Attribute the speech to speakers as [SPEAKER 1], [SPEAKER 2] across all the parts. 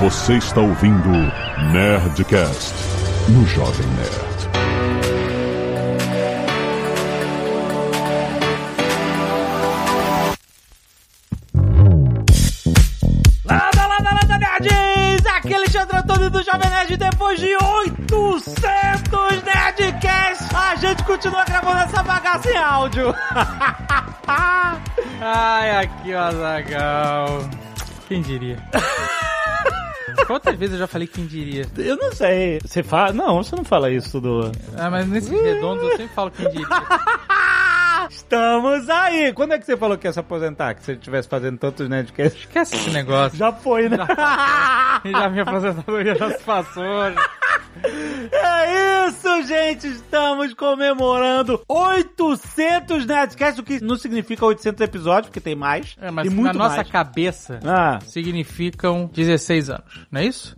[SPEAKER 1] Você está ouvindo Nerdcast no Jovem Nerd.
[SPEAKER 2] Landa, landa, landa, nerds! Aqui é Alexandre Antônio do Jovem Nerd. Depois de 800 Nerdcasts, a gente continua gravando essa bagaça em áudio. Ai, aqui o Azagal.
[SPEAKER 3] Quem diria? Quantas vezes eu já falei quem diria?
[SPEAKER 4] Eu não sei. Você fala. Não, você não fala isso do.
[SPEAKER 3] Ah, mas nesse redondo eu sempre falo quem diria.
[SPEAKER 2] Estamos aí! Quando é que você falou que ia se aposentar? Que se ele estivesse fazendo tantos Nerdcasts?
[SPEAKER 3] Esquece esse negócio.
[SPEAKER 4] Já foi, né?
[SPEAKER 3] Já minha aposentadoria já se passou. já-
[SPEAKER 2] É isso, gente! Estamos comemorando 800 Nerdcasts, o que não significa 800 episódios, porque tem mais.
[SPEAKER 3] É, mas
[SPEAKER 2] e muito
[SPEAKER 3] na nossa
[SPEAKER 2] mais.
[SPEAKER 3] cabeça
[SPEAKER 4] Ah,
[SPEAKER 3] significam 16 anos, não é isso?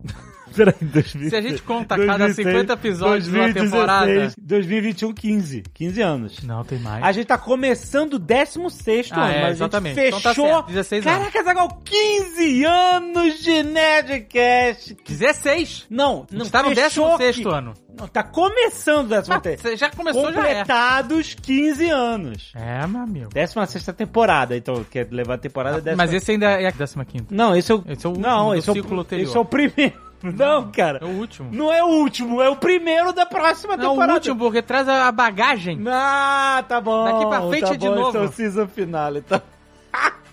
[SPEAKER 4] peraí, 2000.
[SPEAKER 3] Se a gente conta a cada 50 episódios de uma
[SPEAKER 4] 2016,
[SPEAKER 3] temporada.
[SPEAKER 4] 2021, 15. 15 anos.
[SPEAKER 3] Não, tem mais.
[SPEAKER 2] A gente tá começando o 16
[SPEAKER 3] Ah,
[SPEAKER 2] ano,
[SPEAKER 3] é,
[SPEAKER 2] mas
[SPEAKER 3] exatamente.
[SPEAKER 2] a gente
[SPEAKER 3] Então tá
[SPEAKER 2] fechou.
[SPEAKER 3] certo, 16 anos.
[SPEAKER 2] Caraca, Zagal, 15 anos de Nerdcast.
[SPEAKER 3] 16!
[SPEAKER 2] Não,
[SPEAKER 3] Não
[SPEAKER 2] não
[SPEAKER 3] tá no
[SPEAKER 2] fechou
[SPEAKER 3] 16
[SPEAKER 2] que-
[SPEAKER 3] ano.
[SPEAKER 2] Não, tá começando o 16
[SPEAKER 3] Você já começou, já é.
[SPEAKER 4] Completados 15 anos.
[SPEAKER 3] É, meu amigo. Ah,
[SPEAKER 4] 16 temporada, então, quer levar a temporada dessa.
[SPEAKER 3] Mas esse ainda é a 15.
[SPEAKER 4] Não, esse é o.
[SPEAKER 3] Esse é o
[SPEAKER 4] não,
[SPEAKER 3] último
[SPEAKER 4] esse
[SPEAKER 3] do
[SPEAKER 4] é o.
[SPEAKER 3] ciclo anterior.
[SPEAKER 4] Esse é o primeiro. Não, cara.
[SPEAKER 3] É o último.
[SPEAKER 4] Não é o último, é o primeiro da próxima
[SPEAKER 3] Não,
[SPEAKER 4] temporada.
[SPEAKER 3] o último, porque traz a a bagagem.
[SPEAKER 4] Ah, tá bom.
[SPEAKER 3] Daqui pra frente
[SPEAKER 4] tá
[SPEAKER 3] é de
[SPEAKER 4] bom,
[SPEAKER 3] novo.
[SPEAKER 4] Então, season final, então.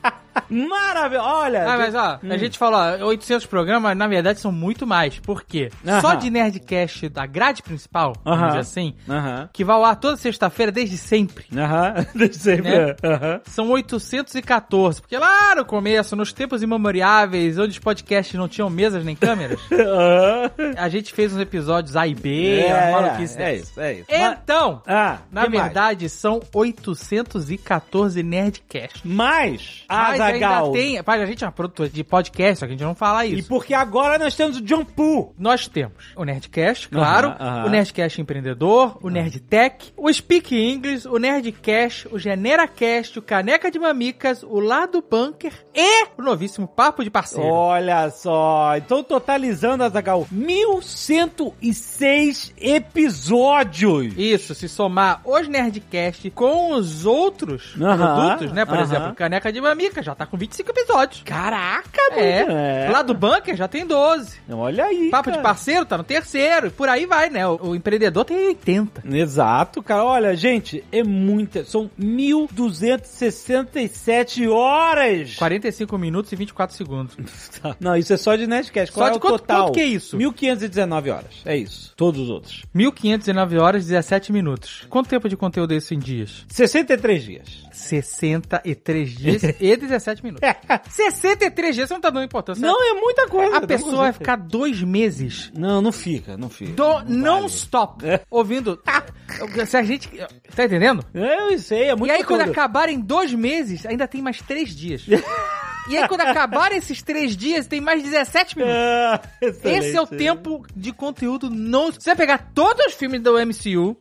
[SPEAKER 4] Maravilha. Olha.
[SPEAKER 3] Ah,
[SPEAKER 4] gente-
[SPEAKER 3] mas ó, a
[SPEAKER 4] Hum.
[SPEAKER 3] gente fala ó, 800 programas, na verdade são muito mais. Por quê?
[SPEAKER 4] Aham.
[SPEAKER 3] Só de Nerdcast da grade principal, vamos
[SPEAKER 4] Aham.
[SPEAKER 3] dizer assim,
[SPEAKER 4] Aham.
[SPEAKER 3] que vai ao ar toda sexta-feira desde sempre.
[SPEAKER 4] Aham. Deixa sempre. é.
[SPEAKER 3] Né?
[SPEAKER 4] Aham.
[SPEAKER 3] São 814, porque lá no começo, nos tempos imemoriáveis, onde os podcasts não tinham mesas nem câmeras,
[SPEAKER 4] Aham.
[SPEAKER 3] a gente fez uns episódios A e B,
[SPEAKER 4] É,
[SPEAKER 3] uma maluquice
[SPEAKER 4] é, é
[SPEAKER 3] dessa.
[SPEAKER 4] isso, é isso. Mas-
[SPEAKER 3] Então,
[SPEAKER 4] Ah,
[SPEAKER 3] na
[SPEAKER 4] que mais?
[SPEAKER 3] verdade, são 814 Nerdcasts.
[SPEAKER 4] Mas,
[SPEAKER 3] Mas ainda
[SPEAKER 4] Azagal.
[SPEAKER 3] tem. Pai, a gente é uma produtora de podcast, só que a gente não fala isso.
[SPEAKER 4] E porque agora nós temos o John Poo.
[SPEAKER 3] Nós temos o Nerdcast, claro,
[SPEAKER 4] Aham, aham.
[SPEAKER 3] o Nerdcast Empreendedor, o Nerdtech, o Speak English, o Nerdcast, o GeneraCast, o Caneca de Mamicas, o Lado Bunker e o novíssimo Papo de Parceiro.
[SPEAKER 4] Olha só, então totalizando, Azagal, 1106 episódios.
[SPEAKER 3] Isso, se somar os Nerdcast com os outros
[SPEAKER 4] Aham,
[SPEAKER 3] produtos, né? Por
[SPEAKER 4] aham.
[SPEAKER 3] exemplo, Caneca de Mamicas já tá com 25 episódios.
[SPEAKER 4] Caraca, mano.
[SPEAKER 3] É. Lado Bunker já tem 12.
[SPEAKER 4] Olha aí.
[SPEAKER 3] Papo de
[SPEAKER 4] cara.
[SPEAKER 3] Parceiro tá no terceiro e por aí vai, né? O, o Empreendedor tem 80.
[SPEAKER 4] Exato, cara. Olha, gente, é muita. São 1.267 horas.
[SPEAKER 3] 45 minutos e 24 segundos.
[SPEAKER 4] Não, isso é só de Nerdcast. Qual
[SPEAKER 3] Só
[SPEAKER 4] é
[SPEAKER 3] de
[SPEAKER 4] o
[SPEAKER 3] quanto-
[SPEAKER 4] total?
[SPEAKER 3] quanto que é isso?
[SPEAKER 4] 1.519 horas. É isso. Todos os outros.
[SPEAKER 3] 1509 horas e 17 minutos. Quanto tempo de conteúdo é isso em dias?
[SPEAKER 4] 63 dias.
[SPEAKER 3] 63 dias e 17 minutos. 63 dias, você não tá dando importância.
[SPEAKER 4] Não, é muita coisa.
[SPEAKER 3] a pessoa vai ficar dois meses
[SPEAKER 4] Não, não fica, não fica.
[SPEAKER 3] do
[SPEAKER 4] Não vale.
[SPEAKER 3] non-stop ouvindo. tá, Se a gente. Tá entendendo?
[SPEAKER 4] Eu sei, é muito
[SPEAKER 3] e aí, quando acabarem dois meses, ainda tem mais três dias. e aí, quando acabarem esses três dias, tem mais 17 minutos.
[SPEAKER 4] Ah,
[SPEAKER 3] Esse é o tempo de conteúdo não. Se você pegar todos os filmes do MCU,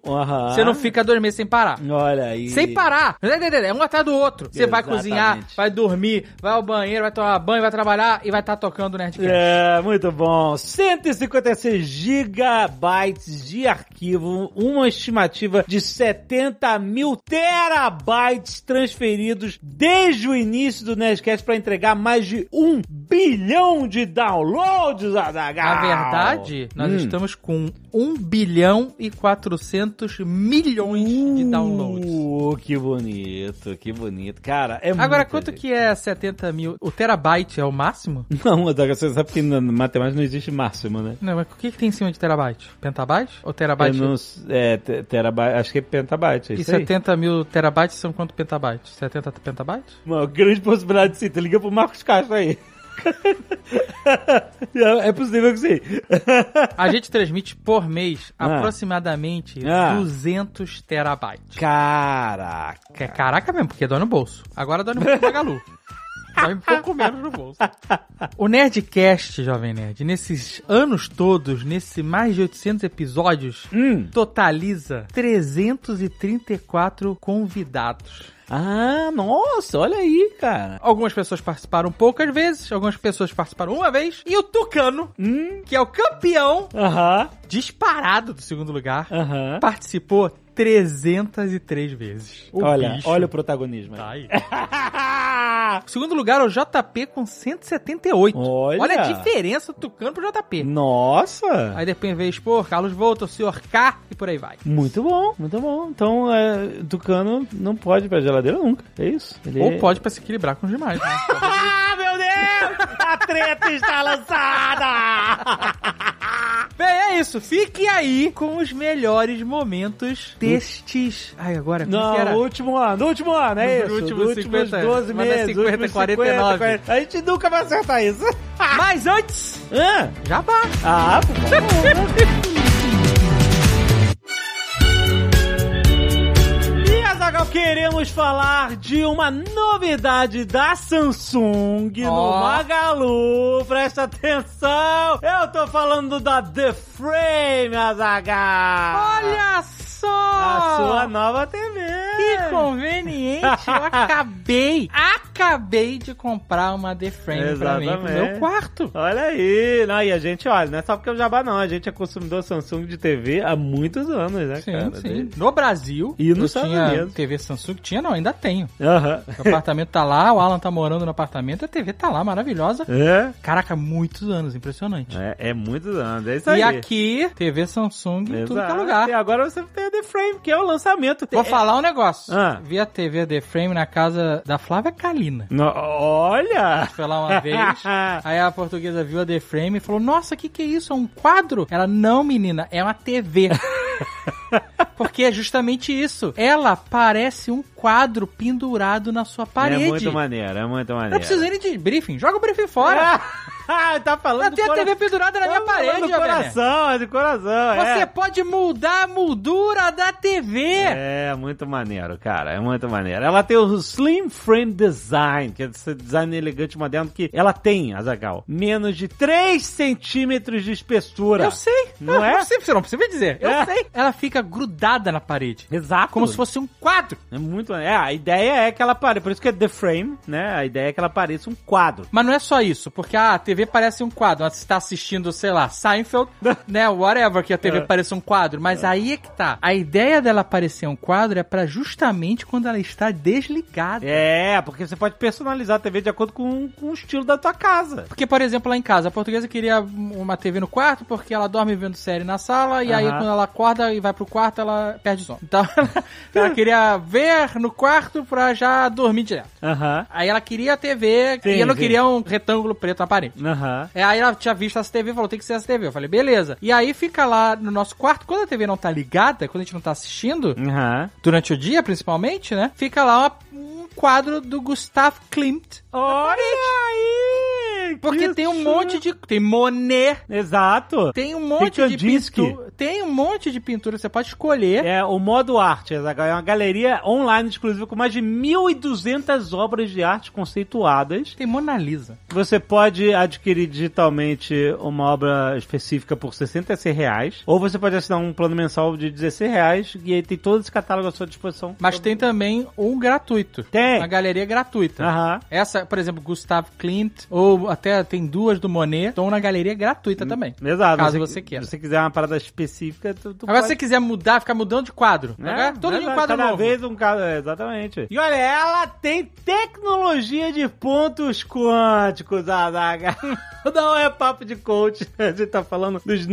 [SPEAKER 3] você não fica dois meses sem parar.
[SPEAKER 4] Olha aí.
[SPEAKER 3] Sem parar. Não tá entendendo? É um atrás do outro. Você vai
[SPEAKER 4] Exatamente.
[SPEAKER 3] cozinhar, vai dormir, vai ao banheiro, vai tomar banho, vai trabalhar e vai estar tocando o Nerdcast.
[SPEAKER 4] É, muito bom. 156 gigabytes de arquivo, uma estimativa de 70 mil terabytes transferidos desde o início do Nerdcast para entregar mais de um bilhão de downloads, Azaghal.
[SPEAKER 3] Na verdade, nós
[SPEAKER 4] Hum.
[SPEAKER 3] estamos com 1 bilhão e 400 milhões de downloads.
[SPEAKER 4] Uh, que bonito, que bonito. Cara, é
[SPEAKER 3] Agora,
[SPEAKER 4] muita
[SPEAKER 3] quanto
[SPEAKER 4] gente.
[SPEAKER 3] que é 70 mil? O terabyte é o máximo?
[SPEAKER 4] Não, Azaghal, você sabe que na matemática não existe máximo, né?
[SPEAKER 3] Não, mas o que, que tem em cima de terabyte? Pentabyte? Ou
[SPEAKER 4] Eu
[SPEAKER 3] terabyte?
[SPEAKER 4] não, é, te- terabyte, acho que é pentabyte, é
[SPEAKER 3] E
[SPEAKER 4] isso aí.
[SPEAKER 3] 70 mil terabytes são quanto pentabytes? 70 pentabytes?
[SPEAKER 4] Uma grande possibilidade de sim. Tu liga pro Marcos Castro aí. é possível que sim.
[SPEAKER 3] A gente transmite por mês
[SPEAKER 4] Ah.
[SPEAKER 3] aproximadamente
[SPEAKER 4] Ah.
[SPEAKER 3] 200 terabytes.
[SPEAKER 4] Caraca.
[SPEAKER 3] Que é caraca mesmo, porque dói no bolso. Agora um dói no bolso da Galu. Dói um pouco menos no bolso. O Nerdcast, Jovem Nerd, nesses anos todos, nesse mais de 800 episódios,
[SPEAKER 4] Hum.
[SPEAKER 3] totaliza 334 convidados.
[SPEAKER 4] Ah, nossa, olha aí, cara.
[SPEAKER 3] Algumas pessoas participaram poucas vezes, algumas pessoas participaram uma vez. E o Tucano,
[SPEAKER 4] Hum,
[SPEAKER 3] que é o campeão
[SPEAKER 4] aham,
[SPEAKER 3] disparado do segundo lugar,
[SPEAKER 4] aham.
[SPEAKER 3] participou 303 vezes. O
[SPEAKER 4] Olha,
[SPEAKER 3] bicho
[SPEAKER 4] olha o protagonismo. aí.
[SPEAKER 3] tá aí. O segundo lugar é o JP com 178.
[SPEAKER 4] Olha.
[SPEAKER 3] olha a diferença do Tucano pro JP.
[SPEAKER 4] Nossa!
[SPEAKER 3] Aí depois vem expor Carlos Volta, o senhor K e por aí vai.
[SPEAKER 4] Muito bom, muito bom. Então, é, Tucano não pode ir pra geladeira nunca. É isso. Ele
[SPEAKER 3] Ou pode pra se equilibrar com os demais. Né?
[SPEAKER 4] Ah, meu Deus! A treta está lançada!
[SPEAKER 3] Bem, é isso. Fique aí com os melhores momentos destes. Ai, agora como que
[SPEAKER 4] Não,
[SPEAKER 3] era?
[SPEAKER 4] no último ano, no último ano, é
[SPEAKER 3] Nos
[SPEAKER 4] isso.
[SPEAKER 3] últimos
[SPEAKER 4] Nos últimos
[SPEAKER 3] 50,
[SPEAKER 4] 12
[SPEAKER 3] manda
[SPEAKER 4] meses.
[SPEAKER 3] 50,
[SPEAKER 4] últimos
[SPEAKER 3] 49.
[SPEAKER 4] 40. A gente nunca vai acertar isso.
[SPEAKER 3] Mas antes,
[SPEAKER 4] Hã?
[SPEAKER 3] jabá!
[SPEAKER 4] Ah, por favor. E, Azaghal, Queremos falar de uma novidade da Samsung no
[SPEAKER 3] Ó.
[SPEAKER 4] Magalu. Presta atenção! Eu tô falando da The Frame, Azaghal.
[SPEAKER 3] Olha só!
[SPEAKER 4] a sua nova TV.
[SPEAKER 3] Que conveniente! Eu acabei, acabei de comprar uma The Frame pra mim, pro
[SPEAKER 4] Exatamente.
[SPEAKER 3] meu quarto.
[SPEAKER 4] Olha aí, não, e a gente, olha, não é só porque é o Jabá não, a gente é consumidor Samsung de TV há muitos anos, né,
[SPEAKER 3] Sim,
[SPEAKER 4] cara?
[SPEAKER 3] sim. No Brasil,
[SPEAKER 4] E nos
[SPEAKER 3] eu
[SPEAKER 4] Estados
[SPEAKER 3] tinha
[SPEAKER 4] Unidos.
[SPEAKER 3] TV Samsung, tinha não, ainda tenho.
[SPEAKER 4] Aham.
[SPEAKER 3] O apartamento tá lá, o Alan tá morando no apartamento, a TV tá lá, maravilhosa.
[SPEAKER 4] É,
[SPEAKER 3] Caraca, muitos anos, impressionante.
[SPEAKER 4] é, é muitos anos, é isso aí.
[SPEAKER 3] E aqui, TV Samsung em tudo que é
[SPEAKER 4] Exato.
[SPEAKER 3] lugar.
[SPEAKER 4] E agora você tem a The Frame, que é o lançamento.
[SPEAKER 3] Vou
[SPEAKER 4] É-
[SPEAKER 3] falar um negócio.
[SPEAKER 4] Ah.
[SPEAKER 3] Vi a TV The Frame na casa da Flávia Kalina.
[SPEAKER 4] No- olha!
[SPEAKER 3] Foi lá uma vez. Aí a portuguesa viu a The Frame e falou: Nossa, o que, que é isso? É um quadro? Ela, não, menina, é uma TV. Porque é justamente isso. Ela parece um quadro pendurado na sua parede.
[SPEAKER 4] É muito maneiro, é muito maneiro.
[SPEAKER 3] não precisa nem de briefing. Joga o briefing fora.
[SPEAKER 4] Ah, tá falando
[SPEAKER 3] Ela tem a
[SPEAKER 4] do
[SPEAKER 3] TV
[SPEAKER 4] cora-
[SPEAKER 3] pendurada na minha
[SPEAKER 4] tá falando
[SPEAKER 3] parede,
[SPEAKER 4] do
[SPEAKER 3] ó, Bené.
[SPEAKER 4] coração, é de coração,
[SPEAKER 3] Você
[SPEAKER 4] é.
[SPEAKER 3] pode mudar a moldura da TV.
[SPEAKER 4] É muito maneiro, cara. É muito maneiro. Ela tem o Slim Frame Design, que é esse design elegante e moderno que ela tem, Azagal. Menos de 3 centímetros de espessura.
[SPEAKER 3] Eu sei.
[SPEAKER 4] Não é?
[SPEAKER 3] Você não precisa me dizer. Eu
[SPEAKER 4] É.
[SPEAKER 3] sei. Ela fica grudada na parede.
[SPEAKER 4] Exato.
[SPEAKER 3] Como se fosse um quadro.
[SPEAKER 4] É muito. É, a ideia é que ela pareça. Por isso que é The Frame, né? A ideia é que ela pareça um quadro.
[SPEAKER 3] Mas não é só isso, porque ah, a TV parece um quadro. Você tá assistindo, sei lá, Seinfeld, né? Whatever, que a TV
[SPEAKER 4] É.
[SPEAKER 3] pareça um quadro. Mas aí é que tá. A ideia dela parecer um quadro é pra justamente quando ela está desligada.
[SPEAKER 4] É, porque você pode personalizar a TV de acordo com, com o estilo da tua casa.
[SPEAKER 3] Porque, por exemplo, lá em casa, a portuguesa queria uma TV no quarto porque ela dorme vendo série na sala e aí
[SPEAKER 4] Aham.
[SPEAKER 3] quando ela acorda e vai pro quarto, ela perde o sono. Então, ela queria ver no quarto pra já dormir direto.
[SPEAKER 4] Aham.
[SPEAKER 3] Aí ela queria a TV
[SPEAKER 4] Sim,
[SPEAKER 3] e eu não
[SPEAKER 4] sim.
[SPEAKER 3] queria um retângulo preto na parede.
[SPEAKER 4] Aham.
[SPEAKER 3] É, Aí ela tinha visto essa TV e falou, tem que ser essa TV. Eu falei, beleza. E aí fica lá no nosso quarto, quando a TV não tá ligada, quando a gente não tá assistindo,
[SPEAKER 4] Aham.
[SPEAKER 3] durante o dia principalmente, né? Fica lá uma- um quadro do Gustav Klimt.
[SPEAKER 4] Olha aí! que
[SPEAKER 3] Porque tem um monte de... Tem Monet,
[SPEAKER 4] Exato.
[SPEAKER 3] tem um monte de
[SPEAKER 4] Kandinsky.
[SPEAKER 3] pintura. Tem um monte de pintura, que você pode escolher.
[SPEAKER 4] É o modo arte, Azaghal. É uma galeria online exclusiva com mais de 1.200 obras de arte conceituadas.
[SPEAKER 3] Tem Mona Lisa.
[SPEAKER 4] Você pode adquirir digitalmente uma obra específica por R$ 66 reais, ou você pode assinar um plano mensal de R$ 16 reais, e aí tem todo esse catálogo à sua disposição.
[SPEAKER 3] Mas tem também um gratuito.
[SPEAKER 4] Tem.
[SPEAKER 3] Uma galeria gratuita.
[SPEAKER 4] Aham.
[SPEAKER 3] Essa, por exemplo, Gustavo Clint, ou até tem duas do Monet, estão na galeria gratuita também.
[SPEAKER 4] Hum, Exato.
[SPEAKER 3] Caso você queira.
[SPEAKER 4] Se você quiser uma parada específica, tu, tu
[SPEAKER 3] Agora,
[SPEAKER 4] pode...
[SPEAKER 3] se você quiser mudar, ficar mudando de quadro.
[SPEAKER 4] Né?
[SPEAKER 3] Agora, todo
[SPEAKER 4] Né?
[SPEAKER 3] dia um quadro
[SPEAKER 4] Cada
[SPEAKER 3] novo.
[SPEAKER 4] vez um quadro, é, exatamente. E olha, ela tem tecnologia de pontos quânticos, Azaga. Não é papo de coach. A gente tá falando dos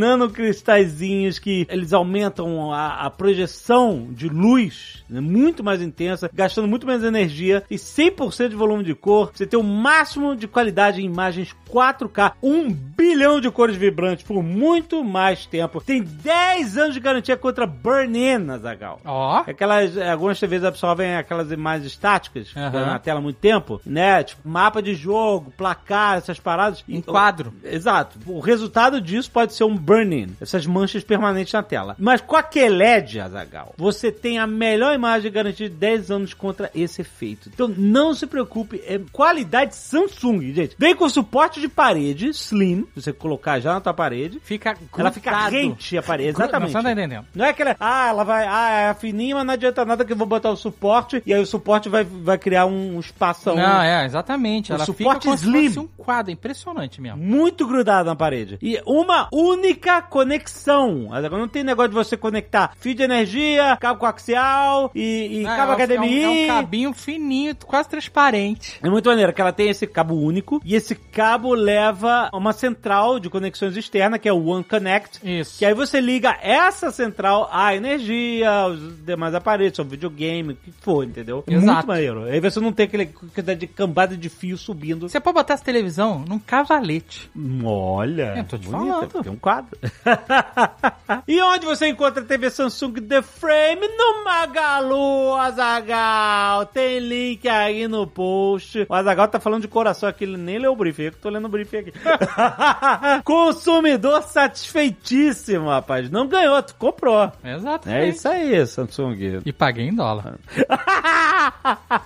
[SPEAKER 4] nanocristalzinhos que eles aumentam a, a projeção de luz né, muito mais intensa, gastando muito menos energia e 100% de volume de cor. Você tem o máximo de qualidade em imagens 4K, um bilhão de cores vibrantes por muito mais tempo. Tem 10 anos de garantia contra burn-in, Azagal.
[SPEAKER 3] Ó,
[SPEAKER 4] Aquelas, algumas TVs absorvem aquelas imagens estáticas, que
[SPEAKER 3] Aham.
[SPEAKER 4] ficam na tela há muito tempo, né? Tipo, mapa de jogo, placar, essas paradas.
[SPEAKER 3] um
[SPEAKER 4] E-
[SPEAKER 3] quadro.
[SPEAKER 4] Exato. O resultado disso pode ser um burn-in, essas manchas permanentes na tela. Mas com a QLED, Azagal, você tem a melhor imagem garantida de 10 anos contra esse efeito. Então não se preocupe, é qualidade Samsung, gente. Vem com suporte suporte de parede, slim, você colocar já na tua parede,
[SPEAKER 3] Fica
[SPEAKER 4] ela fica
[SPEAKER 3] grudado.
[SPEAKER 4] rente à parede,
[SPEAKER 3] Gru-
[SPEAKER 4] exatamente.
[SPEAKER 3] Não, você não tá entendendo.
[SPEAKER 4] Não é aquela, ah, ela vai, ah, é fininha, mas não adianta nada que eu vou botar o suporte, e aí o suporte vai, vai criar um espação
[SPEAKER 3] Não, é, exatamente.
[SPEAKER 4] O
[SPEAKER 3] ela fica
[SPEAKER 4] suporte
[SPEAKER 3] como
[SPEAKER 4] slim.
[SPEAKER 3] se fosse um quadro, é impressionante mesmo.
[SPEAKER 4] muito grudado na parede. E uma única conexão. Agora Não tem negócio de você conectar fio de energia, cabo coaxial e, e
[SPEAKER 3] Ah,
[SPEAKER 4] cabo
[SPEAKER 3] é um-
[SPEAKER 4] HDMI.
[SPEAKER 3] É um, é um cabinho fininho, quase transparente.
[SPEAKER 4] É muito maneiro que ela tem esse cabo único e esse cabo leva a uma central de conexões externa, que é o One Connect.
[SPEAKER 3] Isso.
[SPEAKER 4] Que aí você liga essa central à energia, aos demais aparelhos, ao videogame, o que for, entendeu? É Muito
[SPEAKER 3] Exato.
[SPEAKER 4] maneiro. Aí você não tem aquele quantidade de cambada de fio subindo.
[SPEAKER 3] Você pode botar essa televisão num cavalete.
[SPEAKER 4] Olha,
[SPEAKER 3] Eu tô te falando.
[SPEAKER 4] tem um quadro. e onde você encontra a TV Samsung The Frame? No Magalu, Azagal. Tem link aí no post. O Azagal tá falando de coração aqui, ele nem leu o briefing. Eu que tô lendo o briefing aqui. Consumidor satisfeitíssimo, rapaz. Não ganhou, tu comprou.
[SPEAKER 3] Exato.
[SPEAKER 4] É isso aí, Samsung.
[SPEAKER 3] E paguei em dólar.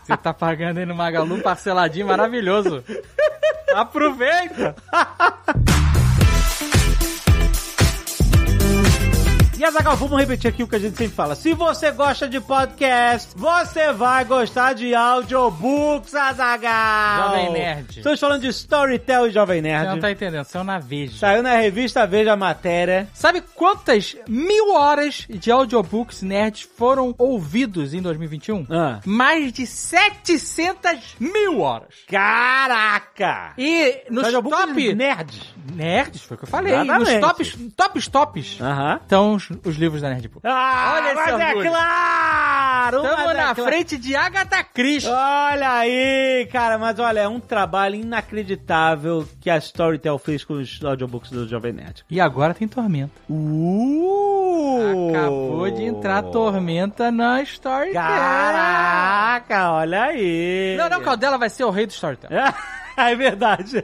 [SPEAKER 3] Você tá pagando aí no Magalu parceladinho, maravilhoso. Aproveita!
[SPEAKER 4] E Azagal, vamos repetir aqui o que a gente sempre fala. Se você gosta de podcast, você vai gostar de audiobooks, Azagal.
[SPEAKER 3] Jovem Nerd.
[SPEAKER 4] Estamos falando de Storytel e Jovem
[SPEAKER 3] Você não
[SPEAKER 4] Nerd.
[SPEAKER 3] tá entendendo, você é um navejo.
[SPEAKER 4] Saiu na revista Veja a Matéria.
[SPEAKER 3] Sabe quantas mil horas de audiobooks nerds foram ouvidos em 2021?
[SPEAKER 4] Ah.
[SPEAKER 3] Mais de 700 mil horas.
[SPEAKER 4] Caraca!
[SPEAKER 3] E nos
[SPEAKER 4] Audiobooks
[SPEAKER 3] top...
[SPEAKER 4] Nerd.
[SPEAKER 3] Nerds, foi o que eu falei.
[SPEAKER 4] Exatamente.
[SPEAKER 3] Nos tops, tops, tops,
[SPEAKER 4] Aham.
[SPEAKER 3] estão os, os livros da Nerd Book.
[SPEAKER 4] Ah,
[SPEAKER 3] Olha esse
[SPEAKER 4] mas é
[SPEAKER 3] orgulho.
[SPEAKER 4] claro!
[SPEAKER 3] Estamos
[SPEAKER 4] mas é Ah.
[SPEAKER 3] na
[SPEAKER 4] claro.
[SPEAKER 3] frente de Agatha Christie.
[SPEAKER 4] Olha aí, cara, mas olha, é um trabalho inacreditável que a Storytel fez com os audiobooks do Jovem Nerd.
[SPEAKER 3] E agora tem Tormenta.
[SPEAKER 4] Uh!
[SPEAKER 3] Acabou de entrar Tormenta na Storytel.
[SPEAKER 4] Caraca, olha aí.
[SPEAKER 3] Não, não, o Caldela vai ser o rei do Storytel.
[SPEAKER 4] É verdade.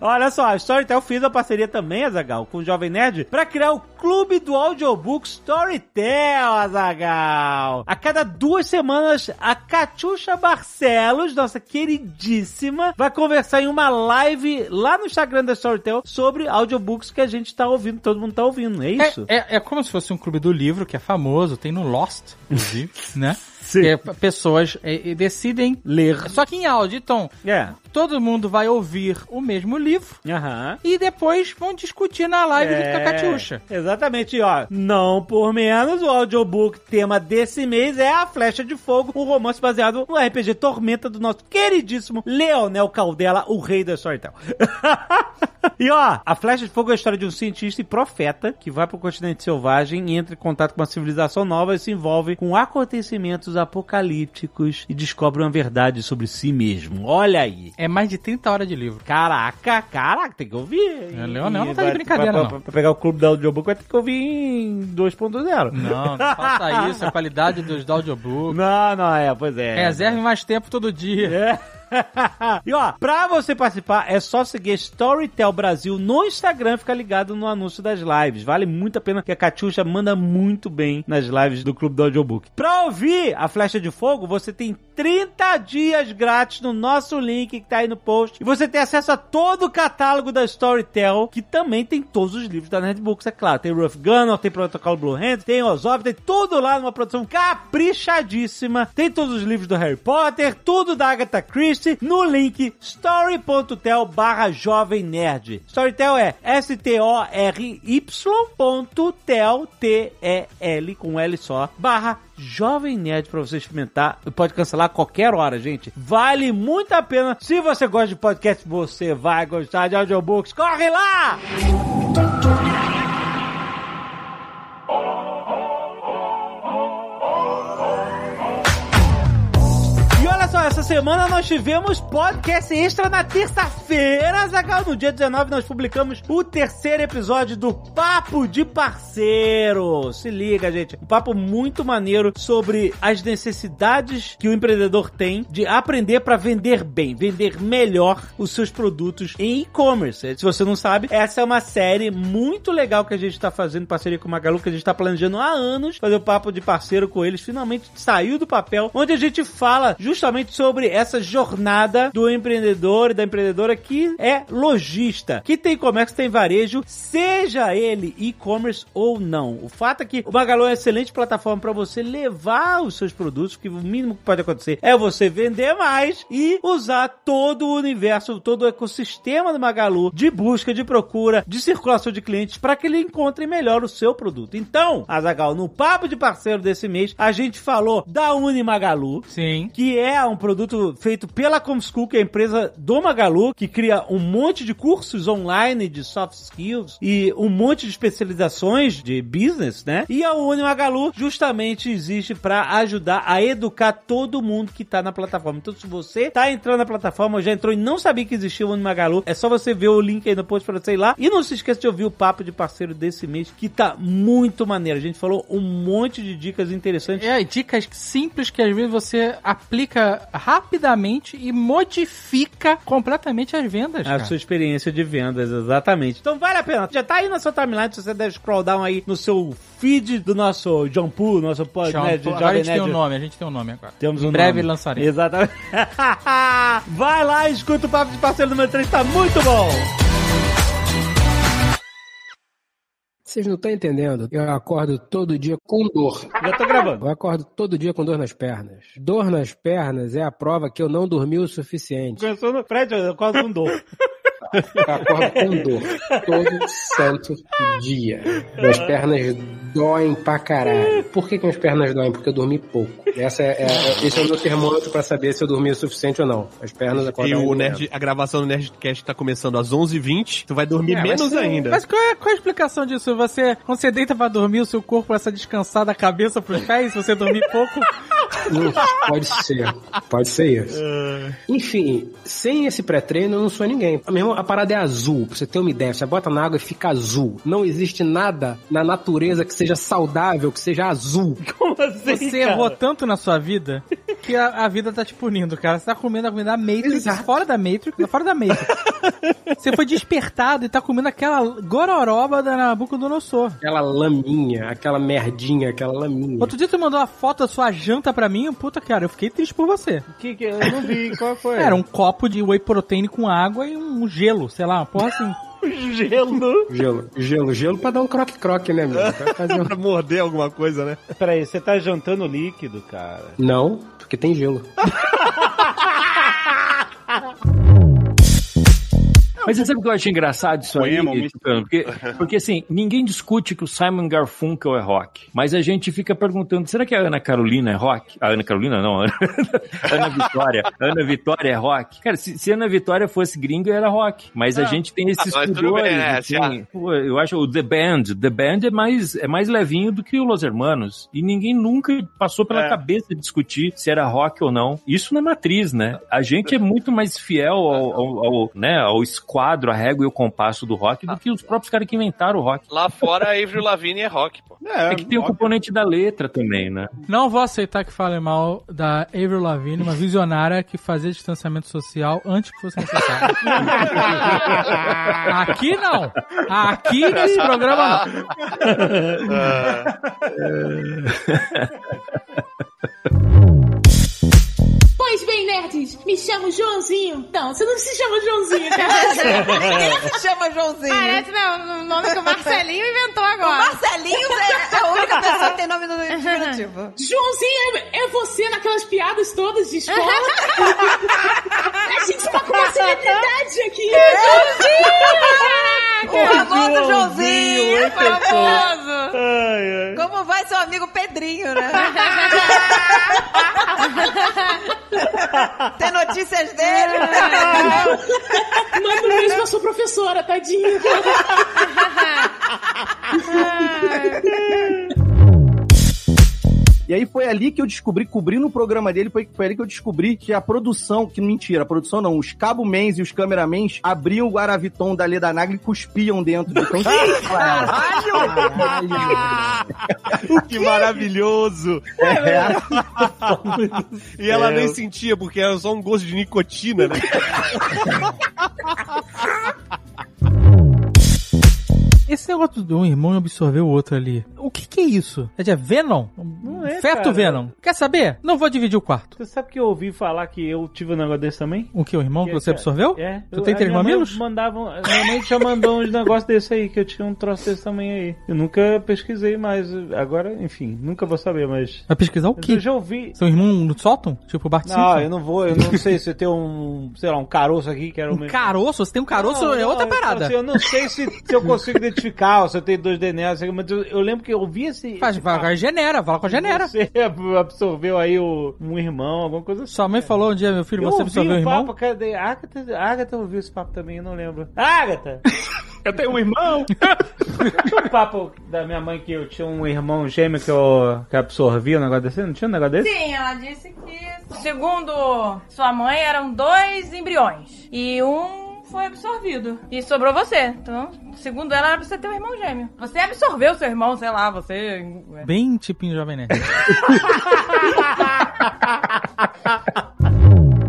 [SPEAKER 4] Olha só, a Storytel fez a parceria também, Azagal, com o Jovem Nerd, pra criar o Clube do Audiobook Storytel, Azagal. A cada duas semanas, a Catiuxa Barcelos, nossa queridíssima, vai conversar em uma live lá no Instagram da Storytel sobre audiobooks que a gente tá ouvindo, todo mundo tá ouvindo, é isso?
[SPEAKER 3] É, é- é como se fosse um clube do livro, que é famoso, tem no Lost, inclusive, né?
[SPEAKER 4] Sim.
[SPEAKER 3] É, p- pessoas é, é, decidem
[SPEAKER 4] Ler.
[SPEAKER 3] Só que em áudio, então,
[SPEAKER 4] É.
[SPEAKER 3] todo mundo vai ouvir o mesmo livro
[SPEAKER 4] Aham.
[SPEAKER 3] e depois vão discutir na live junto com a Catiuxa.
[SPEAKER 4] É. Exatamente, e, ó. Não por menos, o audiobook tema desse mês é A Flecha de Fogo, um romance baseado no RPG Tormenta do nosso queridíssimo Leonel Caldela, o rei da Storytel. e ó, A Flecha de Fogo é a história de um cientista e profeta que vai pro continente selvagem e entra em contato com uma civilização nova e se envolve com acontecimentos apocalípticos e descobre uma verdade sobre si mesmo. Olha aí.
[SPEAKER 3] É mais de 30 horas de livro.
[SPEAKER 4] Caraca, caraca, tem que ouvir.
[SPEAKER 3] É,
[SPEAKER 4] E-
[SPEAKER 3] Leonel não tá
[SPEAKER 4] e
[SPEAKER 3] de
[SPEAKER 4] agora,
[SPEAKER 3] brincadeira,
[SPEAKER 4] pra,
[SPEAKER 3] não.
[SPEAKER 4] Pra, pra pegar o clube da audiobook vai ter que ouvir em 2.0.
[SPEAKER 3] Não, não faça isso, a qualidade dos do audiobook.
[SPEAKER 4] Não, não, é, pois é.
[SPEAKER 3] Reserve mais tempo todo dia.
[SPEAKER 4] É. e ó, pra você participar, é só seguir Storytel Brasil no Instagram, fica ligado no anúncio das lives. Vale muito a pena que a Catiuxa manda muito bem nas lives do Clube do Audiobook. Pra ouvir a Flecha de Fogo, você tem 30 dias grátis no nosso link que tá aí no post. E você tem acesso a todo o catálogo da Storytel, que também tem todos os livros da Netbooks, é claro. Tem Rough Gunner, tem Protocolo Blue Hand, tem Ozob, tem tudo lá numa produção caprichadíssima. Tem todos os livros do Harry Potter, tudo da Agatha Christie, no link story.tel barra jovem nerd. Storytel é S-T-O-R-Y ponto tel, T-E-L, com L só, barra Jovem Nerd pra você experimentar. Pode cancelar a qualquer hora, gente. Vale muito a pena. Se você gosta de podcast, você vai gostar de audiobooks. Corre lá! E olha só, essa semana nós tivemos podcast extra na terça-feira, Zagal. No dia 19 nós publicamos o terceiro episódio do Papo de Parceiro. Se liga, gente. Um papo muito maneiro sobre as necessidades que o empreendedor tem de aprender para vender bem, vender melhor os seus produtos em e-commerce. Se você não sabe, essa é uma série muito legal que a gente tá fazendo em parceria com o Magalu, que a gente tá planejando há anos fazer o Papo de Parceiro com eles. Finalmente saiu do papel, onde a gente fala justamente sobre sobre essa jornada do empreendedor e da empreendedora que é lojista, que tem comércio, tem varejo, seja ele e-commerce ou não. O fato é que o Magalu é uma excelente plataforma para você levar os seus produtos, que o mínimo que pode acontecer é você vender mais e usar todo o universo, todo o ecossistema do Magalu de busca, de procura, de circulação de clientes para que ele encontre melhor o seu produto. Então, Azagal, no papo de parceiro desse mês, a gente falou da Unimagalu,
[SPEAKER 3] Sim.
[SPEAKER 4] que é um produto feito pela Comschool, que é a empresa do Magalu, que cria um monte de cursos online de soft skills e um monte de especializações de business, né? E a Unimagalu justamente existe para ajudar a educar todo mundo que tá na plataforma. Então, se você tá entrando na plataforma, já entrou e não sabia que existia o Unimagalu, é só você ver o link aí no post para você ir lá. E não se esqueça de ouvir o papo de parceiro desse mês, que tá muito maneiro. A gente falou um monte de dicas interessantes.
[SPEAKER 3] É, dicas simples que às vezes você aplica rapidamente e modifica completamente as vendas.
[SPEAKER 4] A
[SPEAKER 3] cara.
[SPEAKER 4] sua experiência de vendas, exatamente. Então vale a pena. Já tá aí na sua timeline, se você der scroll down aí no seu feed do nosso John Poo, nosso pod,
[SPEAKER 3] Chama-
[SPEAKER 4] né, de
[SPEAKER 3] agora a
[SPEAKER 4] Jovem
[SPEAKER 3] gente tem um
[SPEAKER 4] Nerd.
[SPEAKER 3] nome, a gente tem um nome agora.
[SPEAKER 4] Temos
[SPEAKER 3] em
[SPEAKER 4] um
[SPEAKER 3] breve
[SPEAKER 4] nome.
[SPEAKER 3] lançaremos.
[SPEAKER 4] Exatamente. Vai lá, escuta o papo de parceiro número 3, tá muito bom.
[SPEAKER 5] Vocês não estão entendendo. Eu acordo todo dia com dor.
[SPEAKER 4] Já tô gravando.
[SPEAKER 5] Eu acordo todo dia com dor nas pernas. Dor nas pernas é a prova que eu não dormi o suficiente.
[SPEAKER 4] Começou no prédio, eu quase não dou.
[SPEAKER 5] Eu acordo com dor todo santo dia. Minhas pernas doem pra caralho. Por que, que minhas pernas doem? Porque eu dormi pouco. Essa é, é- esse é o meu termômetro pra saber se eu dormi o suficiente ou não. As pernas
[SPEAKER 6] E
[SPEAKER 5] acordam.
[SPEAKER 6] o Nerd, a gravação do Nerdcast tá começando às 11h20, tu vai dormir
[SPEAKER 3] É, mas
[SPEAKER 6] menos
[SPEAKER 3] você-
[SPEAKER 6] ainda.
[SPEAKER 3] Mas qual é, qual é a explicação disso? Você, quando você deita pra dormir, o seu corpo essa descansar da cabeça pros pés, se você dormir pouco.
[SPEAKER 5] Hum, Pode ser, pode ser isso. Enfim, sem esse pré-treino eu não sou ninguém. Meu irmão, a parada é azul, pra você ter uma ideia. Você bota na água e fica azul. Não existe nada na natureza que seja saudável, que seja azul.
[SPEAKER 4] Como assim,
[SPEAKER 3] Você
[SPEAKER 4] cara?
[SPEAKER 3] errou tanto na sua vida que a, a vida tá te punindo, cara. Você tá comendo a comida da Matrix,
[SPEAKER 5] Exato.
[SPEAKER 3] fora da Matrix, fora da Matrix. você foi despertado e tá comendo aquela gororoba da Nabucodonosor.
[SPEAKER 5] Aquela laminha, aquela merdinha, aquela laminha.
[SPEAKER 3] Outro dia tu mandou uma foto da sua janta pra mim, puta cara, eu fiquei triste por você.
[SPEAKER 4] Que, que, eu não vi, qual foi?
[SPEAKER 3] Era um copo de whey protein com água e um gelo, sei lá, uma porra assim.
[SPEAKER 4] gelo.
[SPEAKER 5] Gelo, gelo, gelo pra dar um croque-croque, né, amigo? Pra fazer um-
[SPEAKER 6] Pra morder alguma coisa, né?
[SPEAKER 4] Peraí, você tá jantando líquido, cara.
[SPEAKER 5] Não, porque tem gelo.
[SPEAKER 7] Mas você sabe o que eu acho engraçado isso aí?
[SPEAKER 8] Poema, um
[SPEAKER 7] Tucano? Porque, porque assim, ninguém discute que o Simon Garfunkel é rock. Mas a gente fica perguntando, será que a Ana Carolina é rock? A Ana Carolina não, a Ana, Ana Vitória. A Ana Vitória é rock. Cara, se, se a Ana Vitória fosse gringa, era rock. Mas a gente tem esses
[SPEAKER 8] Ah, mas tudo
[SPEAKER 7] pudores.
[SPEAKER 8] bem, né?
[SPEAKER 7] assim,
[SPEAKER 8] Já.
[SPEAKER 7] pô, eu acho o The Band. The Band é mais, é mais levinho do que o Los Hermanos. E ninguém nunca passou pela
[SPEAKER 8] É.
[SPEAKER 7] cabeça discutir se era rock ou não. Isso na matriz, né? A gente é muito mais fiel ao, ao, ao, né, ao esquadro, à régua e ao compasso do rock do que os próprios caras que inventaram o rock.
[SPEAKER 8] Lá fora, a Avril Lavigne é rock, pô.
[SPEAKER 7] É que tem o componente da letra também, né?
[SPEAKER 3] Não vou aceitar que falem mal da Avril Lavigne, uma visionária que fazia distanciamento social antes que fosse necessário.
[SPEAKER 4] tá-
[SPEAKER 3] Aqui não. Aqui nesse programa não.
[SPEAKER 9] Pois bem, nerds, me chamo Joãozinho. Não, você não se chama Joãozinho, cara.
[SPEAKER 10] Quem se chama Joãozinho?
[SPEAKER 9] Parece não, o nome que o Marcelinho inventou
[SPEAKER 10] O
[SPEAKER 9] agora.
[SPEAKER 10] Marcelinho é é a única pessoa que tem nome no diminutivo.
[SPEAKER 9] Joãozinho é, é você naquelas piadas todas de escola. A gente tá com uma celebridade aqui.
[SPEAKER 10] O
[SPEAKER 6] É.
[SPEAKER 10] famoso Joãozinho, famoso.
[SPEAKER 4] Ai, ai.
[SPEAKER 10] Como vai seu amigo Pedrinho, né? Tem notícias dele? né?
[SPEAKER 9] Manda um beijo pra sua professora, tadinho.
[SPEAKER 2] E aí foi ali que eu descobri, cobrindo o programa dele, foi, foi ali que eu descobri que a produção, que mentira, a produção não, os cabomens e os cameramens abriam o Guaraviton da Leda Nagli e cuspiam dentro. Então,
[SPEAKER 6] Ah, que maravilhoso!
[SPEAKER 2] É.
[SPEAKER 6] E ela nem sentia, porque era só um gosto de nicotina, né?
[SPEAKER 3] Esse negócio do um irmão absorver o outro ali. O que que é isso? É de Venom? Não
[SPEAKER 4] Não é,
[SPEAKER 3] Feto
[SPEAKER 4] cara.
[SPEAKER 3] Venom. Quer saber? Não vou dividir o quarto.
[SPEAKER 4] Você sabe que eu ouvi falar que eu tive um negócio desse também?
[SPEAKER 3] O que, o irmão que você absorveu?
[SPEAKER 4] É.
[SPEAKER 3] Tu
[SPEAKER 4] Eu-
[SPEAKER 3] tem
[SPEAKER 4] a
[SPEAKER 3] três
[SPEAKER 4] minha mãe
[SPEAKER 3] mamilos?
[SPEAKER 4] Mandavam, a minha mãe já mandou uns negócios desse aí, que eu tinha um troço desse também aí. Eu nunca pesquisei, mas agora, enfim, nunca vou saber, mas...
[SPEAKER 3] Vai pesquisar o quê?
[SPEAKER 4] Eu já ouvi...
[SPEAKER 3] Seu irmão no sótão? Tipo o Bart
[SPEAKER 4] Não,
[SPEAKER 3] Simpson?
[SPEAKER 4] eu não vou, eu não sei se tem um, sei lá, um caroço aqui que era o meu.
[SPEAKER 3] Caroço? Você tem um caroço?
[SPEAKER 4] Não,
[SPEAKER 3] é outra
[SPEAKER 4] não,
[SPEAKER 3] parada.
[SPEAKER 4] assim, eu não sei se, se eu consigo identificar, ou se eu tenho dois DNA, não sei o que, mas eu, eu lembro que eu ouvi esse.
[SPEAKER 3] Faz, vai, vai, genera, fala com a genera.
[SPEAKER 4] Você absorveu aí o, um irmão, alguma coisa assim.
[SPEAKER 3] Sua mãe falou um dia, meu filho,
[SPEAKER 4] eu
[SPEAKER 3] você
[SPEAKER 4] ouvi
[SPEAKER 3] absorveu o
[SPEAKER 4] o
[SPEAKER 3] irmão?
[SPEAKER 4] papo, cadê? Agatha, Agatha ouviu esse papo também, eu não lembro. Agatha!
[SPEAKER 11] Eu tenho um irmão!
[SPEAKER 4] o papo da minha mãe que eu tinha um irmão gêmeo que eu que absorvia um negócio desse? Não tinha um negócio desse?
[SPEAKER 9] Sim, ela disse que, segundo sua mãe, eram dois embriões. E um foi absorvido. E sobrou você. Então, segundo ela, era pra você ter um irmão gêmeo. Você absorveu seu irmão, sei lá, você.
[SPEAKER 3] Bem tipinho Jovem Nerd.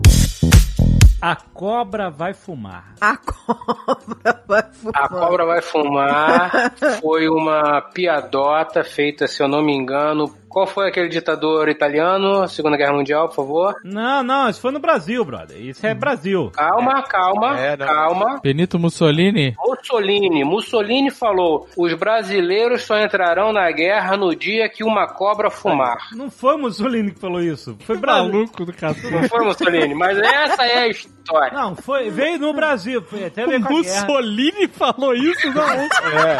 [SPEAKER 4] A cobra vai fumar.
[SPEAKER 10] A cobra vai fumar.
[SPEAKER 5] A Cobra Vai Fumar foi uma piadota feita, se eu não me engano. Qual foi aquele ditador italiano? Segunda Guerra Mundial, por favor.
[SPEAKER 4] Não, não, isso foi no Brasil, brother. Isso é Brasil.
[SPEAKER 5] Calma, calma, calma.
[SPEAKER 3] Benito Mussolini?
[SPEAKER 5] Mussolini. Mussolini falou: os brasileiros só entrarão na guerra no dia que uma cobra fumar.
[SPEAKER 4] Não foi o Mussolini que falou isso. Foi Brasil. Maluco do cacete.
[SPEAKER 5] Não foi, Mussolini, mas essa é a história.
[SPEAKER 4] Não, foi, veio no Brasil. Foi até veio com a
[SPEAKER 2] Mussolini falou isso? Não. É.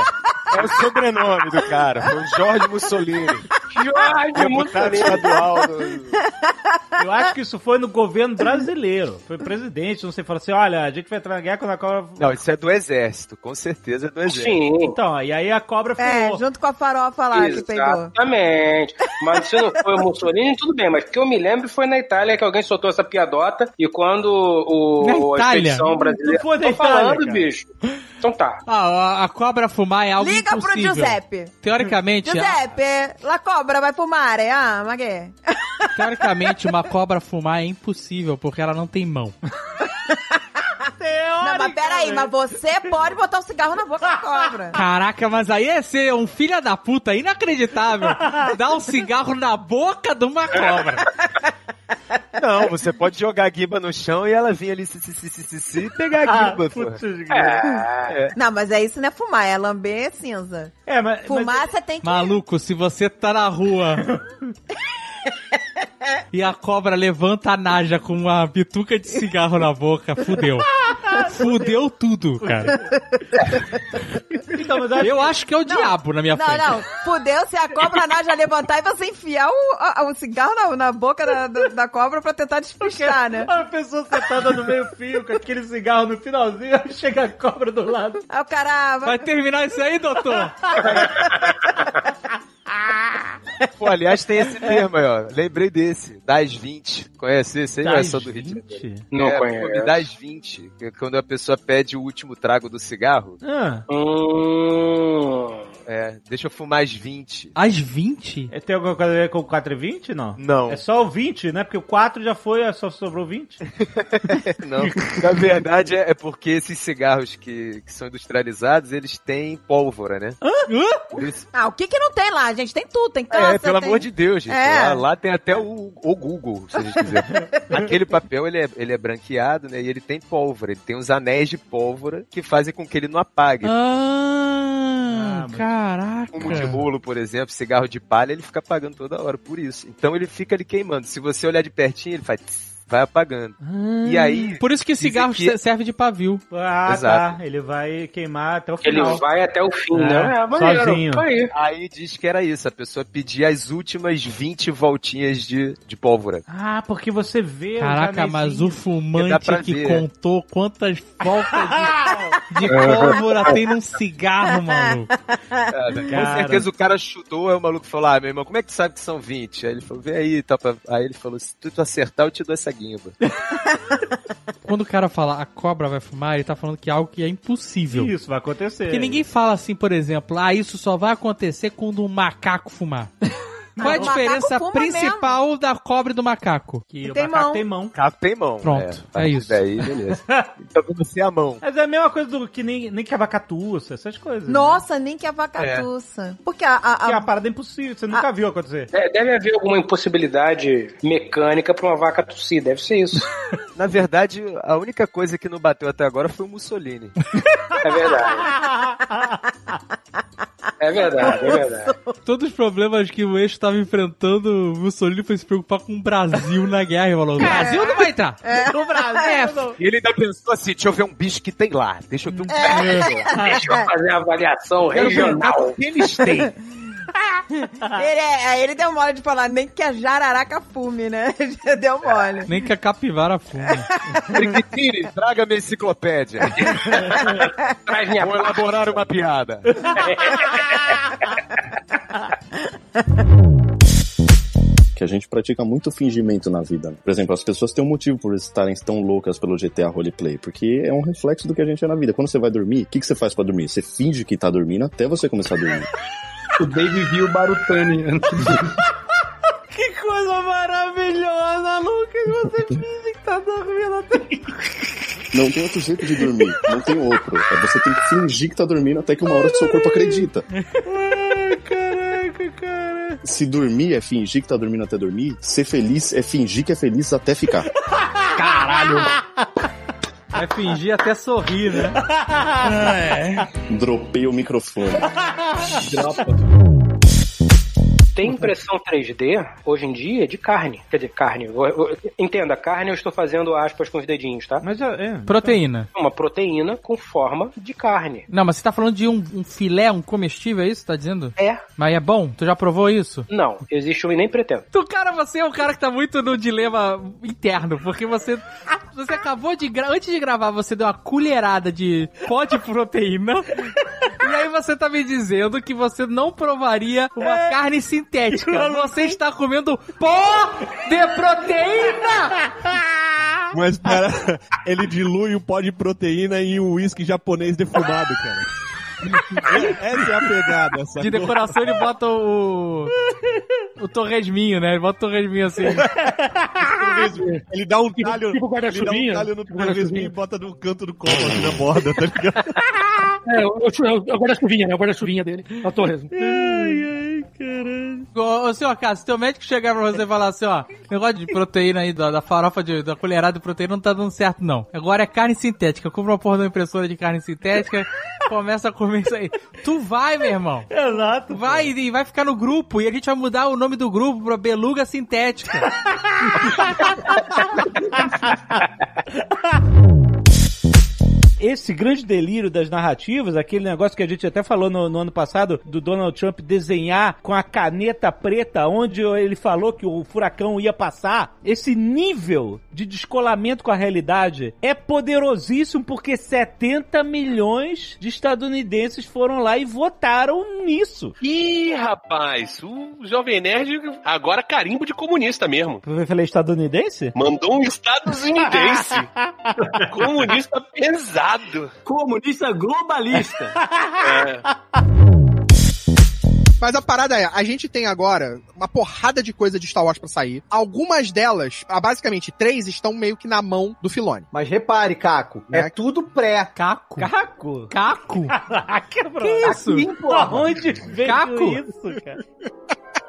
[SPEAKER 2] É o sobrenome do cara. Foi o Jorge Mussolini.
[SPEAKER 5] Jorge
[SPEAKER 2] Deputado
[SPEAKER 5] Mussolini.
[SPEAKER 2] estadual. do-
[SPEAKER 4] guerra. Eu acho que isso foi no governo brasileiro. Foi presidente, não sei, falou assim, olha, a gente vai entrar na guerra quando a cobra...
[SPEAKER 1] Não, isso é do exército, com certeza é do exército.
[SPEAKER 4] Então, e aí a cobra
[SPEAKER 10] É,
[SPEAKER 4] fumou.
[SPEAKER 10] junto com a farofa lá que pegou.
[SPEAKER 5] Exatamente. Mas se não foi o Mussolini, tudo bem. Mas o que eu me lembro foi na Itália que alguém soltou essa piadota e quando
[SPEAKER 3] Na
[SPEAKER 5] o, a
[SPEAKER 3] Itália?
[SPEAKER 5] expedição brasileira.
[SPEAKER 3] Não foi na
[SPEAKER 5] Tô falando,
[SPEAKER 3] Itália, cara.
[SPEAKER 5] bicho. Então tá.
[SPEAKER 3] Ah, a- a cobra fumar é algo
[SPEAKER 10] Liga pro
[SPEAKER 3] impossível.
[SPEAKER 10] Giuseppe.
[SPEAKER 3] Teoricamente, a-
[SPEAKER 10] Giuseppe, la cobra vai fumare, ah, ma che?
[SPEAKER 3] teoricamente, uma cobra fumar é impossível, porque ela não tem mão.
[SPEAKER 10] Não, mas peraí, mas você pode botar o cigarro na boca da cobra.
[SPEAKER 3] Caraca, mas aí é ser um filho da puta inacreditável. Dar um cigarro na boca de uma cobra.
[SPEAKER 1] Não, você pode jogar a guiba no chão e ela vir ali se, se, se, se, se, se, e pegar
[SPEAKER 4] Ah,
[SPEAKER 1] a guiba, pô. É.
[SPEAKER 10] Não, mas é isso não é fumar, é lamber cinza.
[SPEAKER 4] É, mas.
[SPEAKER 10] Fumar você tem que.
[SPEAKER 3] Maluco, se você tá na rua e a cobra levanta a naja com uma bituca de cigarro na boca, fudeu. Fudeu tudo, cara. Eu acho que é o diabo na minha
[SPEAKER 10] não,
[SPEAKER 3] frente.
[SPEAKER 10] não. Fudeu se a cobra na já levantar e você enfiar o, a- o cigarro na, na boca da, da, da cobra pra tentar despistar, né?
[SPEAKER 4] A pessoa sentada no meio fio com aquele cigarro no finalzinho, aí chega a cobra do lado.
[SPEAKER 10] Aí o cara.
[SPEAKER 3] Vai terminar isso aí, doutor?
[SPEAKER 1] Pô, aliás, tem esse termo aí, ó. Lembrei desse, das 20. Conhece esse aí? ou é só do Rio de Janeiro?
[SPEAKER 5] Não
[SPEAKER 1] é,
[SPEAKER 5] conheço.
[SPEAKER 1] filme Das 20, que é quando a pessoa pede o último trago do cigarro.
[SPEAKER 4] Ah.
[SPEAKER 5] Hum.
[SPEAKER 1] É, deixa eu fumar as 20.
[SPEAKER 3] As 20?
[SPEAKER 4] É, tem alguma coisa a ver com o 4 e 20, não?
[SPEAKER 1] Não.
[SPEAKER 4] É só o 20, né? Porque o 4 já foi, é só sobrou 20.
[SPEAKER 1] Não. Na verdade, é é porque esses cigarros que, que são industrializados, eles têm pólvora, né? Por isso-
[SPEAKER 10] Ah, o que que não tem lá, gente? Tem tudo, tem
[SPEAKER 1] É,
[SPEAKER 10] câncer,
[SPEAKER 1] pelo
[SPEAKER 10] tem-
[SPEAKER 1] amor de Deus, gente.
[SPEAKER 10] É.
[SPEAKER 1] Lá, lá tem até o, o Google, se a gente quiser. Aquele papel, ele é, ele é branqueado, né? E ele tem pólvora. Ele tem uns anéis de pólvora que fazem com que ele não apague.
[SPEAKER 3] Ah, caraca.
[SPEAKER 1] Fumo de rolo, por exemplo, cigarro de palha, ele fica apagando toda hora por isso. Então ele fica ali queimando. Se você olhar de pertinho, ele faz... tss, Vai apagando. E aí...
[SPEAKER 3] Ah. Por isso que
[SPEAKER 1] dizem
[SPEAKER 3] cigarro
[SPEAKER 1] que-
[SPEAKER 3] se- é serve de pavio.
[SPEAKER 4] Ah,
[SPEAKER 1] Exato.
[SPEAKER 4] tá. Ele vai queimar até o
[SPEAKER 5] Ele
[SPEAKER 4] final.
[SPEAKER 5] vai até o fim,
[SPEAKER 4] É,
[SPEAKER 5] né? É, maneiro.
[SPEAKER 4] sozinho.
[SPEAKER 5] Aí.
[SPEAKER 1] Aí diz que era isso, a pessoa pedia as últimas 20 voltinhas de, de pólvora.
[SPEAKER 4] Ah, porque você vê. os
[SPEAKER 3] Caraca,
[SPEAKER 4] anéis-
[SPEAKER 3] mas o
[SPEAKER 1] dá
[SPEAKER 3] fumante
[SPEAKER 1] pra
[SPEAKER 3] que
[SPEAKER 1] ver.
[SPEAKER 3] contou quantas voltas de, de pólvora tem num cigarro, maluco.
[SPEAKER 1] Cara, Com
[SPEAKER 3] Cara.
[SPEAKER 1] certeza o cara chutou, aí o maluco falou: Ah, meu irmão, como é que tu sabe que são 20? Aí ele falou: Vê aí, topa. Aí ele falou: Se tu, tu acertar, eu te dou essa guimba.
[SPEAKER 3] Quando o cara fala a cobra vai fumar, ele tá falando que é algo que é impossível.
[SPEAKER 4] Isso vai acontecer.
[SPEAKER 3] Porque ninguém fala assim, por exemplo, ah, isso só vai acontecer quando um macaco fumar. Qual é a
[SPEAKER 10] O
[SPEAKER 3] diferença
[SPEAKER 10] macaco fuma
[SPEAKER 3] principal da cobra e do macaco?
[SPEAKER 4] Que
[SPEAKER 10] o tem macaco mão. tem
[SPEAKER 4] mão.
[SPEAKER 1] Caco tem mão. né?
[SPEAKER 3] Pronto, é isso.
[SPEAKER 1] Daí, beleza. então você é a mão.
[SPEAKER 4] Mas é a mesma coisa do que nem, nem que a vacatuça, essas coisas.
[SPEAKER 10] Nossa, nem que a vacatuça. Porque a.
[SPEAKER 4] Né? Que é
[SPEAKER 10] a,
[SPEAKER 4] uma
[SPEAKER 10] a...
[SPEAKER 4] parada impossível, você
[SPEAKER 10] Ah.
[SPEAKER 4] nunca viu acontecer.
[SPEAKER 5] É, deve haver alguma impossibilidade mecânica pra uma vaca tossir, deve ser isso.
[SPEAKER 1] Na verdade, a única coisa que não bateu até agora foi o Mussolini. Tipo
[SPEAKER 5] É verdade. É verdade, é verdade.
[SPEAKER 3] Todos os problemas que o eixo estava enfrentando, o Mussolini foi se preocupar com o Brasil na guerra e falou: Brasil não vai entrar.
[SPEAKER 12] No Brasil,
[SPEAKER 3] É.
[SPEAKER 12] não.
[SPEAKER 1] E ele
[SPEAKER 5] tá
[SPEAKER 1] ainda pensou assim: deixa eu ver um bicho que tem lá. Deixa eu ver um bicho que tem lá.
[SPEAKER 5] É. Deixa eu fazer a avaliação
[SPEAKER 1] Quero perguntar
[SPEAKER 5] regional.
[SPEAKER 1] o que eles têm.
[SPEAKER 10] Ele, é, aí ele deu mole de falar, nem que a jararaca fume, né? Já deu mole.
[SPEAKER 3] Nem que a capivara fume.
[SPEAKER 1] Briquitine, traga minha enciclopédia.
[SPEAKER 5] Traz minha É.
[SPEAKER 1] Vou elaborar uma piada.
[SPEAKER 7] que a gente pratica muito fingimento na vida. né? Por exemplo, as pessoas têm um motivo por estarem tão loucas pelo GTA Roleplay, porque é um reflexo do que a gente é na vida. Quando você vai dormir, o que, que você faz pra dormir? Você finge que tá dormindo até você começar a dormir.
[SPEAKER 13] O Dave viu o Barutani antes
[SPEAKER 12] Que coisa maravilhosa, Lucas. Você finge que tá dormindo até.
[SPEAKER 7] Não tem outro jeito de dormir, não tem outro. É você tem que fingir que tá dormindo até que uma hora o seu corpo acredita.
[SPEAKER 12] Ai, caraca, cara.
[SPEAKER 7] Se dormir é fingir que tá dormindo até dormir, ser feliz é fingir que é feliz até ficar.
[SPEAKER 12] Caralho.
[SPEAKER 3] Vai fingir até sorrir, né?
[SPEAKER 7] Dropei o microfone.
[SPEAKER 5] Tem impressão 3D, hoje em dia, de carne. Quer dizer, carne. Eu- eu- Entenda, carne eu estou fazendo aspas com os dedinhos, tá?
[SPEAKER 4] Mas é.
[SPEAKER 3] Proteína.
[SPEAKER 5] Uma proteína com forma de carne.
[SPEAKER 3] Não, mas você tá falando de um, um filé, um comestível, é isso que tá dizendo?
[SPEAKER 5] É.
[SPEAKER 3] Mas é bom? Tu já provou isso?
[SPEAKER 5] Não, existe um e nem pretendo.
[SPEAKER 3] Tu, cara, você é um cara que tá muito no dilema interno, porque você. Você acabou de. gra- Antes de gravar, você deu uma colherada de pó de proteína. E aí você tá me dizendo que você não provaria uma carne sintética. Você está comendo pó de proteína!
[SPEAKER 6] Mas, cara, ele dilui o pó de proteína em um uísque japonês defumado, cara. Essa é a pegada, essa
[SPEAKER 3] De decoração ele bota o. O torresminho, né? Ele bota o torresminho assim.
[SPEAKER 6] Ele dá um
[SPEAKER 3] Tipo
[SPEAKER 6] talho, ele dá um
[SPEAKER 3] guarda-chuvinha?
[SPEAKER 6] talho no
[SPEAKER 3] Tipo guarda-chuvinha.
[SPEAKER 6] torresminho e bota no canto do colo, assim, na borda, tá ligado?
[SPEAKER 14] É, eu, eu, eu guardo a chuvinha, né? Eu guardo a chuvinha dele. A Torres.
[SPEAKER 3] ai, caralho. Ô, ô, senhor Cássio, se teu médico chegar pra você e falar assim, ó, negócio de proteína aí, da, da farofa de, da colherada de proteína não tá dando certo, não. Agora é carne sintética. Compra uma porra de uma impressora de carne sintética, começa a comer isso aí. Tu vai, meu irmão.
[SPEAKER 4] Exato.
[SPEAKER 3] Vai e vai ficar no grupo e a gente vai mudar o nome do grupo pra Beluga Sintética.
[SPEAKER 4] Esse grande delírio das narrativas, aquele negócio que a gente até falou no, no ano passado, do Donald Trump desenhar com a caneta preta onde ele falou que o furacão ia passar, esse nível de descolamento com a realidade é poderosíssimo porque 70 milhões de estadunidenses foram lá e votaram nisso.
[SPEAKER 15] Ih, rapaz, o Jovem Nerd agora carimbo de comunista mesmo.
[SPEAKER 4] Eu falei estadunidense?
[SPEAKER 15] Mandou um estadunidense. comunista pesado.
[SPEAKER 2] Comunista globalista.
[SPEAKER 15] É.
[SPEAKER 8] Mas a parada é, a gente tem agora uma porrada de coisa de Star Wars pra sair. Algumas delas, ah, basicamente três, estão meio que na mão do Filone.
[SPEAKER 2] Mas repare, Caco, é tudo pré.
[SPEAKER 3] Caco?
[SPEAKER 4] Caco?
[SPEAKER 3] Caco?
[SPEAKER 4] Caraca, bro.
[SPEAKER 2] Que isso?
[SPEAKER 4] Aqui, porra. Onde veio
[SPEAKER 2] Caco?
[SPEAKER 4] isso, cara?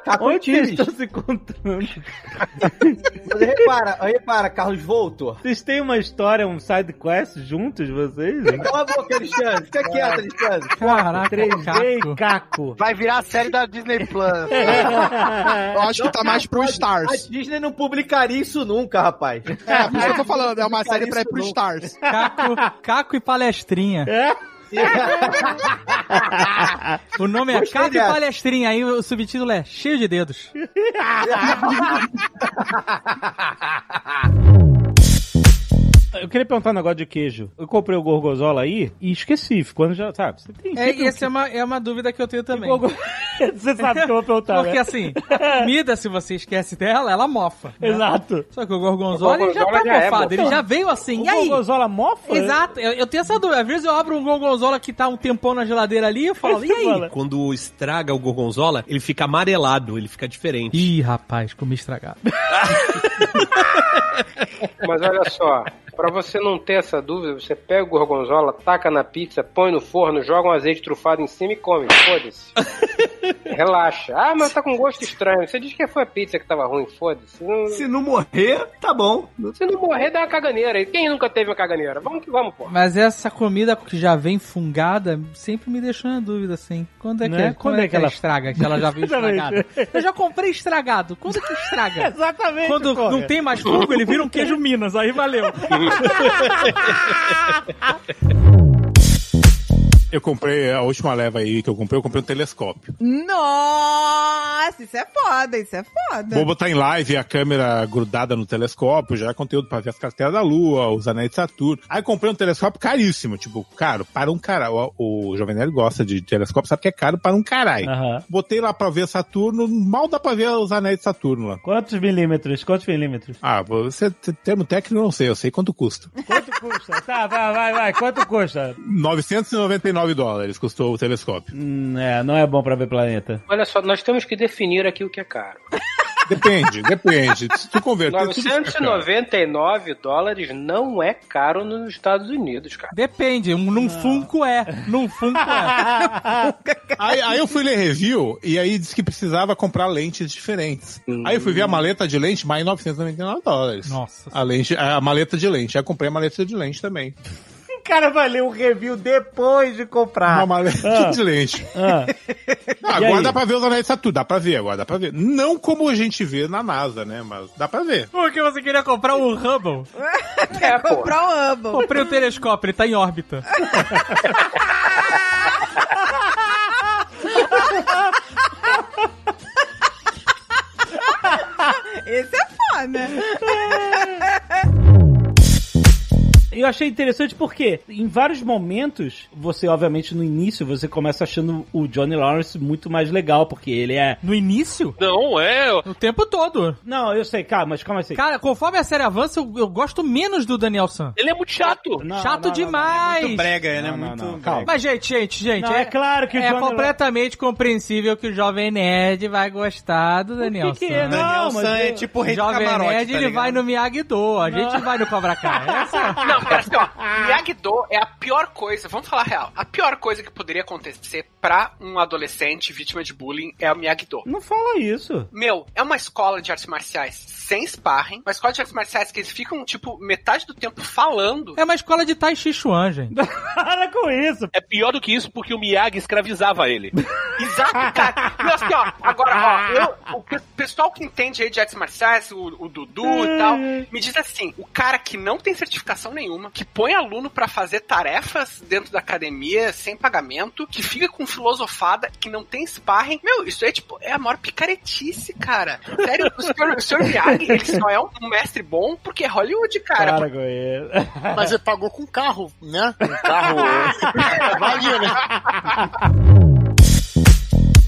[SPEAKER 2] Caco
[SPEAKER 4] Onde eles
[SPEAKER 2] Tires.
[SPEAKER 4] estão se encontrando?
[SPEAKER 2] Mas repara, repara, Carlos Voltor.
[SPEAKER 4] Vocês têm uma história, um side quest juntos, vocês?
[SPEAKER 2] Cala a boca, Alexandre. Fica quieto, Alexandre.
[SPEAKER 3] Caraca,
[SPEAKER 4] 3D e Caco.
[SPEAKER 2] Vai virar a série da Disney Plus.
[SPEAKER 8] Eu acho que tá mais pro
[SPEAKER 2] É. A
[SPEAKER 8] Stars.
[SPEAKER 2] Disney não publicaria isso nunca, rapaz.
[SPEAKER 8] É, por isso que eu tô falando, é uma série pra ir pro Stars.
[SPEAKER 3] Caco, Caco e palestrinha. O nome é
[SPEAKER 12] Gostei
[SPEAKER 3] Caco e
[SPEAKER 12] dessa.
[SPEAKER 3] palestrinha, aí o subtítulo é Cheio de Dedos.
[SPEAKER 4] Eu queria perguntar um negócio de queijo. Eu comprei o gorgonzola aí e esqueci. Quando já, sabe? Você tem
[SPEAKER 3] É,
[SPEAKER 4] sempre um
[SPEAKER 3] essa é uma, é uma dúvida que eu tenho também.
[SPEAKER 4] Você sabe o que eu vou perguntar,
[SPEAKER 3] Porque
[SPEAKER 4] né?
[SPEAKER 3] assim, a comida, se você esquece dela, ela mofa. né?
[SPEAKER 4] Exato.
[SPEAKER 3] Só que o gorgonzola, ele já tá
[SPEAKER 4] já é
[SPEAKER 3] mofado, ele
[SPEAKER 4] mofa.
[SPEAKER 3] já veio assim.
[SPEAKER 4] O
[SPEAKER 3] e aí?
[SPEAKER 4] gorgonzola mofa?
[SPEAKER 3] Exato, eu, eu tenho essa dúvida. Às vezes eu abro um gorgonzola que tá um tempão na geladeira ali e eu falo, e aí?
[SPEAKER 16] Quando estraga o gorgonzola, ele fica amarelado, ele fica diferente.
[SPEAKER 3] Ih, rapaz, comi estragado.
[SPEAKER 5] Mas olha só, pra você não ter essa dúvida, você pega o gorgonzola, taca na pizza, põe no forno, joga um azeite trufado em cima e come. Foda-se. Relaxa. Ah, mas tá com gosto estranho. Você diz que foi a pizza que tava ruim, foda-se. Não-
[SPEAKER 17] Se não morrer, tá bom.
[SPEAKER 5] Se não morrer, dá uma caganeira. E quem nunca teve uma caganeira? Vamos que vamos, pô.
[SPEAKER 3] Mas essa comida que já vem fungada sempre me deixou na dúvida, assim. Quando é que,
[SPEAKER 4] Né?
[SPEAKER 3] quando é que ela estraga, que ela já veio estragada?
[SPEAKER 4] Exatamente.
[SPEAKER 3] Eu já comprei estragado. Quando que estraga?
[SPEAKER 4] Exatamente,
[SPEAKER 3] Quando
[SPEAKER 4] porra.
[SPEAKER 3] não tem mais fungo, ele vira um queijo Minas. Aí valeu.
[SPEAKER 18] Eu comprei é a última leva aí que eu comprei, eu comprei um telescópio.
[SPEAKER 10] Nossa, isso é foda, isso é foda.
[SPEAKER 18] Vou botar em live a câmera grudada no telescópio, já é conteúdo pra ver as castelas da Lua, os anéis de Saturno. Aí comprei um telescópio caríssimo, tipo, caro, para um caralho. O, o Jovem Nerd gosta de telescópio, sabe que é caro para um caralho. Botei lá pra ver Saturno, mal dá pra ver os anéis de Saturno lá.
[SPEAKER 4] Quantos milímetros? Quantos milímetros?
[SPEAKER 18] Ah, você, termo técnico eu não sei, eu sei quanto custa.
[SPEAKER 4] Quanto custa? Tá, vai, vai, vai. Quanto custa?
[SPEAKER 18] 999 dólares custou o telescópio.
[SPEAKER 4] Hum, é, não é bom pra ver planeta.
[SPEAKER 5] Olha só, nós temos que definir aqui o que é caro.
[SPEAKER 18] Depende, depende. Se tu converter,
[SPEAKER 17] é
[SPEAKER 18] tudo fica caro.
[SPEAKER 5] 999 dólares não é caro nos Estados Unidos, cara.
[SPEAKER 3] Depende, um-
[SPEAKER 17] Ah.
[SPEAKER 3] num funko é. Num funko é.
[SPEAKER 18] Aí, aí eu fui ler review e aí disse que precisava comprar lentes diferentes. Aí eu fui ver a maleta de lente, mais 999 dólares.
[SPEAKER 3] Nossa.
[SPEAKER 18] A, lente, a maleta de lente. Aí eu comprei a maleta de lente também.
[SPEAKER 4] O cara vai ler o review depois de comprar.
[SPEAKER 18] Uma maleta de lente.
[SPEAKER 4] Ah.
[SPEAKER 18] Não,
[SPEAKER 4] E
[SPEAKER 18] agora
[SPEAKER 4] aí?
[SPEAKER 18] dá pra ver os anéis de Saturno. Dá pra ver agora, dá pra ver. Não como a gente vê na NASA, né? Mas dá pra ver.
[SPEAKER 3] Porque você queria comprar o Hubble.
[SPEAKER 10] Quer comprar um Hubble.
[SPEAKER 3] Comprei o telescópio, ele tá em órbita.
[SPEAKER 10] Esse é foda. É.
[SPEAKER 4] Eu achei interessante porque, em vários momentos, você, obviamente, no início, você começa achando o Johnny Lawrence muito mais legal, porque ele é.
[SPEAKER 3] No início?
[SPEAKER 4] Não, é.
[SPEAKER 3] O tempo todo.
[SPEAKER 4] Não, eu sei, cara, mas calma assim.
[SPEAKER 3] Cara, conforme a série avança, eu, eu gosto menos do Daniel San.
[SPEAKER 4] Ele é muito chato.
[SPEAKER 3] Chato demais.
[SPEAKER 4] muito brega, ele é
[SPEAKER 3] muito
[SPEAKER 4] calma.
[SPEAKER 3] Mas, gente, gente, gente.
[SPEAKER 4] Não, é claro que o
[SPEAKER 3] É
[SPEAKER 4] Johnny
[SPEAKER 3] completamente compreensível que o Jovem Nerd vai gostar do Daniel
[SPEAKER 4] que que
[SPEAKER 3] San.
[SPEAKER 4] é? Não, Daniel mas San é eu-
[SPEAKER 3] tipo
[SPEAKER 4] rei do
[SPEAKER 3] Jovem
[SPEAKER 4] camarote,
[SPEAKER 3] Nerd,
[SPEAKER 4] tá
[SPEAKER 3] ele
[SPEAKER 4] ligado?
[SPEAKER 3] vai no Miyagi-Do. A gente vai no Cobra Kai. É só.
[SPEAKER 2] Não, cara, assim, ó, Miyagi-Do é a pior coisa, vamos falar a real, a pior coisa que poderia acontecer pra um adolescente vítima de bullying é o Miyagi-Do.
[SPEAKER 4] Não fala isso.
[SPEAKER 2] Meu, é uma escola de artes marciais sem sparring, uma escola de artes marciais que eles ficam, tipo, metade do tempo falando.
[SPEAKER 3] É uma escola de Tai Chi Chuan, gente.
[SPEAKER 4] Para com isso.
[SPEAKER 2] É pior do que isso, porque o Miyagi escravizava ele. Exato, cara.
[SPEAKER 6] é
[SPEAKER 2] E assim, ó, agora, ó, eu- o pe- pessoal que entende aí de artes marciais, o, o Dudu e tal, me diz assim, o cara que não tem certificação nenhuma, que põe aluno pra fazer tarefas dentro da academia sem pagamento, que fica com filosofada, que não tem sparring, meu, isso é tipo, é a maior picaretice, cara. Sério, o senhor, o senhor Miyagi, ele só é um mestre bom porque é Hollywood, cara.
[SPEAKER 4] Para com isso.
[SPEAKER 19] Mas ele pagou com carro, né? Com carro. Valia, né?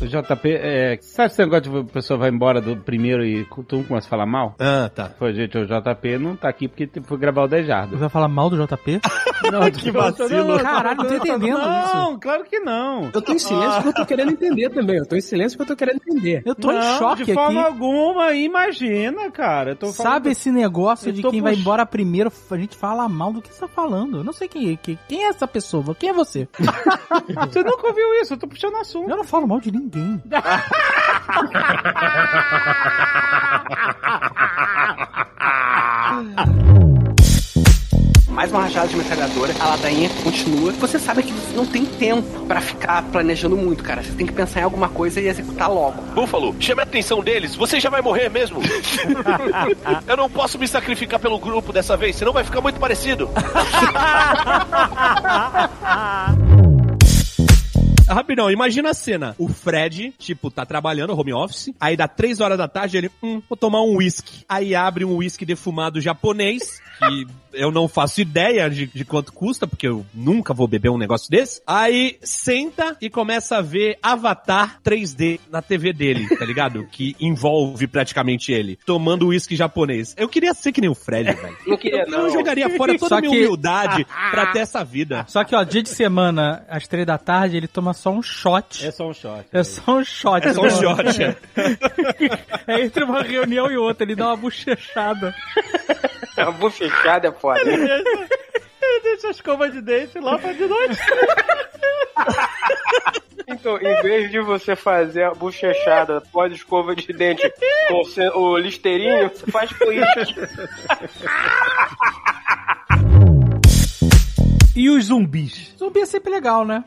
[SPEAKER 4] JP, é, sabe esse negócio de a pessoa vai embora do primeiro e todo mundo começa a falar mal?
[SPEAKER 18] Ah, tá.
[SPEAKER 4] Pô, gente, o JP não tá aqui porque foi gravar o Dejardo.
[SPEAKER 3] Vai falar mal do JP?
[SPEAKER 4] Não,
[SPEAKER 3] Que vacilo. Caralho, não tô entendendo isso.
[SPEAKER 4] Não, claro que não.
[SPEAKER 20] Eu tô em silêncio porque eu tô querendo entender também. Eu tô em silêncio porque eu tô querendo entender.
[SPEAKER 3] Eu tô em choque
[SPEAKER 4] de forma
[SPEAKER 3] aqui.
[SPEAKER 4] alguma, imagina, cara. Eu tô falando-
[SPEAKER 3] Sabe esse negócio
[SPEAKER 4] Eu
[SPEAKER 3] de
[SPEAKER 4] tô
[SPEAKER 3] quem vai
[SPEAKER 4] pux-
[SPEAKER 3] embora primeiro, a gente fala mal do que você tá falando. Eu não sei quem, quem, quem é essa pessoa, quem é você?
[SPEAKER 4] Você nunca ouviu isso, eu tô puxando assunto.
[SPEAKER 3] Eu não falo mal de ninguém.
[SPEAKER 2] Mais uma rajada de metralhadora, a ladainha continua. Você sabe que você não tem tempo pra ficar planejando muito, cara. Você tem que pensar em alguma coisa e executar logo.
[SPEAKER 6] Búfalo, chame a atenção deles, você já vai morrer mesmo. Eu não posso me sacrificar pelo grupo dessa vez, senão vai ficar muito parecido.
[SPEAKER 3] A
[SPEAKER 6] rapidão, imagina a cena. O Fred, tipo, tá trabalhando, home office, aí dá três horas da tarde, ele, hum, vou tomar um whisky. Aí abre um whisky defumado japonês, que eu não faço ideia de, de quanto custa, porque eu nunca vou beber um negócio desse. Aí senta e começa a ver Avatar 3D na TV dele, tá ligado? que envolve praticamente ele, tomando uísque japonês. Eu queria ser que nem o Fred, velho.
[SPEAKER 5] Não queria,
[SPEAKER 6] Eu
[SPEAKER 5] não.
[SPEAKER 6] jogaria fora toda
[SPEAKER 3] Só
[SPEAKER 6] a minha
[SPEAKER 3] que-
[SPEAKER 6] humildade pra ter essa vida.
[SPEAKER 3] Só que, ó, dia de semana, às três da tarde, ele toma só um shot. É
[SPEAKER 4] só um shot.
[SPEAKER 3] É só um shot.
[SPEAKER 6] É só um shot, é.
[SPEAKER 3] é entre uma reunião e outra, ele dá uma bochechada.
[SPEAKER 5] Uma bufechada é foda.
[SPEAKER 4] Ele deixa a escova de dente lá pra de noite.
[SPEAKER 5] Então, em vez de você fazer a bochechada pós escova de dente com o ce- o listeirinho, você faz com
[SPEAKER 4] E os zumbis?
[SPEAKER 3] Zumbi é sempre legal, né?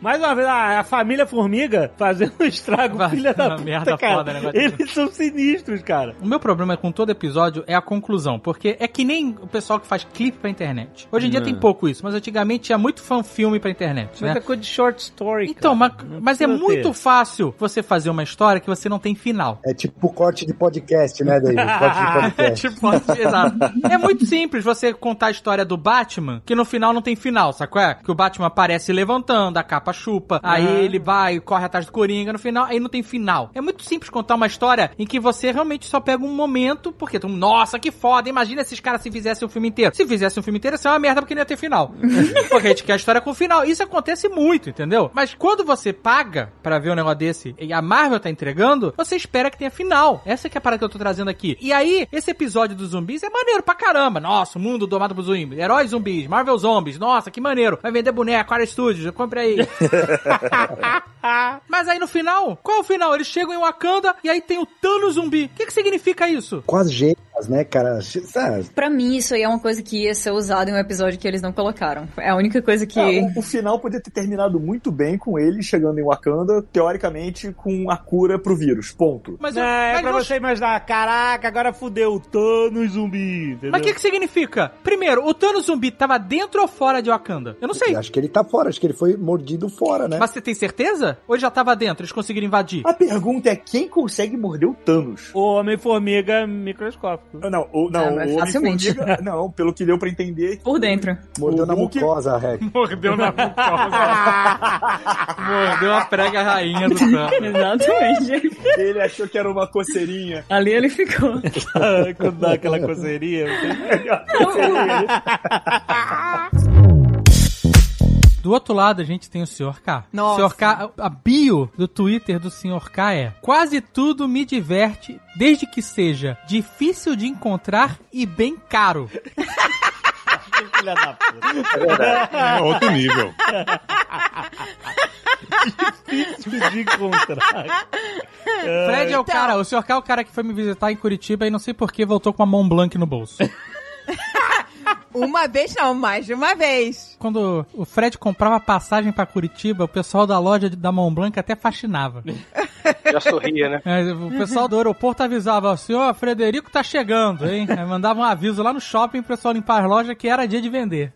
[SPEAKER 4] Mais uma vez, a, a família formiga fazendo um estrago, filha da
[SPEAKER 3] uma
[SPEAKER 4] puta,
[SPEAKER 3] merda
[SPEAKER 4] cara.
[SPEAKER 3] foda, né, Matheus?
[SPEAKER 4] Eles são sinistros, cara.
[SPEAKER 3] O meu problema com todo episódio é a conclusão, porque é que nem o pessoal que faz clipe pra internet. Hoje em dia
[SPEAKER 4] Hum.
[SPEAKER 3] tem pouco isso, mas antigamente tinha muito fã-filme pra internet, né?
[SPEAKER 4] Muita coisa de short story,
[SPEAKER 3] Então, mas, mas é
[SPEAKER 4] precisa
[SPEAKER 3] muito
[SPEAKER 4] ter.
[SPEAKER 3] fácil você fazer uma história que você não tem final.
[SPEAKER 8] É tipo corte de podcast, né, David? Corte de
[SPEAKER 3] É
[SPEAKER 8] podcast.
[SPEAKER 3] tipo, exato. É muito simples você contar a história do Batman, que no final não tem final, sabe qual é? Que o Batman aparece levantando, a capa chupa, aí
[SPEAKER 21] Aham.
[SPEAKER 3] ele vai e corre atrás do Coringa, no final, aí não tem final. É muito simples contar uma história em que você realmente só pega um momento, porque tu, nossa, que foda, imagina esses caras se fizessem um filme inteiro. Se fizessem um filme inteiro, ia ser uma merda porque não ia ter final. porque a gente quer a história com final. Isso acontece muito, entendeu? Mas quando você paga pra ver um negócio desse e a Marvel tá entregando, você espera que tenha final. Essa que é a parada que eu tô trazendo aqui. E aí, esse episódio dos zumbis é maneiro pra caramba. Nossa, o mundo domado por zumbis. Heróis zumbis, Marvel zombies. Nossa, que maneiro. Vai vender boneco, Ara Studios, compre aí. Mas aí no final, qual é o final? Eles chegam em Wakanda e aí tem o Thanos zumbi. O que, que significa isso?
[SPEAKER 8] Com as gêmeas, né, cara? Sabe?
[SPEAKER 1] Pra mim, isso aí é uma coisa que ia ser usada em um episódio que eles não colocaram. É a única coisa que.
[SPEAKER 2] Ah, o, o final podia ter terminado muito bem com ele chegando em Wakanda, teoricamente, com a cura pro vírus. Ponto.
[SPEAKER 4] Mas não, é pra você imaginar, caraca, agora fudeu, o Thanos zumbi, entendeu?
[SPEAKER 3] Mas o que, que significa? Primeiro, o Thanos zumbi tava dentro ou fora de Wakanda? Eu não sei.
[SPEAKER 8] Acho que ele tá fora, acho que ele foi mordido fora, né?
[SPEAKER 3] Mas você tem certeza? Ou ele já tava dentro, eles conseguiram invadir?
[SPEAKER 2] A pergunta é quem consegue morder o Thanos?
[SPEAKER 4] O Homem-Formiga microscópico.
[SPEAKER 2] Não, o, não,
[SPEAKER 1] Ah, mas
[SPEAKER 2] o
[SPEAKER 1] facilmente.
[SPEAKER 2] Homem-Formiga... Não, pelo que deu pra entender...
[SPEAKER 1] Por dentro.
[SPEAKER 8] Mordeu na
[SPEAKER 2] Hulk-
[SPEAKER 8] mucosa, Rex.
[SPEAKER 3] Mordeu na Mordeu a prega rainha do Thanos.
[SPEAKER 1] Exatamente.
[SPEAKER 2] Ele achou que era uma coceirinha.
[SPEAKER 1] Ali ele ficou.
[SPEAKER 4] Quando dá aquela coceirinha.
[SPEAKER 3] Do outro lado, a gente tem o Sr. K.
[SPEAKER 21] Nossa.
[SPEAKER 3] Sr. K, a a bio do Twitter do Sr. K é: Quase tudo me diverte, desde que seja difícil de encontrar e bem caro.
[SPEAKER 4] Filha da puta.
[SPEAKER 22] É verdade. É outro nível.
[SPEAKER 4] Difícil de encontrar.
[SPEAKER 3] Fred é
[SPEAKER 10] Então.
[SPEAKER 3] o cara, o Sr. K é o cara que foi me visitar em Curitiba e não sei por que voltou com uma Mont Blanc no bolso.
[SPEAKER 10] Uma vez não, mais de uma vez.
[SPEAKER 3] Quando o Fred comprava passagem pra Curitiba, o pessoal da loja de- da Mont Blanc até faxinava.
[SPEAKER 5] Já sorria, né?
[SPEAKER 3] É, o pessoal do aeroporto avisava, senhor Frederico tá chegando, hein? Aí mandava um aviso lá no shopping pro pessoal limpar as lojas que era dia de vender.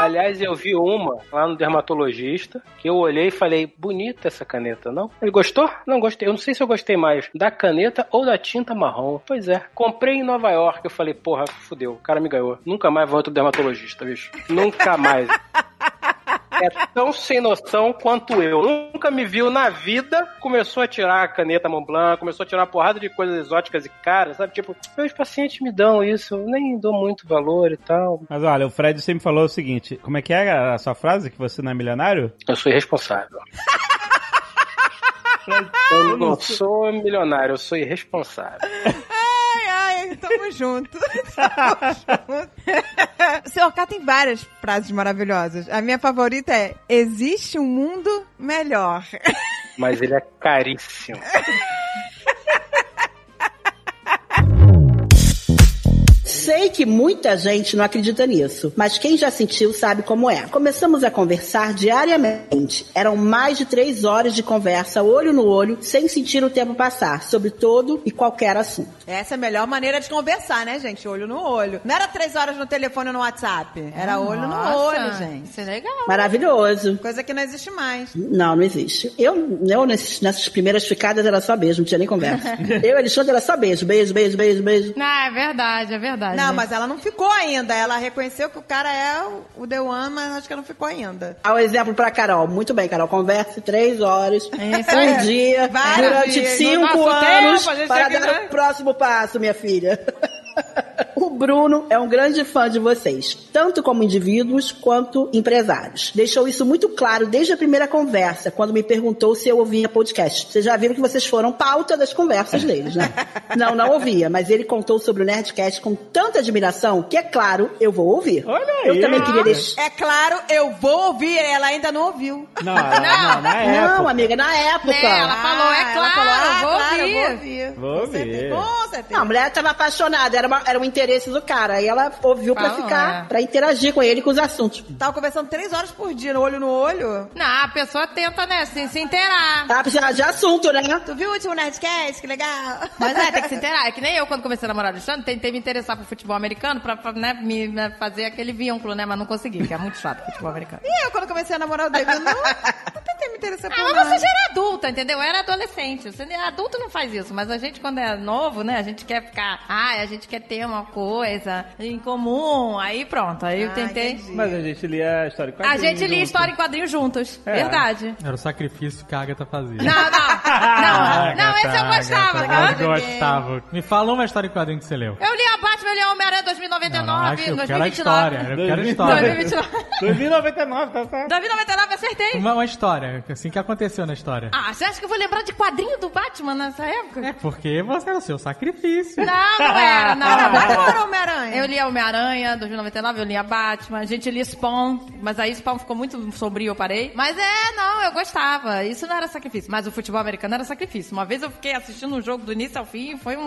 [SPEAKER 5] Aliás, eu vi uma lá no dermatologista que eu olhei e falei: bonita essa caneta, não? Ele gostou? Não gostei. Eu não sei se eu gostei mais da caneta ou da tinta marrom. Pois é. Comprei em Nova York. Eu falei: porra, fudeu. O cara me ganhou. Nunca mais vou outro dermatologista, bicho. Nunca mais. É tão sem noção quanto eu. Nunca me viu na vida. Começou a tirar a caneta Montblanc, começou a tirar uma porrada de coisas exóticas e caras, sabe? Tipo, meus pacientes me dão isso, eu nem dou muito valor e tal.
[SPEAKER 4] Mas olha, o Fred sempre falou o seguinte: como é que é a sua frase? Que você não é milionário?
[SPEAKER 5] Eu sou irresponsável. Eu não sou milionário, eu sou irresponsável.
[SPEAKER 10] Ai, ai, tamo junto. Tamo junto. Senhor K tem várias frases maravilhosas. A minha favorita é: existe um mundo melhor.
[SPEAKER 5] Mas ele é caríssimo.
[SPEAKER 23] Sei que muita gente não acredita nisso, mas quem já sentiu sabe como é. Começamos a conversar diariamente. Eram mais de três horas de conversa, olho no olho, sem sentir o tempo passar, sobre todo e qualquer assunto.
[SPEAKER 10] Essa é a melhor maneira de conversar, né, gente? Olho no olho. Não era três horas no telefone ou no WhatsApp. Era olho no
[SPEAKER 1] Nossa.
[SPEAKER 10] olho, Olha, gente. Isso é legal.
[SPEAKER 23] Maravilhoso.
[SPEAKER 10] Coisa que não existe mais.
[SPEAKER 23] Não, não existe. Eu, eu nesses- nessas primeiras ficadas era só beijo, não tinha nem conversa. eu e Alexandre era só beijo, beijo, beijo, beijo, beijo.
[SPEAKER 10] Não, é verdade, é verdade. Não, mas ela não ficou ainda. Ela reconheceu que o cara é o- o The One, mas acho que ela não ficou ainda.
[SPEAKER 23] Ao É um exemplo pra Carol. Muito bem, Carol. Converse três horas por
[SPEAKER 10] É, aí.
[SPEAKER 23] dia
[SPEAKER 10] Vários
[SPEAKER 23] durante
[SPEAKER 10] dias. No
[SPEAKER 23] cinco
[SPEAKER 10] nosso
[SPEAKER 23] anos
[SPEAKER 10] tempo, a gente
[SPEAKER 23] para
[SPEAKER 10] tem que,
[SPEAKER 23] dar
[SPEAKER 10] né?
[SPEAKER 23] o próximo passo, minha filha. O Bruno é um grande fã de vocês, tanto como indivíduos quanto empresários. Deixou isso muito claro desde a primeira conversa, quando me perguntou se eu ouvia podcast. Vocês já viram que vocês foram pauta das conversas deles, né? Não, não ouvia, mas ele contou sobre o Nerdcast com tanta admiração que, é claro, eu vou ouvir. Olha Eu também queria deixar.
[SPEAKER 10] É claro, eu vou ouvir. Ela ainda não ouviu.
[SPEAKER 4] Não, ela- não, na
[SPEAKER 23] Não,
[SPEAKER 4] época.
[SPEAKER 23] amiga, na época.
[SPEAKER 10] Né, ela falou, é
[SPEAKER 23] ela
[SPEAKER 10] claro,
[SPEAKER 23] ah,
[SPEAKER 10] vou
[SPEAKER 23] claro,
[SPEAKER 10] ouvir.
[SPEAKER 4] Vou ver.
[SPEAKER 23] Não, a mulher tava apaixonada, era, uma- era um interesse do cara. Aí ela ouviu pra
[SPEAKER 10] Falou,
[SPEAKER 23] ficar,
[SPEAKER 10] é.
[SPEAKER 23] pra interagir com ele e com os assuntos.
[SPEAKER 9] Tá
[SPEAKER 10] Tava conversando três horas por dia, no olho no olho. Não, a pessoa tenta, né? Sem se inteirar.
[SPEAKER 23] Tá, já de assunto, né?
[SPEAKER 10] Tu viu o último Nerdcast? Que legal.
[SPEAKER 9] Mas é, tem que se inteirar. É que nem eu, quando comecei a namorar do Alexandre, tentei me interessar pro futebol americano pra, pra, né, me, né, fazer aquele vínculo, né? Mas não consegui, que é muito chato o futebol americano.
[SPEAKER 10] E eu, quando comecei a namorar o David, não, não tentei me interessar por
[SPEAKER 9] Ah, mas
[SPEAKER 10] nada.
[SPEAKER 9] você já era adulta, entendeu? Eu era adolescente. Você, adulto não faz isso, mas a gente, quando é novo, né? A gente quer ficar. Ai, a gente quer ter uma coisa em comum. Aí pronto, aí
[SPEAKER 10] Ah,
[SPEAKER 9] eu tentei.
[SPEAKER 4] Mas a gente lia a história com
[SPEAKER 9] A gente lia
[SPEAKER 4] junto.
[SPEAKER 9] história em quadrinhos juntos.
[SPEAKER 4] É.
[SPEAKER 9] Verdade.
[SPEAKER 3] Era o sacrifício que a Agatha fazia.
[SPEAKER 9] Não,
[SPEAKER 4] Ah,
[SPEAKER 9] não. Não, não esse eu gostava.
[SPEAKER 3] Eu
[SPEAKER 9] cara.
[SPEAKER 3] gostava. Me fala uma história em quadrinho que você leu.
[SPEAKER 9] Eu li a Batman, eu li a Homem-Aranha
[SPEAKER 3] Não,
[SPEAKER 9] 2099,
[SPEAKER 3] acho- eu quero a
[SPEAKER 9] 2029.
[SPEAKER 3] história, eu quero a história.
[SPEAKER 9] 2029.
[SPEAKER 4] 2099, tá certo.
[SPEAKER 9] 2099, acertei.
[SPEAKER 3] Uma, uma história, assim que aconteceu na história.
[SPEAKER 9] Ah, você acha que eu vou lembrar de quadrinho do Batman nessa época?
[SPEAKER 3] Porque você era o seu sacrifício.
[SPEAKER 9] Não, não era, não.
[SPEAKER 3] Era
[SPEAKER 10] Batman ou É Homem-Aranha?
[SPEAKER 9] Eu li a Homem-Aranha, 2099, eu li a Batman, a gente lia Spawn, mas aí Spawn ficou muito sombrio, eu parei. Mas é, não, eu gostava. Isso não era sacrifício. Mas o futebol americano era sacrifício. Uma vez eu fiquei assistindo um jogo do início ao fim, foi um.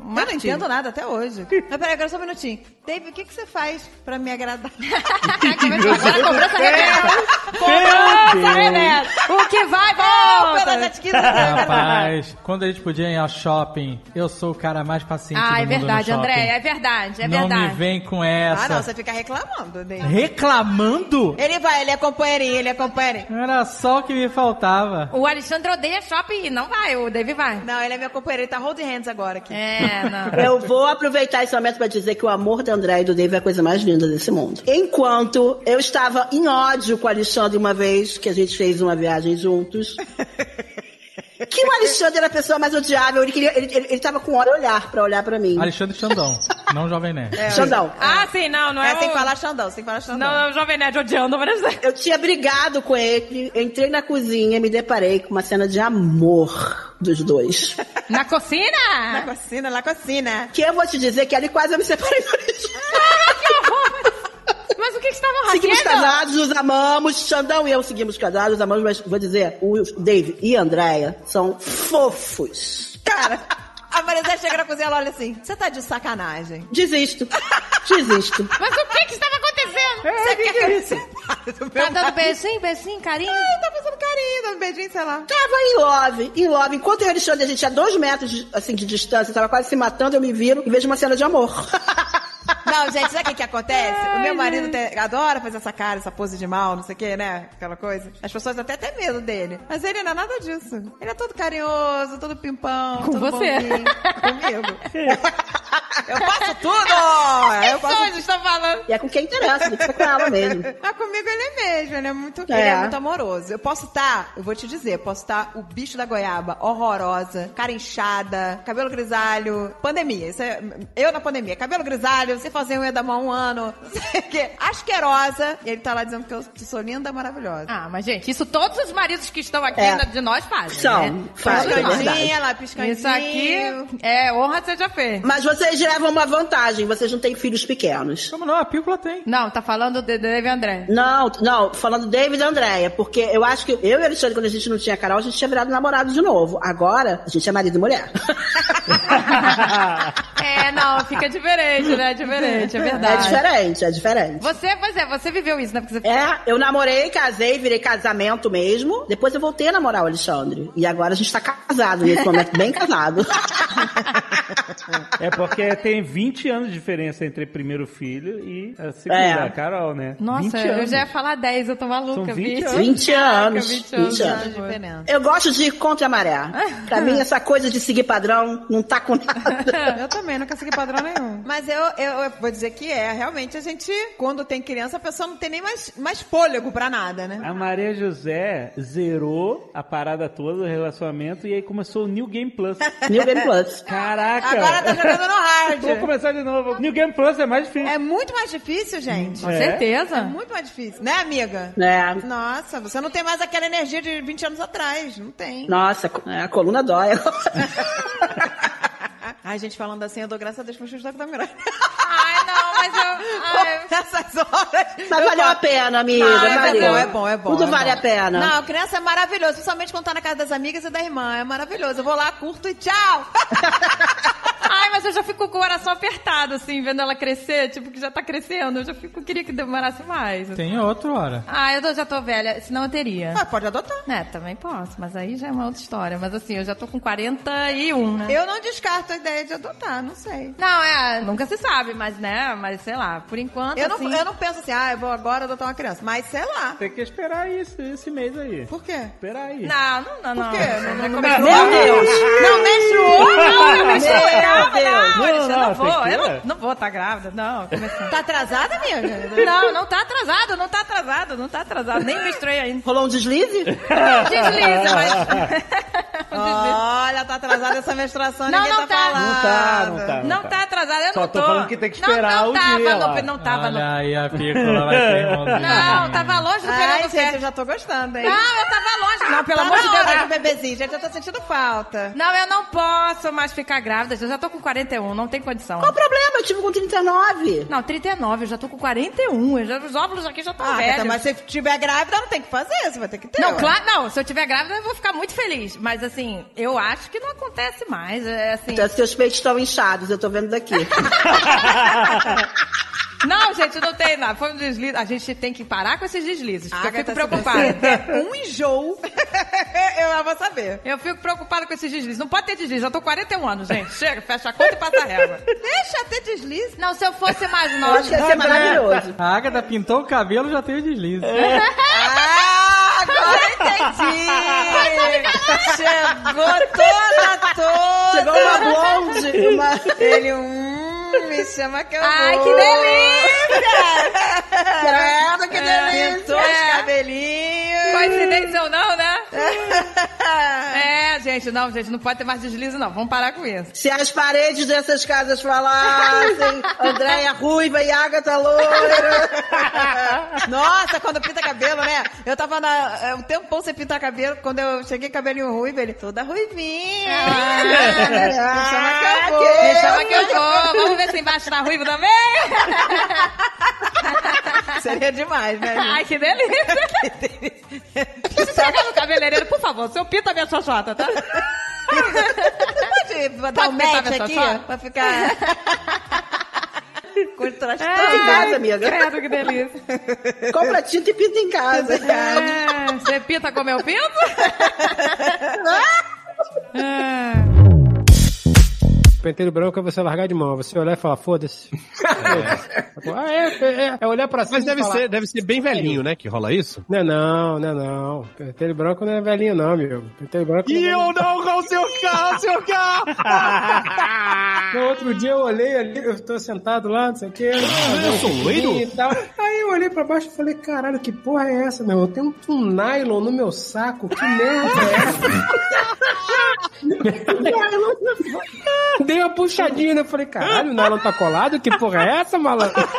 [SPEAKER 9] um
[SPEAKER 10] Eu não entendo nada até hoje. Mas peraí, agora só um minutinho. David, o que, que você faz pra me agradar?
[SPEAKER 9] Agora cobrança reversa. Cobrança
[SPEAKER 3] Deus.
[SPEAKER 9] reversa. O que vai,
[SPEAKER 10] Não,
[SPEAKER 9] volta.
[SPEAKER 10] pela
[SPEAKER 3] Rapaz, quando a gente podia ir ao shopping, eu sou o cara mais paciente do
[SPEAKER 9] Ah, é
[SPEAKER 3] mundo no
[SPEAKER 9] verdade,
[SPEAKER 3] shopping.
[SPEAKER 9] André, é verdade, é
[SPEAKER 3] Não
[SPEAKER 9] verdade.
[SPEAKER 3] me vem com essa.
[SPEAKER 10] Ah, não, você fica reclamando dele.
[SPEAKER 9] assim.
[SPEAKER 3] Reclamando?
[SPEAKER 10] Ele vai, ele é companheirinho, ele é companheirinho.
[SPEAKER 3] Era só o que me faltava.
[SPEAKER 9] O Alexandre odeia shopping e não vai, o David vai.
[SPEAKER 10] Não, ele é meu companheiro, ele tá holding hands agora aqui.
[SPEAKER 9] É, não.
[SPEAKER 23] Eu vou aproveitar esse momento pra dizer que o amor da André e do Dave é a coisa mais linda desse mundo. Enquanto eu estava em ódio com o Alexandre uma vez, que a gente fez uma viagem juntos. Que o Alexandre era a pessoa mais odiável, ele, queria, ele, ele, ele tava com hora olhar pra olhar pra mim.
[SPEAKER 3] Alexandre Xandão, não Jovem Nerd.
[SPEAKER 23] É. Xandão.
[SPEAKER 9] Ah, sim, não, não é.
[SPEAKER 10] É, tem
[SPEAKER 9] o-
[SPEAKER 10] que falar Xandão, tem que falar Xandão.
[SPEAKER 9] Não, é o Jovem Nerd odiando, mas...
[SPEAKER 23] Eu tinha brigado com ele, entrei na cozinha e me deparei com uma cena de amor dos dois.
[SPEAKER 9] Na cocina?
[SPEAKER 10] Na cocina, na cocina.
[SPEAKER 23] Que eu vou te dizer que ali quase eu me separei do Alexandre.
[SPEAKER 9] Mas o que Ah, que estavam rasgando?
[SPEAKER 23] Seguimos casados, nos amamos. Xandão e eu seguimos casados, nos amamos, mas vou dizer, o Dave e a Andrea são fofos.
[SPEAKER 10] Cara, a Marizé chega na cozinha e ela olha assim, você tá de sacanagem.
[SPEAKER 23] Desisto. Desisto.
[SPEAKER 9] Mas o que que estava acontecendo? Você quer que
[SPEAKER 10] isso?
[SPEAKER 9] Tá dando beijinho, beijinho, carinho?
[SPEAKER 10] Ah, tá fazendo carinho, dando beijinho, sei lá.
[SPEAKER 23] Tava em love, em love. Enquanto eu e o Alexandre, a gente tinha dois metros de, assim, de distância, tava quase se matando, eu me viro e vejo uma cena de amor.
[SPEAKER 10] Não, gente, sabe o que, que acontece? o meu marido te- adora fazer essa cara, essa pose de mal, não sei o que, né? Aquela coisa. As pessoas até têm medo dele. Mas ele não é nada disso. Ele é todo carinhoso, todo pimpão,
[SPEAKER 9] Com
[SPEAKER 10] todo
[SPEAKER 9] você. É.
[SPEAKER 10] bonzinho. Comigo. eu faço tudo! Eu faço...
[SPEAKER 9] estão falando.
[SPEAKER 23] E é com quem interessa, tem que ser com ela mesmo.
[SPEAKER 10] Mas comigo ele é mesmo, ele é muito,
[SPEAKER 23] É.
[SPEAKER 10] ele é muito amoroso. Eu posso estar, eu vou te dizer, eu posso estar o bicho da goiaba, horrorosa, cara inchada, cabelo grisalho, pandemia. Isso é- eu na pandemia, cabelo grisalho, você fazer unha da mão um ano, não sei o quê, asquerosa, e ele tá lá dizendo que eu sou linda, maravilhosa.
[SPEAKER 9] Ah, mas gente, isso todos os maridos que estão aqui
[SPEAKER 10] É.
[SPEAKER 9] na- de nós fazem,
[SPEAKER 23] São,
[SPEAKER 9] né?
[SPEAKER 23] fazem, é verdade.
[SPEAKER 10] Ela piscandinho.
[SPEAKER 9] Isso aqui é honra seja feita.
[SPEAKER 23] Mas vocês levam uma vantagem, vocês não têm filhos pequenos.
[SPEAKER 3] Como não? A pílula tem.
[SPEAKER 9] Não, tá falando de Dave André.
[SPEAKER 23] Não, não, falando David e Andréia, porque eu acho que eu e o Alexandre, quando a gente não tinha Carol, a gente tinha virado namorado de novo. Agora, a gente é marido e mulher.
[SPEAKER 9] É, não, fica diferente, né? É Diferente, é verdade.
[SPEAKER 23] É diferente, é diferente.
[SPEAKER 9] Você, pois é, você viveu isso, né? Porque você...
[SPEAKER 23] É, eu namorei, casei, virei casamento mesmo. Depois eu voltei a namorar o Alexandre. E agora a gente tá casado, nesse momento, bem casado.
[SPEAKER 4] É porque tem 20 anos de diferença entre primeiro filho e a segunda,
[SPEAKER 9] É.
[SPEAKER 4] a Carol, né?
[SPEAKER 9] Nossa,
[SPEAKER 4] 20
[SPEAKER 9] eu
[SPEAKER 4] anos.
[SPEAKER 9] já ia falar 10, eu tô maluca.
[SPEAKER 23] um
[SPEAKER 4] São
[SPEAKER 9] 20,
[SPEAKER 4] 20
[SPEAKER 9] anos.
[SPEAKER 4] anos.
[SPEAKER 23] 20 anos. 20 anos.
[SPEAKER 9] de diferença.
[SPEAKER 23] Eu gosto de ir contra a maré. Pra mim, essa coisa de seguir padrão não tá com nada.
[SPEAKER 10] Eu também, nunca segui padrão nenhum. Mas eu, eu, eu vou dizer que é, realmente a gente, quando tem criança, a pessoa não tem nem mais, mais fôlego pra nada, né?
[SPEAKER 4] A Maria José zerou a parada toda, o relacionamento, e aí começou o New Game Plus.
[SPEAKER 23] New Game Plus.
[SPEAKER 4] Caraca!
[SPEAKER 10] Agora tá jogando no hard.
[SPEAKER 4] Vou começar de novo. New Game Plus é mais difícil.
[SPEAKER 10] É muito mais difícil, gente.
[SPEAKER 4] Com É? certeza.
[SPEAKER 10] É muito mais difícil, né, amiga?
[SPEAKER 23] É.
[SPEAKER 10] Nossa, você não tem mais aquela energia de 20 anos atrás. Não tem.
[SPEAKER 23] Nossa, é, a coluna dói.
[SPEAKER 10] Ai, gente, falando assim, eu dou graças a Deus pro Chuchu da Miranda.
[SPEAKER 9] Ai, não, mas eu. Ai,
[SPEAKER 10] Nessas horas.
[SPEAKER 23] Mas
[SPEAKER 10] eu
[SPEAKER 23] valeu
[SPEAKER 10] falo-
[SPEAKER 23] a pena, amiga.
[SPEAKER 10] Não, é
[SPEAKER 23] valeu.
[SPEAKER 10] bom, é bom, é bom.
[SPEAKER 23] Tudo
[SPEAKER 10] é bom.
[SPEAKER 23] vale a pena.
[SPEAKER 10] Não, criança é maravilhoso, principalmente quando tá na casa das amigas e da irmã. É maravilhoso. Eu vou lá, curto e tchau.
[SPEAKER 9] Ai, mas eu já fico com o coração apertado, assim, vendo ela crescer, tipo, que já tá crescendo. Eu já fico, queria que demorasse mais. assim.
[SPEAKER 3] Tem outra hora.
[SPEAKER 9] Ah, eu tô- já tô velha, senão eu teria.
[SPEAKER 10] Ah, pode adotar.
[SPEAKER 9] É, também posso, mas aí já é uma outra história. Mas assim, eu já tô com 41, né?
[SPEAKER 10] Eu não descarto a ideia de adotar, não sei.
[SPEAKER 9] Não, é, nunca se sabe, mas né, mas sei lá, por enquanto
[SPEAKER 10] Eu não,
[SPEAKER 9] assim...
[SPEAKER 10] eu não penso assim, ah, eu vou agora adotar uma criança. Mas sei lá.
[SPEAKER 4] Tem que esperar isso, esse mês aí.
[SPEAKER 10] Por quê?
[SPEAKER 4] Esperar aí.
[SPEAKER 9] Não, Ah, não, não, não.
[SPEAKER 10] Por quê?
[SPEAKER 9] Não,
[SPEAKER 10] Não,
[SPEAKER 9] não, não,
[SPEAKER 10] menstruou?
[SPEAKER 9] não.
[SPEAKER 10] Não menstruou?
[SPEAKER 9] Não, não
[SPEAKER 10] Meu
[SPEAKER 9] menstruou, calma,
[SPEAKER 10] Deus.
[SPEAKER 9] não, Alexandre,
[SPEAKER 10] Não,
[SPEAKER 9] não,
[SPEAKER 10] não,
[SPEAKER 9] vou,
[SPEAKER 10] tem que-
[SPEAKER 9] eu não, não vou estar grávida, não. começando.
[SPEAKER 10] Tá atrasada, amiga?
[SPEAKER 9] Não, não tá atrasado, não tá atrasado, não tá atrasado, nem menstruei ainda.
[SPEAKER 23] Rolou um deslize?
[SPEAKER 9] Desliza, mas...
[SPEAKER 10] Olha, tá atrasada essa menstruação,
[SPEAKER 9] Não,
[SPEAKER 10] ninguém
[SPEAKER 9] não
[SPEAKER 10] tá,
[SPEAKER 9] tá.
[SPEAKER 10] falando.
[SPEAKER 4] Não tá, não tá, não
[SPEAKER 9] Não
[SPEAKER 4] tá.
[SPEAKER 9] tá atrasado, eu
[SPEAKER 4] Só
[SPEAKER 9] não
[SPEAKER 4] tô
[SPEAKER 9] tô.
[SPEAKER 4] falando que tem que
[SPEAKER 9] Não,
[SPEAKER 4] esperar
[SPEAKER 9] não
[SPEAKER 4] o
[SPEAKER 9] tava
[SPEAKER 4] dia
[SPEAKER 9] no-
[SPEAKER 4] lá.
[SPEAKER 9] Não tava,
[SPEAKER 3] Olha
[SPEAKER 9] não.
[SPEAKER 3] aí a pícola vai ter um mãozinha.
[SPEAKER 9] Não, tava Tá longe do
[SPEAKER 10] Ai,
[SPEAKER 9] verão
[SPEAKER 10] gente,
[SPEAKER 9] do pé.
[SPEAKER 10] eu já tô gostando, hein?
[SPEAKER 9] Não, eu tava longe. Não, pelo
[SPEAKER 10] Tá
[SPEAKER 9] amor
[SPEAKER 10] na
[SPEAKER 9] de Deus.
[SPEAKER 10] hora
[SPEAKER 9] eu-
[SPEAKER 10] do bebezinho, gente, eu tô sentindo falta.
[SPEAKER 9] Não, eu não posso mais ficar grávida. Eu já tô com 41, não tem condição.
[SPEAKER 10] um
[SPEAKER 23] Qual o problema? Eu tive com 39.
[SPEAKER 9] Não, 39, eu já tô com 41. eu já- os óvulos aqui já estão
[SPEAKER 10] Ah,
[SPEAKER 9] velhos.
[SPEAKER 10] Cata, mas se tiver grávida, não tem o que fazer, é, você vai ter que ter.
[SPEAKER 9] Não,
[SPEAKER 10] ué.
[SPEAKER 9] claro, não. Se eu tiver grávida, eu vou ficar muito feliz. Mas assim, eu acho que não acontece mais. É assim.
[SPEAKER 23] Então, seus peitos estão inchados, eu tô vendo daqui.
[SPEAKER 9] Não, gente, não tem nada. Foi um deslize. A gente tem que parar com esses deslizes. porque eu
[SPEAKER 10] Agatha,
[SPEAKER 9] fico
[SPEAKER 10] se
[SPEAKER 9] preocupada.
[SPEAKER 10] você der um enjoo, eu já vou saber.
[SPEAKER 9] Eu fico preocupada com esses deslizes. Não pode ter deslize. Eu tô com 41 anos, gente. Chega, fecha a conta e passa a régua.
[SPEAKER 10] Deixa ter deslize.
[SPEAKER 9] Não, se eu fosse mais
[SPEAKER 23] Acho que ia ser
[SPEAKER 9] nova.
[SPEAKER 23] maravilhoso.
[SPEAKER 3] A Agatha pintou o cabelo já tem o deslize.
[SPEAKER 9] É,
[SPEAKER 10] Ah, agora entendi. Chegou toda, toda.
[SPEAKER 23] Chegou uma blonde. Uma...
[SPEAKER 10] Ele, hum, me chama que eu
[SPEAKER 9] Ai,
[SPEAKER 10] vou.
[SPEAKER 9] que delícia!
[SPEAKER 10] Credo, que
[SPEAKER 9] É.
[SPEAKER 10] delícia. Pintou
[SPEAKER 9] É.
[SPEAKER 10] os cabelinhos.
[SPEAKER 9] Coincidência ou não, né? É, gente, não, gente, não pode ter mais deslize, não. Vamos parar com isso.
[SPEAKER 23] Se as paredes dessas casas falassem,
[SPEAKER 10] É
[SPEAKER 23] Andréia Ruiva e Agatha Loira.
[SPEAKER 10] tá Nossa, quando pinta cabelo, né? Eu tava na, é, um tempão sem pintar cabelo. Quando eu cheguei cabelinho ruivo, ele toda ruivinha. Ah, me chama Ah, que eu vou.
[SPEAKER 9] Me chama que eu vou. Vamos ver se embaixo tá ruivo também.
[SPEAKER 10] Seria demais, né?
[SPEAKER 9] Ai, que delícia. Se chegar no cabeleireiro, por favor, seu pinta minha xoxota, tá?
[SPEAKER 10] Você pode dar um
[SPEAKER 9] pintar
[SPEAKER 10] match
[SPEAKER 9] minha
[SPEAKER 10] aqui
[SPEAKER 9] xoxota?
[SPEAKER 10] pra ficar... Com traste
[SPEAKER 23] Pinta em casa, amiga.
[SPEAKER 9] Credo, que delícia.
[SPEAKER 23] Compra tinta e pinta em casa.
[SPEAKER 9] É, você pinta como eu pinto?
[SPEAKER 5] Penteiro branco é você largar de mão, você olhar e falar, foda-se. Foda-se. Ah, é, é, é, é olhar pra cima
[SPEAKER 6] Mas
[SPEAKER 5] e
[SPEAKER 6] deve
[SPEAKER 5] falar.
[SPEAKER 6] ser, deve ser bem velhinho, né? Que rola isso.
[SPEAKER 5] Não é não, não é não. Penteiro branco não é velhinho não, meu. Penteiro branco não é velhinho.
[SPEAKER 6] não com o seu carro, seu carro!
[SPEAKER 5] No outro dia eu olhei ali, eu tô sentado lá, não sei o quê.
[SPEAKER 6] Ah, eu sou loiro?
[SPEAKER 5] E tal. Aí eu olhei pra baixo e falei, caralho, que porra é essa, meu? Eu tenho um nylon no meu saco, que merda é essa? Dei uma puxadinha, né? Eu falei, caralho, o nylon tá colado? Que porra é essa, malandro?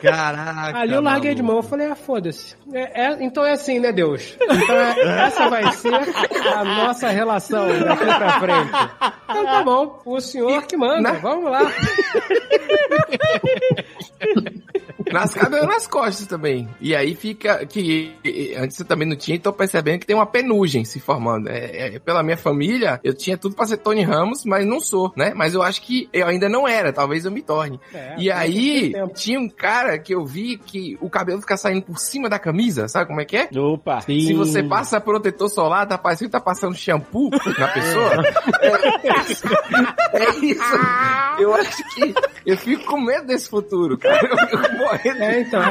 [SPEAKER 6] Caraca.
[SPEAKER 5] Ali eu larguei
[SPEAKER 6] maluco.
[SPEAKER 5] de mão, eu falei, ah, foda-se. É- é- então é assim, né, Deus? Então é- essa vai ser a nossa relação daqui pra frente. Então tá bom, Né? o senhor que manda, vamos lá.
[SPEAKER 8] Lascado é nas costas também. E aí fica que e- e- antes você também não tinha, então percebendo que tem uma penugem se formando. É, é- pela minha família, eu tinha tudo pra ser Tony Ramos, mas não sou, né? Mas eu acho que eu ainda não era, talvez eu me torne. e aí tinha um cara que eu vi que o cabelo fica saindo por cima da camisa, sabe como é que é?
[SPEAKER 4] Opa!
[SPEAKER 8] Se você passa protetor solar, tá parecendo que tá passando shampoo na pessoa. É isso. Eu acho que eu fico com medo desse futuro, cara. Eu fico morrendo. É, então.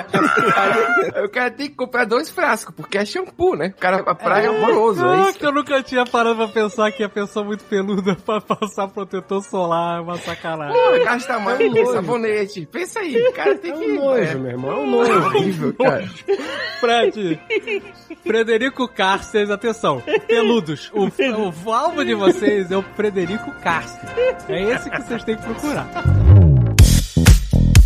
[SPEAKER 8] o cara tem que comprar dois frascos, porque é shampoo, né? O cara, a praia é horroroso. É isso.
[SPEAKER 3] Ah, que eu nunca tinha parado pra pensar que a pessoa muito peluda pra passar protetor solar é uma sacanagem.
[SPEAKER 8] Pô, gasta mais
[SPEAKER 3] É um nojo.
[SPEAKER 8] sabonete. Pensa aí, o
[SPEAKER 2] É
[SPEAKER 8] cara tem que.
[SPEAKER 3] um nojo,
[SPEAKER 8] meu
[SPEAKER 3] irmão,
[SPEAKER 8] É um
[SPEAKER 3] nojo.
[SPEAKER 8] horrível, cara.
[SPEAKER 3] Fred, Frederico Carstens, atenção, peludos, o, o alvo de vocês é o Frederico Carstens. É esse que vocês têm que procurar.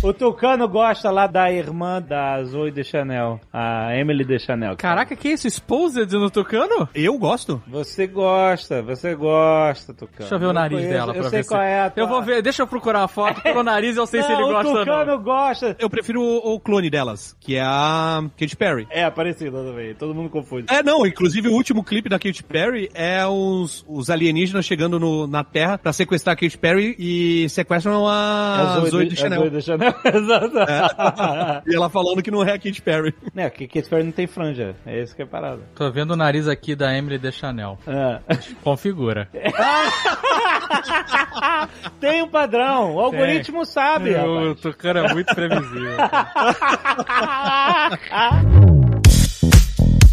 [SPEAKER 4] O Tucano gosta lá da irmã da Zoe de Chanel, a Emily de Chanel.
[SPEAKER 3] Caraca, que é isso? Exposed no Tucano?
[SPEAKER 4] Eu gosto. Você gosta, você gosta, Tucano.
[SPEAKER 3] Deixa eu ver o nariz
[SPEAKER 4] conheço,
[SPEAKER 3] dela
[SPEAKER 4] eu
[SPEAKER 3] pra
[SPEAKER 4] sei
[SPEAKER 3] ver
[SPEAKER 4] qual
[SPEAKER 3] se...
[SPEAKER 4] é a tua...
[SPEAKER 3] Eu vou ver, deixa eu procurar a foto pelo nariz, eu sei se
[SPEAKER 4] Não,
[SPEAKER 3] ele
[SPEAKER 4] o
[SPEAKER 3] gosta ou não.
[SPEAKER 4] Tucano gosta.
[SPEAKER 6] Eu prefiro o, o clone delas, que é a Katy Perry.
[SPEAKER 4] É, parecida também. Todo mundo confunde.
[SPEAKER 6] É, não. Inclusive, o último clipe da Katy Perry é os, os alienígenas chegando no- na Terra pra sequestrar a Katy Perry e sequestram a, Zoe, de Chanel.
[SPEAKER 4] É Zoe de Chanel, exato.
[SPEAKER 6] É. E ela falando que não é a Katy Perry.
[SPEAKER 4] É, que Katy Perry não tem franja. É isso que é a parada.
[SPEAKER 3] Tô vendo o nariz aqui da Emily de Chanel.
[SPEAKER 2] É.
[SPEAKER 3] Configura.
[SPEAKER 4] Tem um padrão. O algoritmo sabe,
[SPEAKER 3] O
[SPEAKER 4] rapaz.
[SPEAKER 3] Tucano é muito previsível.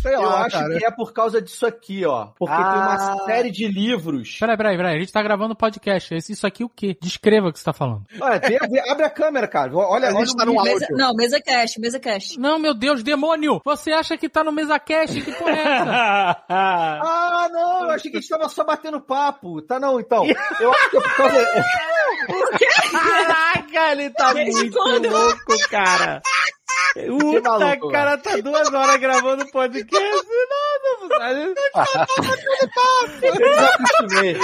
[SPEAKER 2] Sei lá,
[SPEAKER 3] Eu
[SPEAKER 2] eu
[SPEAKER 3] acho,
[SPEAKER 2] acho
[SPEAKER 3] cara.
[SPEAKER 2] que é por causa disso aqui, ó. Porque tem
[SPEAKER 3] Ah.
[SPEAKER 2] uma série de livros.
[SPEAKER 3] Peraí, peraí, peraí, a gente tá gravando podcast. Esse- Isso aqui o quê? Descreva o que você tá falando.
[SPEAKER 2] Olha, vê, vê- abre a câmera, cara. Olha, olha
[SPEAKER 3] tá
[SPEAKER 2] o livro.
[SPEAKER 7] mesa, Não, mesa cast, mesa cast.
[SPEAKER 3] Não, meu Deus, demônio! Você acha que tá no mesa cast? Que porra é essa?
[SPEAKER 2] Ah, não, eu achei que a gente tava só batendo papo. Tá não, então. Eu acho que é por causa.
[SPEAKER 4] Caraca, ele tá
[SPEAKER 2] Desde
[SPEAKER 4] muito
[SPEAKER 2] quando?
[SPEAKER 4] louco, cara.
[SPEAKER 2] Que
[SPEAKER 4] Puta,
[SPEAKER 2] maluco,
[SPEAKER 4] cara, tá duas horas gravando podcast. Não, não, não.
[SPEAKER 2] Eu desacostumei.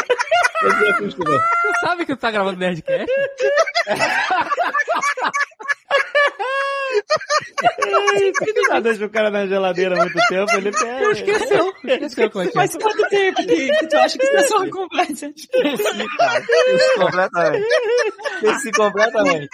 [SPEAKER 2] Eu desacostumei.
[SPEAKER 3] Você sabe que tu tá gravando Nerdcast?
[SPEAKER 4] Não deixa o cara na geladeira há muito tempo, ele pega.
[SPEAKER 24] Não, esqueceu.
[SPEAKER 3] Esqueceu como é que é.
[SPEAKER 24] Mas quanto tempo que, que tu acha que isso é só uma conversa?
[SPEAKER 2] Esqueci completamente. Esqueci completamente.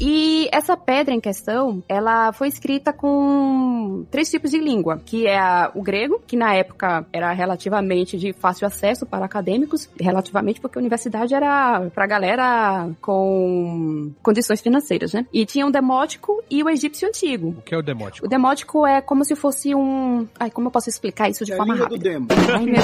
[SPEAKER 25] E essa pedra em questão, ela foi escrita com três tipos de língua, que é a- o grego, que na época era relativamente de fácil acesso para acadêmicos, relativamente porque a universidade era para galera com condições financeiras, né? E tinha o demótico e o egípcio antigo.
[SPEAKER 6] O que é o demótico?
[SPEAKER 25] O demótico é como se fosse um, ai, como eu posso explicar
[SPEAKER 4] É
[SPEAKER 25] isso de forma
[SPEAKER 26] língua do
[SPEAKER 25] rápida? Ai, meu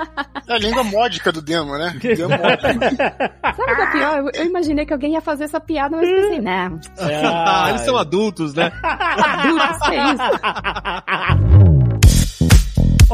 [SPEAKER 25] Deus.
[SPEAKER 26] É a língua módica do Demo, né? Demo
[SPEAKER 25] Sabe o que é pior? Eu- Eu imaginei que alguém ia fazer essa piada, mas pensei, não.
[SPEAKER 6] Ah, eles são adultos, né?
[SPEAKER 25] Adultos, que é isso?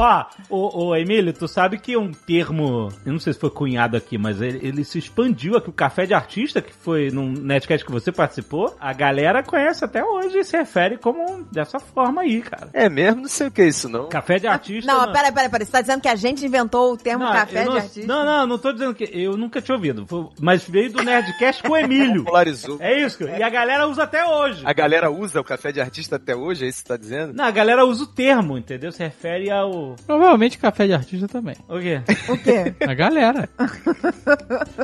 [SPEAKER 4] Ó, o, Emílio, tu sabe que um termo, eu não sei se foi cunhado aqui, mas ele, ele se expandiu aqui. O café de artista, que foi num netcast que você participou, a galera conhece até hoje e se refere como um, dessa forma aí, cara.
[SPEAKER 27] É mesmo? Não sei o que é isso, não.
[SPEAKER 4] Café de artista.
[SPEAKER 10] Não, peraí, peraí, peraí. Você tá dizendo que a gente inventou o termo
[SPEAKER 4] Ah,
[SPEAKER 10] café
[SPEAKER 4] eu não,
[SPEAKER 10] de artista?
[SPEAKER 4] Não, não, não tô dizendo que. Eu nunca tinha ouvido. Foi- Mas veio do Nerdcast com o Emílio.
[SPEAKER 27] Popularizou.
[SPEAKER 4] É isso. E a galera usa até hoje.
[SPEAKER 27] A galera usa o café de artista até hoje, é isso que você tá dizendo?
[SPEAKER 4] Não, a galera usa o termo, entendeu? Se refere ao.
[SPEAKER 3] Provavelmente café de artista também.
[SPEAKER 4] O quê?
[SPEAKER 10] O quê?
[SPEAKER 3] A galera.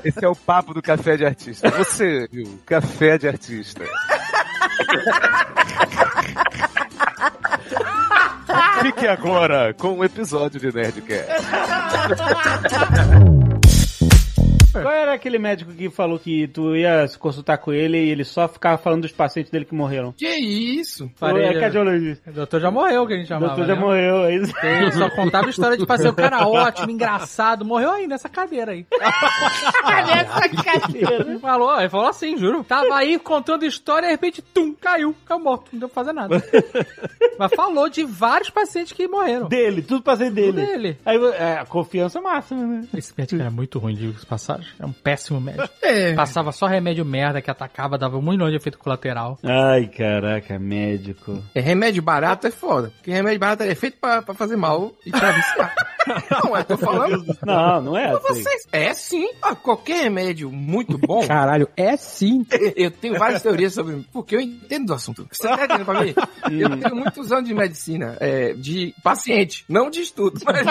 [SPEAKER 27] Esse é o papo do café de artista. Você viu? Café de artista. Fique agora com um episódio de Nerdcast.
[SPEAKER 3] É.
[SPEAKER 4] Qual era aquele médico que falou que tu ia se consultar com ele e ele só ficava falando dos pacientes dele que morreram?
[SPEAKER 8] Que isso?
[SPEAKER 4] Parei, é cardiologista.
[SPEAKER 3] O doutor já morreu, que a gente chamava.
[SPEAKER 4] doutor já
[SPEAKER 3] né?
[SPEAKER 4] morreu, é isso.
[SPEAKER 3] Ele só contava história de passeio. O cara ótimo, engraçado. Morreu aí nessa cadeira aí. nessa cadeira. Falou, ele falou assim, juro. Tava aí contando história e de repente, tum, caiu. Caiu morto. Não deu pra fazer nada. Mas falou de vários pacientes que morreram.
[SPEAKER 4] Dele, tudo paciente dele.
[SPEAKER 3] dele.
[SPEAKER 4] Aí, é, a confiança máxima, né? É,
[SPEAKER 3] Esse médico era muito ruim, digo de passagem. Era um péssimo médico. Passava só remédio merda que atacava, dava um milhão de efeito colateral.
[SPEAKER 4] Ai, caraca, médico.
[SPEAKER 8] É, remédio barato é foda. Porque remédio barato é feito pra, pra fazer mal e pra viciar. Não, eu tô falando.
[SPEAKER 4] Não, não é
[SPEAKER 8] Mas
[SPEAKER 4] assim.
[SPEAKER 8] vocês- É sim. Ah, qualquer remédio muito bom.
[SPEAKER 5] Caralho, é sim.
[SPEAKER 8] Eu tenho várias teorias sobre. Porque eu entendo do assunto. Você tá entendendo pra mim? Eu tenho muitos anos de medicina, é, de paciente, não de estudo. Mas...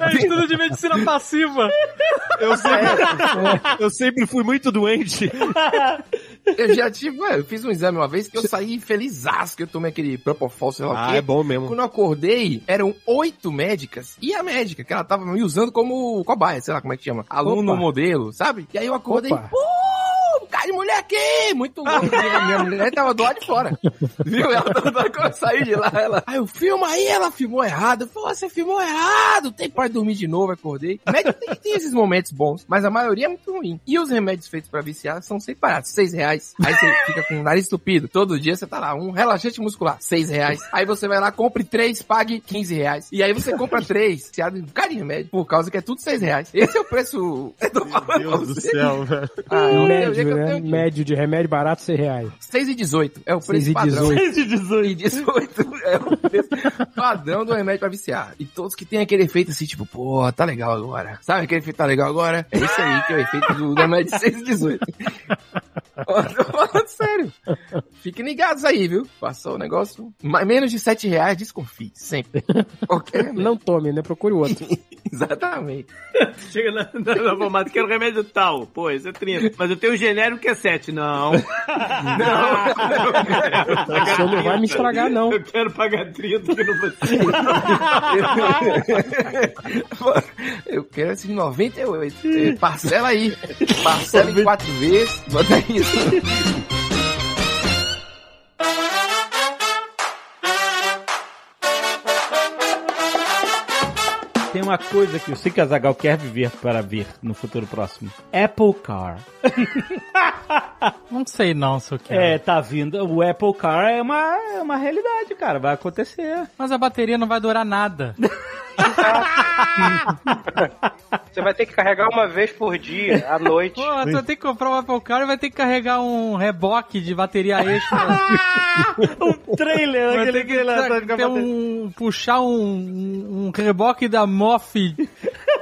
[SPEAKER 3] É estudo de medicina passiva.
[SPEAKER 6] Eu sempre, eu sempre fui muito doente.
[SPEAKER 8] Eu já tive, ué, eu fiz um exame uma vez que eu saí felizaço que eu tomei aquele Propofol, sei lá o
[SPEAKER 6] Ah,
[SPEAKER 8] quê.
[SPEAKER 6] é bom mesmo.
[SPEAKER 8] Quando eu acordei, eram oito médicas e a médica, que ela tava me usando como cobaia, sei lá como é que chama. Aluno
[SPEAKER 6] Opa.
[SPEAKER 8] modelo, sabe? E aí eu acordei,
[SPEAKER 6] Opa.
[SPEAKER 8] pô, cara de mulher aqui, muito louco. E a minha mulher tava do lado de fora. Viu? Ela tava do lado, quando eu saí de lá, ela, aí eu filma aí, ela filmou errado. Eu falei, você filmou errado, tem que parar de dormir de novo, acordei. Médico tem, tem esses momentos bons, mas a maioria é muito ruim. E os remédios feitos pra viciar são separados, seis reais. Aí você fica com o nariz estupido, todo dia você tá lá, um relaxante muscular, seis reais. Aí você vai lá, compre três, pague quinze reais. E aí você compra três, se abre um carinho remédio, por causa que é tudo seis reais. Esse é o preço... Eu tô falando Meu
[SPEAKER 5] do céu,
[SPEAKER 8] velho.
[SPEAKER 5] médio, né? Médio de remédio barato, 100 reais.
[SPEAKER 8] 6 e 18 é o preço
[SPEAKER 5] Seis e
[SPEAKER 8] padrão.
[SPEAKER 5] 18.
[SPEAKER 8] 6 e 18. é o preço padrão do remédio pra viciar. E todos que tem aquele efeito assim, tipo, pô, tá legal agora. Sabe aquele efeito tá legal agora? É isso aí que é o efeito do remédio 6 e 18. Ó, tô falando sério. Fiquem ligados aí, viu? Passou o negócio. Mas menos de 7 reais, desconfie. Sempre.
[SPEAKER 5] Não tome, né? Procure outro.
[SPEAKER 8] Exatamente.
[SPEAKER 1] Chega na, na, na farmácia, quero remédio tal. Pô, esse é 30. Mas eu tenho um genérico que é 7. Não. não.
[SPEAKER 5] Você não vai me estragar, não.
[SPEAKER 1] Eu quero pagar 30 que não você.
[SPEAKER 8] Eu quero esses 98. Eh, Parcela aí. Parcela em quatro vezes. Bota isso.
[SPEAKER 4] Tem uma coisa que o Sikazagal quer viver para vir no futuro próximo. Apple Car.
[SPEAKER 3] Não sei não se eu quero.
[SPEAKER 4] É, tá vindo. O Apple Car é uma, é uma realidade, cara. Vai acontecer.
[SPEAKER 3] Mas a bateria não vai durar nada.
[SPEAKER 28] Você vai ter que carregar uma vez por dia, à noite.
[SPEAKER 3] Pô, tu vai ter que comprar um Apple Car e vai ter que carregar um reboque de bateria extra.
[SPEAKER 4] um trailer,
[SPEAKER 3] vai
[SPEAKER 4] aquele
[SPEAKER 3] ter que
[SPEAKER 4] trailer
[SPEAKER 3] tra-
[SPEAKER 4] atrás com a
[SPEAKER 3] ter
[SPEAKER 4] bateria.
[SPEAKER 3] um, puxar um, um reboque da Moff.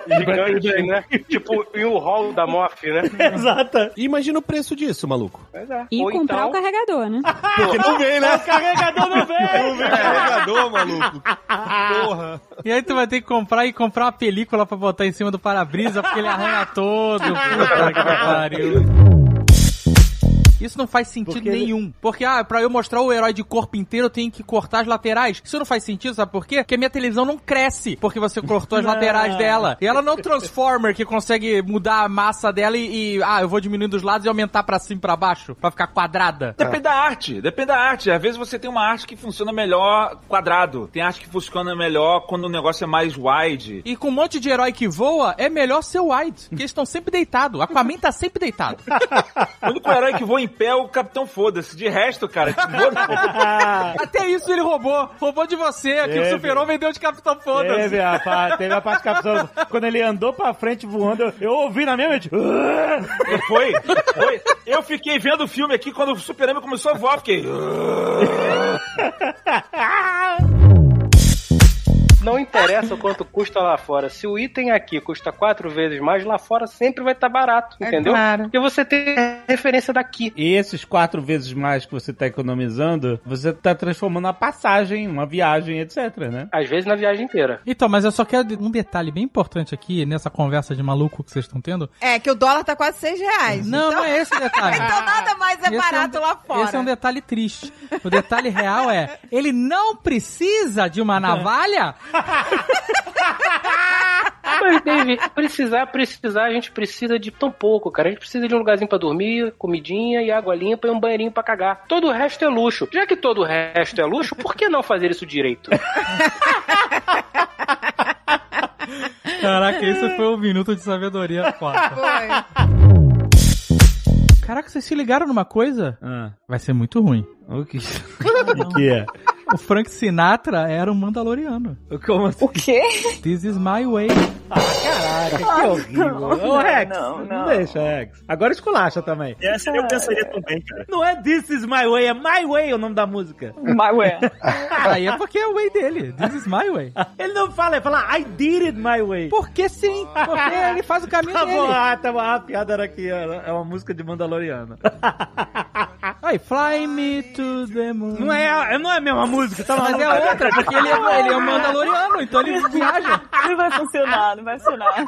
[SPEAKER 28] Gigante, né? Tipo, em um hall da MOF, né?
[SPEAKER 4] Exata.
[SPEAKER 6] Imagina o preço disso, maluco.
[SPEAKER 28] Mas é.
[SPEAKER 25] E
[SPEAKER 28] Ou então-
[SPEAKER 25] comprar o carregador, né?
[SPEAKER 6] Porque não vem, né?
[SPEAKER 4] O carregador não vem! Não vem
[SPEAKER 6] carregador, maluco. Porra.
[SPEAKER 3] E aí tu vai ter que comprar e comprar uma película pra botar em cima do para-brisa porque ele arranha todo. Puta que pariu. Isso não faz sentido nenhum. Porque, ah, pra eu mostrar o herói de corpo inteiro, eu tenho que cortar as laterais. Isso não faz sentido, sabe por quê? Porque a minha televisão não cresce porque você cortou as
[SPEAKER 29] Não.
[SPEAKER 3] laterais dela. E ela não é um Transformer que consegue mudar a massa dela e, e, ah, eu vou diminuindo os lados e aumentar pra cima e pra baixo, pra ficar quadrada.
[SPEAKER 1] Depende da arte, depende da arte. Às vezes você tem uma arte que funciona melhor quadrado, tem arte que funciona melhor quando o negócio é mais wide.
[SPEAKER 3] E com um monte de herói que voa, é melhor ser o White, porque eles estão sempre deitados. Aquaman tá sempre deitado.
[SPEAKER 1] O único herói que voa em pé é o Capitão Foda-se. De resto, cara, que foda
[SPEAKER 3] Até isso ele roubou. Roubou de você, que
[SPEAKER 4] Teve.
[SPEAKER 3] o Super-Homem vendeu de Capitão Foda.
[SPEAKER 4] Teve a, pa- teve a parte que a pessoa- Quando ele andou pra frente voando, eu, eu ouvi na minha mente. "Ah!" Foi, foi. Eu fiquei vendo o filme aqui quando o Super-Homem começou a voar, fiquei. "Ah."
[SPEAKER 28] Não interessa o quanto custa lá fora. Se o item aqui custa quatro vezes mais, lá fora sempre vai estar barato, entendeu?
[SPEAKER 4] É claro.
[SPEAKER 28] Porque você tem referência daqui.
[SPEAKER 4] E esses quatro vezes mais que você tá economizando, você tá transformando a passagem, uma viagem, etc, né?
[SPEAKER 28] Às vezes na viagem inteira.
[SPEAKER 3] Então, mas eu só quero de- um detalhe bem importante aqui nessa conversa de maluco que vocês estão tendo.
[SPEAKER 10] É, que o dólar tá quase 6 reais.
[SPEAKER 3] Não, não é esse o detalhe.
[SPEAKER 10] então nada mais é
[SPEAKER 3] Esse é um de-
[SPEAKER 10] barato lá fora.
[SPEAKER 3] Esse é um detalhe triste. O detalhe real é, ele não precisa de uma navalha.
[SPEAKER 28] Mas, David, precisar, precisar, a gente precisa de tão pouco, cara. A gente precisa de um lugarzinho pra dormir, comidinha e água limpa e um banheirinho pra cagar. Todo o resto é luxo. Já que todo o resto é luxo, por que não fazer isso direito?
[SPEAKER 5] Ah,
[SPEAKER 3] Caraca, esse foi um minuto de sabedoria. Foda. Caraca, vocês se ligaram numa coisa? Vai ser muito ruim.
[SPEAKER 4] O Ah. que,
[SPEAKER 3] o
[SPEAKER 4] que é?
[SPEAKER 3] O Frank Sinatra era um Mandaloriano.
[SPEAKER 4] Como assim?
[SPEAKER 7] O quê?
[SPEAKER 3] This is my way.
[SPEAKER 4] Ah, caraca, que horrível. Ô, Rex, não, deixa, Rex. Agora esculacha também.
[SPEAKER 30] Essa eu pensaria também, cara.
[SPEAKER 4] Não é This is my way, é My Way o nome da música.
[SPEAKER 7] My way.
[SPEAKER 3] Aí é porque é o way dele. This is my way.
[SPEAKER 4] Ele não fala, ele fala I did it my way.
[SPEAKER 3] Porque sim, porque ele faz o caminho
[SPEAKER 4] tá
[SPEAKER 3] dele.
[SPEAKER 4] Bom, ah, tá bom, ah, a piada era que era- é uma música de Mandaloriana.
[SPEAKER 3] Aí, fly me to the moon.
[SPEAKER 4] Não é, não é a mesma música, tá
[SPEAKER 3] Mas é
[SPEAKER 4] maluco?
[SPEAKER 3] outra, porque ele é, ele é um Mandaloriano, então ele viaja.
[SPEAKER 30] Não vai funcionar, não vai funcionar.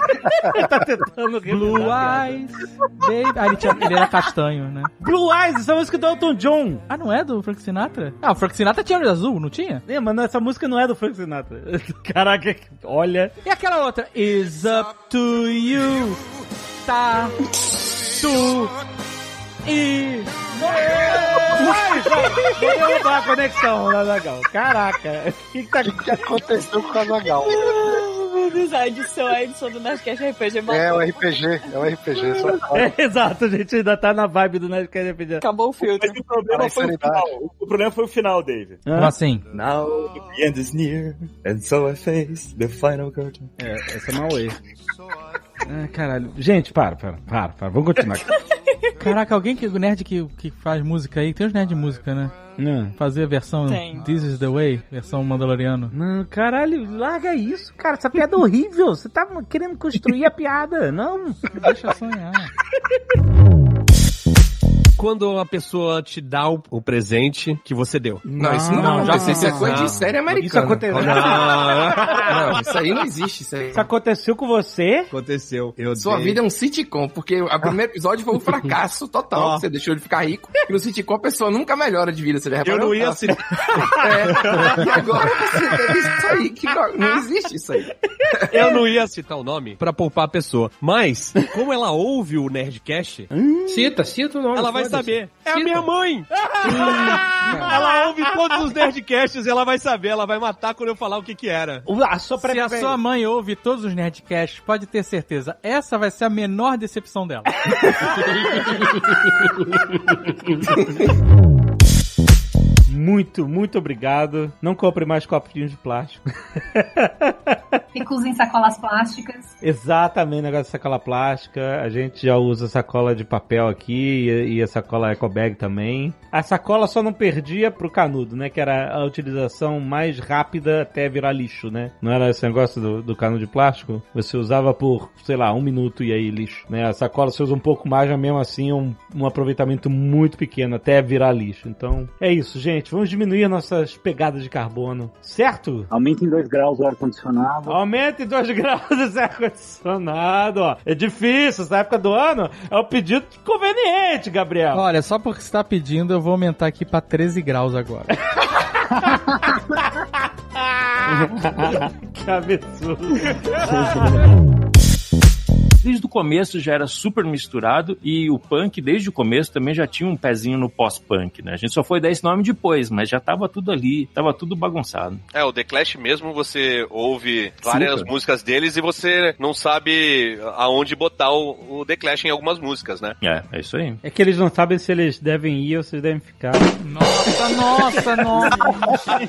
[SPEAKER 4] tá tentando
[SPEAKER 3] Blue eyes, baby. Ah, ele, tinha- ele era castanho, né?
[SPEAKER 4] Blue Eyes, essa música é do Elton John.
[SPEAKER 3] Ah, não é do Frank Sinatra? Ah, o Frank Sinatra tinha olho azul, não tinha?
[SPEAKER 4] É, mas não, essa música não é do Frank Sinatra. Caraca, olha.
[SPEAKER 3] E aquela outra? Is up to you. Tá. Tu. E.
[SPEAKER 4] Vou derrubar a conexão,
[SPEAKER 2] né,
[SPEAKER 4] Nazagal. Caraca, o que, que, tá...
[SPEAKER 30] aconteceu com o Casagal? Meu Deus,
[SPEAKER 9] tá
[SPEAKER 30] a edição, a edição do Nerdcast RPG
[SPEAKER 26] É
[SPEAKER 30] matou.
[SPEAKER 26] o RPG, é o RPG. Só
[SPEAKER 4] É, exato, a gente ainda tá na vibe do Nerdcast RPG.
[SPEAKER 30] Acabou o filtro.
[SPEAKER 26] Mas o problema
[SPEAKER 30] foi o final.
[SPEAKER 26] O problema foi o final, David.
[SPEAKER 4] Ah.
[SPEAKER 3] Como assim?
[SPEAKER 30] Now the end is near, and so I face the final curtain.
[SPEAKER 4] É, essa é uma way. Ah, caralho. Gente, para, para, para, para. Vamos continuar aqui.
[SPEAKER 3] Caraca, alguém que. Nerd que, que faz música aí. Tem uns nerd de música, né? Fazer a versão
[SPEAKER 4] Tem.
[SPEAKER 3] This is the way, versão Mandaloriano.
[SPEAKER 4] Não, caralho, larga isso, cara. Essa piada é horrível. Você tá querendo construir a piada, não?
[SPEAKER 3] Deixa eu sonhar.
[SPEAKER 6] Quando a pessoa te dá o, o presente que você deu.
[SPEAKER 8] Não, isso não,
[SPEAKER 6] Ah, já
[SPEAKER 8] aconteceu. Isso é coisa de série americana.
[SPEAKER 6] Isso aconteceu.
[SPEAKER 8] Não, isso é- aí não existe. Isso, aí.
[SPEAKER 4] Isso aconteceu com você?
[SPEAKER 6] Aconteceu. Eu
[SPEAKER 8] Sua
[SPEAKER 6] dei-
[SPEAKER 8] vida é um sitcom, porque o primeiro episódio foi um fracasso total. Você deixou ele ficar rico. E no sitcom a pessoa nunca melhora de vida, você já reparou?
[SPEAKER 6] Eu não ia
[SPEAKER 8] Ela-
[SPEAKER 6] assim.
[SPEAKER 8] É. E agora você
[SPEAKER 2] é
[SPEAKER 8] teve isso aí, que não, não existe isso aí.
[SPEAKER 6] Eu não ia citar o nome pra poupar a pessoa. Mas, como ela ouve o Nerdcast,
[SPEAKER 8] Hum.
[SPEAKER 5] Cita, cita o nome.
[SPEAKER 6] ela vai
[SPEAKER 5] foda-se.
[SPEAKER 6] saber. É a minha mãe! ela ouve todos os Nerdcasts e ela vai saber. Ela vai matar quando eu falar o que que era.
[SPEAKER 4] Uh,
[SPEAKER 3] Se a sua mãe ouve todos os Nerdcasts, pode ter certeza, essa vai ser a menor decepção dela.
[SPEAKER 4] Muito, muito obrigado. Não compre mais copinhos de plástico.
[SPEAKER 31] Recusem sacolas plásticas.
[SPEAKER 4] Exatamente, negócio de sacola plástica. A gente já usa sacola de papel aqui e, e a sacola EcoBag também. A sacola só não perdia pro canudo, né? Que era a utilização mais rápida até virar lixo, né? Não era esse negócio do, do canudo de plástico? Você usava por, sei lá, um minuto e aí lixo, né? A sacola você usa um pouco mais, mas mesmo assim é um, um aproveitamento muito pequeno até virar lixo. Então, é isso, gente. Vamos diminuir nossas pegadas de carbono, certo?
[SPEAKER 30] Aumenta em 2 graus o ar-condicionado.
[SPEAKER 4] Aumenta em 2 graus esse ar-condicionado, ó. É difícil, essa época do ano é um pedido conveniente, Gabriel.
[SPEAKER 3] Olha, só porque você tá pedindo, eu vou aumentar aqui pra 13 graus agora.
[SPEAKER 4] que absurdo.
[SPEAKER 30] Desde o começo já era super misturado e o punk, desde o começo, também já tinha um pezinho no pós-punk, né? A gente só foi dar esse nome depois, mas já tava tudo ali, tava tudo bagunçado.
[SPEAKER 32] É, o The Clash mesmo, você ouve várias
[SPEAKER 30] Super.
[SPEAKER 32] músicas deles e você não sabe aonde botar o, o The Clash em algumas músicas, né?
[SPEAKER 30] É, é isso aí.
[SPEAKER 4] É que eles não sabem se eles devem ir ou se eles devem ficar.
[SPEAKER 3] Nossa, nossa, nossa.
[SPEAKER 4] ai,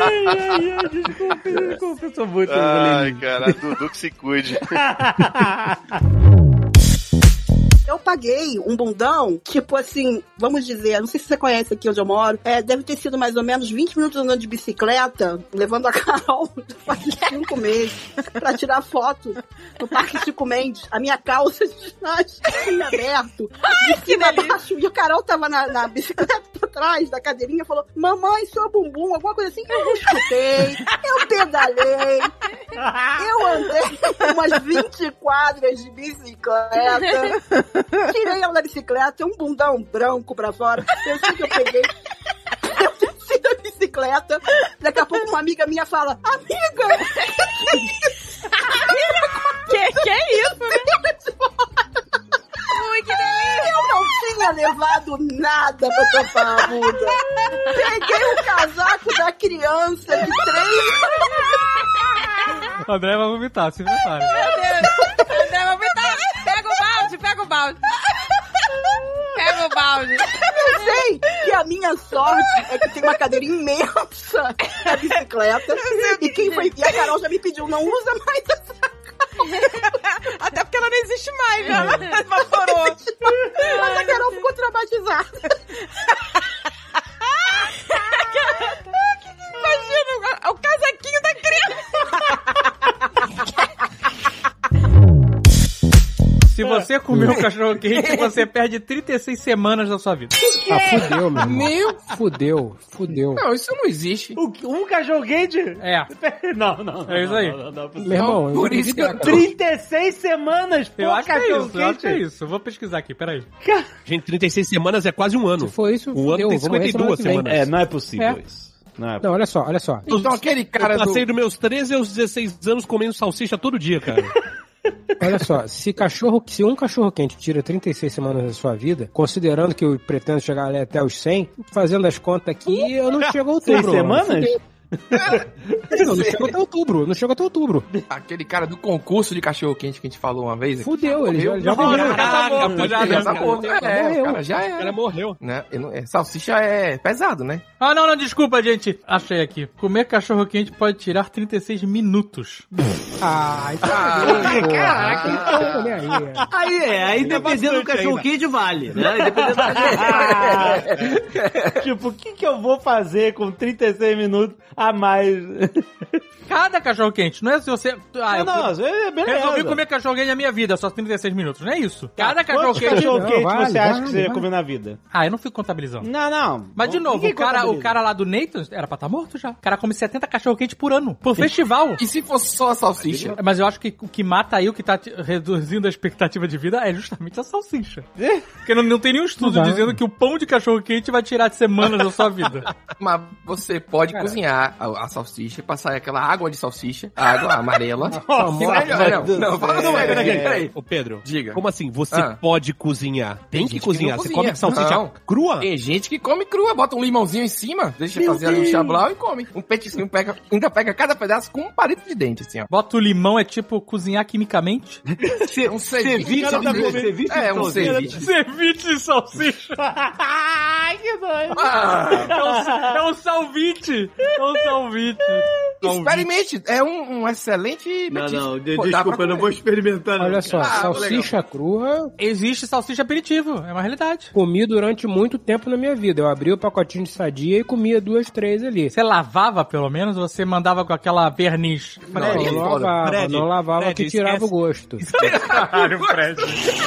[SPEAKER 4] ai, ai, desculpa, desculpa, eu sou muito
[SPEAKER 32] Ai,
[SPEAKER 4] engolido.
[SPEAKER 32] cara, Dudu que se cuide.
[SPEAKER 23] Eu paguei um bundão, tipo assim, vamos dizer, não sei se você conhece aqui onde eu moro, é, deve ter sido mais ou menos 20 minutos andando de bicicleta, levando a Carol faz cinco meses, pra tirar foto no Parque Chico Mendes. A minha calça de ginástica em aberto, de cima a baixo, e o Carol tava na, na bicicleta por trás da cadeirinha, falou, mamãe, seu bumbum, alguma coisa assim, eu escutei, eu pedalei, eu andei umas 20 quadras de bicicleta. Tirei ela da bicicleta, um bundão branco pra fora. Eu sei que eu peguei. Eu desci da bicicleta. Daqui a pouco uma amiga minha fala: Amiga! é que, que é isso? Ui, que delícia! Eu não tinha levado nada pra tapar a bunda. Peguei o casaco da criança de três.
[SPEAKER 3] O André vai vomitar, se prepara.
[SPEAKER 9] Meu Deus! André, vou me dar- Pega o balde, pega o balde! Pega o balde!
[SPEAKER 23] sei que a minha sorte é que tem uma cadeira imensa na bicicleta. E quem foi. E a Carol já me pediu, não usa mais essa cadeira. Até porque ela não existe mais, né?" já evaporou. Mas a Carol ficou traumatizada. Imagina o casaquinho da
[SPEAKER 4] É.
[SPEAKER 3] Se você comer um cachorro quente, você perde 36 semanas da sua vida.
[SPEAKER 5] Ah, fudeu, meu irmão. Fudeu, fudeu.
[SPEAKER 8] Não, isso não existe.
[SPEAKER 4] um cachorro quente?
[SPEAKER 3] É.
[SPEAKER 4] Não, não.
[SPEAKER 3] É isso aí.
[SPEAKER 5] Meu irmão,
[SPEAKER 8] Por isso que eu tô-
[SPEAKER 4] 36 semanas por
[SPEAKER 3] Eu acho que é
[SPEAKER 4] cachorro
[SPEAKER 3] isso, eu acho que é
[SPEAKER 4] quente.
[SPEAKER 3] isso. Eu Vou pesquisar aqui, peraí.
[SPEAKER 6] Gente, 36 semanas é quase um ano.
[SPEAKER 5] foi isso,
[SPEAKER 6] um ano
[SPEAKER 5] fudeu.
[SPEAKER 6] tem
[SPEAKER 5] Vamos ver semana
[SPEAKER 6] 52
[SPEAKER 5] que vem.
[SPEAKER 6] semanas.
[SPEAKER 5] É,
[SPEAKER 4] não é possível
[SPEAKER 5] É.
[SPEAKER 4] isso. Não, é...
[SPEAKER 5] Não, olha só, olha só.
[SPEAKER 8] Então aquele cara
[SPEAKER 6] eu passei
[SPEAKER 8] do...
[SPEAKER 6] dos meus 13 aos 16 anos comendo salsicha todo dia, cara.
[SPEAKER 5] Olha só, se cachorro, se um cachorro quente tira 36 semanas da sua vida, considerando que eu pretendo chegar ali até os 100, fazendo as contas aqui, eu não chego a
[SPEAKER 4] Seis
[SPEAKER 5] outubro.
[SPEAKER 4] semanas?
[SPEAKER 5] Não, não, não chego até outubro, não chego até outubro.
[SPEAKER 8] Aquele cara do concurso de cachorro-quente que a gente falou uma vez.
[SPEAKER 5] Fudeu, ele já, ele já
[SPEAKER 8] Não,
[SPEAKER 5] morreu.
[SPEAKER 8] já tá morto,
[SPEAKER 5] Ele
[SPEAKER 8] já tá morto. É,
[SPEAKER 5] morreu.
[SPEAKER 8] o cara já
[SPEAKER 6] O
[SPEAKER 8] era.
[SPEAKER 6] cara morreu.
[SPEAKER 8] Né? Eu não- é, salsicha é pesado, né?
[SPEAKER 3] Ah, não, não, desculpa, gente. Achei aqui. Comer cachorro quente pode tirar 36 minutos.
[SPEAKER 5] Ah, então,
[SPEAKER 8] Caraca,
[SPEAKER 5] então, olha aí.
[SPEAKER 2] Aí é, aí dependendo do
[SPEAKER 4] um
[SPEAKER 2] cachorro quente vale, né? E Dependendo da
[SPEAKER 4] tipo, o que, que eu vou fazer com 36 minutos a mais?
[SPEAKER 3] Cada cachorro quente. Não é se você. Ah, eu
[SPEAKER 4] não, é beleza.
[SPEAKER 3] resolvi comer cachorro quente na minha vida, só 36 minutos. Não é isso. Cada cachorro
[SPEAKER 4] Quantos
[SPEAKER 3] quente.
[SPEAKER 4] cachorro quente
[SPEAKER 5] Não, vale,
[SPEAKER 4] você acha
[SPEAKER 5] vale,
[SPEAKER 4] que você ia
[SPEAKER 5] vale.
[SPEAKER 4] comer na vida?
[SPEAKER 3] Ah, eu não fico contabilizando.
[SPEAKER 4] Não,
[SPEAKER 8] Ah,
[SPEAKER 4] não.
[SPEAKER 3] Mas de novo,
[SPEAKER 4] Ninguém
[SPEAKER 3] o cara, o
[SPEAKER 4] contabiliza.
[SPEAKER 3] cara lá do Nathan era pra estar morto já. O cara come 70 cachorro quente por ano. Por festival.
[SPEAKER 8] E se fosse só a salsicha?
[SPEAKER 3] Mas eu acho que o que mata aí, o que tá te- reduzindo a expectativa de vida é justamente a salsicha.
[SPEAKER 8] É?
[SPEAKER 3] Porque não, não tem nenhum estudo
[SPEAKER 5] Não dá.
[SPEAKER 3] dizendo que o pão de cachorro quente vai tirar de semanas da sua vida.
[SPEAKER 8] Mas você pode cozinhar a, a salsicha, passar aquela água de salsicha, a água amarela. Que melhor- não,
[SPEAKER 4] Deus
[SPEAKER 8] não, fala sério,
[SPEAKER 6] Peraí,
[SPEAKER 8] peraí,
[SPEAKER 4] É.
[SPEAKER 6] peraí,
[SPEAKER 8] peraí.
[SPEAKER 6] Ô, Pedro.
[SPEAKER 8] Diga.
[SPEAKER 6] Como assim? Você
[SPEAKER 8] Ah.
[SPEAKER 6] pode cozinhar. Tem,
[SPEAKER 8] Tem
[SPEAKER 6] que
[SPEAKER 8] gente que
[SPEAKER 6] cozinhar.
[SPEAKER 8] não
[SPEAKER 6] Você
[SPEAKER 8] cozinha.
[SPEAKER 6] come salsicha
[SPEAKER 8] Não.
[SPEAKER 6] crua?
[SPEAKER 8] Tem gente que come crua, bota um limãozinho em cima, deixa fazer ali um chablau e come. Um petisquinho pega, ainda pega cada pedaço com um palito de dente, assim, ó.
[SPEAKER 3] Bota o limão, é tipo cozinhar quimicamente.
[SPEAKER 8] É um ceviche.
[SPEAKER 4] ceviche,
[SPEAKER 8] de
[SPEAKER 4] tá
[SPEAKER 8] salsicha.
[SPEAKER 4] comendo ceviche
[SPEAKER 8] é, um
[SPEAKER 4] todo.
[SPEAKER 8] ceviche.
[SPEAKER 3] Servite tá de salsicha.
[SPEAKER 4] Ai, que doido.
[SPEAKER 8] Ah,
[SPEAKER 3] É um, é um salvite. É um salvite.
[SPEAKER 8] experimente. É um, um excelente
[SPEAKER 2] Não,
[SPEAKER 8] petisco.
[SPEAKER 2] não, de-
[SPEAKER 8] Pô, dá
[SPEAKER 2] desculpa,
[SPEAKER 8] pra
[SPEAKER 2] eu não
[SPEAKER 8] comer.
[SPEAKER 2] vou experimentar. não.
[SPEAKER 5] Olha só,
[SPEAKER 8] Ah,
[SPEAKER 5] salsicha crua,
[SPEAKER 3] Existe salsicha aperitivo. É uma realidade.
[SPEAKER 5] comi durante muito tempo na minha vida. Eu abri o pacotinho de sadia e comia duas, três ali.
[SPEAKER 3] Você lavava, pelo menos, ou você mandava com aquela verniz?
[SPEAKER 5] Não,
[SPEAKER 8] Fred,
[SPEAKER 5] não lavava,
[SPEAKER 6] Fred,
[SPEAKER 5] não lavava
[SPEAKER 6] Fred,
[SPEAKER 5] que tirava
[SPEAKER 6] esquece.
[SPEAKER 5] o gosto.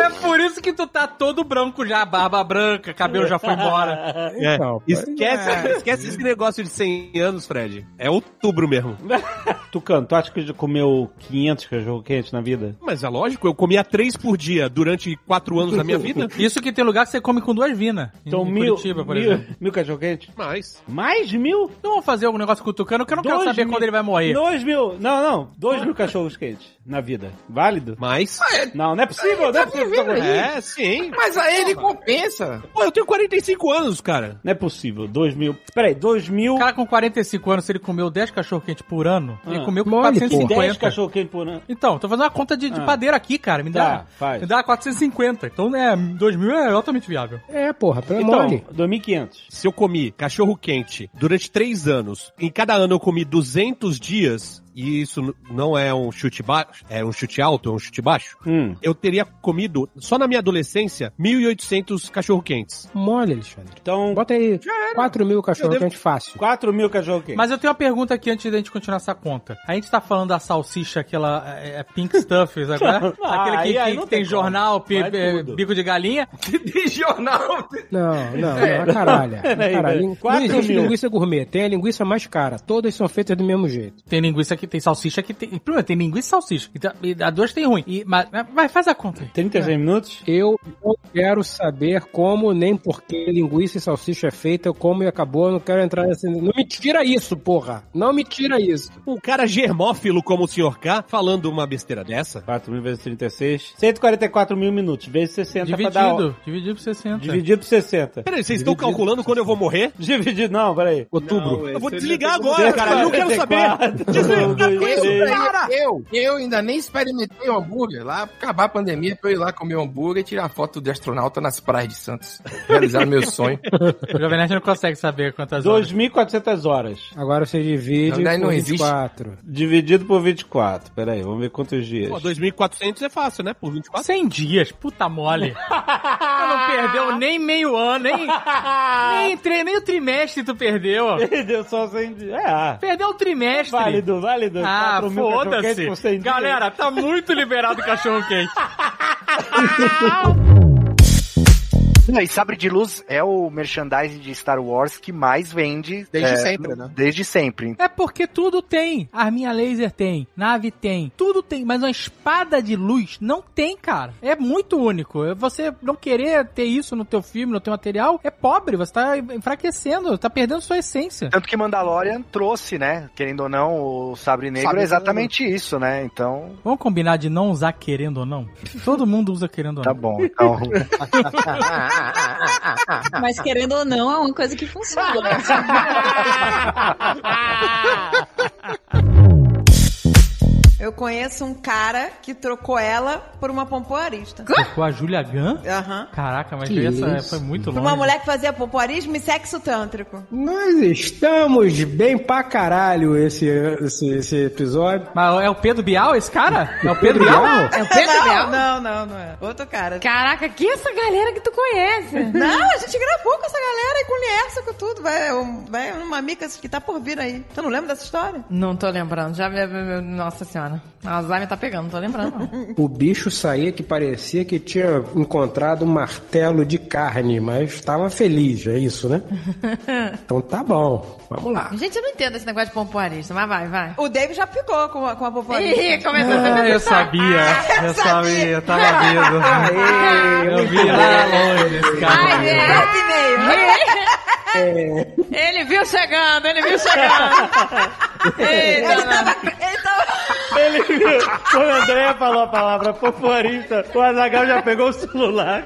[SPEAKER 3] É por isso que tu tá todo branco já, barba branca, cabelo já foi embora.
[SPEAKER 6] É.
[SPEAKER 5] Então,
[SPEAKER 6] esquece,
[SPEAKER 5] pois é.
[SPEAKER 6] esquece esse negócio de 100 anos, Fred. É outubro mesmo.
[SPEAKER 4] Tucano, tu acha que já comeu 500 cachorro é quente na vida?
[SPEAKER 6] Mas é lógico, eu comia três por dia durante quatro anos da minha vida.
[SPEAKER 3] Isso que tem lugar que você come com duas vinas.
[SPEAKER 4] Então,
[SPEAKER 3] em
[SPEAKER 4] mil,
[SPEAKER 3] Curitiba, por
[SPEAKER 4] mil,
[SPEAKER 3] exemplo.
[SPEAKER 4] mil cachorro quente?
[SPEAKER 6] Mas.
[SPEAKER 4] Mais de mil?
[SPEAKER 3] Não vou fazer algum negócio com o Tucano, que eu não quero
[SPEAKER 4] Dois
[SPEAKER 3] saber
[SPEAKER 4] mil-
[SPEAKER 3] quando ele vai morrer.
[SPEAKER 4] Dois mil. Não, não. Dois mil cachorros quentes na vida. Válido?
[SPEAKER 6] Mas.
[SPEAKER 8] Ah,
[SPEAKER 4] Não, não é possível, não é possível.
[SPEAKER 6] É, sim.
[SPEAKER 8] Tá Mas aí ele compensa.
[SPEAKER 6] Pô, eu tenho 45 anos, cara.
[SPEAKER 4] Não é possível. Dois mil. Peraí, dois mil.
[SPEAKER 3] O cara com 45 anos, se ele comeu 10 cachorro-quente por ano,
[SPEAKER 4] Ah.
[SPEAKER 3] ele comeu com
[SPEAKER 5] Mole,
[SPEAKER 4] Dez
[SPEAKER 3] 450.
[SPEAKER 4] cachorro quente por ano.
[SPEAKER 3] Então, tô fazendo uma conta de, de
[SPEAKER 4] Ah.
[SPEAKER 3] padeiro aqui, cara. Me dá,
[SPEAKER 4] Tá, faz.
[SPEAKER 3] me dá 450. Então, né, 2 mil é altamente viável.
[SPEAKER 5] É, porra, pelo então,
[SPEAKER 4] Então,
[SPEAKER 5] mole.
[SPEAKER 4] 2.500.
[SPEAKER 6] Se eu comi cachorro quente durante três anos, em cada ano eu comi 200 dias, e isso n- não é um chute baixo, é um chute alto, é um chute baixo,
[SPEAKER 4] Hum.
[SPEAKER 6] eu teria comido, só na minha adolescência, 1.800 cachorro quentes.
[SPEAKER 5] Mole, Alexandre.
[SPEAKER 4] Então,
[SPEAKER 5] Bota aí 4 mil cachorro
[SPEAKER 6] Eu
[SPEAKER 5] quente fácil.
[SPEAKER 4] 4 mil cachorro quente.
[SPEAKER 3] Mas eu tenho uma pergunta aqui antes da gente continuar essa conta. A gente tá falando da salsicha, aquela é, é, pink stuff, sabe? qual é?
[SPEAKER 4] Ah,
[SPEAKER 3] Aquele que,
[SPEAKER 4] aí- aí
[SPEAKER 3] que-
[SPEAKER 4] não
[SPEAKER 3] que tem
[SPEAKER 4] tem
[SPEAKER 3] jornal,
[SPEAKER 4] como.
[SPEAKER 3] pi-
[SPEAKER 4] Vai
[SPEAKER 3] é,
[SPEAKER 4] tudo.
[SPEAKER 3] bico de galinha.
[SPEAKER 8] De jornal.
[SPEAKER 5] Não, não, não, a caralho. A
[SPEAKER 4] É. peraí,
[SPEAKER 5] caralho.
[SPEAKER 4] peraí.
[SPEAKER 5] Não
[SPEAKER 4] Quatro
[SPEAKER 5] existe
[SPEAKER 4] mil.
[SPEAKER 5] linguiça gourmet, tem a linguiça mais cara. Todas são feitas do mesmo jeito.
[SPEAKER 3] Tem linguiça que tem salsicha que tem. Primeiro, tem linguiça e salsicha. Então, e a duas tem ruim. E, mas, mas faz a conta aí. É.
[SPEAKER 4] 36 minutos?
[SPEAKER 5] Eu não quero saber como nem por que linguiça e salsicha é feita, como e acabou, eu não quero entrar nesse... Não me tira isso, porra! Não me tira isso!
[SPEAKER 6] Um cara germófilo como o Sr. K falando uma besteira dessa?
[SPEAKER 4] 4 mil vezes 36. 144 mil minutos, vezes 60
[SPEAKER 6] Tá
[SPEAKER 4] pra dar...
[SPEAKER 3] Dividido. Dividido por 60.
[SPEAKER 4] Dividido por 60.
[SPEAKER 6] Peraí, vocês estão calculando quando eu vou morrer?
[SPEAKER 4] Dividido, não, peraí.
[SPEAKER 5] Outubro.
[SPEAKER 6] Eu
[SPEAKER 8] é
[SPEAKER 6] vou desligar agora, cara. Eu não quero saber.
[SPEAKER 4] 44,
[SPEAKER 8] Eu, Tá
[SPEAKER 4] 23.
[SPEAKER 8] eu, eu ainda nem experimentei o hambúrguer lá. Acabar a pandemia pra eu ir lá comer hambúrguer e tirar foto desta astronauta nas praias de Santos. Realizar meu sonho.
[SPEAKER 3] O Jovem Nerd não consegue saber quantas horas.
[SPEAKER 4] 2.400 horas.
[SPEAKER 5] Agora você divide
[SPEAKER 4] Não, daí
[SPEAKER 5] por
[SPEAKER 4] não existe.
[SPEAKER 5] 24.
[SPEAKER 4] Dividido por 24. Peraí, vamos ver quantos dias.
[SPEAKER 33] Pô, 2.400 é fácil, né? Por 24.
[SPEAKER 3] 100 dias, puta mole.
[SPEAKER 2] Ah,
[SPEAKER 3] Tu não perdeu nem meio ano, nem, nem, tre- nem o trimestre tu perdeu.
[SPEAKER 4] Perdeu só 100 dias. É.
[SPEAKER 3] Perdeu o trimestre.
[SPEAKER 4] Válido, válido.
[SPEAKER 3] Ah,
[SPEAKER 4] 4.000 cachorro-quente por 100
[SPEAKER 3] foda-se.
[SPEAKER 4] dias.
[SPEAKER 3] Galera, tá muito liberado o cachorro quente.
[SPEAKER 2] Não, e Sabre de Luz é o merchandising de Star Wars que mais vende.
[SPEAKER 3] Desde
[SPEAKER 2] é,
[SPEAKER 3] sempre, né?
[SPEAKER 2] no- Desde sempre.
[SPEAKER 3] É porque tudo tem. Arminha laser tem, nave tem, tudo tem, mas uma espada de luz não tem, cara. É muito único. Você não querer ter isso no teu filme, no teu material, é pobre, você tá enfraquecendo, tá perdendo sua essência.
[SPEAKER 2] Tanto que Mandalorian trouxe, né? Querendo ou não, o Sabre Negro
[SPEAKER 3] Sabre
[SPEAKER 2] é exatamente isso, né? Então.
[SPEAKER 3] Vamos combinar de não usar querendo ou não? Todo mundo usa querendo ou não. Tá
[SPEAKER 2] bom, então.
[SPEAKER 34] Mas querendo ou não, é uma coisa que funciona.
[SPEAKER 10] Eu conheço um cara que trocou ela por uma pompoarista.
[SPEAKER 3] Com a Julia Gunn?
[SPEAKER 10] Aham.
[SPEAKER 3] Caraca, mas
[SPEAKER 10] Que
[SPEAKER 3] essa
[SPEAKER 10] isso?
[SPEAKER 3] foi muito
[SPEAKER 10] Pra
[SPEAKER 3] longe.
[SPEAKER 10] uma mulher que fazia pompoarismo e sexo tântrico.
[SPEAKER 5] Nós estamos bem pra caralho esse, esse, esse episódio.
[SPEAKER 3] Mas é o Pedro Bial, esse cara? É o
[SPEAKER 5] Pedro Bial?
[SPEAKER 10] É o Pedro Bial? Não, não, não é. Outro cara.
[SPEAKER 9] Caraca, que essa galera que tu conhece?
[SPEAKER 10] Não, a gente gravou com essa galera e com o Lierson, com tudo. Vai, um- vai uma mica que tá por vir aí. Tu não lembra dessa história?
[SPEAKER 9] Não tô lembrando. Já, nossa senhora. A Alzheimer tá pegando, não tô lembrando. não.
[SPEAKER 5] O bicho saía que parecia que tinha encontrado um martelo de carne, mas estava feliz, é isso, né? Então tá bom, vamos lá.
[SPEAKER 9] Gente, eu não entendo esse negócio de pompoarista, mas vai, vai.
[SPEAKER 10] O David já picou com a, com a pompoarista. Ah,
[SPEAKER 9] Ih, começou a ser
[SPEAKER 3] eu sabia, eu sabia, eu tava vendo. eu vi lá longe esse cara.
[SPEAKER 9] Ai, é. Ele viu chegando, ele viu chegando. Eita,
[SPEAKER 10] ele, tá tava, ele tava...
[SPEAKER 4] Ele viu. Quando a Andréia falou a palavra pompoarista, o Azagal já pegou o celular.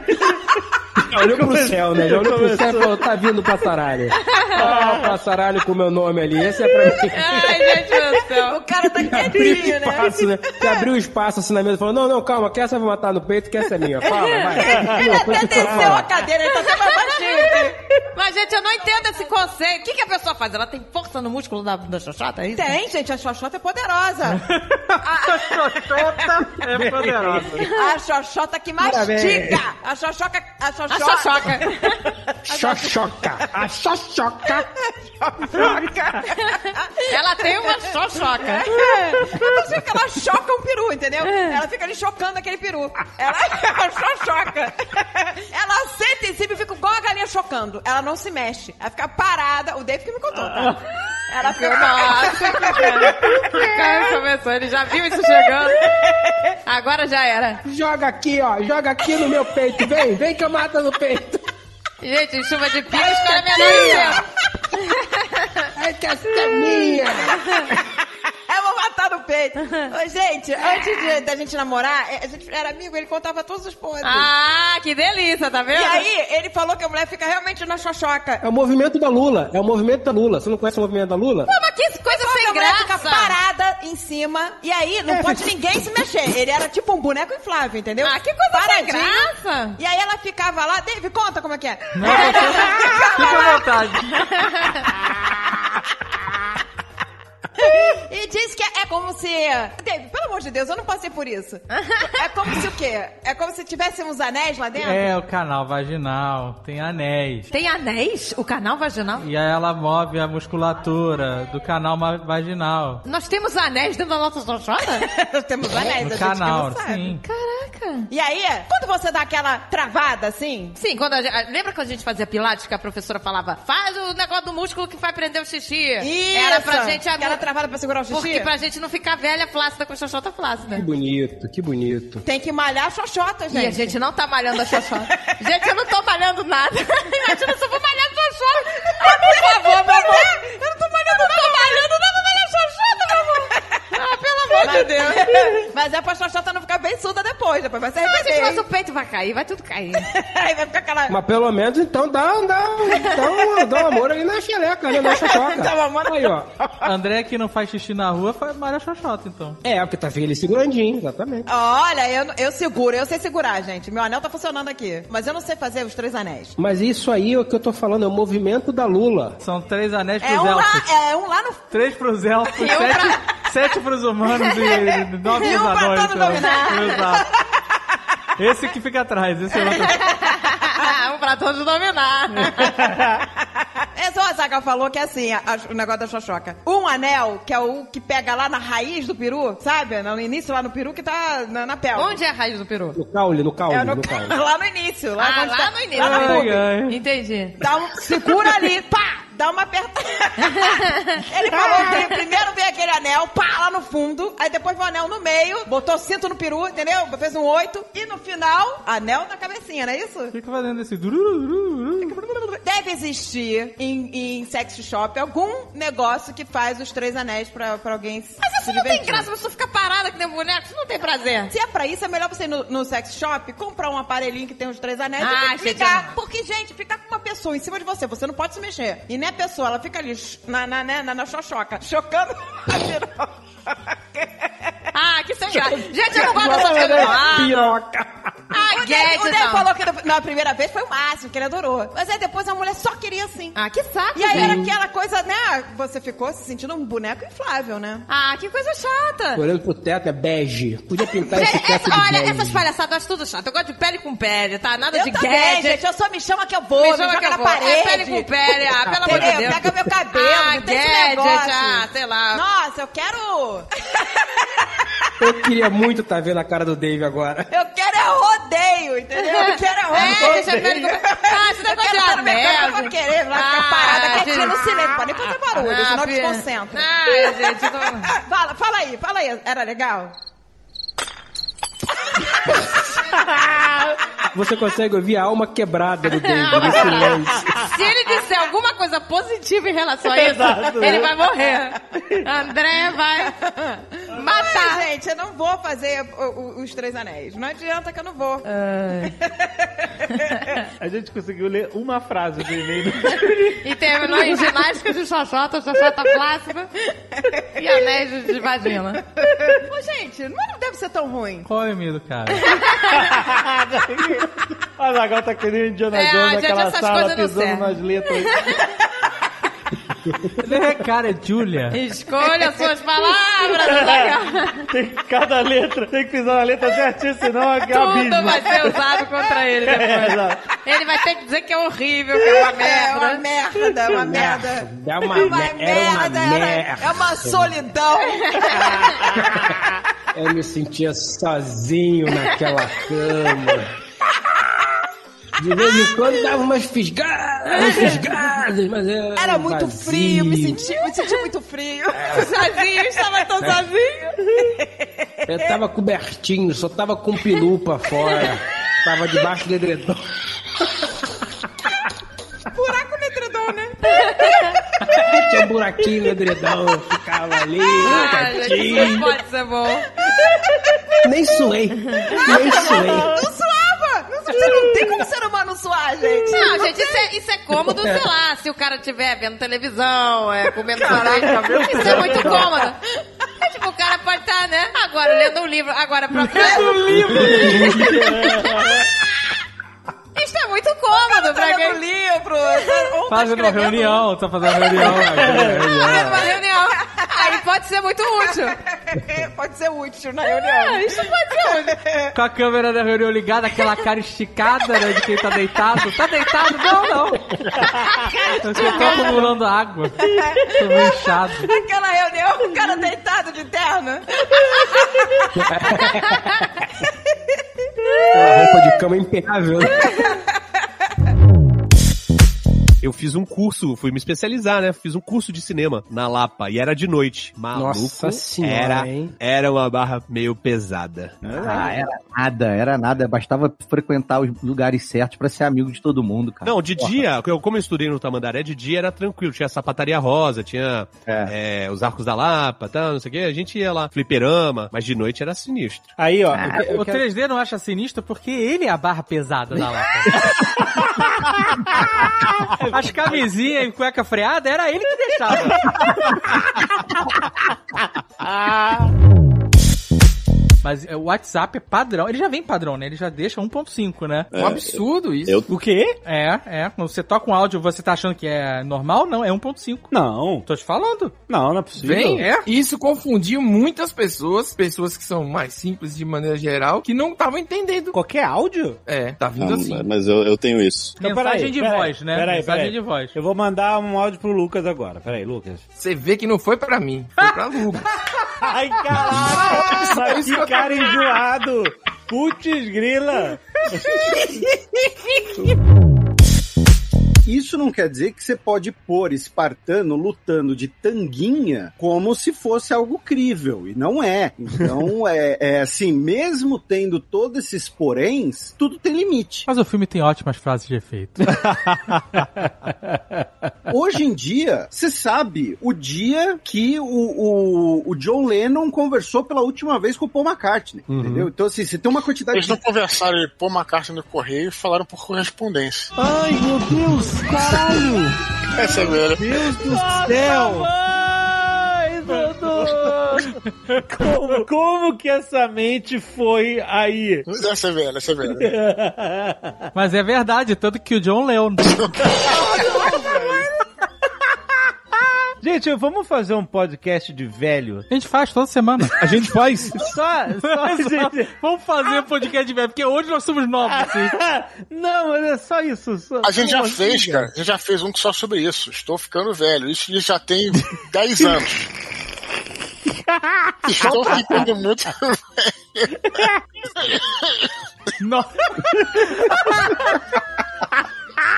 [SPEAKER 5] Olhou pro céu, né? Já olhou pro céu e
[SPEAKER 4] Começou.
[SPEAKER 5] falou, tá vindo o passaralho. Ah, o passaralho com o meu nome ali, esse é pra mim.
[SPEAKER 9] Ai, gente do céu.
[SPEAKER 10] O cara tá
[SPEAKER 5] Abriu espaço, né? Que abriu espaço assim na mesa e falou: Não, não, calma, que essa eu vou matar no peito, que essa é minha. Fala, vai.
[SPEAKER 10] Ele
[SPEAKER 5] Não, coisa
[SPEAKER 10] até
[SPEAKER 5] que eu
[SPEAKER 10] desceu
[SPEAKER 5] falo.
[SPEAKER 10] a cadeira, ele tá até mais baixinho né? aqui.
[SPEAKER 9] Mas, gente, eu não entendo esse conceito. O que, que a pessoa faz? Ela tem força no músculo da, da xoxota, é isso?
[SPEAKER 10] Tem, gente, a Xoxota é poderosa.
[SPEAKER 9] Xoxota
[SPEAKER 10] é
[SPEAKER 4] poderosa.
[SPEAKER 10] A Xoxota que mastiga.
[SPEAKER 4] Parabéns.
[SPEAKER 10] A Xoxoca. A Xoxoca.
[SPEAKER 9] A xoxoca.
[SPEAKER 5] Xoxoca. A xoxoca.
[SPEAKER 9] Ela tem uma xoxoca.
[SPEAKER 10] É, é por isso que ela choca um peru, entendeu?
[SPEAKER 9] É.
[SPEAKER 10] Ela fica ali chocando aquele peru. Ela só choca. Ela senta em cima e fica igual a galinha chocando. Ela não se mexe. Ela fica parada. O Dave que me contou, tá?
[SPEAKER 9] Ah.
[SPEAKER 10] Ela fica...
[SPEAKER 9] Nossa, é Cara, começou, ele já viu isso chegando. Agora já era.
[SPEAKER 5] Joga aqui, ó. Joga aqui no meu peito. Vem, vem que eu mato no peito.
[SPEAKER 9] Gente, em chuva de pinga, os caras me analisam.
[SPEAKER 5] Ai, que essa é minha.
[SPEAKER 10] Eu vou matar no peito. Ô, gente, antes de- da gente namorar, é, a gente era amigo, ele contava todos os podres.
[SPEAKER 9] Ah, que delícia, tá vendo?
[SPEAKER 10] E aí, ele falou que a mulher fica realmente na xoxoca.
[SPEAKER 5] É o movimento da Lula. É o movimento da Lula. Você não conhece o movimento da Lula?
[SPEAKER 9] Pô, mas que coisa
[SPEAKER 10] Só que
[SPEAKER 9] sem
[SPEAKER 10] a mulher fica
[SPEAKER 9] graça.
[SPEAKER 10] parada em cima, e aí não
[SPEAKER 9] É,
[SPEAKER 10] pode
[SPEAKER 9] mas-
[SPEAKER 10] ninguém se mexer. Ele era tipo um boneco inflável, entendeu? Ah, que
[SPEAKER 9] coisa sem graça.
[SPEAKER 10] E aí ela ficava lá, Dave, conta como é que é.
[SPEAKER 3] Fica à vontade.
[SPEAKER 10] E diz que é como se. Dave, pelo amor de Deus, eu não passei por isso. É como se o quê? É como se tivesse uns anéis lá dentro?
[SPEAKER 3] É, o canal vaginal, tem anéis.
[SPEAKER 9] Tem anéis? O canal vaginal?
[SPEAKER 3] E aí ela move a musculatura do canal ma- vaginal.
[SPEAKER 9] Nós temos anéis dentro da nossa xoxota?
[SPEAKER 10] Nós temos anéis,
[SPEAKER 3] No
[SPEAKER 10] a gente
[SPEAKER 3] canal,
[SPEAKER 10] que não sabe.
[SPEAKER 3] sim.
[SPEAKER 9] Caraca.
[SPEAKER 10] E aí, quando você dá aquela travada assim.
[SPEAKER 9] Sim, quando a gente, ah, lembra quando a gente fazia pilates que a professora falava, faz o negócio do músculo que vai prender o xixi.
[SPEAKER 10] Isso.
[SPEAKER 9] Era pra gente
[SPEAKER 10] Que era travada pra segurar o xixi?
[SPEAKER 9] Porque pra gente não ficar velha flácida com a xoxota flácida.
[SPEAKER 5] Que bonito, que bonito.
[SPEAKER 10] Tem que malhar a xoxota, gente.
[SPEAKER 9] E a gente não tá malhando a xoxota. gente, eu não tô malhando nada. Imagina se eu vou malhar a xoxota. Por favor, meu amor. Eu não tô malhando nada. Não tô malhando nada, malhar a xoxota, meu amor. Ah, pelo amor de Deus.
[SPEAKER 10] Mas é pra sua chota não ficar bem surda depois. Depois vai se arrepender.
[SPEAKER 9] Mas o peito vai cair, vai tudo cair.
[SPEAKER 10] Aí vai ficar aquela...
[SPEAKER 5] Mas pelo menos então dá, dá, dá, um, dá um amor ali na xereca, né? Na xoxoca.
[SPEAKER 10] Dá um amor
[SPEAKER 5] aí, ó.
[SPEAKER 3] André que não faz xixi na rua faz Maria Xoxota, então.
[SPEAKER 5] É, porque tá ele segurandinho, exatamente.
[SPEAKER 10] Olha, eu, eu seguro, eu sei segurar, gente. Meu anel tá funcionando aqui. Mas eu não sei fazer os três anéis.
[SPEAKER 5] Mas isso aí é o que eu tô falando, é o movimento da Lula.
[SPEAKER 3] São três anéis pros
[SPEAKER 10] É um,
[SPEAKER 3] elfos.
[SPEAKER 10] lá, é um lá no...
[SPEAKER 3] Três pros elfos,
[SPEAKER 10] E um
[SPEAKER 3] sete, sete pros humanos e nove
[SPEAKER 10] E
[SPEAKER 3] pros
[SPEAKER 10] um pra
[SPEAKER 3] anões.
[SPEAKER 10] todo dominar.
[SPEAKER 3] Exato. Esse que fica atrás, esse é o outro.
[SPEAKER 10] um pra todos dominar. é só a Zaga falou que é assim, a- a- o negócio da xoxoca. Um anel, que é o que pega lá na raiz do peru, sabe? No início, lá no peru, que tá na, na pelve.
[SPEAKER 9] Onde é a raiz do peru?
[SPEAKER 5] No caule, no caule,
[SPEAKER 10] É,
[SPEAKER 5] no,
[SPEAKER 10] no
[SPEAKER 5] caule.
[SPEAKER 10] Lá no início. Lá,
[SPEAKER 9] Ah,
[SPEAKER 10] onde
[SPEAKER 9] lá
[SPEAKER 10] tá-
[SPEAKER 9] no início.
[SPEAKER 10] Lá na
[SPEAKER 9] Ai,
[SPEAKER 10] pulga.
[SPEAKER 9] Entendi.
[SPEAKER 10] Dá um, segura ali, pá! Dá uma apertada. Ele falou
[SPEAKER 9] Tá.
[SPEAKER 10] que primeiro veio aquele anel, pá, lá no fundo. Aí depois veio o anel no meio, botou cinto no peru, entendeu? Fez um oito. E no final, anel na cabecinha, não é isso?
[SPEAKER 3] Fica fazendo esse... durururu.
[SPEAKER 10] Deve existir em, em sex shop algum negócio que faz os três anéis pra, pra alguém se Mas
[SPEAKER 9] Isso não tem graça, você fica parada que nem um boneco, isso não tem prazer.
[SPEAKER 10] Se é pra isso, é melhor você ir no, no sex shop, comprar um aparelhinho que tem os três anéis
[SPEAKER 9] Ah,
[SPEAKER 10] e
[SPEAKER 9] gente,
[SPEAKER 10] clicar.
[SPEAKER 9] não.
[SPEAKER 10] Porque, gente, ficar com uma pessoa em cima de você, você não pode se mexer. E nem a pessoa, ela fica ali sh- na, na, né, na, na xoxoca, chocando.
[SPEAKER 9] Ah, que sem graça. Gente, eu não gosto dessas coisas. não. Ah, ah
[SPEAKER 10] é
[SPEAKER 9] então.
[SPEAKER 10] o Ney, o
[SPEAKER 9] Guedes,
[SPEAKER 10] Ney
[SPEAKER 9] não.
[SPEAKER 10] falou que no- na primeira vez foi o máximo, que ele adorou. Mas aí depois a mulher só queria assim.
[SPEAKER 9] Ah, que saco,
[SPEAKER 10] E aí
[SPEAKER 9] gente.
[SPEAKER 10] era aquela coisa, né? Você ficou se sentindo um boneco inflável, né?
[SPEAKER 9] Ah, que coisa chata.
[SPEAKER 5] Olhando pro teto, é bege. Podia pintar esse
[SPEAKER 9] Gente,
[SPEAKER 5] teto
[SPEAKER 9] essa-
[SPEAKER 5] de
[SPEAKER 9] olha,
[SPEAKER 5] bege.
[SPEAKER 9] essas palhaçadas eu acho tudo chato. Eu gosto de pele com pele, tá? Nada
[SPEAKER 10] Eu
[SPEAKER 9] de
[SPEAKER 10] também,
[SPEAKER 9] gadget.
[SPEAKER 10] gente, eu só me chama que eu vou,
[SPEAKER 9] me
[SPEAKER 10] me
[SPEAKER 9] chama
[SPEAKER 10] joga
[SPEAKER 9] que eu
[SPEAKER 10] na
[SPEAKER 9] vou. É
[SPEAKER 10] parede.
[SPEAKER 9] pele com pele, ah, pelo amor de
[SPEAKER 10] Entendeu?
[SPEAKER 9] Deus.
[SPEAKER 10] Pega meu cabelo,
[SPEAKER 9] ah,
[SPEAKER 10] não tem então esse
[SPEAKER 9] gadget,
[SPEAKER 10] negócio.
[SPEAKER 9] ah, sei lá.
[SPEAKER 10] Nossa, eu quero...
[SPEAKER 5] Eu queria muito estar vendo a cara do Dave agora.
[SPEAKER 10] Eu quero é rodeio, entendeu? Eu quero é rodeio.
[SPEAKER 9] É, deixa eu ver como- Ah, esse
[SPEAKER 10] Eu
[SPEAKER 9] negócio de
[SPEAKER 10] quero estar no mercado,
[SPEAKER 9] anel,
[SPEAKER 10] eu vou
[SPEAKER 9] gente.
[SPEAKER 10] querer lá ficar
[SPEAKER 9] Ah,
[SPEAKER 10] parada quietinha no
[SPEAKER 9] gente.
[SPEAKER 10] cinema. Pode nem fazer barulho,
[SPEAKER 9] Ah,
[SPEAKER 10] senão eu
[SPEAKER 9] Bia.
[SPEAKER 10] desconcentro.
[SPEAKER 9] Ah, gente, eu
[SPEAKER 10] fala, fala aí, fala aí. Era legal?
[SPEAKER 5] Você consegue ouvir a alma quebrada do Dave no silêncio.
[SPEAKER 9] Se ele disser alguma coisa positiva em relação a isso,
[SPEAKER 5] Exato.
[SPEAKER 9] ele vai morrer. Ah, André vai matar.
[SPEAKER 10] Ai, gente, eu não vou fazer o- o- os Três Anéis. Não adianta que eu não vou.
[SPEAKER 9] Ah,
[SPEAKER 4] É, A gente conseguiu ler uma frase do e-mail.
[SPEAKER 9] E terminou em ginástica de xoxota, xoxota clássica e anéis de vagina.
[SPEAKER 10] Ô, gente, não deve ser tão ruim.
[SPEAKER 3] Qual é o medo, cara?
[SPEAKER 4] A Zagal tá querendo Indiana
[SPEAKER 10] É,
[SPEAKER 4] Jones
[SPEAKER 10] gente,
[SPEAKER 4] naquela
[SPEAKER 10] essas
[SPEAKER 4] sala
[SPEAKER 10] coisas não
[SPEAKER 4] pisando
[SPEAKER 10] servem.
[SPEAKER 4] nas letras.
[SPEAKER 3] Ele é cara, é Julia.
[SPEAKER 9] Escolha suas palavras, Zagal.
[SPEAKER 4] Tem que- cada letra, tem que pisar na letra certinha, senão é que é abismo.
[SPEAKER 9] Tudo vai ser usado contra ele
[SPEAKER 4] É,
[SPEAKER 9] depois.
[SPEAKER 4] exato.
[SPEAKER 9] Ele vai ter que dizer que é horrível, que é uma
[SPEAKER 10] É
[SPEAKER 9] merda.
[SPEAKER 10] uma merda, uma merda.
[SPEAKER 5] É uma,
[SPEAKER 10] Vai,
[SPEAKER 5] me- era uma
[SPEAKER 10] merda, era-
[SPEAKER 5] merda.
[SPEAKER 10] É uma solidão.
[SPEAKER 5] Eu me sentia sozinho naquela cama. De vez em quando dava umas fisgadas, umas fisgadas, mas era.
[SPEAKER 10] Era muito
[SPEAKER 5] vazio.
[SPEAKER 10] frio, me senti, me senti muito frio. Sozinho, estava tão
[SPEAKER 5] É.
[SPEAKER 10] sozinho.
[SPEAKER 5] Eu tava cobertinho, só tava com peru pra fora. Tava debaixo do edredom.
[SPEAKER 10] Buraco no edredom, né?
[SPEAKER 5] Tinha um buraquinho no edredom, ficava ali,
[SPEAKER 9] Ah, gente, isso não
[SPEAKER 5] quietinho.
[SPEAKER 9] pode ser bom.
[SPEAKER 5] Nem suei, nem suei.
[SPEAKER 10] Não suava! Não, você não tem como ser humano suar, gente.
[SPEAKER 9] Não, gente,
[SPEAKER 10] tem.
[SPEAKER 9] isso é, isso é cômodo, sei lá, se o cara estiver vendo televisão, é, comendo
[SPEAKER 10] Caraca, meu
[SPEAKER 9] sorvete. Isso é
[SPEAKER 10] Deus.
[SPEAKER 9] muito cômodo. É tipo, o cara pode estar, né? Agora, lendo um livro. Agora, pra Lendo um Isso é muito cômodo pra
[SPEAKER 10] Tá
[SPEAKER 9] quem...
[SPEAKER 10] no livro. tá- Ou tá
[SPEAKER 3] Fazendo uma
[SPEAKER 10] escrevendo.
[SPEAKER 3] reunião, tá fazendo uma reunião.
[SPEAKER 10] É,
[SPEAKER 9] Ah,
[SPEAKER 3] agora,
[SPEAKER 9] uma reunião. Aí pode ser muito útil.
[SPEAKER 10] Pode ser útil na
[SPEAKER 9] É,
[SPEAKER 10] reunião.
[SPEAKER 9] isso pode ser útil.
[SPEAKER 3] é. Com a câmera da reunião ligada, aquela cara esticada, né, de quem tá deitado. Tá deitado? Não, não. Eu só tô acumulando água. Tô meio inchado.
[SPEAKER 10] Aquela reunião, com o cara deitado de terno.
[SPEAKER 5] é né? Aquela roupa de cama impecável.
[SPEAKER 6] eu fiz um curso, fui me especializar, né? Fiz um curso de cinema na Lapa e era de noite. Maluco.
[SPEAKER 5] Nossa senhora,
[SPEAKER 6] era,
[SPEAKER 5] hein?
[SPEAKER 6] era uma barra meio pesada.
[SPEAKER 25] Ah, era nada, era nada. Bastava frequentar os lugares certos pra ser amigo de todo mundo, cara.
[SPEAKER 6] Não, de dia, eu, como eu estudei no Tamandaré, de dia era tranquilo. Tinha sapataria rosa, tinha
[SPEAKER 25] É.
[SPEAKER 6] eh, os arcos da Lapa, tal, não sei o quê. A gente ia lá, fliperama, mas de noite era sinistro.
[SPEAKER 4] Aí,
[SPEAKER 25] É.
[SPEAKER 4] ó.
[SPEAKER 3] o 3D não acha sinistro porque ele é a barra pesada da lata. As camisinhas e cueca freada era ele que deixava. Mas é, o WhatsApp é padrão. Ele já vem padrão, né? Ele já deixa 1.5, né?
[SPEAKER 35] É, Um absurdo isso. eu-
[SPEAKER 4] O quê?
[SPEAKER 3] É, é. Quando você toca um áudio, você tá achando que é normal? Não, é 1.5.
[SPEAKER 4] Não.
[SPEAKER 3] Tô te falando.
[SPEAKER 4] Não, não é
[SPEAKER 8] Vem,
[SPEAKER 3] É.
[SPEAKER 8] isso confundiu muitas pessoas, pessoas que são mais simples de maneira geral, que não estavam entendendo.
[SPEAKER 4] Qualquer áudio?
[SPEAKER 8] É, tá vindo
[SPEAKER 36] Ah,
[SPEAKER 8] assim.
[SPEAKER 36] Mas eu, eu tenho isso.
[SPEAKER 4] Então,
[SPEAKER 3] Mensagem de
[SPEAKER 4] peraí,
[SPEAKER 3] voz, né?
[SPEAKER 4] Peraí,
[SPEAKER 3] Mensagem
[SPEAKER 4] peraí.
[SPEAKER 3] de voz.
[SPEAKER 4] Eu vou mandar um áudio pro Lucas agora. Peraí, Lucas.
[SPEAKER 8] Você vê que não foi pra mim, foi pra Lucas.
[SPEAKER 4] Ai, caraca! Mas que cara enjoado! Putz, grila!
[SPEAKER 2] Isso não quer dizer que você pode pôr espartano lutando de tanguinha como se fosse algo crível. E não é. Então, é, é assim, mesmo tendo todos esses poréns, tudo tem limite.
[SPEAKER 3] Mas o filme tem ótimas frases de efeito.
[SPEAKER 2] Hoje em dia, você sabe o dia que o, o, o John Lennon conversou pela última vez com o Paul McCartney, entendeu? Então, assim, você tem uma quantidade
[SPEAKER 18] Eles
[SPEAKER 2] de
[SPEAKER 18] não conversaram, ele pôs uma carta no correio e falaram por correspondência.
[SPEAKER 2] Ai, meu Deus, caralho!
[SPEAKER 18] Essa é velha.
[SPEAKER 2] Deus do
[SPEAKER 4] céu!
[SPEAKER 2] Ai,
[SPEAKER 4] Como, como que essa mente foi aí?
[SPEAKER 18] Essa é velha, essa é velha.
[SPEAKER 3] Mas é verdade, tanto que o John leu.
[SPEAKER 4] Gente, vamos fazer um podcast de velho?
[SPEAKER 3] A gente faz toda semana.
[SPEAKER 6] A gente faz?
[SPEAKER 4] Só, só, gente.
[SPEAKER 3] Ah, Vamos fazer o podcast de velho, porque hoje nós somos novos, assim.
[SPEAKER 4] Não, mas é só isso. só-
[SPEAKER 18] A gente já
[SPEAKER 4] Porra,
[SPEAKER 18] fez,
[SPEAKER 4] liga.
[SPEAKER 18] cara. A gente já fez um só sobre isso. Estou ficando velho. Isso já tem 10 anos. Estou ficando muito
[SPEAKER 3] Nossa.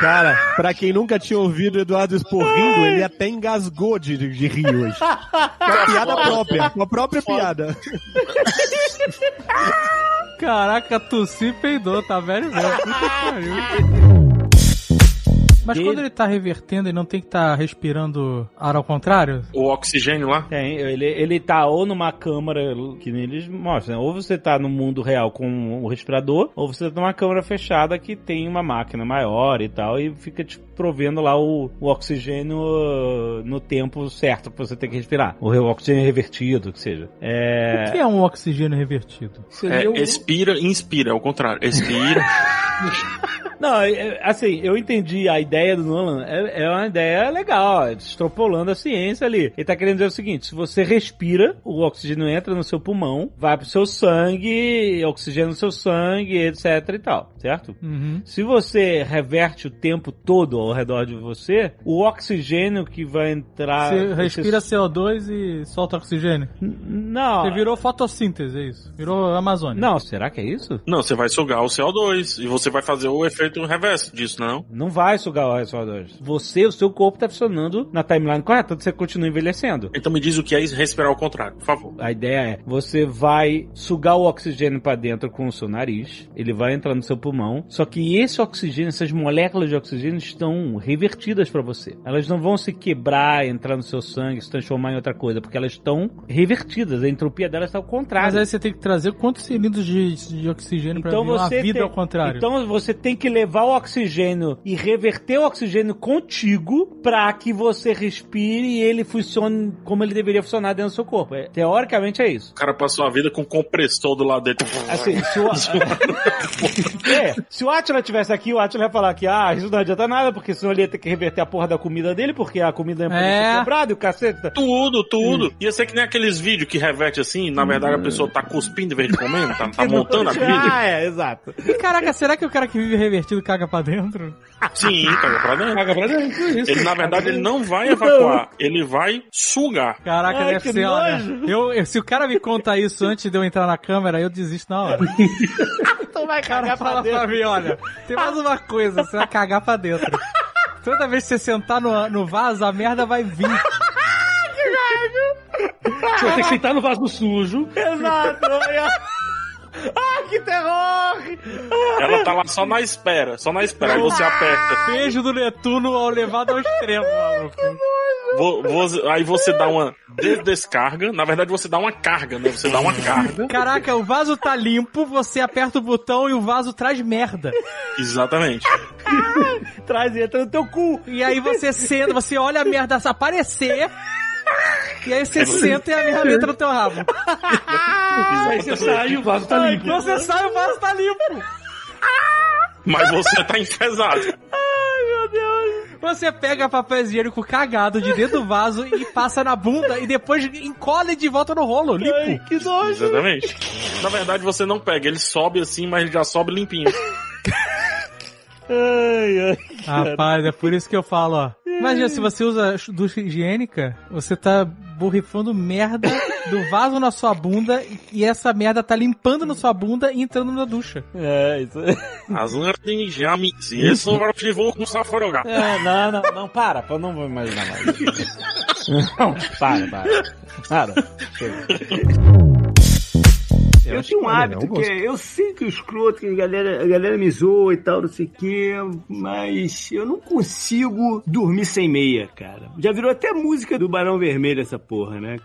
[SPEAKER 6] Cara, pra quem nunca tinha ouvido o Eduardo Esporrindo, ele até engasgou de, de, de rir hoje. Uma piada própria, uma própria piada.
[SPEAKER 3] Caraca, tossi e peidou, tá velho mesmo. Puta que pariu. Mas quando ele tá revertendo, ele não tem que tá respirando ar ao contrário?
[SPEAKER 4] O oxigênio lá? Tem, ele, ele tá ou numa câmara que eles mostram, né? ou você tá no mundo real com o respirador, ou você tá numa câmara fechada que tem uma máquina maior e tal, e fica te provendo lá o, o oxigênio uh, no tempo certo pra você ter que respirar. O re- oxigênio revertido, que seja. É...
[SPEAKER 3] O que é um oxigênio revertido?
[SPEAKER 4] Seria o-
[SPEAKER 12] É, expira e inspira, é o contrário. Expira.
[SPEAKER 4] Não, é- assim, eu entendi a ideia do Nolan. É, é uma ideia legal, ó, extrapolando a ciência ali. Ele tá querendo dizer o seguinte: se você respira, o oxigênio entra no seu pulmão, vai pro seu sangue, oxigênio no seu sangue, etc e tal, certo?
[SPEAKER 3] Uhum.
[SPEAKER 4] Se você reverte o tempo todo ao redor de você, o oxigênio que vai entrar.
[SPEAKER 3] Você
[SPEAKER 4] esse-
[SPEAKER 3] respira CO2 e solta oxigênio?
[SPEAKER 4] Não.
[SPEAKER 3] Você virou fotossíntese, é isso? Virou Amazônia.
[SPEAKER 4] Não, será que é isso?
[SPEAKER 12] Não, você vai sugar o CO2 e você vai fazer o efeito reverso disso, não?
[SPEAKER 4] Não vai sugar o CO2. Você, o seu corpo tá funcionando na timeline correta, tanto que você continua envelhecendo.
[SPEAKER 12] Então me diz o que é respirar ao contrário, por favor.
[SPEAKER 4] A ideia é, você vai sugar o oxigênio para dentro com o seu nariz, ele vai entrar no seu pulmão, só que esse oxigênio, essas moléculas de oxigênio estão revertidas para você. Elas não vão se quebrar, entrar no seu sangue, se transformar em outra coisa, porque elas estão revertidas, a entropia delas está ao contrário.
[SPEAKER 3] Mas aí você tem que trazer quantos cilindros de, de oxigênio pra
[SPEAKER 4] Então
[SPEAKER 3] vir
[SPEAKER 4] você
[SPEAKER 3] uma vida
[SPEAKER 4] tem-
[SPEAKER 3] ao contrário?
[SPEAKER 4] Então você tem que levar o oxigênio e reverter o oxigênio contigo para que você respire e ele funcione como ele deveria funcionar dentro do seu corpo. É- teoricamente é isso.
[SPEAKER 12] O cara passou a vida com um compressor do lado dele. tipo,
[SPEAKER 4] Assim, se o... é, se o Atila tivesse aqui, o Atila ia falar que ah, isso não adianta nada, porque senão ele ia ter que reverter a porra da comida dele, porque a comida é, pra
[SPEAKER 12] É.
[SPEAKER 4] ser quebrada e o cacete. tá- Hum.
[SPEAKER 12] Tudo, tudo. Ia ser que nem aqueles vídeos que reverte assim, na verdade a pessoa tá cuspindo em vez de comendo, tá, tá montando a comida.
[SPEAKER 4] Ah, é, exato.
[SPEAKER 3] E caraca, será que o cara que vive revertido caga pra dentro?
[SPEAKER 12] Sim, caga pra dentro.
[SPEAKER 4] Caga pra dentro. é
[SPEAKER 12] Ele, na verdade, ele não vai evacuar, ele vai sugar.
[SPEAKER 3] Caraca,
[SPEAKER 12] Ai,
[SPEAKER 3] deve
[SPEAKER 12] que
[SPEAKER 3] ser lá, né?
[SPEAKER 12] nojo.
[SPEAKER 3] eu, eu- Se o cara me conta isso antes de eu entrar na câmera, eu desisto na hora.
[SPEAKER 4] Então vai
[SPEAKER 3] cagar pra dentro. Pra mim, olha, tem mais uma coisa, você vai cagar pra dentro. Toda vez que você sentar no, no vaso, a merda vai vir.
[SPEAKER 24] que
[SPEAKER 3] Você vai ter que sentar no vaso sujo.
[SPEAKER 24] Exato. Ah, que terror!
[SPEAKER 12] Ela tá lá só na espera, só na espera. Aí você aperta.
[SPEAKER 3] Ah, Beijo do Netuno ao levado ao extremo, maluco.
[SPEAKER 12] Vo- vo- aí você dá uma des- descarga. Na verdade, você dá uma carga, né? Você dá uma carga.
[SPEAKER 3] Caraca, o vaso tá limpo, você aperta o botão e o vaso traz merda.
[SPEAKER 12] Exatamente.
[SPEAKER 3] Traz e entra no teu cu. E aí você senta, você olha a merda aparecer. E aí você senta e a merda entra no teu rabo.
[SPEAKER 12] Aí você sai e o vaso tá limpo.
[SPEAKER 3] Você sai e o vaso tá limpo.
[SPEAKER 12] Mas você tá enfesado.
[SPEAKER 3] Ai, meu Deus. Você pega papel higiênico cagado de dentro do vaso e passa na bunda e depois encolhe de volta no rolo, limpo.
[SPEAKER 12] que nojo. Exatamente. Na verdade, você não pega. Ele sobe assim, mas ele já sobe limpinho.
[SPEAKER 3] Ai, Rapaz, é por isso que eu falo, ó. Imagina, se você usa ducha higiênica, você tá borrifando merda do vaso na sua bunda e essa merda tá limpando na sua bunda e entrando na ducha.
[SPEAKER 4] É, isso
[SPEAKER 12] As lâmpadas já me isso para te vou com safarogar.
[SPEAKER 4] É, não, não, não, para, pô, Tá, não vou imaginar mais. Não, para, para. Para.
[SPEAKER 2] Eu, tenho um hábito que é, eu sei que é escroto, que a galera, a galera me zoa e tal, não sei o quê, mas eu não consigo dormir sem meia, cara. Já virou até música do Barão Vermelho essa porra, né?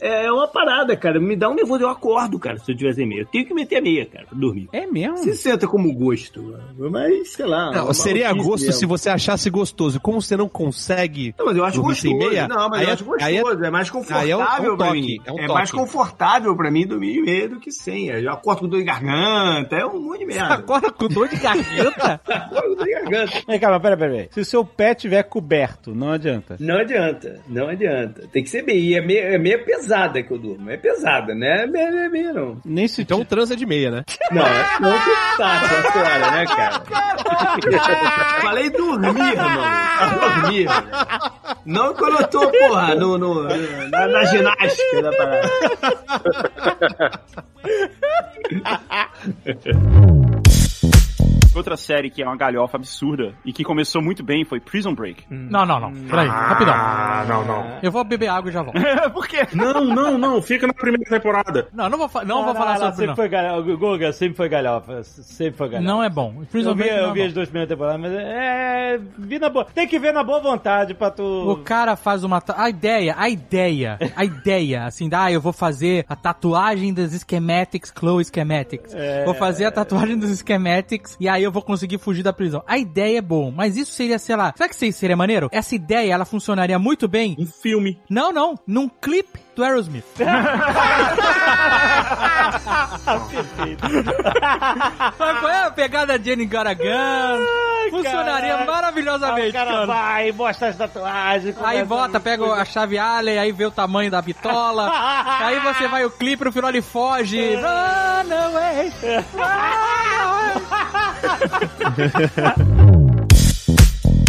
[SPEAKER 2] É uma parada, cara. Me dá um nervoso, eu acordo, cara, se eu tiver sem meia. Eu tenho que meter a meia, cara, pra dormir.
[SPEAKER 3] É mesmo?
[SPEAKER 2] Se senta como gosto, mano. mas sei lá. é
[SPEAKER 6] Não,
[SPEAKER 2] uma
[SPEAKER 6] seria
[SPEAKER 2] maluquice
[SPEAKER 6] gosto
[SPEAKER 2] mesmo.
[SPEAKER 6] se você achasse gostoso. Como você não consegue.
[SPEAKER 2] Não, mas eu acho
[SPEAKER 6] dormir
[SPEAKER 2] gostoso.
[SPEAKER 6] sem meia,
[SPEAKER 2] não, mas
[SPEAKER 6] aí
[SPEAKER 2] eu
[SPEAKER 6] é-
[SPEAKER 2] acho gostoso.
[SPEAKER 6] aí
[SPEAKER 2] é, mais
[SPEAKER 6] aí é
[SPEAKER 2] confortável
[SPEAKER 6] um- é um
[SPEAKER 2] pra
[SPEAKER 6] toque,
[SPEAKER 2] mim.
[SPEAKER 6] é um
[SPEAKER 2] mais
[SPEAKER 6] toque.
[SPEAKER 2] confortável pra mim dormir em meia do que sem. Eu acordo com dor de garganta, é um monte de merda.
[SPEAKER 3] acorda com dor de garganta?
[SPEAKER 2] acordo com dor de garganta.
[SPEAKER 4] Vem cá, mas pera, pera, pera. Se o seu pé tiver coberto, não adianta.
[SPEAKER 2] Não adianta, não adianta. Tem que ser meia. E é meia, é meia pesada que eu durmo. É pesada, né? É meia, meia, meia não.
[SPEAKER 6] Nem se então transa de meia, né?
[SPEAKER 2] Não, é não que tá tá fora, né, cara? Falei dormir, mano. Dormir. Não que eu não tô, porra, no, no, na, na ginástica né, da parada.
[SPEAKER 25] Outra série que é uma galhofa absurda e que começou muito bem foi Prison Break.
[SPEAKER 3] Não, não, não. Peraí, rapidão. É,
[SPEAKER 25] Ah, não, não.
[SPEAKER 3] Eu vou beber água e já volto.
[SPEAKER 25] Por quê?
[SPEAKER 12] Não, não, não. Fica na primeira temporada.
[SPEAKER 3] Não, não vou, fa- não vou falar sobre
[SPEAKER 4] sempre
[SPEAKER 3] não.
[SPEAKER 4] foi galhofa. Guga sempre foi galhofa. Sempre foi galhofa.
[SPEAKER 3] Não é bom. Prison
[SPEAKER 4] eu vi,
[SPEAKER 3] Break não
[SPEAKER 4] eu
[SPEAKER 3] é
[SPEAKER 4] vi
[SPEAKER 3] bom.
[SPEAKER 4] as duas primeiras temporadas, mas é. é, Vi na boa. Tem que ver na boa vontade pra tu.
[SPEAKER 3] O cara faz uma. ta- A ideia, a ideia, a ideia, assim, da, ah, eu vou fazer a tatuagem das schematics, Chloe Schematics.
[SPEAKER 24] É.
[SPEAKER 3] Vou fazer a tatuagem dos schematics e aí eu vou conseguir fugir da prisão. A ideia é bom, mas isso seria, sei lá. Será que isso seria maneiro? Essa ideia, ela funcionaria muito bem. Um
[SPEAKER 12] filme.
[SPEAKER 3] Não, não. Num clipe do Aerosmith. Mas qual é a pegada Jenny Garagan? Funcionaria
[SPEAKER 4] caralho.
[SPEAKER 3] maravilhosamente.
[SPEAKER 4] Aí o cara vai, mostra as tatuagens.
[SPEAKER 3] Aí
[SPEAKER 4] começa
[SPEAKER 3] volta,
[SPEAKER 4] a-
[SPEAKER 3] pega a chave Allen, aí vê o tamanho da bitola. aí você vai o clipe, no final ele foge. Run away!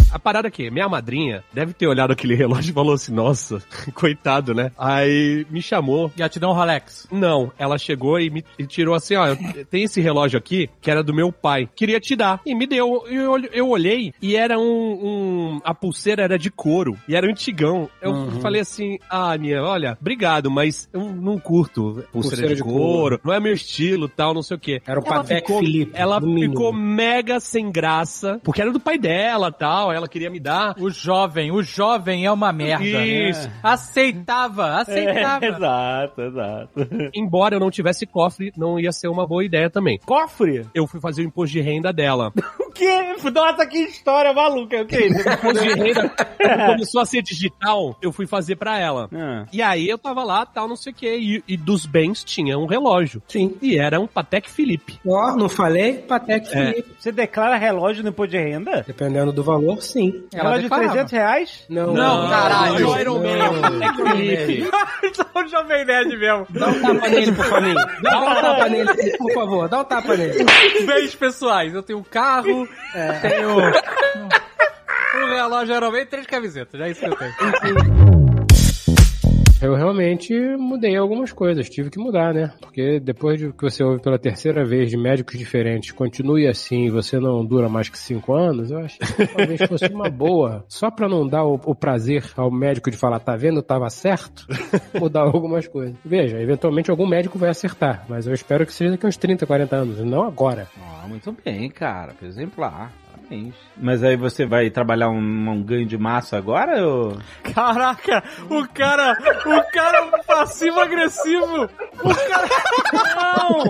[SPEAKER 6] A parada aqui, minha madrinha deve ter olhado aquele relógio e falou assim: nossa, coitado, né? Aí me chamou.
[SPEAKER 25] um
[SPEAKER 3] Gratidão, Rolex.
[SPEAKER 6] Não, ela chegou e me e tirou assim: ó, tem esse relógio aqui que era do meu pai, queria te dar. E me deu. Eu, olh- eu olhei e era um, um- A pulseira era de couro e era um antigão. Eu
[SPEAKER 25] Uhum.
[SPEAKER 6] falei assim: ah, Aninha, olha, obrigado, mas eu não curto pulseira,
[SPEAKER 25] Pulseira
[SPEAKER 6] de,
[SPEAKER 25] de
[SPEAKER 6] couro,
[SPEAKER 25] couro.
[SPEAKER 6] não é meu estilo tal, não sei o quê. Era
[SPEAKER 25] o Patek Philippe,
[SPEAKER 6] Ela
[SPEAKER 25] no mínimo.
[SPEAKER 6] ficou mega sem graça, porque era do pai dela tal, ela queria me dar.
[SPEAKER 3] O jovem, o jovem é uma merda.
[SPEAKER 6] Isso.
[SPEAKER 3] É. Aceitava, aceitava.
[SPEAKER 6] É,
[SPEAKER 4] exato, exato.
[SPEAKER 6] Embora eu não tivesse cofre, não ia ser uma boa ideia também.
[SPEAKER 4] Cofre?
[SPEAKER 6] Eu fui fazer o imposto de renda dela.
[SPEAKER 4] O quê? Nossa, que história maluca. O que é isso?
[SPEAKER 6] Imposto de renda quando começou a ser digital, eu fui fazer pra ela.
[SPEAKER 4] Ah.
[SPEAKER 6] E aí eu tava lá, tal, não sei o quê. E, e dos bens tinha um relógio.
[SPEAKER 2] Sim.
[SPEAKER 6] E era um Patek Philippe.
[SPEAKER 2] Ó, não falei? Patek
[SPEAKER 6] É.
[SPEAKER 2] Felipe.
[SPEAKER 4] Você declara relógio no imposto de renda?
[SPEAKER 2] Dependendo do valor, sim.
[SPEAKER 4] Ela Relógio de
[SPEAKER 2] declarava.
[SPEAKER 4] 300 reais? É
[SPEAKER 2] Não,
[SPEAKER 4] Não, caralho.
[SPEAKER 2] Não,
[SPEAKER 4] Iron Man.
[SPEAKER 2] não. é
[SPEAKER 3] Só o Jovem Nerd mesmo.
[SPEAKER 2] Dá um tapa nele, por favor. Dá um tapa nele, por favor. Dá um tapa nele.
[SPEAKER 3] Bens pessoais. Eu tenho um carro, tenho é um relógio geralmente e três camisetas. É isso que eu tenho.
[SPEAKER 5] Eu realmente mudei algumas coisas, tive que mudar, né? Porque depois de que você ouve pela terceira vez de médicos diferentes, continue assim, você não dura mais que cinco anos, eu achei que talvez fosse uma boa. Só pra não dar o, o prazer ao médico de falar, tá vendo, tava certo, mudar algumas coisas. Veja, eventualmente algum médico vai acertar, mas eu espero que seja daqui a uns 30, 40 anos, não agora.
[SPEAKER 4] Ah, muito bem, cara. Exemplar. Parabéns. Mas aí você vai trabalhar um, um ganho de massa agora ou...
[SPEAKER 3] Caraca, o cara, o cara passivo-agressivo. O cara... Não!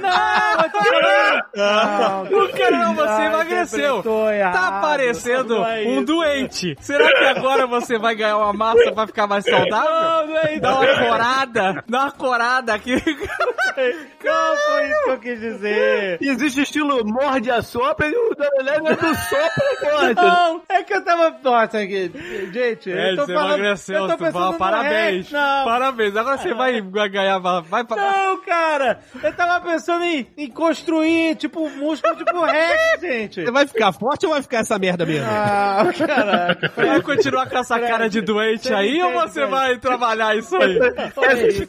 [SPEAKER 3] Não, não, Ah, não. O cara, você
[SPEAKER 4] Ah,
[SPEAKER 3] emagreceu.
[SPEAKER 4] interpretou
[SPEAKER 3] Tá
[SPEAKER 4] errado.
[SPEAKER 3] parecendo
[SPEAKER 4] Não é
[SPEAKER 3] um
[SPEAKER 4] isso.
[SPEAKER 3] doente. Será que agora você vai ganhar uma massa pra ficar mais saudável?
[SPEAKER 4] Não, não é isso.
[SPEAKER 3] Dá uma corada, dá uma corada aqui.
[SPEAKER 4] Não foi isso que eu quis dizer.
[SPEAKER 2] Existe estilo morde a sopa e o Dona Leve é do sopro morde.
[SPEAKER 4] Não, é que eu tava. Nossa, aqui. Gente, eu tô
[SPEAKER 3] É, você
[SPEAKER 4] falando.
[SPEAKER 3] emagreceu,
[SPEAKER 4] eu tô
[SPEAKER 3] Tupã,
[SPEAKER 4] pensando no
[SPEAKER 3] parabéns.
[SPEAKER 4] Rex, Não,
[SPEAKER 3] Parabéns, agora você vai ganhar, vai pra...
[SPEAKER 4] não, cara. Eu tava pensando em, em construir, tipo, um músculo tipo Rex, gente.
[SPEAKER 6] Você vai ficar forte ou vai ficar essa merda mesmo?
[SPEAKER 4] Ah, caraca.
[SPEAKER 3] Vai continuar com essa cara de doente
[SPEAKER 4] Fred,
[SPEAKER 3] aí ou
[SPEAKER 4] Fred,
[SPEAKER 3] você
[SPEAKER 4] Fred.
[SPEAKER 3] vai trabalhar isso aí?
[SPEAKER 4] Olha isso.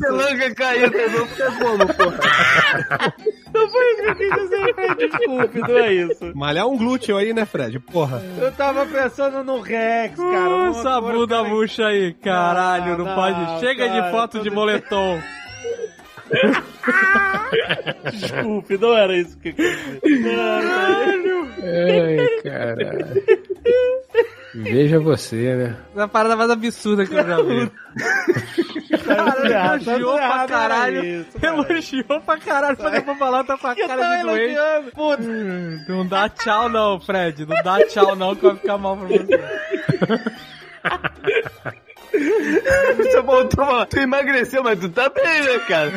[SPEAKER 2] caída não fica como, é porra.
[SPEAKER 4] Não foi isso que eu quis dizer, Fred. Desculpe, não é isso.
[SPEAKER 6] Malhar um glúteo aí, né, Fred? Porra.
[SPEAKER 4] Eu tava pensando no Rex, cara.
[SPEAKER 3] Ah,
[SPEAKER 4] uma
[SPEAKER 3] essa
[SPEAKER 4] coisa-
[SPEAKER 3] bunda murcha aí, caralho, Ah, não,
[SPEAKER 4] não,
[SPEAKER 3] pode. Chega
[SPEAKER 4] cara,
[SPEAKER 3] de foto de moletom.
[SPEAKER 4] Desculpe, não era isso que eu quis dizer. Caralho.
[SPEAKER 5] Ai, cara. Veja você, né?
[SPEAKER 3] É a parada mais absurda que eu já vi.
[SPEAKER 4] errado,
[SPEAKER 3] Caralho,
[SPEAKER 4] tá
[SPEAKER 3] elogiou
[SPEAKER 4] errado,
[SPEAKER 3] pra
[SPEAKER 4] era
[SPEAKER 3] caralho.
[SPEAKER 4] isso,
[SPEAKER 3] Elogiou pra caralho, mas eu vou falar, tá com a
[SPEAKER 4] Eu
[SPEAKER 3] cara de
[SPEAKER 4] tava
[SPEAKER 3] doente.
[SPEAKER 4] elogiando, puta.
[SPEAKER 3] Hum, Não dá tchau não, Fred. Não dá tchau não que vai ficar mal pra você.
[SPEAKER 2] Você voltou, mano. tu emagreceu, mas tu tá bem, né, cara?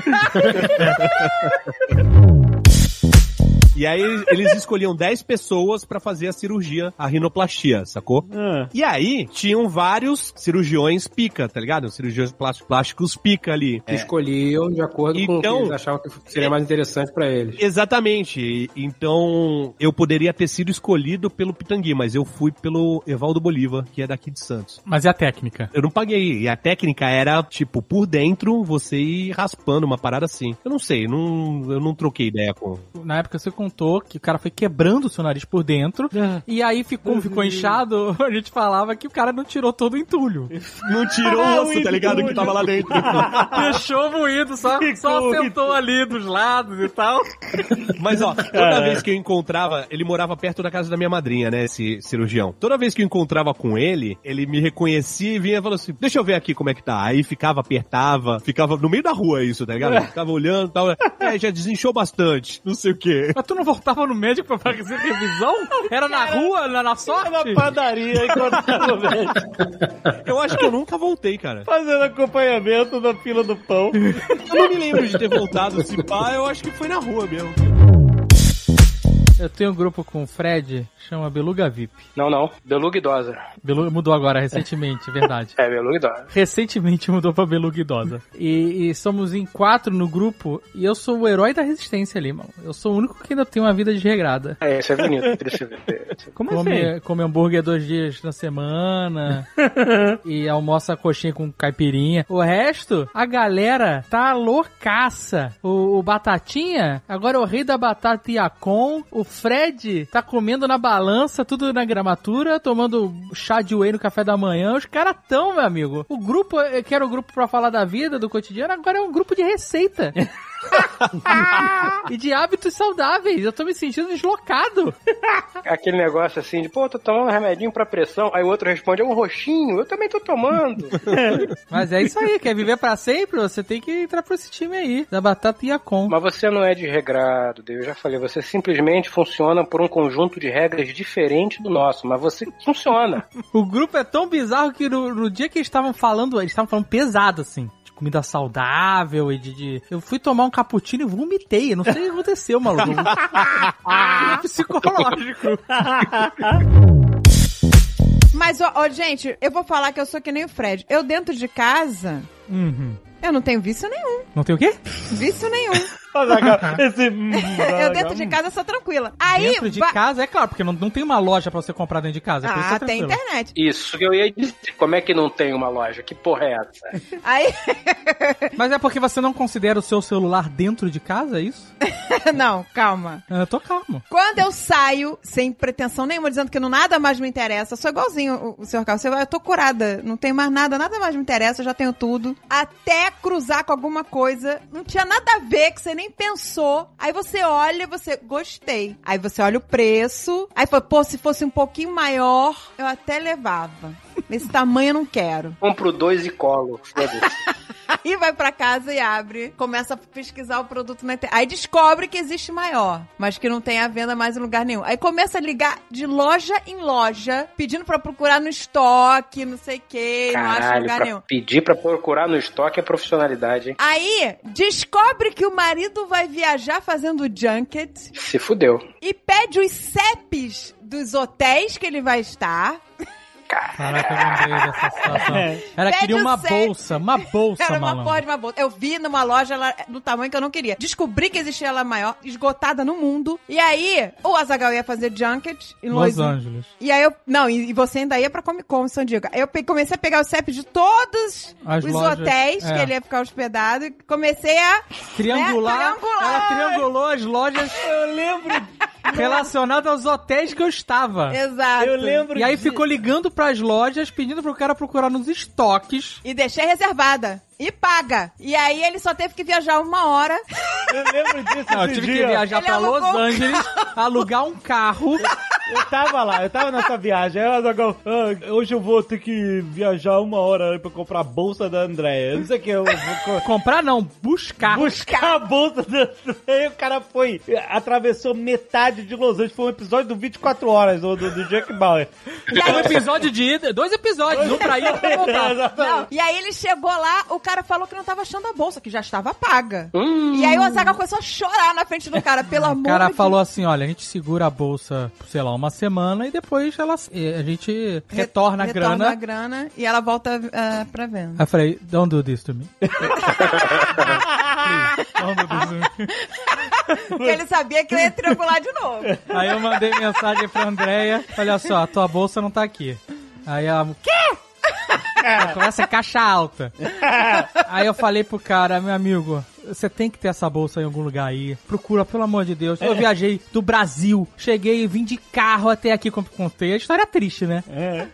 [SPEAKER 6] E aí eles escolhiam 10 pessoas pra fazer a cirurgia, a rinoplastia, sacou?
[SPEAKER 4] Ah.
[SPEAKER 6] E aí tinham vários cirurgiões pica, tá ligado? Cirurgiões plás- plásticos pica ali. É.
[SPEAKER 5] Escolhiam de acordo com o que
[SPEAKER 6] Então-
[SPEAKER 5] eles achavam que seria mais interessante pra eles.
[SPEAKER 6] Exatamente. E- Então, eu poderia ter sido escolhido pelo Pitangui, mas eu fui pelo Evaldo Bolívar, que é daqui de Santos.
[SPEAKER 3] Mas e a técnica?
[SPEAKER 6] Eu não paguei. E a técnica era, tipo, por dentro, você ir raspando uma parada assim. Eu não sei, não, eu não troquei ideia com...
[SPEAKER 3] Na época você contou que o cara foi quebrando o seu nariz por dentro
[SPEAKER 6] É.
[SPEAKER 3] e aí
[SPEAKER 6] Uhum.
[SPEAKER 3] ficou, ficou inchado. A gente falava que o cara não tirou todo o entulho. Ah,
[SPEAKER 6] Não tirou o osso, tá ligado? Que tava lá dentro.
[SPEAKER 3] Deixou moído, só, só sentou ali dos lados e tal.
[SPEAKER 6] Mas ó, toda
[SPEAKER 3] Caraca.
[SPEAKER 6] vez que eu encontrava, ele morava perto da casa da minha madrinha, né, esse cirurgião. Toda vez que eu encontrava com ele, ele me reconhecia e vinha e falou assim: "Deixa eu ver aqui como é que tá". Aí ficava apertava, ficava no meio da rua isso, tá ligado? Ficava olhando, e tal. É, já desinchou bastante, não sei o quê.
[SPEAKER 3] Mas tu não voltava no médico pra fazer revisão? Era na rua, na, na sorte? Era na
[SPEAKER 4] padaria enquanto tava
[SPEAKER 6] Eu acho que eu nunca voltei, cara.
[SPEAKER 4] Fazendo acompanhamento na fila do pão.
[SPEAKER 6] Eu não me lembro de ter voltado, se pá, eu acho que foi na rua mesmo.
[SPEAKER 3] Eu tenho um grupo com o Fred, chama Beluga VIP.
[SPEAKER 5] Não, não. Beluga idosa.
[SPEAKER 3] Beluga mudou agora recentemente, é verdade.
[SPEAKER 5] É, Beluga idosa.
[SPEAKER 3] Recentemente mudou pra Beluga Idosa. E, e somos em quatro no grupo e eu sou o herói da resistência ali, mano. Eu sou o único que ainda tem uma vida desregrada.
[SPEAKER 5] É, isso é bonito. Deixa eu ver.
[SPEAKER 2] é
[SPEAKER 3] Como é come, come hambúrguer dois dias na semana e almoça coxinha com caipirinha. O resto, a galera tá loucaça. O, o Batatinha, agora é o rei da batata Iacon. O Fred tá comendo na balança, tudo na gramatura, tomando chá de whey no café da manhã. Os caras tão, meu amigo. O grupo, eh, que era o grupo pra falar da vida, do cotidiano, agora é um grupo de receita. e de hábitos saudáveis. Eu tô me sentindo deslocado.
[SPEAKER 5] Aquele negócio assim de, pô, tô tomando um remedinho pra pressão. Aí o outro responde, é um roxinho. Eu também tô tomando.
[SPEAKER 3] Mas é isso aí, quer viver pra sempre? Você tem que entrar pra esse time aí, da Batata Iacon.
[SPEAKER 5] Mas você não é desregrado, Deus. Eu já falei, você simplesmente funciona por um conjunto de regras diferente do nosso, mas você funciona.
[SPEAKER 3] O grupo é tão bizarro que no, no dia que eles estavam falando, eles estavam falando pesado assim. de Comida saudável e de, de- Eu fui tomar um cappuccino e vomitei. Eu não sei o que aconteceu, maluco. É psicológico.
[SPEAKER 10] Mas, ó, ó, gente, eu vou falar que eu sou que nem o Fred. Eu dentro de casa,
[SPEAKER 3] Uhum.
[SPEAKER 10] eu não tenho vício nenhum.
[SPEAKER 3] Não tem o quê?
[SPEAKER 10] Vício nenhum.
[SPEAKER 4] Esse...
[SPEAKER 10] hum, Eu dentro de casa sou tranquila. Aí,
[SPEAKER 3] Dentro de
[SPEAKER 10] va-
[SPEAKER 3] casa, é claro, porque não, não tem uma loja pra você comprar dentro de casa. é por isso que
[SPEAKER 10] Ah,
[SPEAKER 3] é
[SPEAKER 10] tem
[SPEAKER 3] tranquilo.
[SPEAKER 10] internet.
[SPEAKER 5] Isso que eu ia dizer. Como é que não tem uma loja? Que porra é essa?
[SPEAKER 10] Aí,
[SPEAKER 3] Mas é porque você não considera o seu celular dentro de casa, é isso? Ah,
[SPEAKER 10] não, calma.
[SPEAKER 3] Eu tô calmo.
[SPEAKER 10] Quando eu saio, sem pretensão nenhuma, dizendo que não nada mais me interessa, eu sou igualzinho o, o senhor Carlos. Eu, eu tô curada, não tem mais nada, nada mais me interessa, eu já tenho tudo. Até cruzar com alguma coisa, não tinha nada a ver, que você nem pensou. Aí você olha, você, gostei. Aí você olha o preço, aí fala, pô, se fosse um pouquinho maior, eu até levava. Nesse tamanho eu não quero.
[SPEAKER 5] Compro dois e colo. Foda-se.
[SPEAKER 10] Aí vai pra casa e abre, começa a pesquisar o produto na internet. Aí descobre que existe maior, mas que não tem a venda mais em lugar nenhum. Aí começa a ligar de loja em loja, pedindo pra procurar no estoque, não sei o quê, não acha em
[SPEAKER 5] Caralho,
[SPEAKER 10] lugar
[SPEAKER 5] pra
[SPEAKER 10] nenhum.
[SPEAKER 5] pedir pra procurar no estoque é profissionalidade, hein?
[SPEAKER 10] Aí descobre que o marido vai viajar fazendo junket
[SPEAKER 5] Se fudeu.
[SPEAKER 10] e pede os CEPs dos hotéis que ele vai estar.
[SPEAKER 3] Caraca, eu lembrei dessa situação.
[SPEAKER 4] É.
[SPEAKER 3] Ela
[SPEAKER 10] Pede
[SPEAKER 3] queria
[SPEAKER 10] o
[SPEAKER 3] uma
[SPEAKER 10] set.
[SPEAKER 3] bolsa, uma bolsa,
[SPEAKER 10] Era uma né?
[SPEAKER 3] malandro.
[SPEAKER 10] porra de uma bolsa. Eu vi numa loja ela, é, do tamanho que eu não queria. Descobri que existia ela maior, esgotada no mundo. E aí, o Azagal ia fazer junket em
[SPEAKER 3] Los
[SPEAKER 10] Los
[SPEAKER 3] Angeles.
[SPEAKER 10] E aí eu. Não, e, e você ainda ia pra Comic Con, São Diego. Aí Eu pe- comecei a pegar o CEP de todos
[SPEAKER 3] As
[SPEAKER 10] os
[SPEAKER 3] lojas,
[SPEAKER 10] hotéis
[SPEAKER 3] é.
[SPEAKER 10] que ele ia ficar hospedado. e Comecei a.
[SPEAKER 3] Triangular,
[SPEAKER 10] né, triangular.
[SPEAKER 3] ela triangulou as lojas
[SPEAKER 4] Eu lembro.
[SPEAKER 3] relacionadas aos hotéis que eu estava.
[SPEAKER 10] Exato.
[SPEAKER 4] Eu lembro
[SPEAKER 3] E aí
[SPEAKER 4] de-
[SPEAKER 3] ficou ligando pras lojas, pedindo pro cara procurar nos estoques.
[SPEAKER 10] E deixei reservada. E paga. E aí ele só teve que viajar uma hora.
[SPEAKER 4] Eu lembro disso.
[SPEAKER 3] Não, eu tive que viajar pra Los
[SPEAKER 10] um
[SPEAKER 3] Angeles, alugar um carro.
[SPEAKER 4] Eu tava lá, eu tava nessa viagem. Aí o Azaghal, "Ah, hoje eu vou ter que viajar uma hora pra comprar a bolsa da Andréia. Não sei o que, eu vou co-
[SPEAKER 3] Comprar não, buscar.
[SPEAKER 4] buscar a bolsa da Andréia. O cara foi, atravessou metade de Los Angeles. Foi um episódio do 24 Horas, do, do, do Jack Bauer.
[SPEAKER 3] Um episódio de ida, dois episódios, um pra ir e um pra voltar.
[SPEAKER 10] Não, e aí ele chegou lá, o cara falou que não tava achando a bolsa, que já estava paga. E aí o Azaga começou a chorar na frente do cara, pelo amor
[SPEAKER 3] O cara
[SPEAKER 10] de
[SPEAKER 3] falou assim, olha, a gente segura a bolsa, sei lá, uma semana e depois ela, eh, a gente retorna a
[SPEAKER 10] Retorna
[SPEAKER 3] grana.
[SPEAKER 10] a grana e ela volta ah, pra venda.
[SPEAKER 3] Aí eu falei, don't do this to me.
[SPEAKER 10] Porque ele sabia que eu ia triangular de novo.
[SPEAKER 3] Aí eu mandei mensagem pra Andréia, olha só, a tua bolsa não tá aqui. Aí ela, quê? Ela começa a caixa alta.
[SPEAKER 6] Ah,
[SPEAKER 3] Aí eu falei pro cara, meu amigo, você tem que ter essa bolsa em algum lugar aí. Procura, pelo amor de Deus. Eu viajei do Brasil, cheguei, vim de carro até aqui, como contei. A história é triste, né?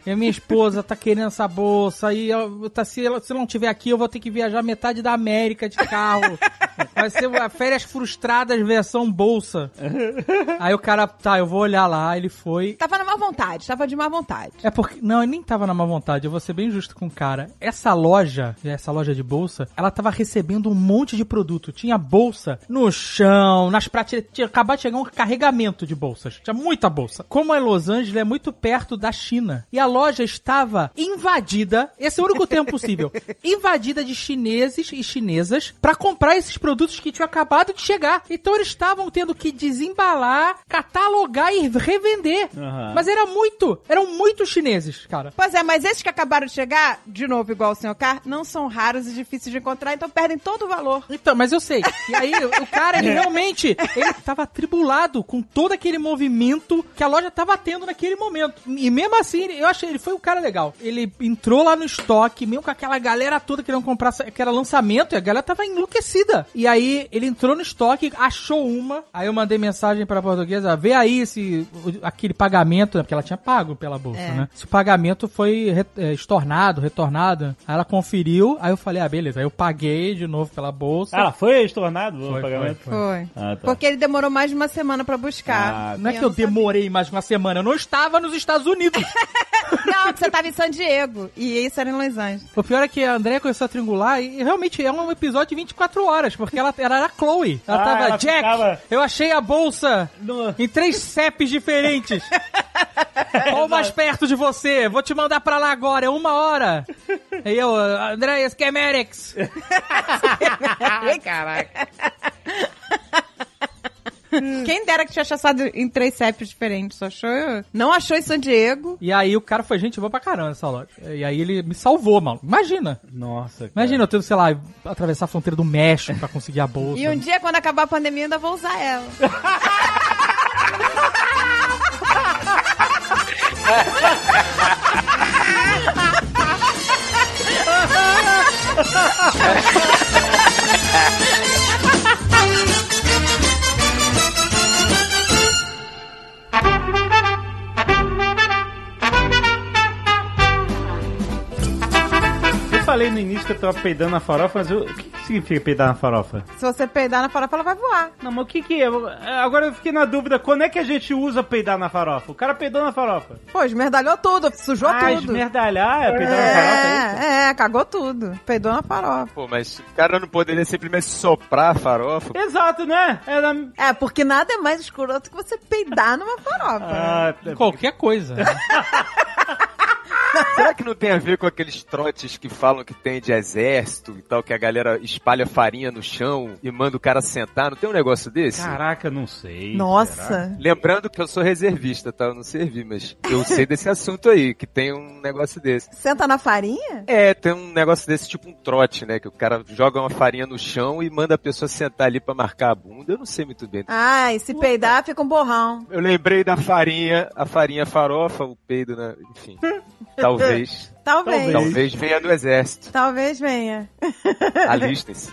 [SPEAKER 3] E a minha esposa tá querendo essa bolsa e eu- tá, se, ela, se ela não tiver aqui, eu vou ter que viajar metade da América de carro. Vai ser uma férias frustradas versão bolsa. Aí o cara, tá, eu vou olhar lá, ele foi.
[SPEAKER 10] Tava na má vontade, tava de má vontade.
[SPEAKER 3] É porque. Não, eu nem tava na má vontade, eu vou ser bem justo com o cara. Essa loja, essa loja de bolsa, ela tava recebendo um monte de produto. Tinha bolsa no chão, nas prateleiras. Tinha acabado de chegar um carregamento de bolsas. Tinha muita bolsa. Como é Los Angeles, é muito perto da China. E a loja estava invadida esse é o único termo possível invadida de chineses e chinesas pra comprar esses produtos que tinham acabado de chegar. Então eles estavam tendo que desembalar, catalogar e revender.
[SPEAKER 4] Aham.
[SPEAKER 3] Mas era muito, eram muitos chineses, cara.
[SPEAKER 10] Pois é, mas esses que acabaram de chegar, de novo, igual o senhor K, não são raros e difíceis de encontrar, então perdem todo o valor.
[SPEAKER 3] Então, mas eu sei. E aí, o cara, ele realmente, ele tava atribulado com todo aquele movimento que a loja tava tendo naquele momento. E mesmo assim, ele- eu achei, ele foi um cara legal. Ele entrou lá no estoque, mesmo com aquela galera toda querendo comprar, essa- que era lançamento, e a galera tava enlouquecida. E aí, ele entrou no estoque, achou uma, aí eu mandei mensagem pra portuguesa, vê aí se o- aquele pagamento, né, porque ela tinha pago pela bolsa,
[SPEAKER 10] É.
[SPEAKER 3] né? Se o pagamento foi re- eh, estornado, retornado. Aí ela conferiu, aí eu falei, ah, beleza. Aí eu paguei de novo pela bolsa.
[SPEAKER 4] Ah, foi estornado o
[SPEAKER 3] Foi,
[SPEAKER 4] pagamento?
[SPEAKER 3] foi,
[SPEAKER 10] Foi.
[SPEAKER 4] Ah, tá.
[SPEAKER 10] Porque ele demorou mais de uma semana pra buscar.
[SPEAKER 3] Então. Não é
[SPEAKER 10] E
[SPEAKER 3] que eu demorei mais uma semana, eu não estava nos Estados Unidos.
[SPEAKER 10] Não, porque você tava em San Diego. E isso era em Los Angeles.
[SPEAKER 3] o pior é que a Andrea começou a triangular e realmente é um episódio de 24 horas, porque ela, ela era a Chloe. Ela
[SPEAKER 4] Ah,
[SPEAKER 3] tava,
[SPEAKER 4] ela
[SPEAKER 3] Jack,
[SPEAKER 4] ficava-
[SPEAKER 3] eu achei a bolsa em três CEPs diferentes. Qual o mais perto de você? Vou te mandar pra lá agora, é uma hora. E eu, Andrea,
[SPEAKER 4] Ah,
[SPEAKER 3] Schematics.
[SPEAKER 10] Caraca. Quem dera que tivesse achado em três CEPs diferentes. Só achou. Não achou em San Diego.
[SPEAKER 3] E aí o cara foi gente boa pra caramba nessa loja. E aí ele me salvou, maluco. Imagina.
[SPEAKER 4] Nossa, cara.
[SPEAKER 3] Imagina eu tendo, sei lá, atravessar a fronteira do México pra conseguir a bolsa.
[SPEAKER 10] E um dia, quando acabar a pandemia, eu ainda vou usar ela.
[SPEAKER 4] Eu falei no início que eu tava peidando na farofa, mas eu- o que que significa peidar na farofa?
[SPEAKER 10] Se você peidar na farofa, ela vai voar.
[SPEAKER 4] Não, mas o que que é? Agora eu fiquei na dúvida, quando é que a gente usa peidar na farofa? O cara peidou na farofa.
[SPEAKER 10] Pô, esmerdalhou tudo, sujou
[SPEAKER 4] Ah,
[SPEAKER 10] tudo.
[SPEAKER 4] esmerdalhar é peidar na
[SPEAKER 10] farofa? É, é, cagou tudo. Peidou na farofa.
[SPEAKER 1] Pô, mas o cara não poderia simplesmente soprar a farofa?
[SPEAKER 4] Exato, né?
[SPEAKER 10] É, porque nada é mais escroto que você peidar numa
[SPEAKER 4] Ah.
[SPEAKER 10] farofa.
[SPEAKER 4] é
[SPEAKER 3] Qualquer coisa. né?
[SPEAKER 1] Será que não tem a ver com aqueles trotes que falam que tem de exército e tal, que a galera espalha farinha no chão e manda o cara sentar? Não tem um negócio desse?
[SPEAKER 4] Caraca, não sei.
[SPEAKER 10] Nossa.
[SPEAKER 1] Lembrando que eu sou reservista, tá? Eu não servi, mas eu sei desse assunto aí, que tem um negócio desse.
[SPEAKER 10] Senta na farinha?
[SPEAKER 1] É, tem um negócio desse tipo um trote, né? Que o cara joga uma farinha no chão e manda a pessoa sentar ali pra marcar a bunda. Eu não sei muito bem.
[SPEAKER 10] Ai, se peidar, fica um borrão.
[SPEAKER 1] Eu lembrei da farinha, a farinha farofa, o peido, né? Enfim. Talvez.
[SPEAKER 10] Talvez.
[SPEAKER 1] Talvez venha do exército.
[SPEAKER 10] Talvez venha.
[SPEAKER 1] Alistem-se.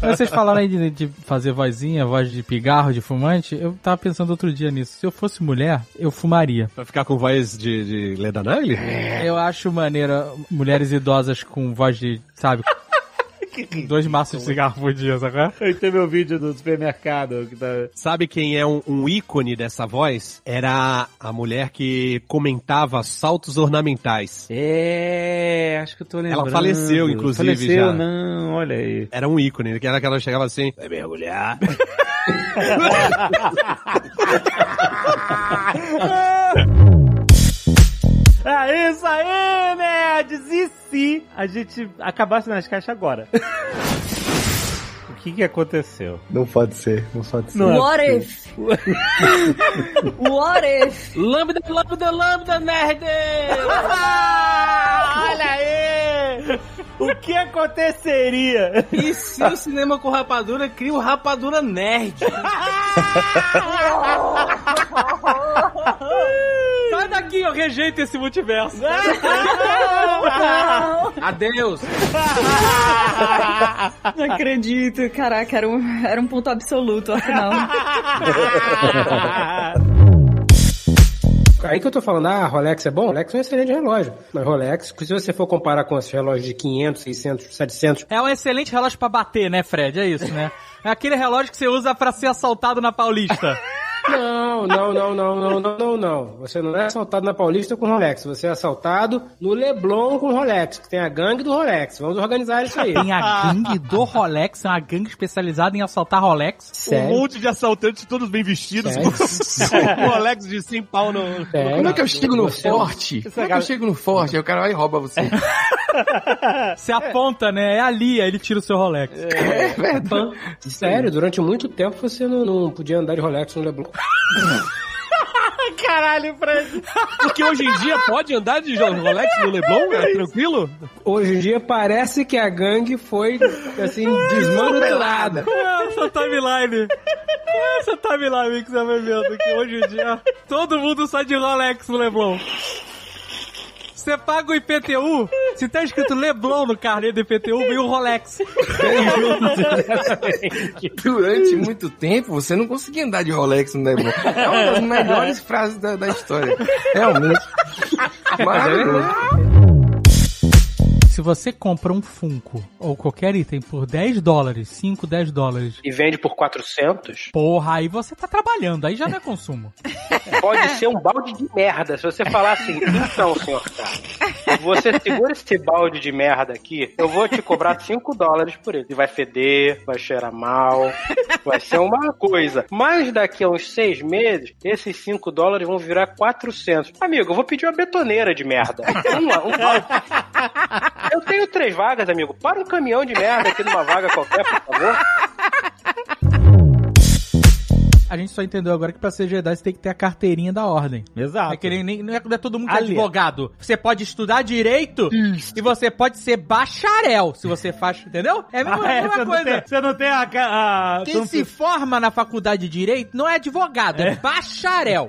[SPEAKER 3] Vocês falaram aí de, de fazer vozinha, voz de pigarro, de fumante. Eu tava pensando outro dia nisso. Se eu fosse mulher, eu fumaria. É.
[SPEAKER 6] Pra ficar com voz de, de Leda Nagli?
[SPEAKER 3] Eu acho maneira mulheres idosas com voz de, sabe? Dois maços de cigarro por dia, é? sacou?
[SPEAKER 4] Eu tenho meu um vídeo do supermercado que tá...
[SPEAKER 6] Sabe quem é um, um ícone dessa voz? Era a mulher que comentava saltos ornamentais.
[SPEAKER 4] É, acho que eu tô
[SPEAKER 6] Ela faleceu, inclusive,
[SPEAKER 4] faleceu, né?
[SPEAKER 6] já.
[SPEAKER 4] não, olha aí.
[SPEAKER 6] Era um ícone, que era que ela chegava assim, vai mergulhar.
[SPEAKER 4] Ah! É isso aí, nerds! E se a gente acabasse nas caixas agora? o que que aconteceu?
[SPEAKER 27] Não pode ser, não pode ser.
[SPEAKER 4] Não é
[SPEAKER 3] What if? Lambda, lambda, lambda, nerd!
[SPEAKER 4] Olha aí! O que aconteceria?
[SPEAKER 3] E se o cinema com rapadura cria o rapadura nerd? Sai daqui, eu rejeito esse multiverso.
[SPEAKER 6] Adeus!
[SPEAKER 7] Não acredito, caraca, era um, era um ponto absoluto, afinal.
[SPEAKER 5] Aí que eu tô falando, ah, Rolex é bom? Rolex é um excelente relógio. Mas Rolex, se você for comparar com esses relógios de 500, 600, 700,
[SPEAKER 3] É um excelente relógio pra bater, né, Fred? É isso, né? É aquele relógio que você usa pra ser assaltado na Paulista.
[SPEAKER 5] Não, não, não, não, não, não, não, não. Você não é assaltado na Paulista com Rolex. Você é assaltado no Leblon com Rolex, que tem a gangue do Rolex. Vamos organizar isso aí.
[SPEAKER 3] Tem a gangue do Rolex, é uma gangue especializada em assaltar Rolex.
[SPEAKER 5] Sério?
[SPEAKER 6] Um monte de assaltantes, todos bem vestidos,
[SPEAKER 3] Sério?
[SPEAKER 6] com o Alex de 100 pau no...
[SPEAKER 1] Como é que eu chego no forte? Como é que eu chego no forte? Aí o cara vai e rouba você.
[SPEAKER 3] Você aponta, né? É ali, aí ele tira o seu Rolex.
[SPEAKER 5] É verdade. Sério, durante muito tempo você não, não podia andar de Rolex no Leblon.
[SPEAKER 4] Caralho, Fred!
[SPEAKER 6] Porque hoje em dia pode andar de Rolex no Leblon, é tranquilo?
[SPEAKER 5] Hoje em dia parece que a gangue foi, assim, desmantelada.
[SPEAKER 3] Qual é essa timeline? Qual é essa timeline que você vai vendo que hoje em dia todo mundo sai de Rolex no Leblon? Você paga o IPTU, se tá escrito Leblon no carnê do IPTU, vem o Rolex.
[SPEAKER 8] Durante
[SPEAKER 1] muito tempo você não conseguia andar de Rolex no Leblon. É uma das melhores frases da, da história. Realmente. é Maravilhoso.
[SPEAKER 3] Se você compra um Funko ou qualquer item por 10 dólares, 5, 10 dólares,
[SPEAKER 27] E vende por 400?
[SPEAKER 3] porra, aí você tá trabalhando, aí já não é consumo.
[SPEAKER 27] Pode ser um balde de merda. Se você falar assim, então, senhor cara, você segura esse balde de merda aqui, eu vou te cobrar 5 dólares por ele. E vai feder, vai cheirar mal, vai ser uma coisa. Mas daqui a uns 6 meses, esses 5 dólares vão virar 400. Amigo, eu vou pedir uma betoneira de merda. Um, um balde.
[SPEAKER 5] Eu tenho três vagas, amigo. Para um caminhão de merda aqui numa vaga qualquer, por favor.
[SPEAKER 3] A gente só entendeu agora que pra ser Jedi você tem que ter a carteirinha da ordem.
[SPEAKER 4] Exato.
[SPEAKER 3] Não é, que nem- nem- não é- não é todo mundo que é
[SPEAKER 4] Ali.
[SPEAKER 3] advogado. Você pode estudar direito
[SPEAKER 4] Hum.
[SPEAKER 3] e você pode ser bacharel se você faz, entendeu? É a mesma,
[SPEAKER 4] Ah, é,
[SPEAKER 3] mesma
[SPEAKER 4] você não
[SPEAKER 3] coisa.
[SPEAKER 4] tem- você não tem a. ca- a-
[SPEAKER 3] Quem
[SPEAKER 4] são-
[SPEAKER 3] se forma na faculdade de direito não é advogado, é, bacharel.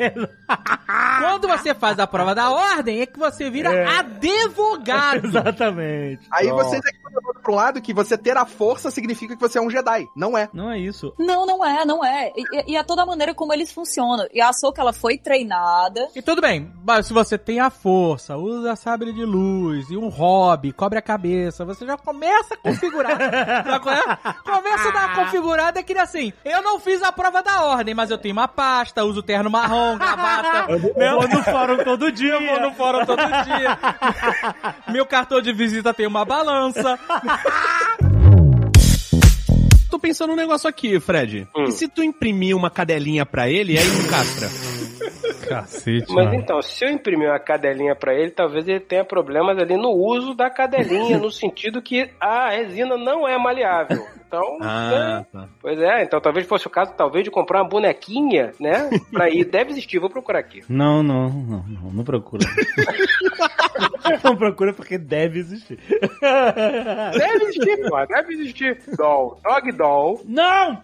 [SPEAKER 3] Quando você faz a prova da ordem é que você vira advogado.
[SPEAKER 4] Exatamente.
[SPEAKER 8] Aí vocês aqui estão levando pra um lado que você ter a força significa que você é um Jedi. Não é.
[SPEAKER 4] Não é isso.
[SPEAKER 25] Não, não é, não é. E, e é toda a maneira como eles funcionam. E a Soca, ela foi treinada.
[SPEAKER 3] E tudo bem, mas se você tem a força, usa a sabre de luz e um hobby, cobre a cabeça, você já começa configurado. Já come- começa a dar
[SPEAKER 4] Ah.
[SPEAKER 3] uma configurada que ele é assim, eu não fiz a prova da ordem, mas eu tenho uma pasta, uso terno marrom, gravata.
[SPEAKER 4] Eu vou- eu vou no fórum todo dia.
[SPEAKER 3] Eu vou no fórum todo dia. Meu cartão de visita tem uma balança.
[SPEAKER 6] Tô pensando num negócio aqui, Fred. E se tu imprimir uma cadelinha pra ele, aí ele castra?
[SPEAKER 4] Cacete,
[SPEAKER 5] Mas então, se eu imprimir uma cadelinha pra ele, talvez ele tenha problemas ali no uso da cadelinha, no sentido que a resina não é maleável. Então,
[SPEAKER 6] Ah,
[SPEAKER 5] é. pois é, então talvez fosse o caso, talvez, de comprar uma bonequinha, né? Pra ir, deve existir, vou procurar aqui.
[SPEAKER 4] Não, não, não, não, não procura. não procura porque deve existir.
[SPEAKER 5] Deve existir, pô, deve existir. Doll, dog doll.
[SPEAKER 4] Não!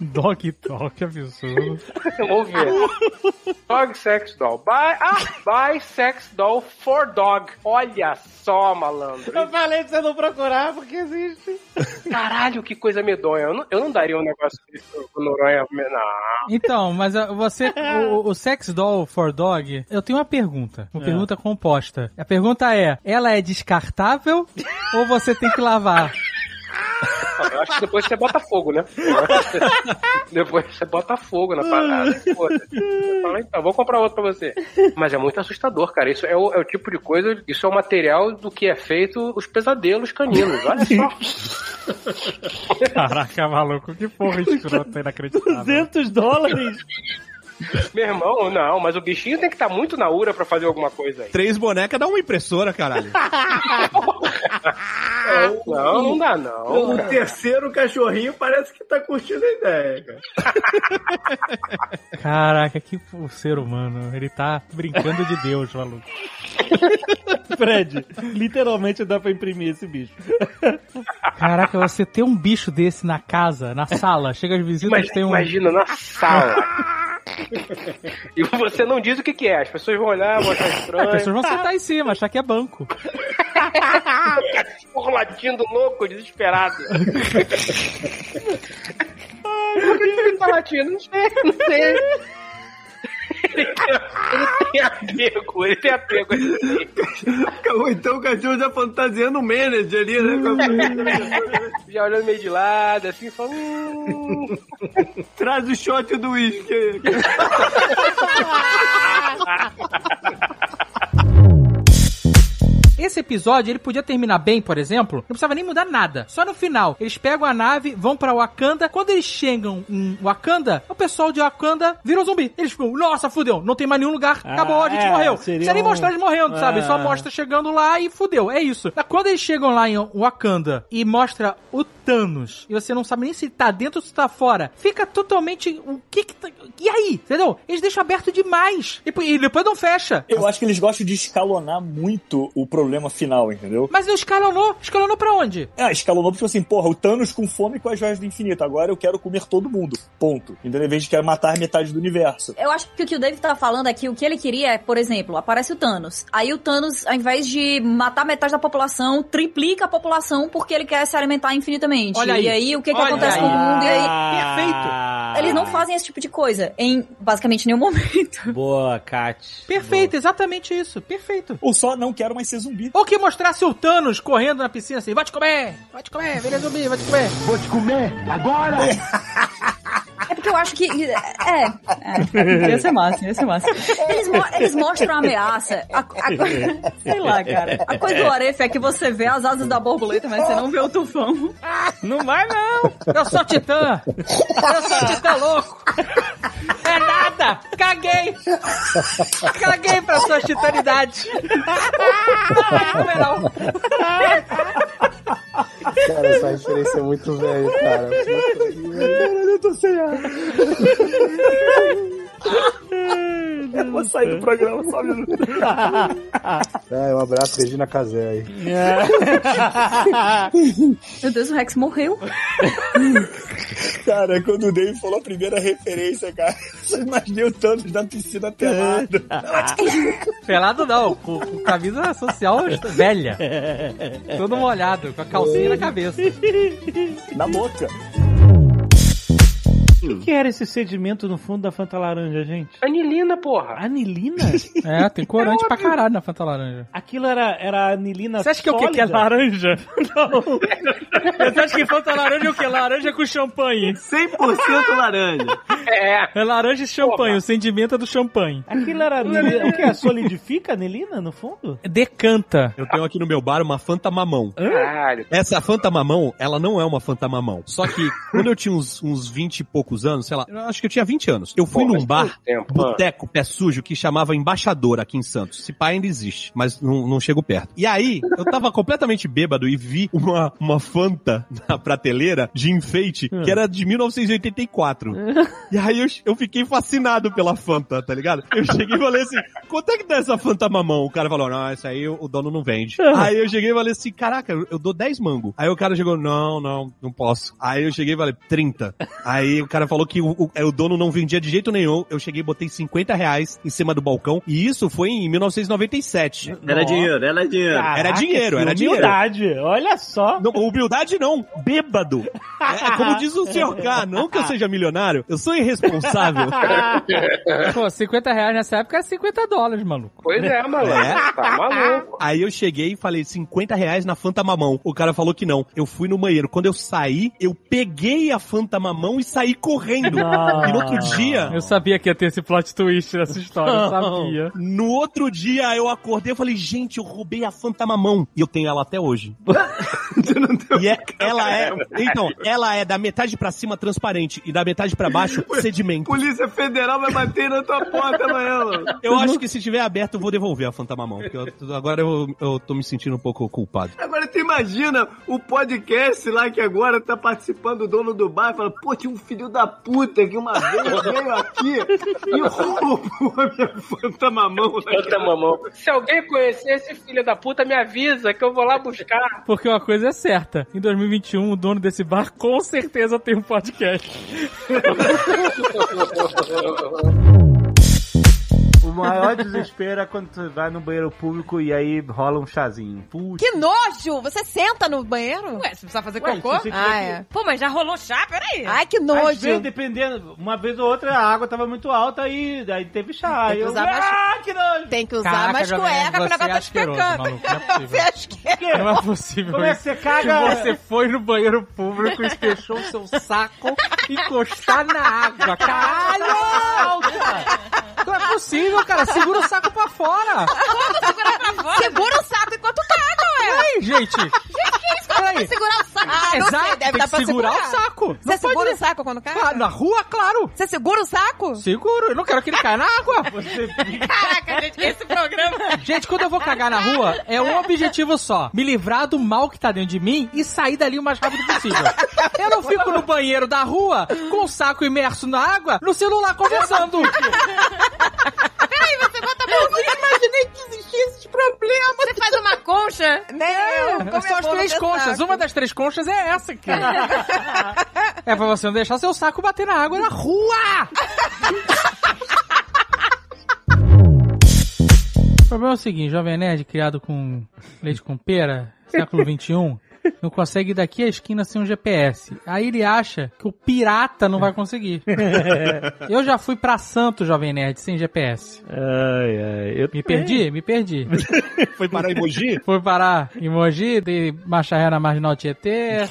[SPEAKER 3] Dog Talk, absurdo.
[SPEAKER 5] Vamos ver. Dog sex doll. Buy, ah, buy sex doll for dog. Olha só, malandro.
[SPEAKER 4] Eu falei pra você não procurar porque existe.
[SPEAKER 5] Caralho, que coisa medonha. Eu não, eu não daria um negócio desse pro Noronha. Não.
[SPEAKER 3] Então, mas ah, você, o, o Sex Doll for Dog, eu tenho uma pergunta. Uma
[SPEAKER 5] É.
[SPEAKER 3] pergunta composta. A pergunta é: ela é descartável ou você tem que lavar?
[SPEAKER 5] Ah, Eu acho que depois você bota fogo, né? Eu acho que- Depois você bota fogo na parada. foda-se. Eu falo, Então, vou comprar outro pra você. Mas é muito assustador, cara. Isso é o, é o tipo de coisa, isso é o material do que é feito os pesadelos caninos. Olha só.
[SPEAKER 3] Caraca, maluco, que porra escrota inacreditável.
[SPEAKER 4] 200 dólares?
[SPEAKER 5] Meu irmão, não, mas o bichinho tem que estar muito na ura pra fazer alguma coisa aí.
[SPEAKER 6] Três bonecas dá uma impressora, caralho.
[SPEAKER 5] Não, não dá não.
[SPEAKER 2] Ah, O
[SPEAKER 5] cara.
[SPEAKER 2] terceiro cachorrinho parece que tá curtindo a ideia, cara.
[SPEAKER 3] Caraca, que o ser humano. Ele tá brincando de Deus, maluco.
[SPEAKER 4] Fred, literalmente dá pra imprimir esse bicho.
[SPEAKER 3] Caraca, você ter um bicho desse na casa, na sala, chega as visitas,
[SPEAKER 5] Imagina,
[SPEAKER 3] tem um.
[SPEAKER 5] imagina, na sala. E você não diz o que, que é. As pessoas vão olhar, vão achar estranho.
[SPEAKER 3] As pessoas vão sentar em cima, achar que é banco.
[SPEAKER 5] Cachorro latindo louco, desesperado. Ai, Por que ele tá latindo? Não sei, não sei. Ele tem, ele tem apego, ele tem apego. Ele tem.
[SPEAKER 2] Ou então o cachorro já fantasiando o manager ali, né?
[SPEAKER 5] Já olhando meio de lado, assim, falando. "Hum."
[SPEAKER 2] Traz o shot do uísque aí.
[SPEAKER 3] Esse episódio, ele podia terminar bem, por exemplo, não precisava nem mudar nada. Só no final, eles pegam a nave, vão pra Wakanda. Quando eles chegam em Wakanda, o pessoal de Wakanda virou zumbi. Eles ficam, nossa, fudeu, não tem mais nenhum lugar, acabou, a gente
[SPEAKER 4] é,
[SPEAKER 3] morreu.
[SPEAKER 4] seria
[SPEAKER 3] Seria nem
[SPEAKER 4] um-
[SPEAKER 3] mostrar eles morrendo, sabe? Só
[SPEAKER 4] É.
[SPEAKER 3] mostra chegando lá e fudeu, é isso. Mas Quando eles chegam lá em Wakanda e mostra o Thanos, e você não sabe nem se tá dentro ou se tá fora, fica totalmente, o que que tá... E aí? Entendeu? Eles deixam aberto demais. E, e depois não fecha.
[SPEAKER 12] Eu acho que eles gostam de escalonar muito o problema final, entendeu?
[SPEAKER 3] Mas não escalonou? Escalonou pra onde?
[SPEAKER 12] Ah, escalonou porque assim, porra, o Thanos com fome e com as joias do infinito. Agora eu quero comer todo mundo. Ponto. Entendeu? Em vez de quero matar metade do universo.
[SPEAKER 25] Eu acho que o que o David tá falando aqui, o que ele queria é, por exemplo, aparece o Thanos. Aí o Thanos, ao invés de matar metade da população, triplica a população porque ele quer se alimentar infinitamente.
[SPEAKER 37] Olha aí.
[SPEAKER 25] E aí, o que, que
[SPEAKER 37] Olha
[SPEAKER 25] acontece com o
[SPEAKER 37] aí.
[SPEAKER 25] mundo? E aí... é
[SPEAKER 4] Perfeito!
[SPEAKER 25] Eles não fazem esse tipo de coisa em basicamente nenhum momento.
[SPEAKER 4] Boa, Kat.
[SPEAKER 3] Perfeito, exatamente isso. Perfeito.
[SPEAKER 12] Ou só não quero mais ser zumbi.
[SPEAKER 3] Ou que mostrasse o Thanos correndo na piscina assim, vai te comer, vai te comer, vira zumbi, vai te comer.
[SPEAKER 38] Vou te comer agora!
[SPEAKER 25] É porque eu acho que. É. é ia ser massa, ia ser massa. Eles, mo- eles mostram a ameaça. A- a- sei lá, cara. A coisa do Arefa é que você vê as asas da borboleta, mas você não vê o tufão.
[SPEAKER 3] Não vai, não! Eu sou titã! Eu sou titã louco! É nada!
[SPEAKER 29] Nada! Caguei! Caguei pra sua titanidade! Não,
[SPEAKER 5] Cara, essa referência é muito velha, cara.
[SPEAKER 28] Caralho, eu tô sem ar. Eu vou sair do programa só um minuto.
[SPEAKER 5] É, um abraço, Regina Casé aí.
[SPEAKER 7] Meu Deus, o Rex morreu.
[SPEAKER 28] Cara, quando o Dave falou a primeira referência, cara, eu imaginei o Thanos na piscina
[SPEAKER 6] É.
[SPEAKER 28] pelado. tipo,
[SPEAKER 6] Ah.
[SPEAKER 3] Pelado não, com, com camisa social velha. Todo molhado, com a calcinha na cabeça.
[SPEAKER 28] Na boca.
[SPEAKER 4] O que era esse sedimento no fundo da Fanta Laranja, gente?
[SPEAKER 27] Anilina, porra.
[SPEAKER 4] Anilina?
[SPEAKER 3] É, tem corante pra caralho na Fanta Laranja.
[SPEAKER 4] Aquilo era, era anilina
[SPEAKER 3] Você acha que é o quê?
[SPEAKER 4] sólida?
[SPEAKER 3] Que é laranja? Não. Você acha que Fanta Laranja é o quê? Laranja com champanhe.
[SPEAKER 2] 100% laranja.
[SPEAKER 3] É. É laranja e champanhe. O sentimento é do champanhe.
[SPEAKER 4] Aquilo era anilina. O que é? Solidifica a anilina no fundo?
[SPEAKER 3] Decanta.
[SPEAKER 6] Eu tenho aqui no meu bar uma Fanta Mamão.
[SPEAKER 27] Caralho.
[SPEAKER 6] Essa Fanta Mamão, ela não é uma Fanta Mamão. Só que quando eu tinha uns, uns 20 e poucos anos, sei lá, eu acho que eu tinha 20 anos, eu fui
[SPEAKER 27] Pô, mas
[SPEAKER 6] num bar,
[SPEAKER 27] quanto tempo?
[SPEAKER 6] boteco, pé sujo, que chamava Embaixador aqui em Santos. Esse pai ainda existe, mas não, não chego perto. E aí, eu tava completamente bêbado e vi uma, uma Fanta na prateleira de enfeite, que era de 1984. E aí eu, eu fiquei fascinado pela Fanta, tá ligado? Eu cheguei e falei assim, quanto é que dá essa Fanta mamão? O cara falou, não, é essa Ah, aí o dono não vende. Aí eu cheguei e falei assim, caraca, eu- eu dou 10 mango. Aí o cara chegou, não, não, não posso. Aí eu cheguei e falei, 30. Aí o cara falou que o, o, é, o dono não vendia de jeito nenhum. Eu cheguei e botei 50 reais em cima do balcão. E isso foi em 1997.
[SPEAKER 2] Era dinheiro, era dinheiro.
[SPEAKER 6] era dinheiro, era dinheiro.
[SPEAKER 4] Humildade, olha só.
[SPEAKER 6] Não, humildade não, bêbado. É, é como diz o senhor K, não que eu seja milionário, eu sou irresponsável.
[SPEAKER 3] Pô, 50 reais nessa época é 50 dólares, maluco.
[SPEAKER 27] Pois é, malandro.
[SPEAKER 6] É.
[SPEAKER 27] Tá maluco.
[SPEAKER 6] Aí eu cheguei e falei 50 reais na Fanta Mamão. O cara falou que não. Eu fui no banheiro. Quando eu saí, eu peguei a Fanta Mamão e saí correndo.
[SPEAKER 3] Não.
[SPEAKER 6] E no outro dia.
[SPEAKER 3] Eu sabia que ia ter esse plot twist nessa história, eu sabia.
[SPEAKER 6] No outro dia eu acordei e falei, gente, eu roubei a Fanta Mamão. E eu tenho ela até hoje. e é, ela é. Então, ela é da metade pra cima transparente e da metade pra baixo sedimento.
[SPEAKER 2] Polícia Federal vai bater na tua porta amanhã, mano.
[SPEAKER 6] Eu acho que se tiver aberto, eu vou devolver a Fanta Mamão. Porque eu- agora eu, eu tô me sentindo um pouco culpado.
[SPEAKER 2] Agora tu imagina o podcast lá que agora tá participando o dono do bar e fala, pô, tinha um filho da puta que uma vez veio aqui e roubou a minha fanta mamão.
[SPEAKER 27] Fanta mamão. Se alguém conhecer esse filho da puta, me avisa que eu vou lá buscar.
[SPEAKER 3] Porque uma coisa é certa, em 2021 o dono desse bar com certeza tem um podcast.
[SPEAKER 4] O maior desespero é quando tu vai no banheiro público e aí rola um chazinho. Putz.
[SPEAKER 10] Que nojo! Você senta no banheiro?
[SPEAKER 9] Ué, É, você precisa fazer
[SPEAKER 10] Ué,
[SPEAKER 9] cocô?
[SPEAKER 10] se você tiver
[SPEAKER 9] Ah,
[SPEAKER 10] que-
[SPEAKER 9] é. Pô, mas já rolou chá? Peraí.
[SPEAKER 10] Ai, que
[SPEAKER 4] Às
[SPEAKER 10] nojo!
[SPEAKER 4] vezes, dependendo, uma vez ou outra a água tava muito alta aí, aí teve chá.
[SPEAKER 10] Tem
[SPEAKER 4] Aí
[SPEAKER 10] que
[SPEAKER 4] eu,
[SPEAKER 10] usar mais-
[SPEAKER 4] ah, que nojo!
[SPEAKER 10] Tem que usar
[SPEAKER 3] Caraca,
[SPEAKER 10] mais
[SPEAKER 3] Jovem Nerd,
[SPEAKER 10] cueca que o
[SPEAKER 3] você
[SPEAKER 10] negócio
[SPEAKER 3] é
[SPEAKER 10] tá
[SPEAKER 3] asqueroso,
[SPEAKER 10] despecando.
[SPEAKER 3] maluco, não é possível.
[SPEAKER 10] Você acha que
[SPEAKER 3] Não é possível
[SPEAKER 4] Como é que
[SPEAKER 3] isso.
[SPEAKER 4] você caga?
[SPEAKER 3] Que você foi no banheiro público e deixou o seu saco encostar na água. Caralho! Não é possível, cara. Segura o saco pra fora.
[SPEAKER 10] segura o saco enquanto tá, caga, ué?
[SPEAKER 3] Peraí, gente.
[SPEAKER 10] é
[SPEAKER 3] Peraí.
[SPEAKER 10] Segurar o saco. Ah, não
[SPEAKER 3] Exato,
[SPEAKER 10] sei,
[SPEAKER 3] tem
[SPEAKER 10] deve dar
[SPEAKER 3] que
[SPEAKER 10] pra
[SPEAKER 3] segurar o saco. Não
[SPEAKER 10] Você
[SPEAKER 3] pode-
[SPEAKER 10] segura o saco quando
[SPEAKER 3] Ah,
[SPEAKER 10] caga?
[SPEAKER 3] Na rua, claro.
[SPEAKER 10] Você segura o saco?
[SPEAKER 3] Seguro. Eu não quero que ele caia na água.
[SPEAKER 9] Caraca, gente, esse programa.
[SPEAKER 3] Gente, quando eu vou cagar na rua, é um objetivo só: me livrar do mal que tá dentro de mim e sair dali o mais rápido possível. Eu não fico no banheiro da rua, com o saco imerso na água, no celular conversando.
[SPEAKER 9] Peraí, você bota a mãozinha. Eu imaginei que existia esse problema. Você faz uma concha.
[SPEAKER 10] Nem eu. Como
[SPEAKER 3] São
[SPEAKER 10] é
[SPEAKER 3] as
[SPEAKER 10] bom
[SPEAKER 3] três
[SPEAKER 10] ter
[SPEAKER 3] conchas.
[SPEAKER 10] saco.
[SPEAKER 3] Uma das três conchas é essa aqui. É pra você não deixar seu saco bater na água na rua! O problema é o seguinte, Jovem Nerd, criado com leite com pera, século XXI, não consegue ir daqui à esquina sem um GPS. Aí ele acha que o pirata não vai conseguir. É, Eu já fui pra Santos, Jovem Nerd, sem GPS.
[SPEAKER 4] Ai, ai, eu
[SPEAKER 3] Me perdi? Me perdi.
[SPEAKER 6] Foi parar em Mogi?
[SPEAKER 3] Fui parar em Mogi, dei marcha ré na Marginal Tietê,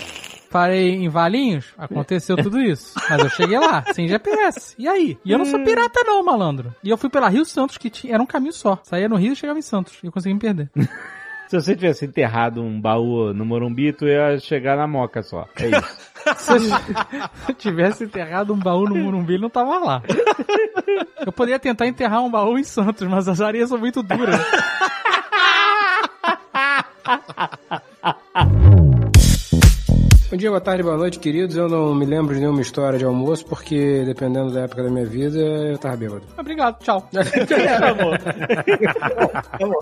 [SPEAKER 3] parei em Valinhos, aconteceu tudo isso. Mas eu cheguei lá, sem GPS. E aí? E eu não sou pirata não, malandro. E eu fui pela Rio Santos, que tinha, era um caminho só. Saía no Rio e chegava em Santos. E eu consegui me perder.
[SPEAKER 4] Se você tivesse enterrado um baú no Morumbi, tu ia chegar na moca só. É isso.
[SPEAKER 3] Se eu tivesse enterrado um baú no Murumbi, ele não tava lá. Eu poderia tentar enterrar um baú em Santos, mas as areias são muito duras.
[SPEAKER 5] Bom dia, boa tarde, boa noite, queridos. Eu não me lembro de nenhuma história de almoço, porque dependendo da época da minha vida, eu tava bêbado.
[SPEAKER 3] Obrigado, tchau.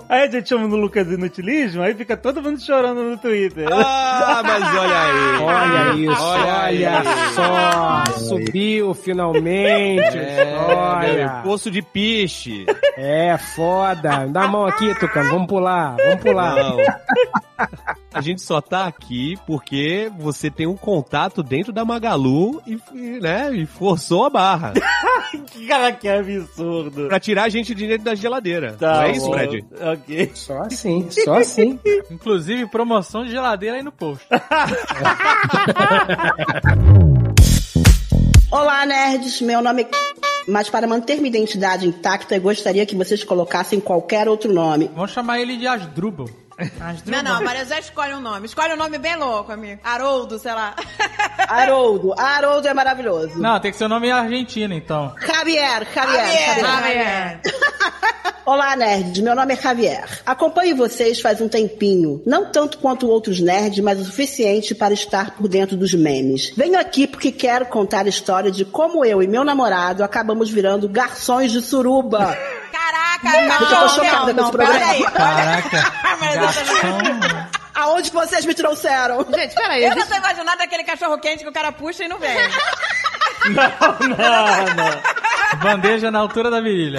[SPEAKER 4] aí a gente chama no Lucas Inutilismo, aí fica todo mundo chorando no Twitter.
[SPEAKER 5] Ah, mas olha aí. Olha isso, olha,
[SPEAKER 27] Ah,
[SPEAKER 5] só. Subiu finalmente. olha.
[SPEAKER 6] Poço de piche.
[SPEAKER 5] É foda. Dá a mão aqui, Tucano. Vamos pular, vamos pular.
[SPEAKER 6] Não. A gente só tá aqui porque você tem um contato dentro da Magalu e, e, né, e forçou a barra.
[SPEAKER 4] que cara que absurdo.
[SPEAKER 6] Pra tirar a gente de dentro da geladeira.
[SPEAKER 4] Tá
[SPEAKER 6] Não é isso,
[SPEAKER 4] bom.
[SPEAKER 6] Fred?
[SPEAKER 4] Ok.
[SPEAKER 5] Só assim, só assim.
[SPEAKER 3] Inclusive, promoção de geladeira aí no post.
[SPEAKER 23] Olá, nerds. Meu nome é. Mas para manter minha identidade intacta, eu gostaria que vocês colocassem qualquer outro nome.
[SPEAKER 3] Vamos chamar ele de Asdrubal.
[SPEAKER 10] Não, não, Maria José escolhe um nome. Escolhe um nome bem louco, amigo. Haroldo, sei lá.
[SPEAKER 23] Haroldo. Haroldo é maravilhoso.
[SPEAKER 3] Não, tem que ser o nome argentino, então.
[SPEAKER 23] Javier, Javier,
[SPEAKER 10] Javier,
[SPEAKER 23] Javier. Olá, nerds. Meu nome é Javier. Acompanho vocês faz um tempinho. Não tanto quanto outros nerds, mas o suficiente para estar por dentro dos memes. Venho aqui porque quero contar a história de como eu e meu namorado acabamos virando garçons de suruba.
[SPEAKER 10] Caraca, não,
[SPEAKER 23] Eu tô
[SPEAKER 10] não,
[SPEAKER 23] chocada com
[SPEAKER 10] não,
[SPEAKER 23] esse programa.
[SPEAKER 10] peraí.
[SPEAKER 23] Aonde vocês me trouxeram?
[SPEAKER 10] Gente, peraí. Eu não tô imaginando aquele cachorro quente que o cara puxa e não vem.
[SPEAKER 3] Não, não, não. Bandeja na altura da virilha.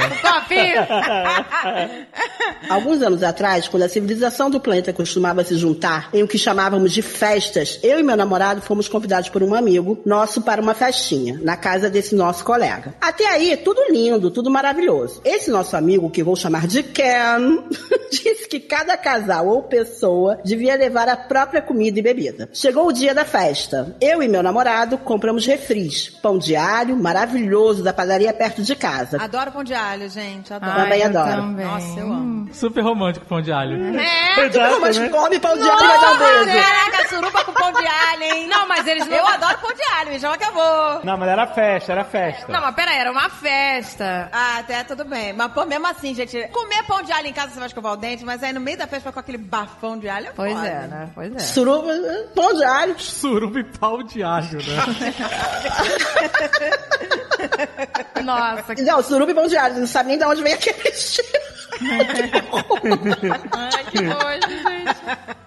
[SPEAKER 23] Alguns anos atrás, quando a civilização do planeta costumava se juntar em o que chamávamos de festas, eu e meu namorado fomos convidados por um amigo nosso para uma festinha, na casa desse nosso colega. Até aí, tudo lindo, tudo maravilhoso. Esse nosso amigo, que vou chamar de Ken, disse que cada casal ou pessoa devia levar a própria comida e bebida. Chegou o dia da festa. Eu e meu namorado compramos refris, pão diário maravilhoso da padaria perto de casa.
[SPEAKER 10] Adoro pão de alho, gente. Adoro. Hum.
[SPEAKER 23] Também adoro.
[SPEAKER 10] Nossa, eu amo.
[SPEAKER 3] Super romântico, pão de alho.
[SPEAKER 10] É,
[SPEAKER 23] Exato, Não, mas né? come pão de alho e
[SPEAKER 10] Nossa,
[SPEAKER 23] vai dar um beijo.
[SPEAKER 10] Caraca, suruba com pão de alho, hein? Não, mas eles não... Eu adoro pão de alho, me chama que eu vou.
[SPEAKER 4] Não, mas era festa, era
[SPEAKER 23] Tá.
[SPEAKER 4] festa.
[SPEAKER 10] Não, mas peraí, era uma festa. Ah, até tudo bem. Mas, pô, mesmo assim, gente, comer pão de alho em casa você vai escovar o dente, mas aí no meio da festa vai com aquele bafão de alho.
[SPEAKER 23] Pois
[SPEAKER 10] foda.
[SPEAKER 23] é,
[SPEAKER 10] né? Pois
[SPEAKER 23] Suruba, pão de alho.
[SPEAKER 3] Suruba e pau de alho, né?
[SPEAKER 23] Nossa. Não, suruba e pão de alho. Não sabe nem de onde vem aquele cheiro.
[SPEAKER 10] que nojo,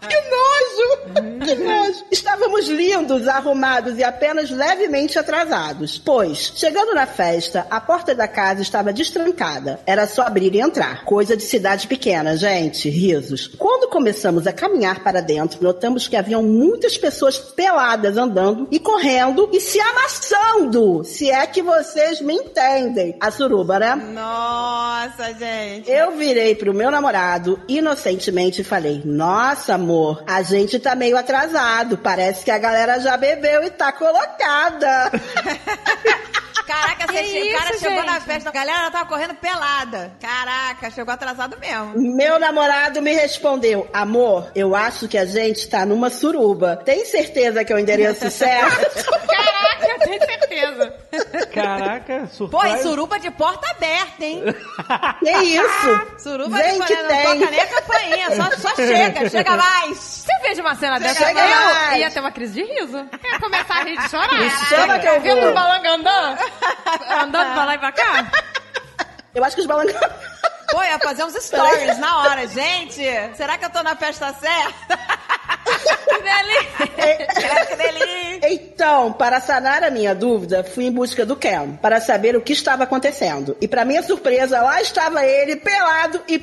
[SPEAKER 23] Que nojo! Que nojo! Estávamos lindos, arrumados e apenas levemente atrasados. Pois, chegando na festa, a porta da casa estava destrancada. Era só abrir e entrar. Coisa de cidade pequena, gente. Risos. Quando começamos a caminhar para dentro, notamos que haviam muitas pessoas peladas andando e correndo e se amassando. Se é que vocês me entendem. A suruba, né?
[SPEAKER 10] Nossa, gente.
[SPEAKER 23] Eu virei pro meu namorado inocentemente e falei: Nossa, amor, a gente tá meio atrasado. Parece que a galera já bebeu e tá colocada.
[SPEAKER 10] Caraca,
[SPEAKER 23] Que
[SPEAKER 10] você che- o cara
[SPEAKER 23] isso,
[SPEAKER 10] chegou na
[SPEAKER 23] gente?
[SPEAKER 10] festa, a galera tava correndo pelada. Caraca, chegou atrasado mesmo.
[SPEAKER 23] Meu namorado me respondeu: Amor, eu acho que a gente tá numa suruba. Tem certeza que é o endereço certo?
[SPEAKER 10] Caraca, eu tenho certeza.
[SPEAKER 4] Caraca, surpresa.
[SPEAKER 10] Pô, e suruba de porta aberta, hein?
[SPEAKER 23] Que isso?
[SPEAKER 10] Suruba
[SPEAKER 23] Vem
[SPEAKER 10] de
[SPEAKER 23] que
[SPEAKER 10] porta
[SPEAKER 23] tem.
[SPEAKER 10] não toca nem a campainha, só, só chega, chega mais. Você veja uma cena
[SPEAKER 23] dessa, eu
[SPEAKER 10] ia ter uma crise de riso. Ia começar a rir de chorar.
[SPEAKER 23] Me chama que eu
[SPEAKER 10] Viu
[SPEAKER 23] vou.
[SPEAKER 10] pro balanga andando? Andando pra lá e pra cá?
[SPEAKER 23] Eu acho que os balangões.
[SPEAKER 10] Pô, ia fazer uns stories na hora. Gente, será que eu tô na festa certa? Que delícia! Que delícia!
[SPEAKER 23] Então, para sanar a minha dúvida, fui em busca do Ken para saber o que estava acontecendo. E para minha surpresa, lá estava ele pelado e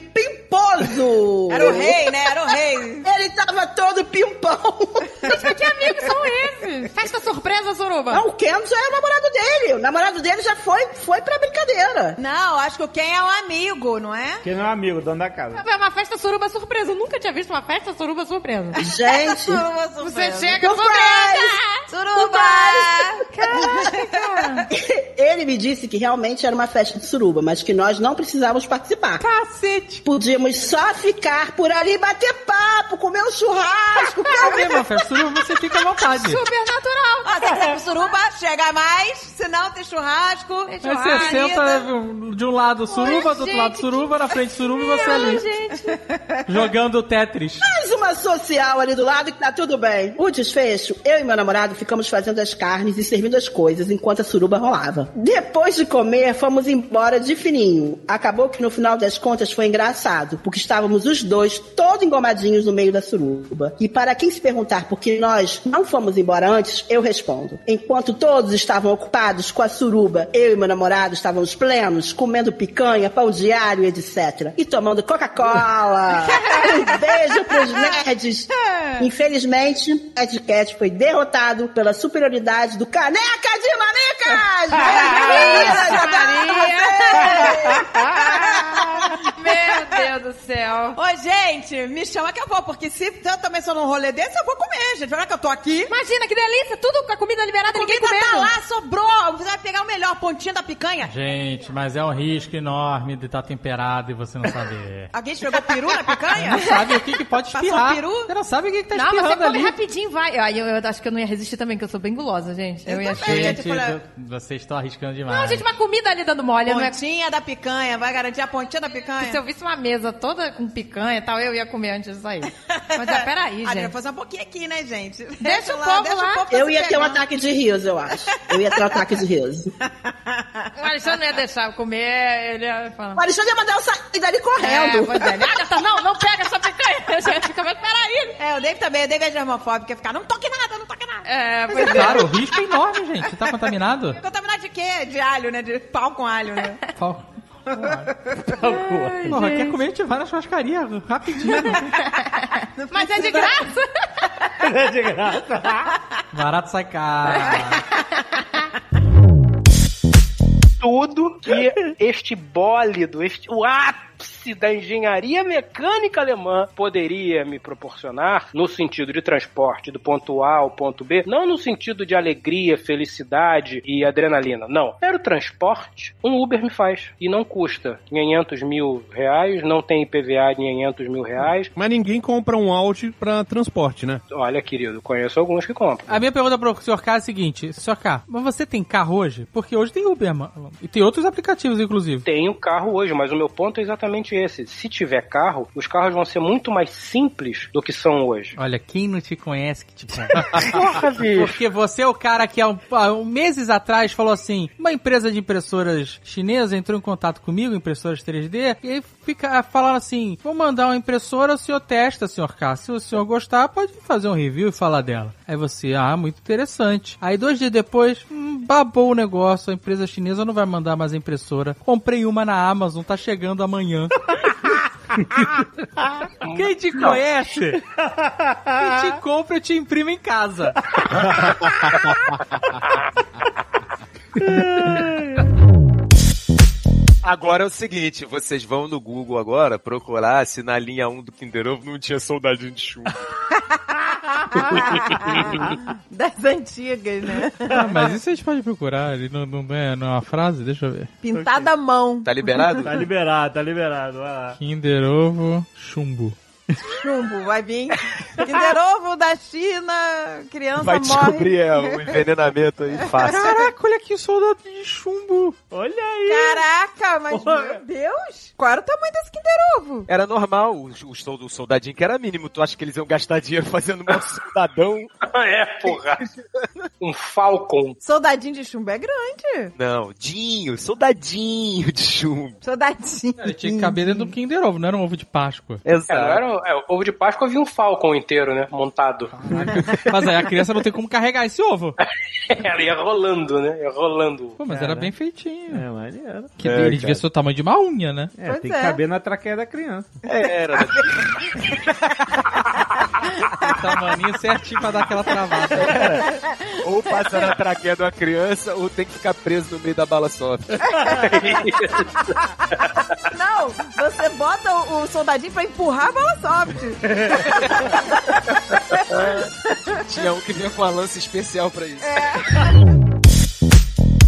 [SPEAKER 23] pimposo.
[SPEAKER 10] Era o rei, né? Era o rei.
[SPEAKER 23] Ele tava todo pimpão.
[SPEAKER 10] Mas que amigos são esses? Festa surpresa, Suruba.
[SPEAKER 23] Não, o Ken já é o namorado dele. O namorado dele já foi, foi pra brincadeira.
[SPEAKER 10] Não, acho que o Ken é um amigo, não é?
[SPEAKER 4] Que não é amigo, dono da casa.
[SPEAKER 10] É uma festa suruba surpresa. Eu nunca tinha visto uma festa suruba surpresa.
[SPEAKER 23] Gente.
[SPEAKER 10] suruba surpresa. Você chega
[SPEAKER 23] Surprise!
[SPEAKER 10] surpresa! Suruba! Ah, Caraca!
[SPEAKER 23] Ele Ele me disse que realmente era uma festa de suruba, mas que nós não precisávamos participar.
[SPEAKER 39] Cacete!
[SPEAKER 23] Podíamos só ficar por ali, bater papo, comer um churrasco.
[SPEAKER 3] É mesmo, festa suruba você fica à vontade.
[SPEAKER 10] Supernatural. Ó, tem que ser pro suruba, chega mais, senão tem churrasco. Tem
[SPEAKER 3] Aí você senta de um lado suruba, do outro lado suruba, na frente suruba e você ali. Jogando Tetris.
[SPEAKER 23] Mais uma social ali do lado que tá tudo bem. O desfecho, eu e meu namorado ficamos fazendo as carnes e servindo as coisas enquanto a suruba rolava. Depois de comer, fomos embora de fininho. Acabou que no final das contas foi engraçado, porque estávamos os dois todos engomadinhos no meio da suruba. E para quem se perguntar por que nós não fomos embora antes, eu respondo. Enquanto todos estavam ocupados com a suruba, eu e meu namorado estávamos plenos, comendo picanha, pão diário, etc. E tomando Coca-Cola. um beijo pros nerds. Infelizmente, Ed Cat foi derrotado pela superioridade do Caneca de Manicas!
[SPEAKER 10] tá
[SPEAKER 9] Ah,
[SPEAKER 10] Meu Deus do céu. Ô, gente, me chama que eu vou, porque se eu também sou num rolê desse, eu vou comer, gente. Olha que eu tô aqui.
[SPEAKER 9] Imagina, que delícia. Tudo com a comida liberada, ninguém
[SPEAKER 10] comida
[SPEAKER 9] comendo.
[SPEAKER 10] tá lá, sobrou. Você vai pegar o melhor pontinho da picanha.
[SPEAKER 3] Gente, mas é um risco enorme de estar temperado e você não saber.
[SPEAKER 10] Alguém pegou peru na picanha?
[SPEAKER 3] Não sabe o que, que pode
[SPEAKER 10] Passou
[SPEAKER 3] espirrar.
[SPEAKER 10] peru?
[SPEAKER 3] Você não sabe o que, que tá
[SPEAKER 9] Não, mas você
[SPEAKER 3] espirrando
[SPEAKER 9] come
[SPEAKER 3] ali.
[SPEAKER 9] rapidinho, vai. Ai, Eu, eu, acho que eu não ia resistir também, que eu sou bem gulosa, gente. Eu, ia achar.
[SPEAKER 3] Gente, ah. vo- vocês estão arriscando demais.
[SPEAKER 9] Não, gente, uma comida ali dando mole, não é?
[SPEAKER 10] Pontinha da picanha, vai garantir a pontinha da picanha.
[SPEAKER 9] Se eu visse uma mesa toda com picanha e tal, eu ia comer antes disso aí. Mas ah, peraí,
[SPEAKER 10] Ah, deixa eu
[SPEAKER 9] gente.
[SPEAKER 10] fazer um pouquinho aqui, né, gente? Deixa,
[SPEAKER 9] o povo lá.
[SPEAKER 23] Eu ia ter um ataque de riso, eu acho. Eu ia ter um ataque de riso.
[SPEAKER 9] O Alexandre não ia deixar eu comer, ele ia falar.
[SPEAKER 23] O Alexandre ia mandar eu sair dali correndo.
[SPEAKER 9] É, pois é. Ah, Jefferson, não, não pega essa picanha. Eu ia ficar, mas peraí.
[SPEAKER 10] É, o Dave também, o Dave é germofóbico, ia ficar, não toque nada, não toque nada.
[SPEAKER 9] É,
[SPEAKER 3] Mas é claro, o risco é enorme, gente. Você tá contaminado?
[SPEAKER 10] Contaminar de quê? De alho, né? De pau com alho, né?
[SPEAKER 3] Pau. Porra, quer comer, a gente vai na churrascaria rapidinho.
[SPEAKER 9] Mas é de graça.
[SPEAKER 2] É de graça.
[SPEAKER 3] Barato sai caro.
[SPEAKER 5] Tudo que este bólido, este, o ápice da engenharia mecânica alemã poderia me proporcionar no sentido de transporte do ponto A ao ponto B, não no sentido de alegria, felicidade e adrenalina, não. Era o transporte, um Uber me faz e não custa 500 mil reais, não tem IPVA de 500 mil reais.
[SPEAKER 6] Mas ninguém compra um Audi pra transporte, né?
[SPEAKER 5] Olha, querido, conheço alguns que compram.
[SPEAKER 3] A minha pergunta pro senhor K é a seguinte: senhor K, mas você tem carro hoje? Porque hoje tem Uber, mano. E tem outros aplicativos, inclusive.
[SPEAKER 5] Tenho carro hoje, mas o meu ponto é exatamente esse. Se tiver carro, os carros vão ser muito mais simples do que são hoje.
[SPEAKER 3] Olha, quem não te conhece que te conhece.
[SPEAKER 5] Porra, bicho.
[SPEAKER 3] Porque você é o cara que há, um- há um- meses atrás falou assim: uma empresa de impressoras chinesa entrou em contato comigo, impressoras 3D, e aí fica, falaram assim: vou mandar uma impressora, o senhor testa, senhor K. Se o senhor gostar, pode fazer um review e falar dela. Aí você, ah, muito interessante. Aí dois dias depois, hum, babou o negócio, a empresa chinesa não vai mandar mais a impressora. Comprei uma na Amazon, tá chegando amanhã. Quem te
[SPEAKER 39] Não.
[SPEAKER 3] conhece? Quem te compra, eu te imprimo em casa.
[SPEAKER 1] Agora é o seguinte, vocês vão no Google agora procurar se na linha 1 do Kinder Ovo não tinha soldadinho de chumbo.
[SPEAKER 10] Das antigas, né?
[SPEAKER 3] Ah, mas isso a gente pode procurar, ele não, não, é, não é uma frase, deixa eu ver.
[SPEAKER 10] Pintada à mão.
[SPEAKER 1] Tá liberado?
[SPEAKER 2] Tá liberado, tá liberado. Vai lá.
[SPEAKER 3] Kinder Ovo Chumbo.
[SPEAKER 10] Chumbo, vai vir. Kinder Ovo da China, criança
[SPEAKER 1] Vai
[SPEAKER 10] morre.
[SPEAKER 1] descobrir é, o envenenamento aí fácil.
[SPEAKER 3] Caraca, olha que soldadinho de chumbo.
[SPEAKER 2] Olha
[SPEAKER 10] aí. Caraca, mas meu Deus. Qual era o tamanho desse Kinder Ovo?
[SPEAKER 1] Era normal o, o sol- o soldadinho, que era mínimo. Tu acha que eles iam gastar dinheiro fazendo um soldadão?
[SPEAKER 5] é, porra. Um Falcon.
[SPEAKER 10] Soldadinho de chumbo é grande.
[SPEAKER 1] Não, Dinho, soldadinho de chumbo.
[SPEAKER 10] Soldadinho.
[SPEAKER 3] Ele tinha que caber dentro do Kinder Ovo, não era um ovo de Páscoa.
[SPEAKER 5] É, não era, é, o ovo de Páscoa vinha um Falcon inteiro, né? Montado.
[SPEAKER 3] Mas aí a criança não tem como carregar esse ovo.
[SPEAKER 1] É,
[SPEAKER 5] Ela ia rolando, né? Ia rolando.
[SPEAKER 3] Pô, mas era bem feitinho.
[SPEAKER 2] É, maneiro.
[SPEAKER 3] Que ele devia ser o tamanho de uma unha, né?
[SPEAKER 2] É, tem que caber na traqueia da criança.
[SPEAKER 1] É, era.
[SPEAKER 3] O tamanho certinho pra dar aquela travada.
[SPEAKER 1] É. Ou passa na traqueia de uma criança, ou tem que ficar preso no meio da bala soft.
[SPEAKER 10] Não, você bota o, o soldadinho pra empurrar a bola soft.
[SPEAKER 1] Tinha um que vinha com uma lança especial pra isso.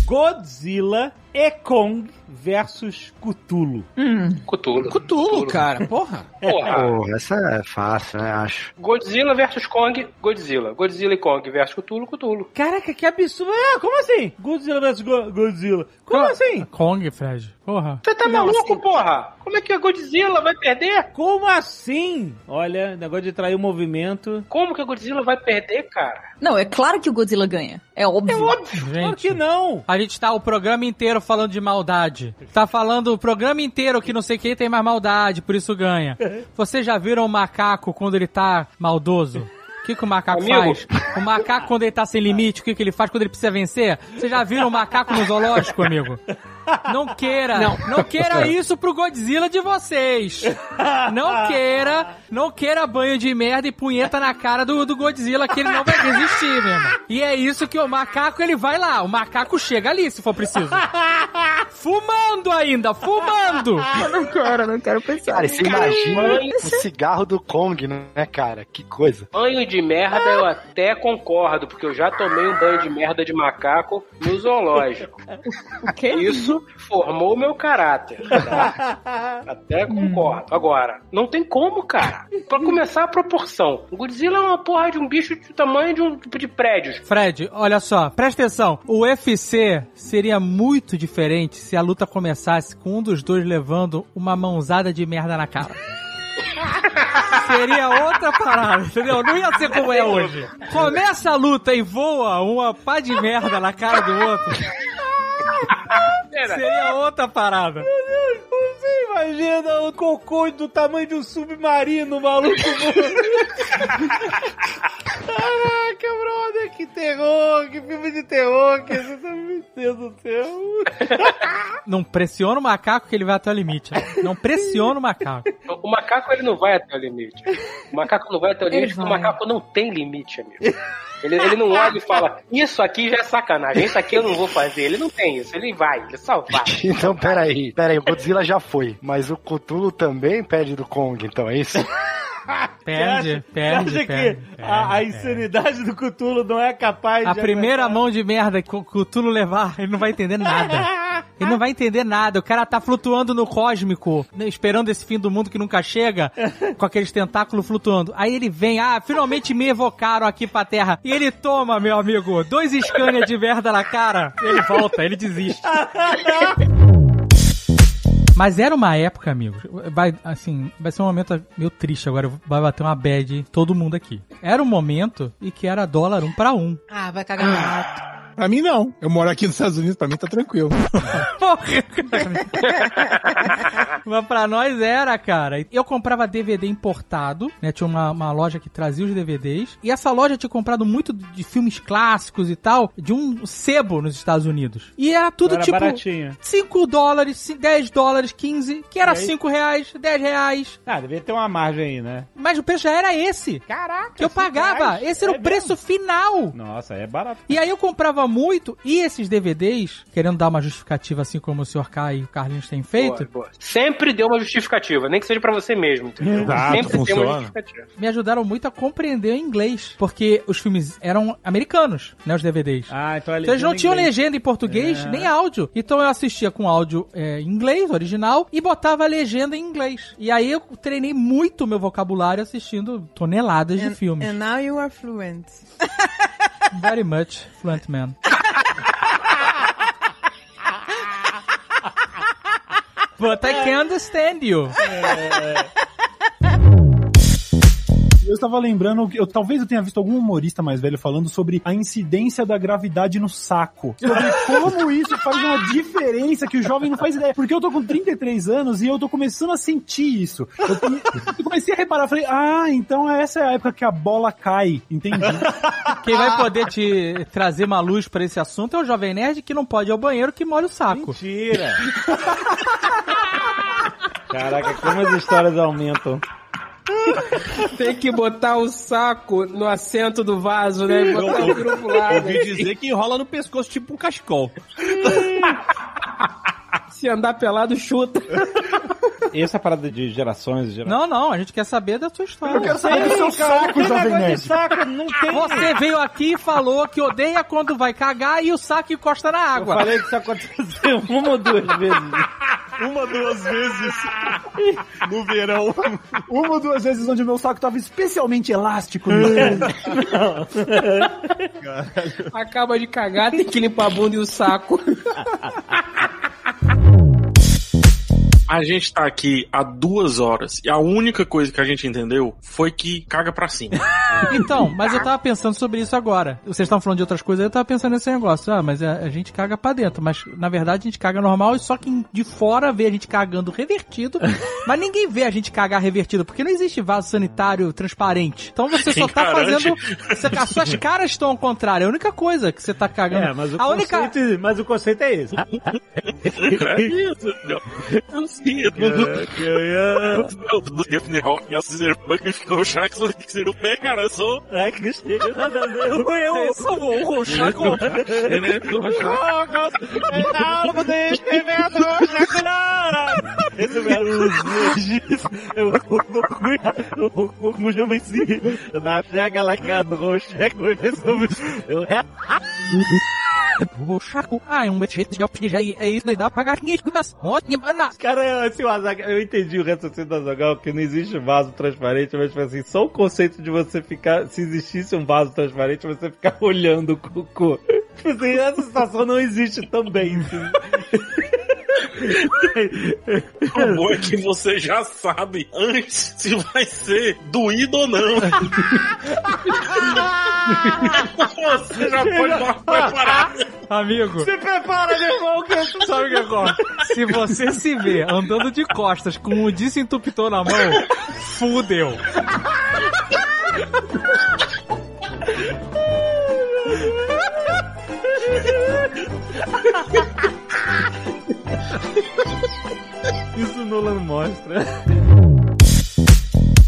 [SPEAKER 4] Godzilla e Kong versus Cthulhu.
[SPEAKER 5] Hum. Cthulhu.
[SPEAKER 40] Cthulhu, cara, porra.
[SPEAKER 5] Porra.
[SPEAKER 8] essa é fácil, né? Acho.
[SPEAKER 5] Godzilla versus Kong, Godzilla. Godzilla e Kong versus Cthulhu, Cthulhu.
[SPEAKER 4] Caraca, que absurdo. Ah, como assim? Godzilla versus Go- Godzilla. Como assim?
[SPEAKER 3] Kong, Fred. Porra.
[SPEAKER 5] Você tá maluco, porra? Como é que a Godzilla vai perder?
[SPEAKER 4] Como assim? Olha, negócio de trair o movimento.
[SPEAKER 5] Como que a Godzilla vai perder, cara?
[SPEAKER 9] Não, é claro que o Godzilla ganha. É óbvio. É óbvio.
[SPEAKER 4] Claro que não.
[SPEAKER 3] A gente tá o programa inteiro falando de maldade. Tá falando o programa inteiro que não sei quem tem mais maldade, por isso ganha. Vocês já viram o macaco quando ele tá maldoso? O que, que o macaco
[SPEAKER 5] Amigo.
[SPEAKER 3] faz? O macaco, quando ele tá sem limite, o que, que ele faz quando ele precisa vencer? Vocês já viram o macaco no zoológico, amigo? Não queira. Não, queira isso pro Godzilla de vocês. Não queira. Não queira banho de merda e punheta na cara do, do Godzilla, que ele não vai resistir, meu irmão. E é isso que o macaco, ele vai lá. O macaco chega ali, se for preciso. Fumando ainda, fumando.
[SPEAKER 2] Ah,
[SPEAKER 8] Eu não quero, não quero pensar. Cara, você imagina o cigarro do Kong, né, cara? Que coisa.
[SPEAKER 5] Banho de merda eu até concordo, porque eu já tomei um banho de merda de macaco no zoológico. Isso formou o meu caráter. tá? Até
[SPEAKER 3] Hum.
[SPEAKER 5] concordo. Agora, não tem como, cara. Pra começar a proporção. O Godzilla é uma porra de um bicho do tamanho de um tipo de prédios.
[SPEAKER 3] Fred, olha só, presta atenção. O UFC seria muito diferente se a luta começasse com um dos dois levando uma mãozada de merda na cara. Seria outra parada, entendeu? Não ia ser como é hoje. Começa a luta e voa uma pá de merda na cara do outro. Seria outra parada.
[SPEAKER 4] Você imagina o cocô do tamanho de um submarino, maluco. Caraca, brother, que terror, que filme de terror que esse tá me do céu.
[SPEAKER 3] Não pressiona o macaco que ele vai até o limite. né? Não pressiona o macaco.
[SPEAKER 5] O macaco ele não vai até o limite. O macaco não vai até o
[SPEAKER 9] Ele
[SPEAKER 5] limite porque o
[SPEAKER 9] vai.
[SPEAKER 5] macaco não tem limite, amigo. Ele, ele não olha e fala, isso aqui já é sacanagem, isso aqui eu não vou fazer. Ele não tem isso, ele vai, ele só vai.
[SPEAKER 8] Então, peraí. Peraí, o Godzilla já foi. Mas o Cthulhu também perde do Kong, então é isso?
[SPEAKER 3] Perde,
[SPEAKER 4] Você acha-
[SPEAKER 3] perde,
[SPEAKER 4] você acha
[SPEAKER 3] perde, É,
[SPEAKER 4] que a, a insanidade do Cthulhu não é capaz
[SPEAKER 3] A
[SPEAKER 4] de
[SPEAKER 3] primeira mão de merda que o Cutulo levar, ele não vai entender nada. Ele não vai entender nada. O cara tá flutuando no cósmico, né, esperando esse fim do mundo que nunca chega, com aqueles tentáculos flutuando. Aí ele vem, ah, finalmente me evocaram aqui pra Terra. E ele toma, meu amigo, dois Scania de merda na cara. Ele volta, ele desiste. Mas era uma época, amigos. Vai, assim, vai ser um momento meio triste agora. Vai bater uma bad em todo mundo aqui. Era um momento e que era dólar um pra um.
[SPEAKER 23] Ah, vai cagar no rato.
[SPEAKER 2] Pra mim, não. Eu moro aqui nos Estados Unidos, pra mim tá tranquilo.
[SPEAKER 3] Mas pra nós era, cara. Eu comprava DVD importado, né? Tinha uma, uma loja que trazia os DVDs. E essa loja tinha comprado muito de filmes clássicos e tal, de um sebo nos Estados Unidos. E era tudo
[SPEAKER 4] Era
[SPEAKER 3] tipo.
[SPEAKER 4] baratinha.
[SPEAKER 3] 5 dólares, ci- 10 dólares, 15, que era
[SPEAKER 4] E aí?
[SPEAKER 3] 5 reais, 10 reais.
[SPEAKER 4] Ah, devia ter uma margem aí, né?
[SPEAKER 3] Mas o preço já era esse.
[SPEAKER 4] É
[SPEAKER 3] Caraca! Que É eu pagava. Esse era o preço final.
[SPEAKER 4] Nossa, é barato.
[SPEAKER 3] E aí eu comprava muito, e esses DVDs, querendo dar uma justificativa assim como o Sr. K e o Carlinhos têm feito,
[SPEAKER 5] Boa, boa. Sempre deu uma justificativa, nem que seja pra você mesmo, entendeu?
[SPEAKER 3] Exato,
[SPEAKER 5] Sempre deu
[SPEAKER 3] funciona.
[SPEAKER 5] uma justificativa.
[SPEAKER 3] me ajudaram muito a compreender o inglês, porque os filmes eram americanos, né, os DVDs.
[SPEAKER 4] Ah, então é
[SPEAKER 3] Então eles não
[SPEAKER 4] legenda em
[SPEAKER 3] tinham
[SPEAKER 4] inglês.
[SPEAKER 3] legenda em português,
[SPEAKER 4] É.
[SPEAKER 3] nem áudio. Então eu assistia com áudio é, em inglês, original, e botava a legenda em inglês. E aí eu treinei muito o meu vocabulário assistindo toneladas de filmes.
[SPEAKER 10] And now you are fluent.
[SPEAKER 3] Very much fluent man. But I can understand you.
[SPEAKER 2] Eu estava lembrando, que eu, talvez eu tenha visto algum humorista mais velho falando sobre a incidência da gravidade no saco. Sobre como isso faz uma diferença que o jovem não faz ideia. Porque eu tô com 33 anos e eu tô começando a sentir isso. Eu, come- eu comecei a reparar, falei, ah, então essa é a época que a bola cai, entendi.
[SPEAKER 3] Quem vai poder te trazer uma luz pra esse assunto é o jovem nerd que não pode ir ao banheiro que molha o saco.
[SPEAKER 4] Mentira. Caraca, como as histórias aumentam.
[SPEAKER 41] Tem que botar o saco no assento do vaso, né? E Botar o grupo lá.
[SPEAKER 42] Ouvi
[SPEAKER 41] né?
[SPEAKER 42] dizer que enrola no pescoço tipo um cachecol.
[SPEAKER 41] Se andar pelado, chuta.
[SPEAKER 4] Essa parada de gerações, gerações.
[SPEAKER 3] Não, não, a gente quer saber da sua história.
[SPEAKER 43] Eu quero saber do seu saco, Jovem Nerd.
[SPEAKER 3] saco, não tem. Você veio aqui e falou que odeia quando vai cagar e o saco encosta na água.
[SPEAKER 4] Eu falei que isso aconteceu uma ou duas vezes.
[SPEAKER 2] Uma, duas vezes no verão.
[SPEAKER 43] Uma ou duas vezes onde o meu saco tava especialmente
[SPEAKER 2] Hum.
[SPEAKER 43] elástico. mesmo.
[SPEAKER 44] Acaba de cagar, tem que limpar a bunda e o saco.
[SPEAKER 12] A gente tá aqui há duas horas e a única coisa que a gente entendeu foi que caga pra cima.
[SPEAKER 3] Então, mas eu tava pensando sobre isso agora. Vocês estavam falando de outras coisas, eu tava pensando nesse negócio. Ah, mas a, a gente caga pra dentro. Mas, na verdade, a gente caga normal e só quem de fora vê a gente cagando revertido. mas ninguém vê a gente cagar revertido, porque não existe vaso sanitário transparente. Então você só
[SPEAKER 12] Quem
[SPEAKER 3] tá
[SPEAKER 12] garante?
[SPEAKER 3] fazendo... Você, as suas caras estão ao contrário. É a única coisa que você tá cagando.
[SPEAKER 4] É, mas o,
[SPEAKER 3] a única...
[SPEAKER 4] conceito, mas o conceito é esse.
[SPEAKER 12] É isso, não. Eu sei.
[SPEAKER 2] É que esteja eu, eu sou um bom com o Chaco.
[SPEAKER 4] Algo de fervendo na clara.
[SPEAKER 2] Esse garoto hoje, eu vou eu vou com o jovem na pega lá que a roxa é coisa sobre eu é
[SPEAKER 3] O chaco, ah, é um mexete de alpija aí, é isso, aí dá pra galinha de umas mano.
[SPEAKER 4] Cara, assim, o Azaghal- eu entendi o raciocínio do Azagal, que não existe um vaso transparente, mas, tipo assim, só o conceito de você ficar, se existisse um vaso transparente, você ficar olhando o cocô. Tipo assim, essa situação não existe também.
[SPEAKER 12] O bom é que você já sabe antes se vai ser doído ou não. você já pode dar uma preparada.
[SPEAKER 3] Amigo,
[SPEAKER 4] Se prepara, meu irmão, que eu
[SPEAKER 3] sabe o que acontece? Se você se vê andando de costas com o desentupidor na mão, fudeu.
[SPEAKER 4] Isso o Nolan mostra.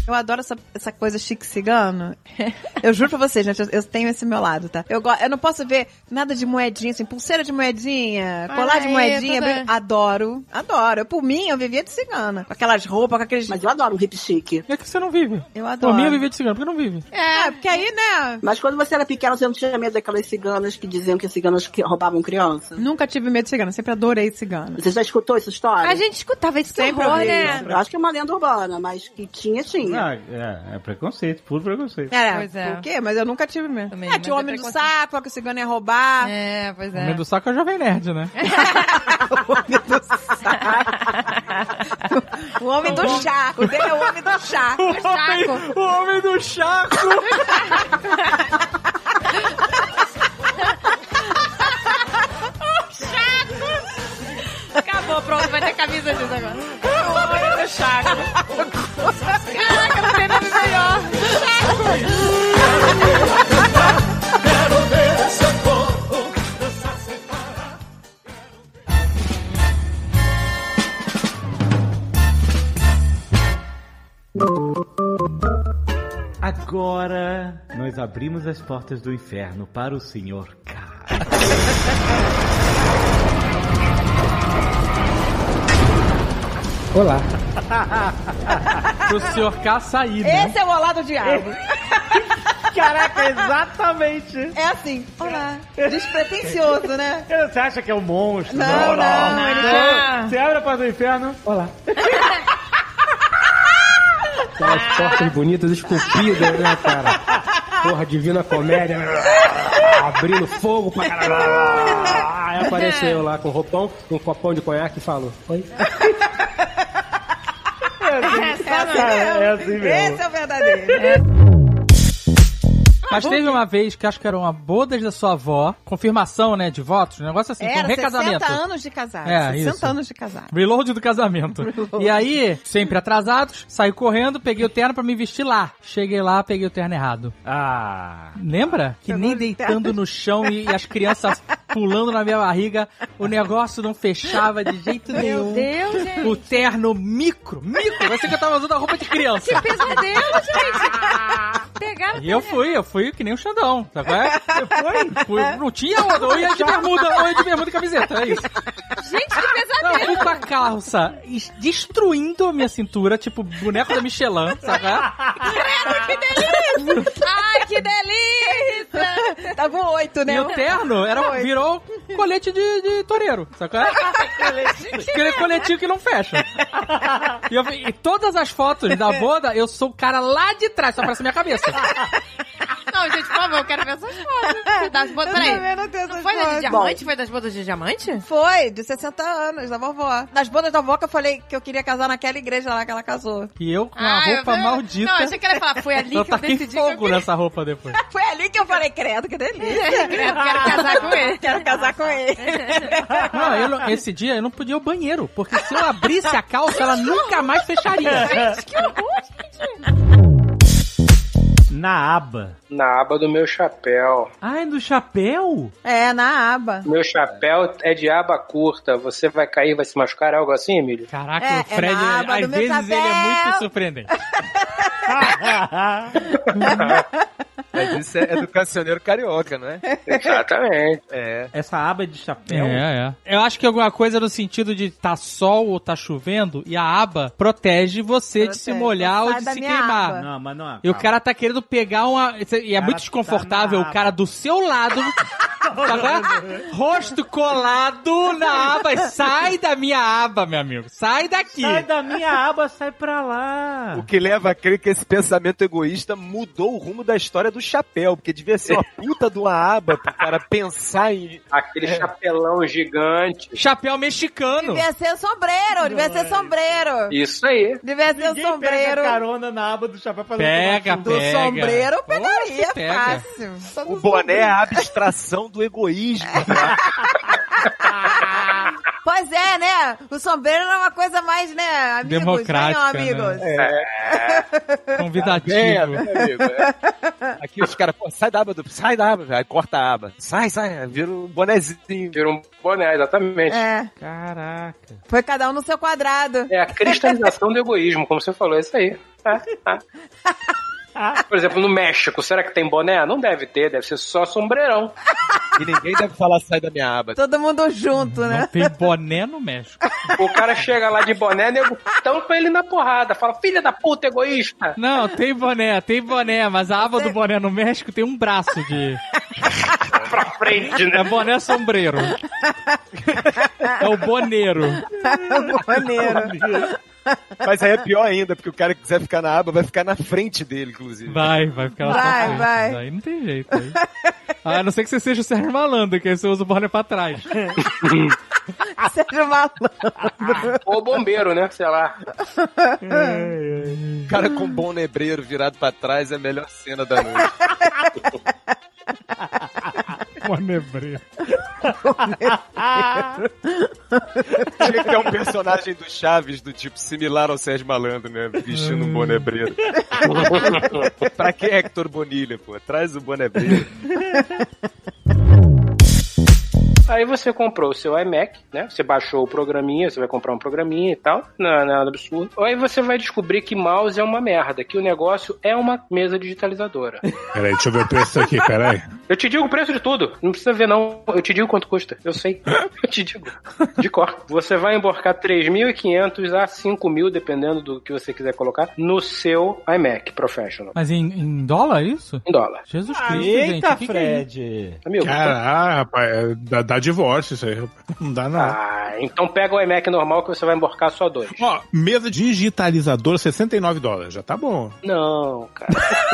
[SPEAKER 10] Eu adoro essa, essa coisa chique cigano. Eu juro pra vocês, gente, eu, eu tenho esse meu lado, tá? Eu, go- eu não posso ver nada de moedinha, assim, pulseira de moedinha,
[SPEAKER 9] Ah,
[SPEAKER 10] colar de
[SPEAKER 9] é,
[SPEAKER 10] moedinha.
[SPEAKER 9] toda-
[SPEAKER 10] brin- Adoro, adoro. Eu, por mim, eu vivia de cigana. Com aquelas roupas, com aqueles... Mas
[SPEAKER 23] eu adoro um hip chique.
[SPEAKER 3] É que você não vive.
[SPEAKER 10] Eu
[SPEAKER 23] adoro.
[SPEAKER 10] adoro.
[SPEAKER 23] mim, eu
[SPEAKER 3] vivia de cigano, porque não vive.
[SPEAKER 10] É, porque aí, né...
[SPEAKER 23] Mas quando você era pequena, você não tinha medo daquelas ciganas que diziam que ciganas que roubavam criança?
[SPEAKER 10] Nunca tive medo de cigana, sempre adorei cigana.
[SPEAKER 23] Você já escutou essa
[SPEAKER 10] Ah,
[SPEAKER 23] história?
[SPEAKER 9] A gente escutava esse
[SPEAKER 23] Sempre
[SPEAKER 9] horror,
[SPEAKER 23] ouvi
[SPEAKER 9] né?
[SPEAKER 23] isso. Eu acho que é uma lenda urbana, mas que tinha, tinha.
[SPEAKER 4] Ah, é, é preconceito, puro preconceito.
[SPEAKER 10] É,
[SPEAKER 9] Pois é.
[SPEAKER 10] por quê? Mas eu nunca tive medo. é,
[SPEAKER 9] mas
[SPEAKER 10] tinha o
[SPEAKER 9] é
[SPEAKER 10] homem do
[SPEAKER 9] preconceito.
[SPEAKER 10] saco, a que o cigano ia roubar.
[SPEAKER 9] É, pois
[SPEAKER 3] O medo do saco é o jovem nerd, né?
[SPEAKER 10] O homem do chaco, dele é o homem do chaco.
[SPEAKER 3] Tá O homem-
[SPEAKER 10] o homem do chaco.
[SPEAKER 9] Chaco! Acabou, pronto, vai ter camisa disso agora. O homem do Chaco. Caraca, não tem nome melhor.
[SPEAKER 4] Agora nós abrimos as portas do inferno para o Senhor K.
[SPEAKER 5] Olá.
[SPEAKER 3] Pro senhor K sair, né?
[SPEAKER 10] Esse é o olá do diabo.
[SPEAKER 4] Caraca, exatamente.
[SPEAKER 10] É assim, olá. Despretensioso, né?
[SPEAKER 4] Você acha que é um monstro?
[SPEAKER 10] Não, não, ele tá- não.
[SPEAKER 4] Você abre a porta do inferno?
[SPEAKER 5] Olá. Aquelas portas bonitas, esculpidas, né, cara? Porra, divina comédia. né? Abrindo fogo pra caralho. Aí apareceu eu lá com roupão, com um copão de conhaque e falou: Oi.
[SPEAKER 10] É assim
[SPEAKER 4] É assim mesmo.
[SPEAKER 10] Esse é o verdadeiro.
[SPEAKER 3] Mas teve uma vez que acho que era uma bodas da sua avó, confirmação, né, de votos, um negócio assim, com
[SPEAKER 10] Era
[SPEAKER 3] um recasamento.
[SPEAKER 10] 60 anos de casado.
[SPEAKER 3] É,
[SPEAKER 10] 60
[SPEAKER 3] isso.
[SPEAKER 10] anos de casado.
[SPEAKER 3] Reload do casamento. E aí, sempre atrasados, saí correndo, peguei o terno pra me vestir lá. Cheguei lá, peguei o terno errado.
[SPEAKER 4] Ah.
[SPEAKER 3] Lembra? Que nem deitando no chão e, e as crianças pulando na minha barriga, o negócio não fechava de jeito
[SPEAKER 9] Meu
[SPEAKER 3] nenhum.
[SPEAKER 9] Deus, gente.
[SPEAKER 3] O terno micro, micro, você que eu tava usando a roupa de criança.
[SPEAKER 9] Que pesadelo, gente. Pegaram
[SPEAKER 3] E eu fui, eu fui que nem o Xandão, sabe qual é? Você foi? Fui, não tinha onda, ou ia de bermuda, ou ia de bermuda e camiseta, é isso.
[SPEAKER 9] Gente, que pesadelo.
[SPEAKER 3] Não, fui com a calça destruindo a minha cintura, tipo boneco da Michelin, tá sabe?
[SPEAKER 9] Credo, que delícia! Ai, que delícia!
[SPEAKER 10] Tava um oito, né?
[SPEAKER 3] Meu terno era,
[SPEAKER 10] Oito.
[SPEAKER 3] virou um colete de, de toureiro, sabe?
[SPEAKER 9] né?
[SPEAKER 3] Aquele coletinho que não fecha. E, eu, e todas as fotos da boda, eu sou o cara lá de trás, só aparece minha cabeça.
[SPEAKER 9] Não, gente, por favor, eu quero ver essas fotos. Das bodas,
[SPEAKER 10] Eu também
[SPEAKER 9] peraí.
[SPEAKER 10] não tenho essas
[SPEAKER 9] foi das de
[SPEAKER 10] fotos.
[SPEAKER 9] diamante? Foi das bodas de diamante?
[SPEAKER 10] Foi, de 60 anos, da vovó. Nas bodas da vovó que eu falei que eu queria casar naquela igreja lá que ela casou.
[SPEAKER 3] E eu com uma
[SPEAKER 10] Ah, eu
[SPEAKER 3] roupa
[SPEAKER 10] vi-
[SPEAKER 3] maldita. tá
[SPEAKER 10] não, achei que ela ia falar, foi ali
[SPEAKER 3] eu
[SPEAKER 10] que eu
[SPEAKER 3] taquei
[SPEAKER 10] decidi que eu
[SPEAKER 3] fogo
[SPEAKER 10] queria-
[SPEAKER 3] nessa roupa depois.
[SPEAKER 10] Foi ali que eu falei, credo, que delícia.
[SPEAKER 9] Credo, quero casar com ele.
[SPEAKER 10] Quero casar Tá com ele.
[SPEAKER 3] Não, eu não- esse dia eu não podia ir ao banheiro, porque se eu abrisse a calça, ela nunca mais fecharia.
[SPEAKER 9] Gente, que horror,
[SPEAKER 4] Na aba.
[SPEAKER 5] Na aba do meu chapéu.
[SPEAKER 4] Ai, do chapéu?
[SPEAKER 10] É, na aba.
[SPEAKER 5] Meu chapéu é de aba curta. Você vai cair, vai se machucar, algo assim, Emílio?
[SPEAKER 3] Caraca,
[SPEAKER 10] É, o é Fred, na aba às do meu vezes, ele é chapéu. muito
[SPEAKER 3] surpreendente.
[SPEAKER 2] É,
[SPEAKER 1] Mas isso é, é do cancioneiro carioca, não é?
[SPEAKER 5] Exatamente.
[SPEAKER 1] É.
[SPEAKER 4] Essa aba de chapéu.
[SPEAKER 3] É, é. Eu acho que alguma coisa no sentido de tá sol ou tá chovendo e a aba protege você de se
[SPEAKER 4] Protege.
[SPEAKER 3] molhar
[SPEAKER 4] Não
[SPEAKER 3] ou
[SPEAKER 4] sai
[SPEAKER 3] de
[SPEAKER 4] da
[SPEAKER 3] se
[SPEAKER 4] minha
[SPEAKER 3] queimar.
[SPEAKER 4] aba. Não, mas não é-
[SPEAKER 3] E o cara tá querendo pegar uma. E é muito
[SPEAKER 4] tá
[SPEAKER 3] desconfortável o cara do seu lado. tá vendo? Rosto colado na aba. Sai da minha aba, meu amigo. Sai daqui.
[SPEAKER 4] Sai da minha aba, sai pra lá.
[SPEAKER 1] O que leva a crer que esse pensamento egoísta mudou o rumo da história do chapéu, porque devia ser uma puta de uma aba pro cara pensar em.
[SPEAKER 5] Aquele chapelão gigante.
[SPEAKER 3] Chapéu É mexicano.
[SPEAKER 10] Devia ser sombreiro, devia ser sombreiro.
[SPEAKER 5] Isso aí.
[SPEAKER 10] Devia ser
[SPEAKER 5] Ninguém
[SPEAKER 10] sombreiro.
[SPEAKER 5] pega
[SPEAKER 4] carona na aba do chapéu pra
[SPEAKER 5] Pega,
[SPEAKER 10] Do
[SPEAKER 5] pega.
[SPEAKER 10] sombreiro eu pegaria,
[SPEAKER 5] pega.
[SPEAKER 10] fácil. Só do
[SPEAKER 1] O boné é
[SPEAKER 10] sombreiro.
[SPEAKER 1] a abstração do egoísmo.
[SPEAKER 10] Pois é, né? O sombreiro era uma coisa mais, né? Amigos,
[SPEAKER 1] Democrática, né?
[SPEAKER 10] venham, amigos.
[SPEAKER 5] né?
[SPEAKER 3] Convidativo.
[SPEAKER 1] É, né, É. amigo? É. Aqui os caras, pô, sai da aba, do, sai da aba, aí corta a aba. Sai, sai, vira um bonézinho.
[SPEAKER 5] Vira um boné, exatamente.
[SPEAKER 10] É.
[SPEAKER 3] Caraca.
[SPEAKER 10] Foi cada um no seu quadrado.
[SPEAKER 5] É a cristalização do egoísmo, como você falou, é isso aí. É, é. Por exemplo, no México, será que tem boné? Não deve ter, deve ser só sombreirão.
[SPEAKER 1] E ninguém deve falar sai da minha aba.
[SPEAKER 10] Todo mundo junto, né?
[SPEAKER 3] Tem boné no México.
[SPEAKER 5] O cara chega lá de boné, nego tampa ele na porrada. Fala, filha da puta, egoísta.
[SPEAKER 3] Não, tem boné, tem boné, mas a aba do boné no México tem um braço de.
[SPEAKER 5] pra frente, né?
[SPEAKER 3] É boné sombreiro. É o boneiro.
[SPEAKER 10] Maneiro.
[SPEAKER 1] Mas aí é pior ainda, porque o cara que quiser ficar na aba vai ficar na frente dele, inclusive.
[SPEAKER 3] Vai, vai ficar na
[SPEAKER 10] Vai,
[SPEAKER 3] sua frente.
[SPEAKER 10] vai.
[SPEAKER 3] Aí não tem jeito. Aí. Ah, a não ser que você seja o Sérgio Malandro, que aí você usa o boné pra trás.
[SPEAKER 10] Seja malandro.
[SPEAKER 5] Ou bombeiro, né? Sei lá.
[SPEAKER 3] É.
[SPEAKER 1] O cara com um bom nebreiro virado pra trás é a melhor cena da noite.
[SPEAKER 3] Bonebreiro.
[SPEAKER 1] Tinha que ter um personagem do Chaves, do tipo similar ao Sérgio Malandro, né? Vestindo um bonebreiro. pra que Hector Bonilha, pô? Traz o bonebreiro.
[SPEAKER 5] Aí você comprou o seu iMac, né? Você baixou o programinha, você vai comprar um programinha e tal. Não é nada absurdo. Aí você vai descobrir que mouse é uma merda, que o negócio é uma mesa digitalizadora.
[SPEAKER 18] Peraí, deixa eu ver o preço aqui, peraí.
[SPEAKER 5] Eu te digo o preço de tudo. Não precisa ver, não. Eu te digo quanto custa. Eu sei. Eu te digo. De cor. Você vai emborcar 3.500 a 5.000, dependendo do que você quiser colocar, no seu iMac Professional.
[SPEAKER 3] Mas em, em dólar é isso?
[SPEAKER 5] Em dólar.
[SPEAKER 3] Jesus
[SPEAKER 5] Ah,
[SPEAKER 3] Cristo,
[SPEAKER 5] eita,
[SPEAKER 3] gente. o que que é isso?
[SPEAKER 5] Fred. Amigo, tá-
[SPEAKER 8] ah,
[SPEAKER 18] Caralho, rapaz, é- dá, dá divórcio isso aí, rapaz. Não dá nada.
[SPEAKER 5] Ah, então pega o iMac normal que você vai emborcar só dois.
[SPEAKER 18] Ó, mesa digitalizadora, 69 dólares. Já tá bom.
[SPEAKER 5] Não, cara. Por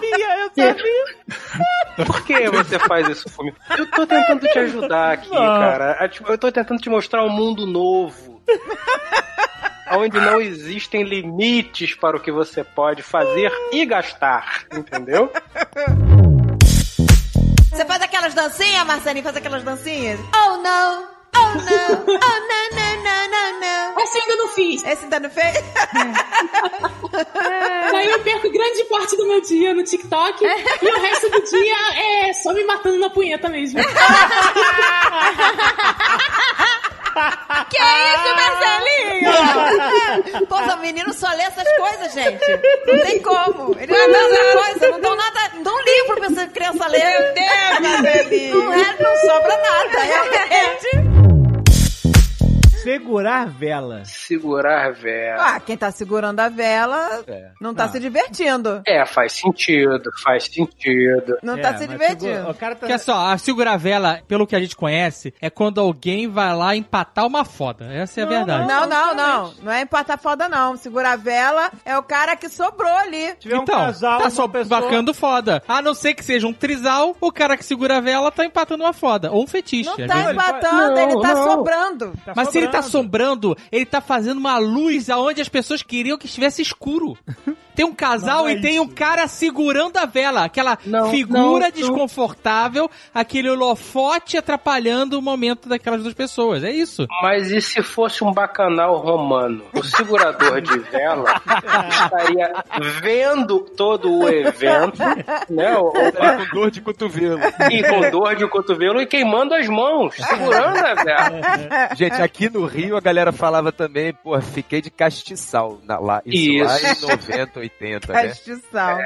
[SPEAKER 5] quê? eu sabia. Por que você faz isso comigo? Eu tô tentando te ajudar aqui,
[SPEAKER 45] Não.
[SPEAKER 5] cara. É, tipo, Eu tô tentando te mostrar um mundo novo. Onde não existem limites para o que você pode fazer e gastar, entendeu?
[SPEAKER 10] Você faz aquelas dancinhas, Marcelinho? Faz aquelas dancinhas? Oh, não! Oh, não! Oh, não, não, não, não, não! Esse ainda não fiz! É. Esse ainda não fez?
[SPEAKER 2] Daí eu perco grande parte do meu dia no TikTok e o resto do dia é só me matando na punheta mesmo.
[SPEAKER 10] Que isso, Marcelinho? Pô, o menino só lê essas coisas, gente. Não tem como. Ele não lê essas coisas, não dão nada, não dão livro pra essa criança ler. Meu Deus, é. Marcelinho. Não, é, não sobra nada, realmente.
[SPEAKER 4] Você Segurar vela.
[SPEAKER 5] Segurar
[SPEAKER 3] É.
[SPEAKER 5] vela.
[SPEAKER 10] Ah, quem tá segurando a vela não
[SPEAKER 3] Ah.
[SPEAKER 10] tá se divertindo.
[SPEAKER 5] É, faz sentido, faz sentido.
[SPEAKER 10] Não
[SPEAKER 3] É,
[SPEAKER 10] tá se divertindo.
[SPEAKER 3] Porque é só, a segurar vela, pelo que a gente conhece, é quando alguém vai lá empatar uma foda. Essa é a verdade.
[SPEAKER 10] Não, não, não. Não é empatar foda, não. Segurar a vela é o cara que sobrou ali.
[SPEAKER 3] então, tá só bacando foda. A não ser que seja um trisal, o cara que segura a vela tá empatando uma foda. Ou um fetiche.
[SPEAKER 10] Não
[SPEAKER 3] às
[SPEAKER 10] tá
[SPEAKER 3] vezes.
[SPEAKER 10] empatando, ele tá
[SPEAKER 3] não.
[SPEAKER 10] sobrando.
[SPEAKER 3] Mas se ele tá sombrando, ele tá fazendo uma luz aonde as pessoas queriam que estivesse escuro. Tem um casal e tem um cara segurando a vela. Aquela figura
[SPEAKER 5] não.
[SPEAKER 3] desconfortável, aquele holofote atrapalhando o momento daquelas duas pessoas. É isso.
[SPEAKER 5] Mas e se fosse um bacanal romano? O segurador de vela estaria vendo todo o evento, né? O, o,
[SPEAKER 1] com dor de cotovelo.
[SPEAKER 5] e com dor de cotovelo e queimando as mãos, segurando a
[SPEAKER 1] É,
[SPEAKER 5] vela.
[SPEAKER 3] É.
[SPEAKER 1] Gente,
[SPEAKER 5] é
[SPEAKER 1] aqui no Rio a galera falava também, pô, fiquei de castiçal na, lá, isso,
[SPEAKER 5] Isso.
[SPEAKER 1] lá em 90, 80, né?
[SPEAKER 10] Castiçal.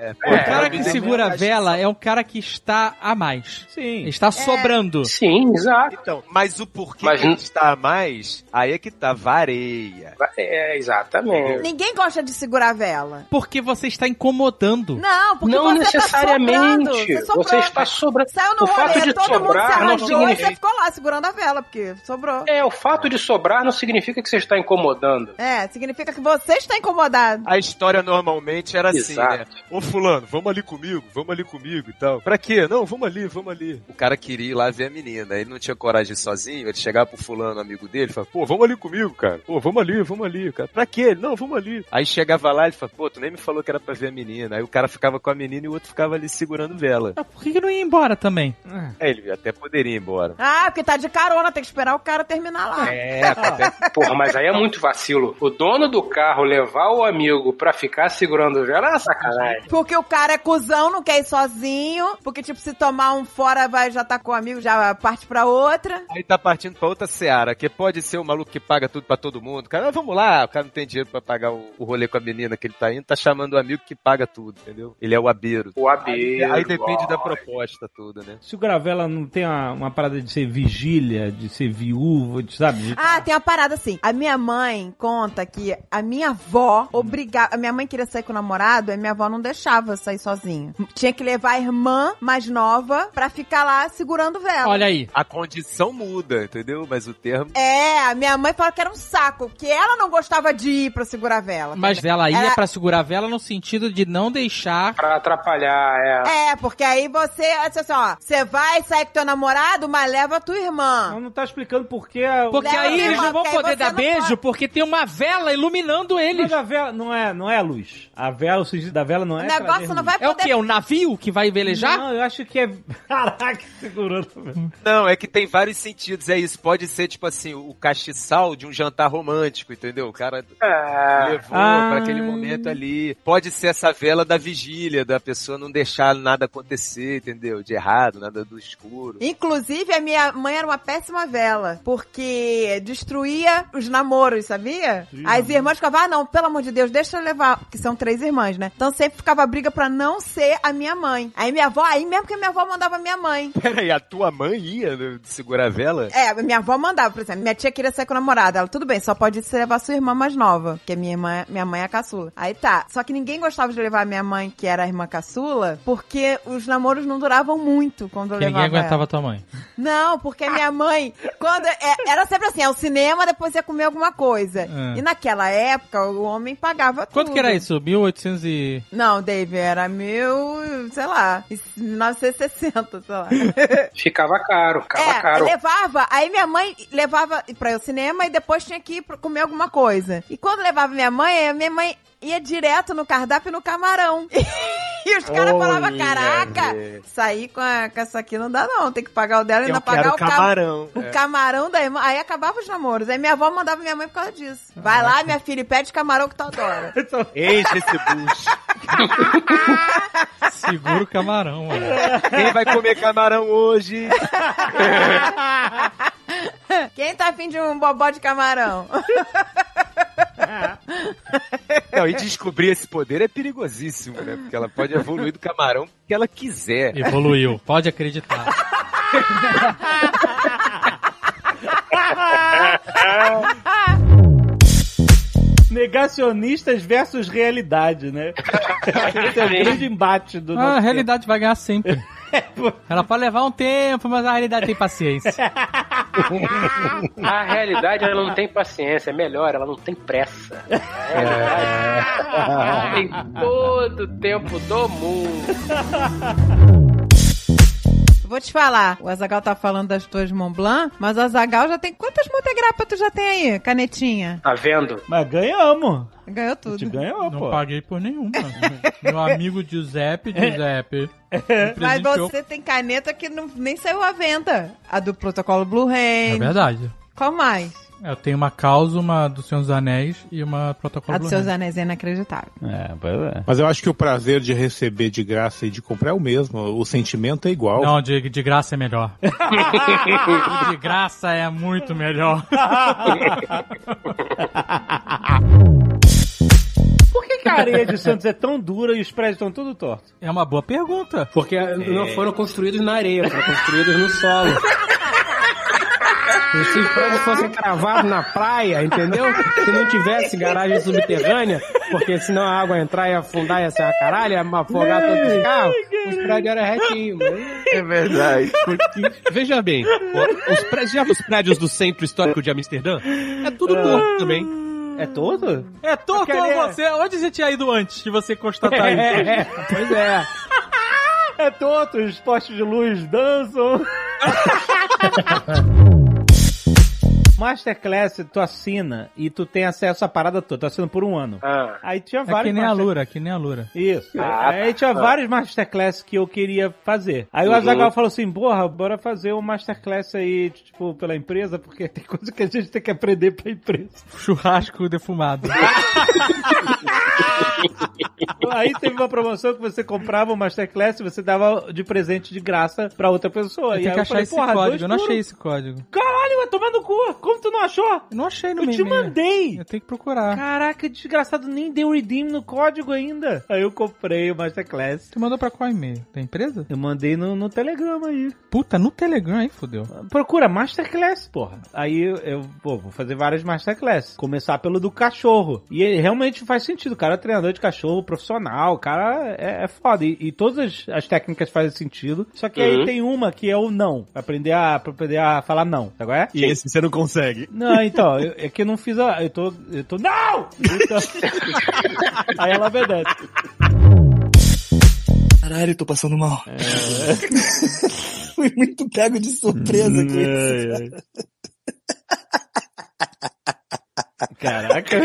[SPEAKER 1] É,
[SPEAKER 3] O cara que segura a vela é um cara que está a mais.
[SPEAKER 4] Sim.
[SPEAKER 3] Está sobrando.
[SPEAKER 5] Sim, exato.
[SPEAKER 1] Então, mas o porquê
[SPEAKER 5] Mas-
[SPEAKER 1] que ele está a mais, aí é que tá vareia.
[SPEAKER 5] É, exatamente.
[SPEAKER 10] Ninguém gosta de segurar a vela.
[SPEAKER 3] Porque você está incomodando.
[SPEAKER 10] Não, porque
[SPEAKER 5] Não
[SPEAKER 10] você
[SPEAKER 5] necessariamente.
[SPEAKER 10] Tá sobrando,
[SPEAKER 5] Você está sobra-
[SPEAKER 10] Saiu no
[SPEAKER 5] O fato
[SPEAKER 10] rolê,
[SPEAKER 5] de
[SPEAKER 10] todo mundo
[SPEAKER 5] sobrar
[SPEAKER 10] se
[SPEAKER 5] não é.
[SPEAKER 10] arranjou e
[SPEAKER 5] significa-
[SPEAKER 10] você ficou lá segurando a vela, porque sobrou.
[SPEAKER 5] É, o fato de sobrar não significa que você está incomodando.
[SPEAKER 10] É, significa que você está incomodado.
[SPEAKER 1] A história normalmente era assim, né?
[SPEAKER 5] Exato.
[SPEAKER 1] Ô fulano, vamos ali comigo, vamos ali comigo e tal. Pra quê? Não, vamos ali, vamos ali. O cara queria ir lá ver a menina, ele não tinha coragem de ir sozinho, ele chegava pro fulano, amigo dele, e falava, pô, vamos ali comigo, cara. Pô, vamos ali, vamos ali, cara. Pra quê? Não, vamos ali. Aí chegava lá, ele falava, pô, tu nem me falou que era pra ver a menina. Aí o cara ficava com a menina e o outro ficava ali segurando vela.
[SPEAKER 3] Ah, Por que, que não ia embora também? Ah.
[SPEAKER 1] Aí ele até poderia ir embora.
[SPEAKER 10] Ah, porque tá de carona, tem que esperar o cara terminar lá.
[SPEAKER 5] É, até- porra, mas aí é muito vacilo. O dono do carro levar o amigo pra ficar segurando vela é uma sacanagem.
[SPEAKER 10] Porque o cara é cuzão, não quer ir sozinho. Porque, tipo, se tomar um fora, vai já tá com o amigo, já parte pra outra.
[SPEAKER 1] Aí tá partindo pra outra seara, que pode ser o maluco que paga tudo pra todo mundo. Cara, ah, vamos lá, o cara não tem dinheiro pra pagar o, o rolê com a menina que ele tá indo, tá chamando o amigo que paga tudo, entendeu? Ele é o abeiro.
[SPEAKER 5] O
[SPEAKER 1] Aí,
[SPEAKER 5] abeiro.
[SPEAKER 1] aí depende da
[SPEAKER 5] ó.
[SPEAKER 1] proposta toda, né?
[SPEAKER 4] Se o Gravela não tem uma, uma parada de ser vigília, de ser viúva, de, sabe? De-
[SPEAKER 10] Ah, tem uma parada assim. A minha mãe conta que a minha avó obrigava. A minha mãe queria sair com o namorado, a minha avó não deixava eu sair sozinha. Tinha que levar a irmã mais nova pra ficar lá segurando vela.
[SPEAKER 3] Olha aí.
[SPEAKER 1] A condição muda, entendeu? Mas o termo.
[SPEAKER 10] É, a minha mãe falou que era um saco, que ela não gostava de ir pra segurar a vela.
[SPEAKER 3] Mas ela ia
[SPEAKER 10] Ela-
[SPEAKER 3] pra segurar a vela no sentido de não deixar.
[SPEAKER 5] Pra atrapalhar, é.
[SPEAKER 10] É, porque aí você, assim, assim, ó, você vai sair com teu namorado, mas leva a tua irmã.
[SPEAKER 4] Não, não tá explicando por que a-
[SPEAKER 3] Porque
[SPEAKER 10] Léo,
[SPEAKER 3] aí
[SPEAKER 10] tem
[SPEAKER 3] eles
[SPEAKER 10] uma-
[SPEAKER 3] não vão
[SPEAKER 10] porque aí
[SPEAKER 3] poder
[SPEAKER 10] você
[SPEAKER 3] dar
[SPEAKER 10] não
[SPEAKER 3] beijo
[SPEAKER 10] pode.
[SPEAKER 3] porque tem uma vela iluminando eles.
[SPEAKER 4] Mas a vela não é, não é a luz. A vela, o sigilo da vela não
[SPEAKER 10] O
[SPEAKER 4] é.
[SPEAKER 10] negócio
[SPEAKER 4] trazer
[SPEAKER 10] não
[SPEAKER 4] luz.
[SPEAKER 10] vai
[SPEAKER 3] É o
[SPEAKER 10] poder.
[SPEAKER 3] quê? É um navio que vai velejar?
[SPEAKER 4] Não, eu acho que é. Caraca, segurando. a vela.
[SPEAKER 1] Não, é que tem vários sentidos. É isso. Pode ser, tipo assim, o castiçal de um jantar romântico, entendeu? O cara
[SPEAKER 5] É.
[SPEAKER 1] levou
[SPEAKER 4] Ah.
[SPEAKER 1] pra aquele momento ali. Pode ser essa vela da vigília, da pessoa não deixar nada acontecer, entendeu? De errado, nada do escuro.
[SPEAKER 10] Inclusive, a minha mãe era uma péssima vela, porque destruía os namoros, sabia? As irmãs ficavam, ah, não, pelo amor de Deus, deixa eu levar, que são três irmãs, né? Então sempre ficava briga pra não ser a minha mãe. Aí minha avó, aí mesmo que minha avó mandava minha mãe.
[SPEAKER 1] Peraí, a tua mãe ia né, segurar a vela?
[SPEAKER 10] É, minha avó mandava, por exemplo, minha tia queria sair com o namorado. Ela, tudo bem, só pode se levar sua irmã mais nova, porque minha, irmã, minha mãe é a caçula. Aí tá. Só que ninguém gostava de levar a minha mãe, que era a irmã caçula, porque os namoros não duravam muito quando eu
[SPEAKER 3] Porque ninguém
[SPEAKER 10] levava ela.
[SPEAKER 3] aguentava Ah. a tua mãe.
[SPEAKER 10] Não, porque minha mãe, quando é, era sempre assim, é o cinema, depois ia comer alguma coisa.
[SPEAKER 3] É.
[SPEAKER 10] E naquela época o homem pagava tudo.
[SPEAKER 3] Quanto que era isso? 1800 e...
[SPEAKER 10] Não, Dave, era mil, sei lá, 1960, sei lá.
[SPEAKER 5] Ficava caro, ficava
[SPEAKER 10] é,
[SPEAKER 5] caro.
[SPEAKER 10] levava, aí minha mãe levava pra ir ao cinema e depois tinha que ir pra comer alguma coisa. E quando levava minha mãe, a minha mãe ia direto no cardápio e no camarão. E os caras falavam, caraca, sair com, a, com essa aqui não dá não, tem que pagar o dela e ainda pagar o cam- o camarão da irmã. Aí acabava os namoros. Aí minha avó mandava minha mãe por causa disso. Vai lá, minha filha, e pede camarão que tu adora.
[SPEAKER 1] Enche esse bucho.
[SPEAKER 3] Segura o camarão, mano.
[SPEAKER 1] Quem vai comer camarão hoje?
[SPEAKER 10] Quem tá afim de um bobó de camarão?
[SPEAKER 1] Não, e descobrir esse poder é perigosíssimo, né? Porque ela pode evoluir do camarão que ela quiser.
[SPEAKER 3] Evoluiu, pode acreditar.
[SPEAKER 4] Negacionistas versus realidade, né? Esse é o grande embate do
[SPEAKER 3] Ah, a
[SPEAKER 4] nosso É,
[SPEAKER 3] realidade vai ganhar sempre. Ela pode levar um tempo, mas a realidade tem paciência.
[SPEAKER 27] A realidade, ela não tem paciência, é melhor, ela não tem pressa. A
[SPEAKER 4] É.
[SPEAKER 27] realidade tem todo o tempo do mundo.
[SPEAKER 10] Vou te falar, o Azagal tá falando das tuas Mont Blanc, mas o Azagal já tem. Quantas Montegrapa tu já tem aí, canetinha?
[SPEAKER 27] Tá vendo?
[SPEAKER 4] Mas ganhamos.
[SPEAKER 10] Ganhou tudo.
[SPEAKER 4] Te ganhou,
[SPEAKER 3] Não
[SPEAKER 4] pô. É.
[SPEAKER 3] paguei por nenhuma. Meu amigo Giuseppe, Giuseppe. me
[SPEAKER 10] Mas
[SPEAKER 3] presenteou.
[SPEAKER 10] você tem caneta que não- nem saiu à venda. A do protocolo Blu-ray.
[SPEAKER 3] É verdade.
[SPEAKER 10] Qual mais?
[SPEAKER 3] Eu tenho uma causa, uma do Senhor dos Anéis e uma protocolo
[SPEAKER 10] A do seus anéis é inacreditável.
[SPEAKER 3] Ah,
[SPEAKER 4] É, pois é.
[SPEAKER 8] Mas eu acho que o prazer de receber de graça e de comprar é o mesmo. O sentimento é igual.
[SPEAKER 3] Não, de, de graça é melhor. de graça é muito melhor.
[SPEAKER 4] Por que que a areia de Santos é tão dura e os prédios estão tudo tortos? É.
[SPEAKER 3] É uma boa pergunta.
[SPEAKER 5] Porque não foram construídos na areia, foram construídos no solo. Se os prédios fossem cravados na praia, entendeu? Se não tivesse garagem subterrânea, porque senão a água ia entrar e afundar ia ser uma caralho, ia afogar todos os carros, os prédios eram retinhos.
[SPEAKER 6] É verdade. veja bem, o- os prédios, já viu os prédios do Centro Histórico de Amsterdã é tudo torto também.
[SPEAKER 4] É torto?
[SPEAKER 3] É torto
[SPEAKER 6] Porque ele
[SPEAKER 3] ou
[SPEAKER 6] é-
[SPEAKER 3] você? Onde você tinha ido antes de você constatar isso?
[SPEAKER 4] É,
[SPEAKER 5] pois é.
[SPEAKER 4] É torto, os postes de luz dançam. Masterclass, tu assina e tu tem acesso à parada toda, tu assina por um ano. Aí tinha
[SPEAKER 3] É
[SPEAKER 4] vários.
[SPEAKER 3] que nem a
[SPEAKER 4] master-
[SPEAKER 3] Lura, que nem a Lura.
[SPEAKER 4] Isso.
[SPEAKER 3] Ah,
[SPEAKER 4] aí tinha
[SPEAKER 3] tá.
[SPEAKER 4] vários Masterclass é que eu queria fazer. Aí o
[SPEAKER 3] Uhum.
[SPEAKER 4] Azagal falou assim: porra, bora fazer um Masterclass aí, tipo, pela empresa, porque tem coisa que a gente tem que aprender pra empresa.
[SPEAKER 3] Churrasco defumado.
[SPEAKER 4] Aí teve uma promoção que você comprava um Masterclass e você dava de presente de graça pra outra
[SPEAKER 3] Eu
[SPEAKER 4] pessoa. e aí
[SPEAKER 3] tenho que
[SPEAKER 4] eu
[SPEAKER 3] achar
[SPEAKER 4] falei,
[SPEAKER 3] esse
[SPEAKER 4] porra,
[SPEAKER 3] código,
[SPEAKER 4] dois
[SPEAKER 3] eu não
[SPEAKER 4] por um.
[SPEAKER 3] achei esse código.
[SPEAKER 4] Caralho, vai tomar no cu! Como tu não achou?
[SPEAKER 3] Não achei no
[SPEAKER 4] Eu
[SPEAKER 3] meu
[SPEAKER 4] te
[SPEAKER 3] e-mail.
[SPEAKER 4] mandei!
[SPEAKER 3] Eu tenho que procurar.
[SPEAKER 4] Caraca, desgraçado, nem deu um redeem no código ainda. Aí eu comprei o Masterclass.
[SPEAKER 3] Tu mandou pra qual e-mail? Da empresa?
[SPEAKER 4] Eu mandei no, no Telegram aí.
[SPEAKER 3] Puta, no Telegram aí, fodeu.
[SPEAKER 4] Procura Masterclass, porra. Aí eu, eu, pô, vou fazer várias Masterclass. Começar pelo do cachorro. E ele realmente faz sentido. O cara é treinador de cachorro, profissional. O cara é, é foda. E, e todas as, as técnicas fazem sentido. Só que aí
[SPEAKER 8] Uhum.
[SPEAKER 4] tem uma que é o não. Aprender a, pra aprender a falar não. Sabe qual é?
[SPEAKER 8] E esse você não consegue.
[SPEAKER 4] Não, então, eu- é que eu não fiz a. Eu tô. Eu tô. Não! Então- aí ela obedece.
[SPEAKER 30] Caralho, tô passando mal.
[SPEAKER 4] É.
[SPEAKER 30] Fui muito pego de surpresa com
[SPEAKER 4] Ai,
[SPEAKER 30] isso.
[SPEAKER 4] Caraca.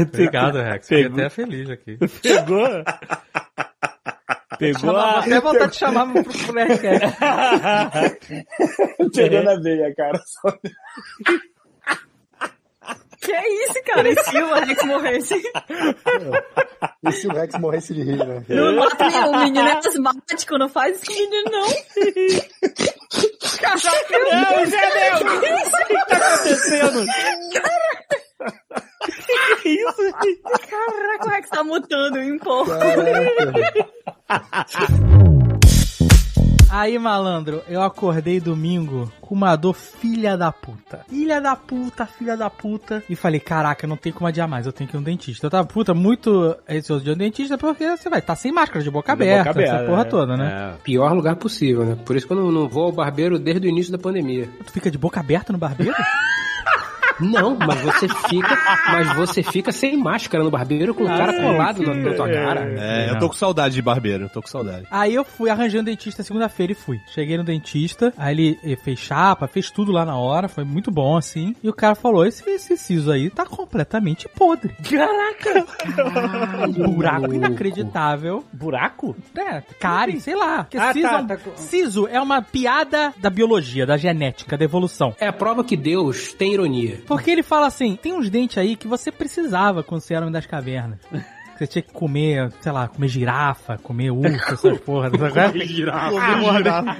[SPEAKER 3] Obrigado, Rex. Fiquei até feliz aqui.
[SPEAKER 4] Pegou? Pegou
[SPEAKER 3] Chamava-
[SPEAKER 4] a...
[SPEAKER 3] até vontade de chamar pro
[SPEAKER 4] podcast.
[SPEAKER 30] Pegou na veia, cara. Só-
[SPEAKER 7] Que isso, cara? E se o Alex
[SPEAKER 10] assim.
[SPEAKER 7] morresse?
[SPEAKER 30] E se o Rex morresse de rir, né?
[SPEAKER 7] Não mata nenhum, o menino é asmático, não faz esse menino, não. Caraca,
[SPEAKER 28] Não, Zé Neto!
[SPEAKER 7] O que é isso? O que tá
[SPEAKER 4] acontecendo?
[SPEAKER 7] Que isso? Caraca, o Rex tá mutando em pouco.
[SPEAKER 3] Aí, malandro, eu acordei domingo com uma dor filha da puta. Filha da puta, filha da puta. E falei, caraca, não tem como adiar mais, eu tenho que ir no dentista. Eu tava puta muito receoso de ir no dentista porque você vai estar sem máscara, de boca aberta, essa
[SPEAKER 4] é,
[SPEAKER 3] porra toda, né?
[SPEAKER 5] É. Pior lugar possível, né? Por isso que eu não, não vou ao barbeiro desde o início da pandemia.
[SPEAKER 3] Tu fica de boca aberta no barbeiro?
[SPEAKER 5] Não, mas você fica, mas você fica sem máscara no barbeiro com o cara
[SPEAKER 3] Ah,
[SPEAKER 5] colado
[SPEAKER 3] sim.
[SPEAKER 5] na, na tua cara.
[SPEAKER 6] É, eu tô com saudade de barbeiro, eu tô com saudade.
[SPEAKER 3] Aí eu fui arranjei um dentista segunda-feira e fui. Cheguei no dentista, aí ele eh, fez chapa, fez tudo lá na hora, foi muito bom assim. E o cara falou: esse, esse siso aí tá completamente podre. Um
[SPEAKER 4] Caraca!
[SPEAKER 3] Buraco inacreditável.
[SPEAKER 4] Buraco?
[SPEAKER 3] É, cárie, sei lá. Porque
[SPEAKER 4] Ah,
[SPEAKER 3] siso,
[SPEAKER 4] tá,
[SPEAKER 3] é um-
[SPEAKER 4] tá com-
[SPEAKER 3] siso é uma piada da biologia, da genética, da evolução.
[SPEAKER 5] É a prova que Deus tem ironia.
[SPEAKER 3] Porque ele fala assim: tem uns dentes aí que você precisava quando você era um das cavernas. Que Você tinha que comer, sei lá, comer girafa, comer urso, essas Ah, porra.
[SPEAKER 28] Comer girafa. Comer girafa.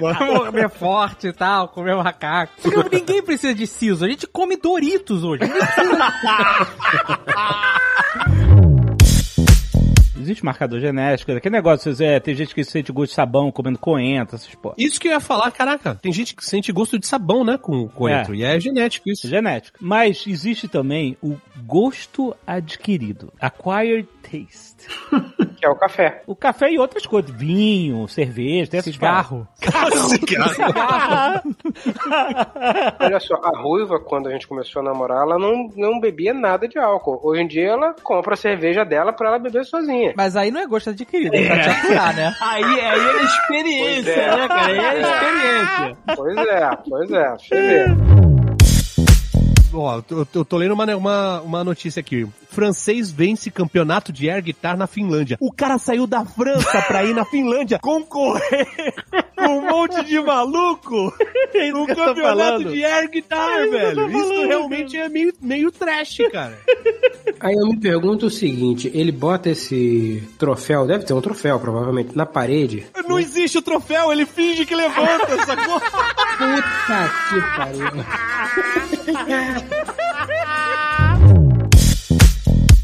[SPEAKER 3] comer é forte e tal, comer macaco. Porque ninguém precisa de siso, a gente come Doritos hoje. Ninguém precisa.
[SPEAKER 4] existe marcador genético, aquele negócio, é, tem gente que sente gosto de sabão comendo coentro, essas porra.
[SPEAKER 6] Isso que eu ia falar, caraca, tem gente que sente gosto de sabão, né, com coentro. E é genético isso.
[SPEAKER 4] Genético. Mas existe também o gosto adquirido, acquired taste.
[SPEAKER 26] Que é o café.
[SPEAKER 4] O café e outras coisas, vinho, cerveja, tem essas
[SPEAKER 3] Cigarro.
[SPEAKER 4] paradas.
[SPEAKER 26] Olha só, a ruiva, quando a gente começou a namorar, ela não, não bebia nada de álcool. Hoje em dia ela compra a cerveja dela pra ela beber sozinha.
[SPEAKER 3] Mas aí não é gosto adquirido, é pra te aturar, né?
[SPEAKER 26] Aí, aí é experiência,
[SPEAKER 3] né, cara? Aí é
[SPEAKER 26] experiência. Pois é, pois é. pra Você vê.
[SPEAKER 6] Ó, eu, eu tô lendo uma, né, uma, uma notícia aqui. Francês vence campeonato de air guitar na Finlândia. O cara saiu da França pra ir na Finlândia concorrer com um monte de maluco no
[SPEAKER 3] É que eu tô
[SPEAKER 6] campeonato
[SPEAKER 3] falando.
[SPEAKER 6] de air guitar,
[SPEAKER 3] É isso que eu tô
[SPEAKER 6] Ah, velho. Isso
[SPEAKER 3] falando,
[SPEAKER 6] realmente é meio, meio trash, cara.
[SPEAKER 5] Aí eu me pergunto o seguinte, ele bota esse troféu, deve ter um troféu provavelmente, na parede.
[SPEAKER 6] Não existe o troféu, ele finge que levanta, sacou?
[SPEAKER 5] Puta que pariu.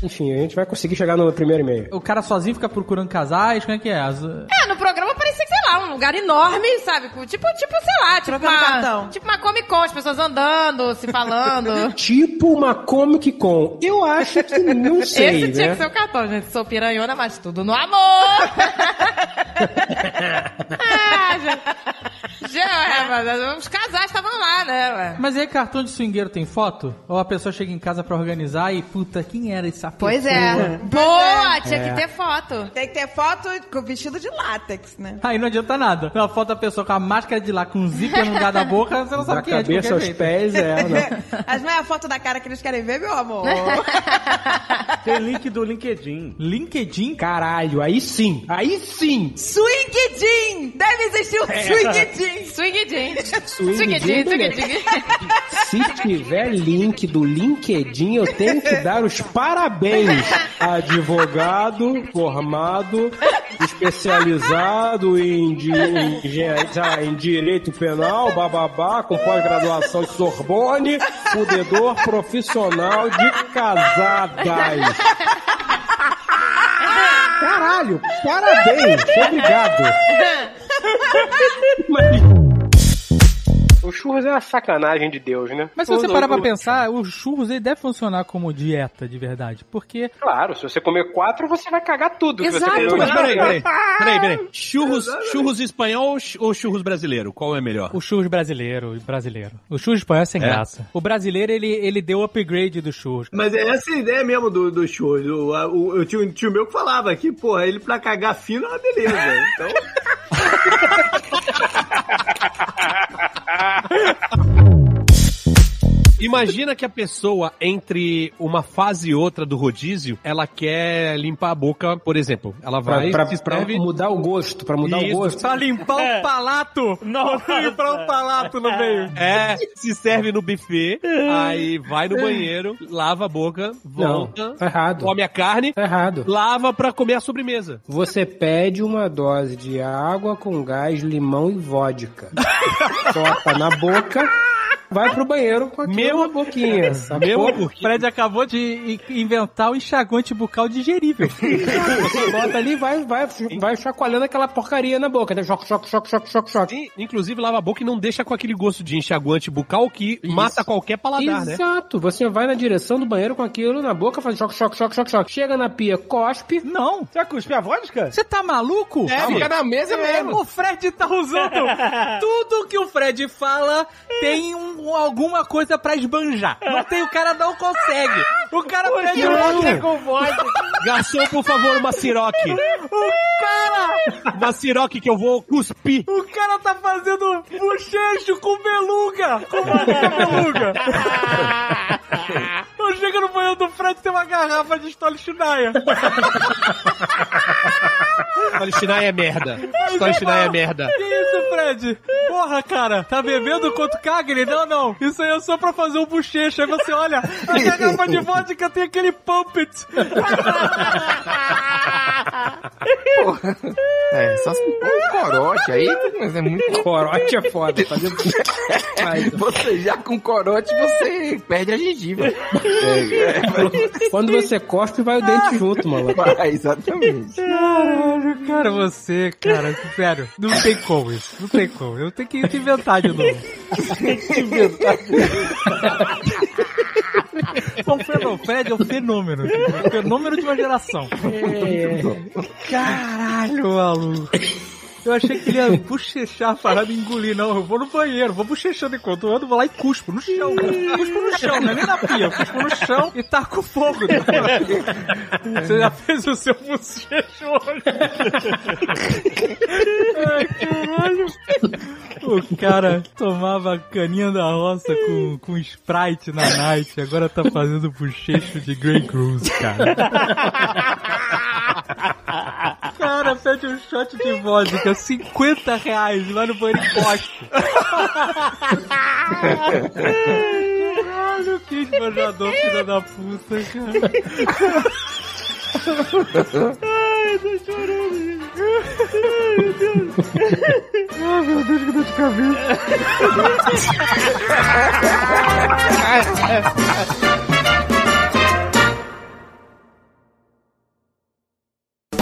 [SPEAKER 5] Enfim, a gente vai conseguir chegar no primeiro e-mail.
[SPEAKER 3] O cara sozinho fica procurando casais, como é que é? As-
[SPEAKER 9] É, no programa parecia, sei lá, um lugar enorme, sabe? Tipo, tipo sei lá, tipo
[SPEAKER 10] Programa
[SPEAKER 9] uma,
[SPEAKER 10] cartão.
[SPEAKER 9] tipo uma Comic Con, as pessoas andando, se falando.
[SPEAKER 5] Tipo uma Comic Con. Eu acho que não sei,
[SPEAKER 9] Esse tinha
[SPEAKER 5] né?
[SPEAKER 9] que ser o cartão, gente. Sou piranhona, mas tudo no amor. ah, já, já, mas é, os casais estavam lá, né? ué?
[SPEAKER 3] Mas aí cartão de swingueiro tem foto? Ou a pessoa chega em casa pra organizar e, puta, quem era essa pessoa?
[SPEAKER 9] Pois é. Boa, tinha
[SPEAKER 3] É.
[SPEAKER 9] que ter foto.
[SPEAKER 10] Tem que ter foto com vestido de látex, né?
[SPEAKER 3] Aí não adianta nada. Uma foto da pessoa com a máscara de lá, com um zíper no lugar da boca, você não sabe quem é, de qualquer jeito.
[SPEAKER 10] Mas não é a foto da cara que eles querem ver, meu amor.
[SPEAKER 4] Tem link do LinkedIn.
[SPEAKER 3] LinkedIn?
[SPEAKER 5] Caralho, aí sim, aí sim.
[SPEAKER 10] Swing Jean! Deve existir o
[SPEAKER 5] É.
[SPEAKER 10] Swing Jean!
[SPEAKER 9] Swing Jean!
[SPEAKER 5] Swing Jean, Se tiver link do LinkedIn, eu tenho que dar os parabéns. Advogado, formado, especializado em, di- em engen- sei lá, em direito penal, bababá, com pós-graduação em Sorbonne, fudedor profissional de casadas. Caralho, parabéns, obrigado.
[SPEAKER 26] O churros é uma sacanagem de Deus, né?
[SPEAKER 3] Mas se você
[SPEAKER 26] O-
[SPEAKER 3] parar
[SPEAKER 26] o-
[SPEAKER 3] pra pensar, o churros ele deve funcionar como dieta de verdade. Porque.
[SPEAKER 26] Claro, se você comer quatro, você vai cagar tudo. Se você
[SPEAKER 3] Exato.
[SPEAKER 26] comer
[SPEAKER 3] Mas
[SPEAKER 26] oito,
[SPEAKER 3] peraí,
[SPEAKER 6] Peraí, peraí, peraí. Churros, churros espanhol ou churros brasileiro? Qual é melhor?
[SPEAKER 3] O churros brasileiro, brasileiro. O churros espanhol é sem
[SPEAKER 6] É?
[SPEAKER 3] graça. O brasileiro, ele, ele deu o upgrade do churros.
[SPEAKER 2] Mas é essa a ideia mesmo do, do churros. O, a- o- eu tinha um tio meu que falava que, porra, ele pra cagar fino é uma beleza. Então.
[SPEAKER 6] Imagina que a pessoa, entre uma fase e outra do rodízio, ela quer limpar a boca, por exemplo. Ela vai
[SPEAKER 5] Pra, pra-
[SPEAKER 6] se
[SPEAKER 5] pra
[SPEAKER 6] escreve-
[SPEAKER 5] mudar o gosto, pra mudar
[SPEAKER 6] Isso,
[SPEAKER 5] o gosto.
[SPEAKER 6] pra limpar o É.
[SPEAKER 3] palato!
[SPEAKER 6] Nossa.
[SPEAKER 3] Limpar o
[SPEAKER 2] tá
[SPEAKER 3] palato no meio.
[SPEAKER 6] É, se serve no buffet, aí vai no banheiro, lava a boca, volta,
[SPEAKER 5] Não, tá errado.
[SPEAKER 6] come a carne,
[SPEAKER 5] tá errado.
[SPEAKER 6] lava pra comer a sobremesa.
[SPEAKER 5] Você pede uma dose de água com gás, limão e vodka. Bota na boca, vai pro banheiro com aquilo na boquinha. sacou?
[SPEAKER 3] Meu, o Fred acabou de i- inventar o enxaguante bucal digerível.
[SPEAKER 5] Você bota ali e vai, vai, vai chacoalhando aquela porcaria na boca, né? Choque, choque, choque, choque, choque, choque.
[SPEAKER 6] E, inclusive, lava a boca e não deixa com aquele gosto de enxaguante bucal que mata qualquer paladar, né?
[SPEAKER 5] Exato, você vai na direção do banheiro com aquilo na boca, faz choque, choque, choque, choque, choque. Chega na pia, cospe.
[SPEAKER 3] Não.
[SPEAKER 5] Você cuspe a vodka?
[SPEAKER 3] Você tá maluco?
[SPEAKER 5] É, fica na mesa mesmo.
[SPEAKER 3] O Fred tá usando tudo que o Fred fala tem um- alguma coisa pra esbanjar. Não tem, o cara não consegue. O cara
[SPEAKER 24] Por
[SPEAKER 3] pede
[SPEAKER 24] que
[SPEAKER 3] um
[SPEAKER 24] não? Com vodka.
[SPEAKER 6] Garçom, por favor, uma siroque.
[SPEAKER 3] O cara,
[SPEAKER 6] Uma siroque que eu vou cuspir.
[SPEAKER 3] o cara tá fazendo bochecho com beluga. Com vodka beluga. Eu chego no banheiro do Fred e tem uma garrafa de Stolly Schneier.
[SPEAKER 6] Palestinai é merda. Palestinai é merda.
[SPEAKER 3] Que isso, Fred? Porra, cara, tá bebendo quanto caga ele? Não, não. Isso aí é só pra fazer um bochecho. Aí você olha, a garrafa de vodka tem aquele puppet.
[SPEAKER 8] É, só se for um corote aí, mas é tá muito.
[SPEAKER 5] Corote é foda, fazer.
[SPEAKER 8] você já com corote, você perde a gengiva. é,
[SPEAKER 5] Quando você cospe, vai o dente junto, mano.
[SPEAKER 8] Vai, exatamente.
[SPEAKER 2] Caralho, cara, você, cara, sério. Não tem como isso. Não tem como. Eu tenho que te inventar de novo. Tem que te inventar de
[SPEAKER 3] Então,
[SPEAKER 2] novo. O Fenofred é um fenômeno. É um fenômeno de uma geração.
[SPEAKER 5] É,
[SPEAKER 2] Caralho, maluco. Eu achei que ele ia bochechar a parada e engolir. Não, eu vou no banheiro, vou bochechando enquanto eu ando, vou lá e cuspo no chão. Cuspo no chão, não é nem na pia. eu Cuspo no chão e taco fogo. Você já fez o seu bochecho hoje. Ai, caralho. O cara tomava caninha da roça com, com Sprite na night, agora tá fazendo bochecho de Grey Goose, cara. Cara, pede um shot de vodka, 50 reais, vai no banheiro e poste. Caralho, que esbanjador, filha da puta, cara. Ai, eu tô chorando, gente. Ai, meu Deus. Ai, meu Deus, que dor de cabeça.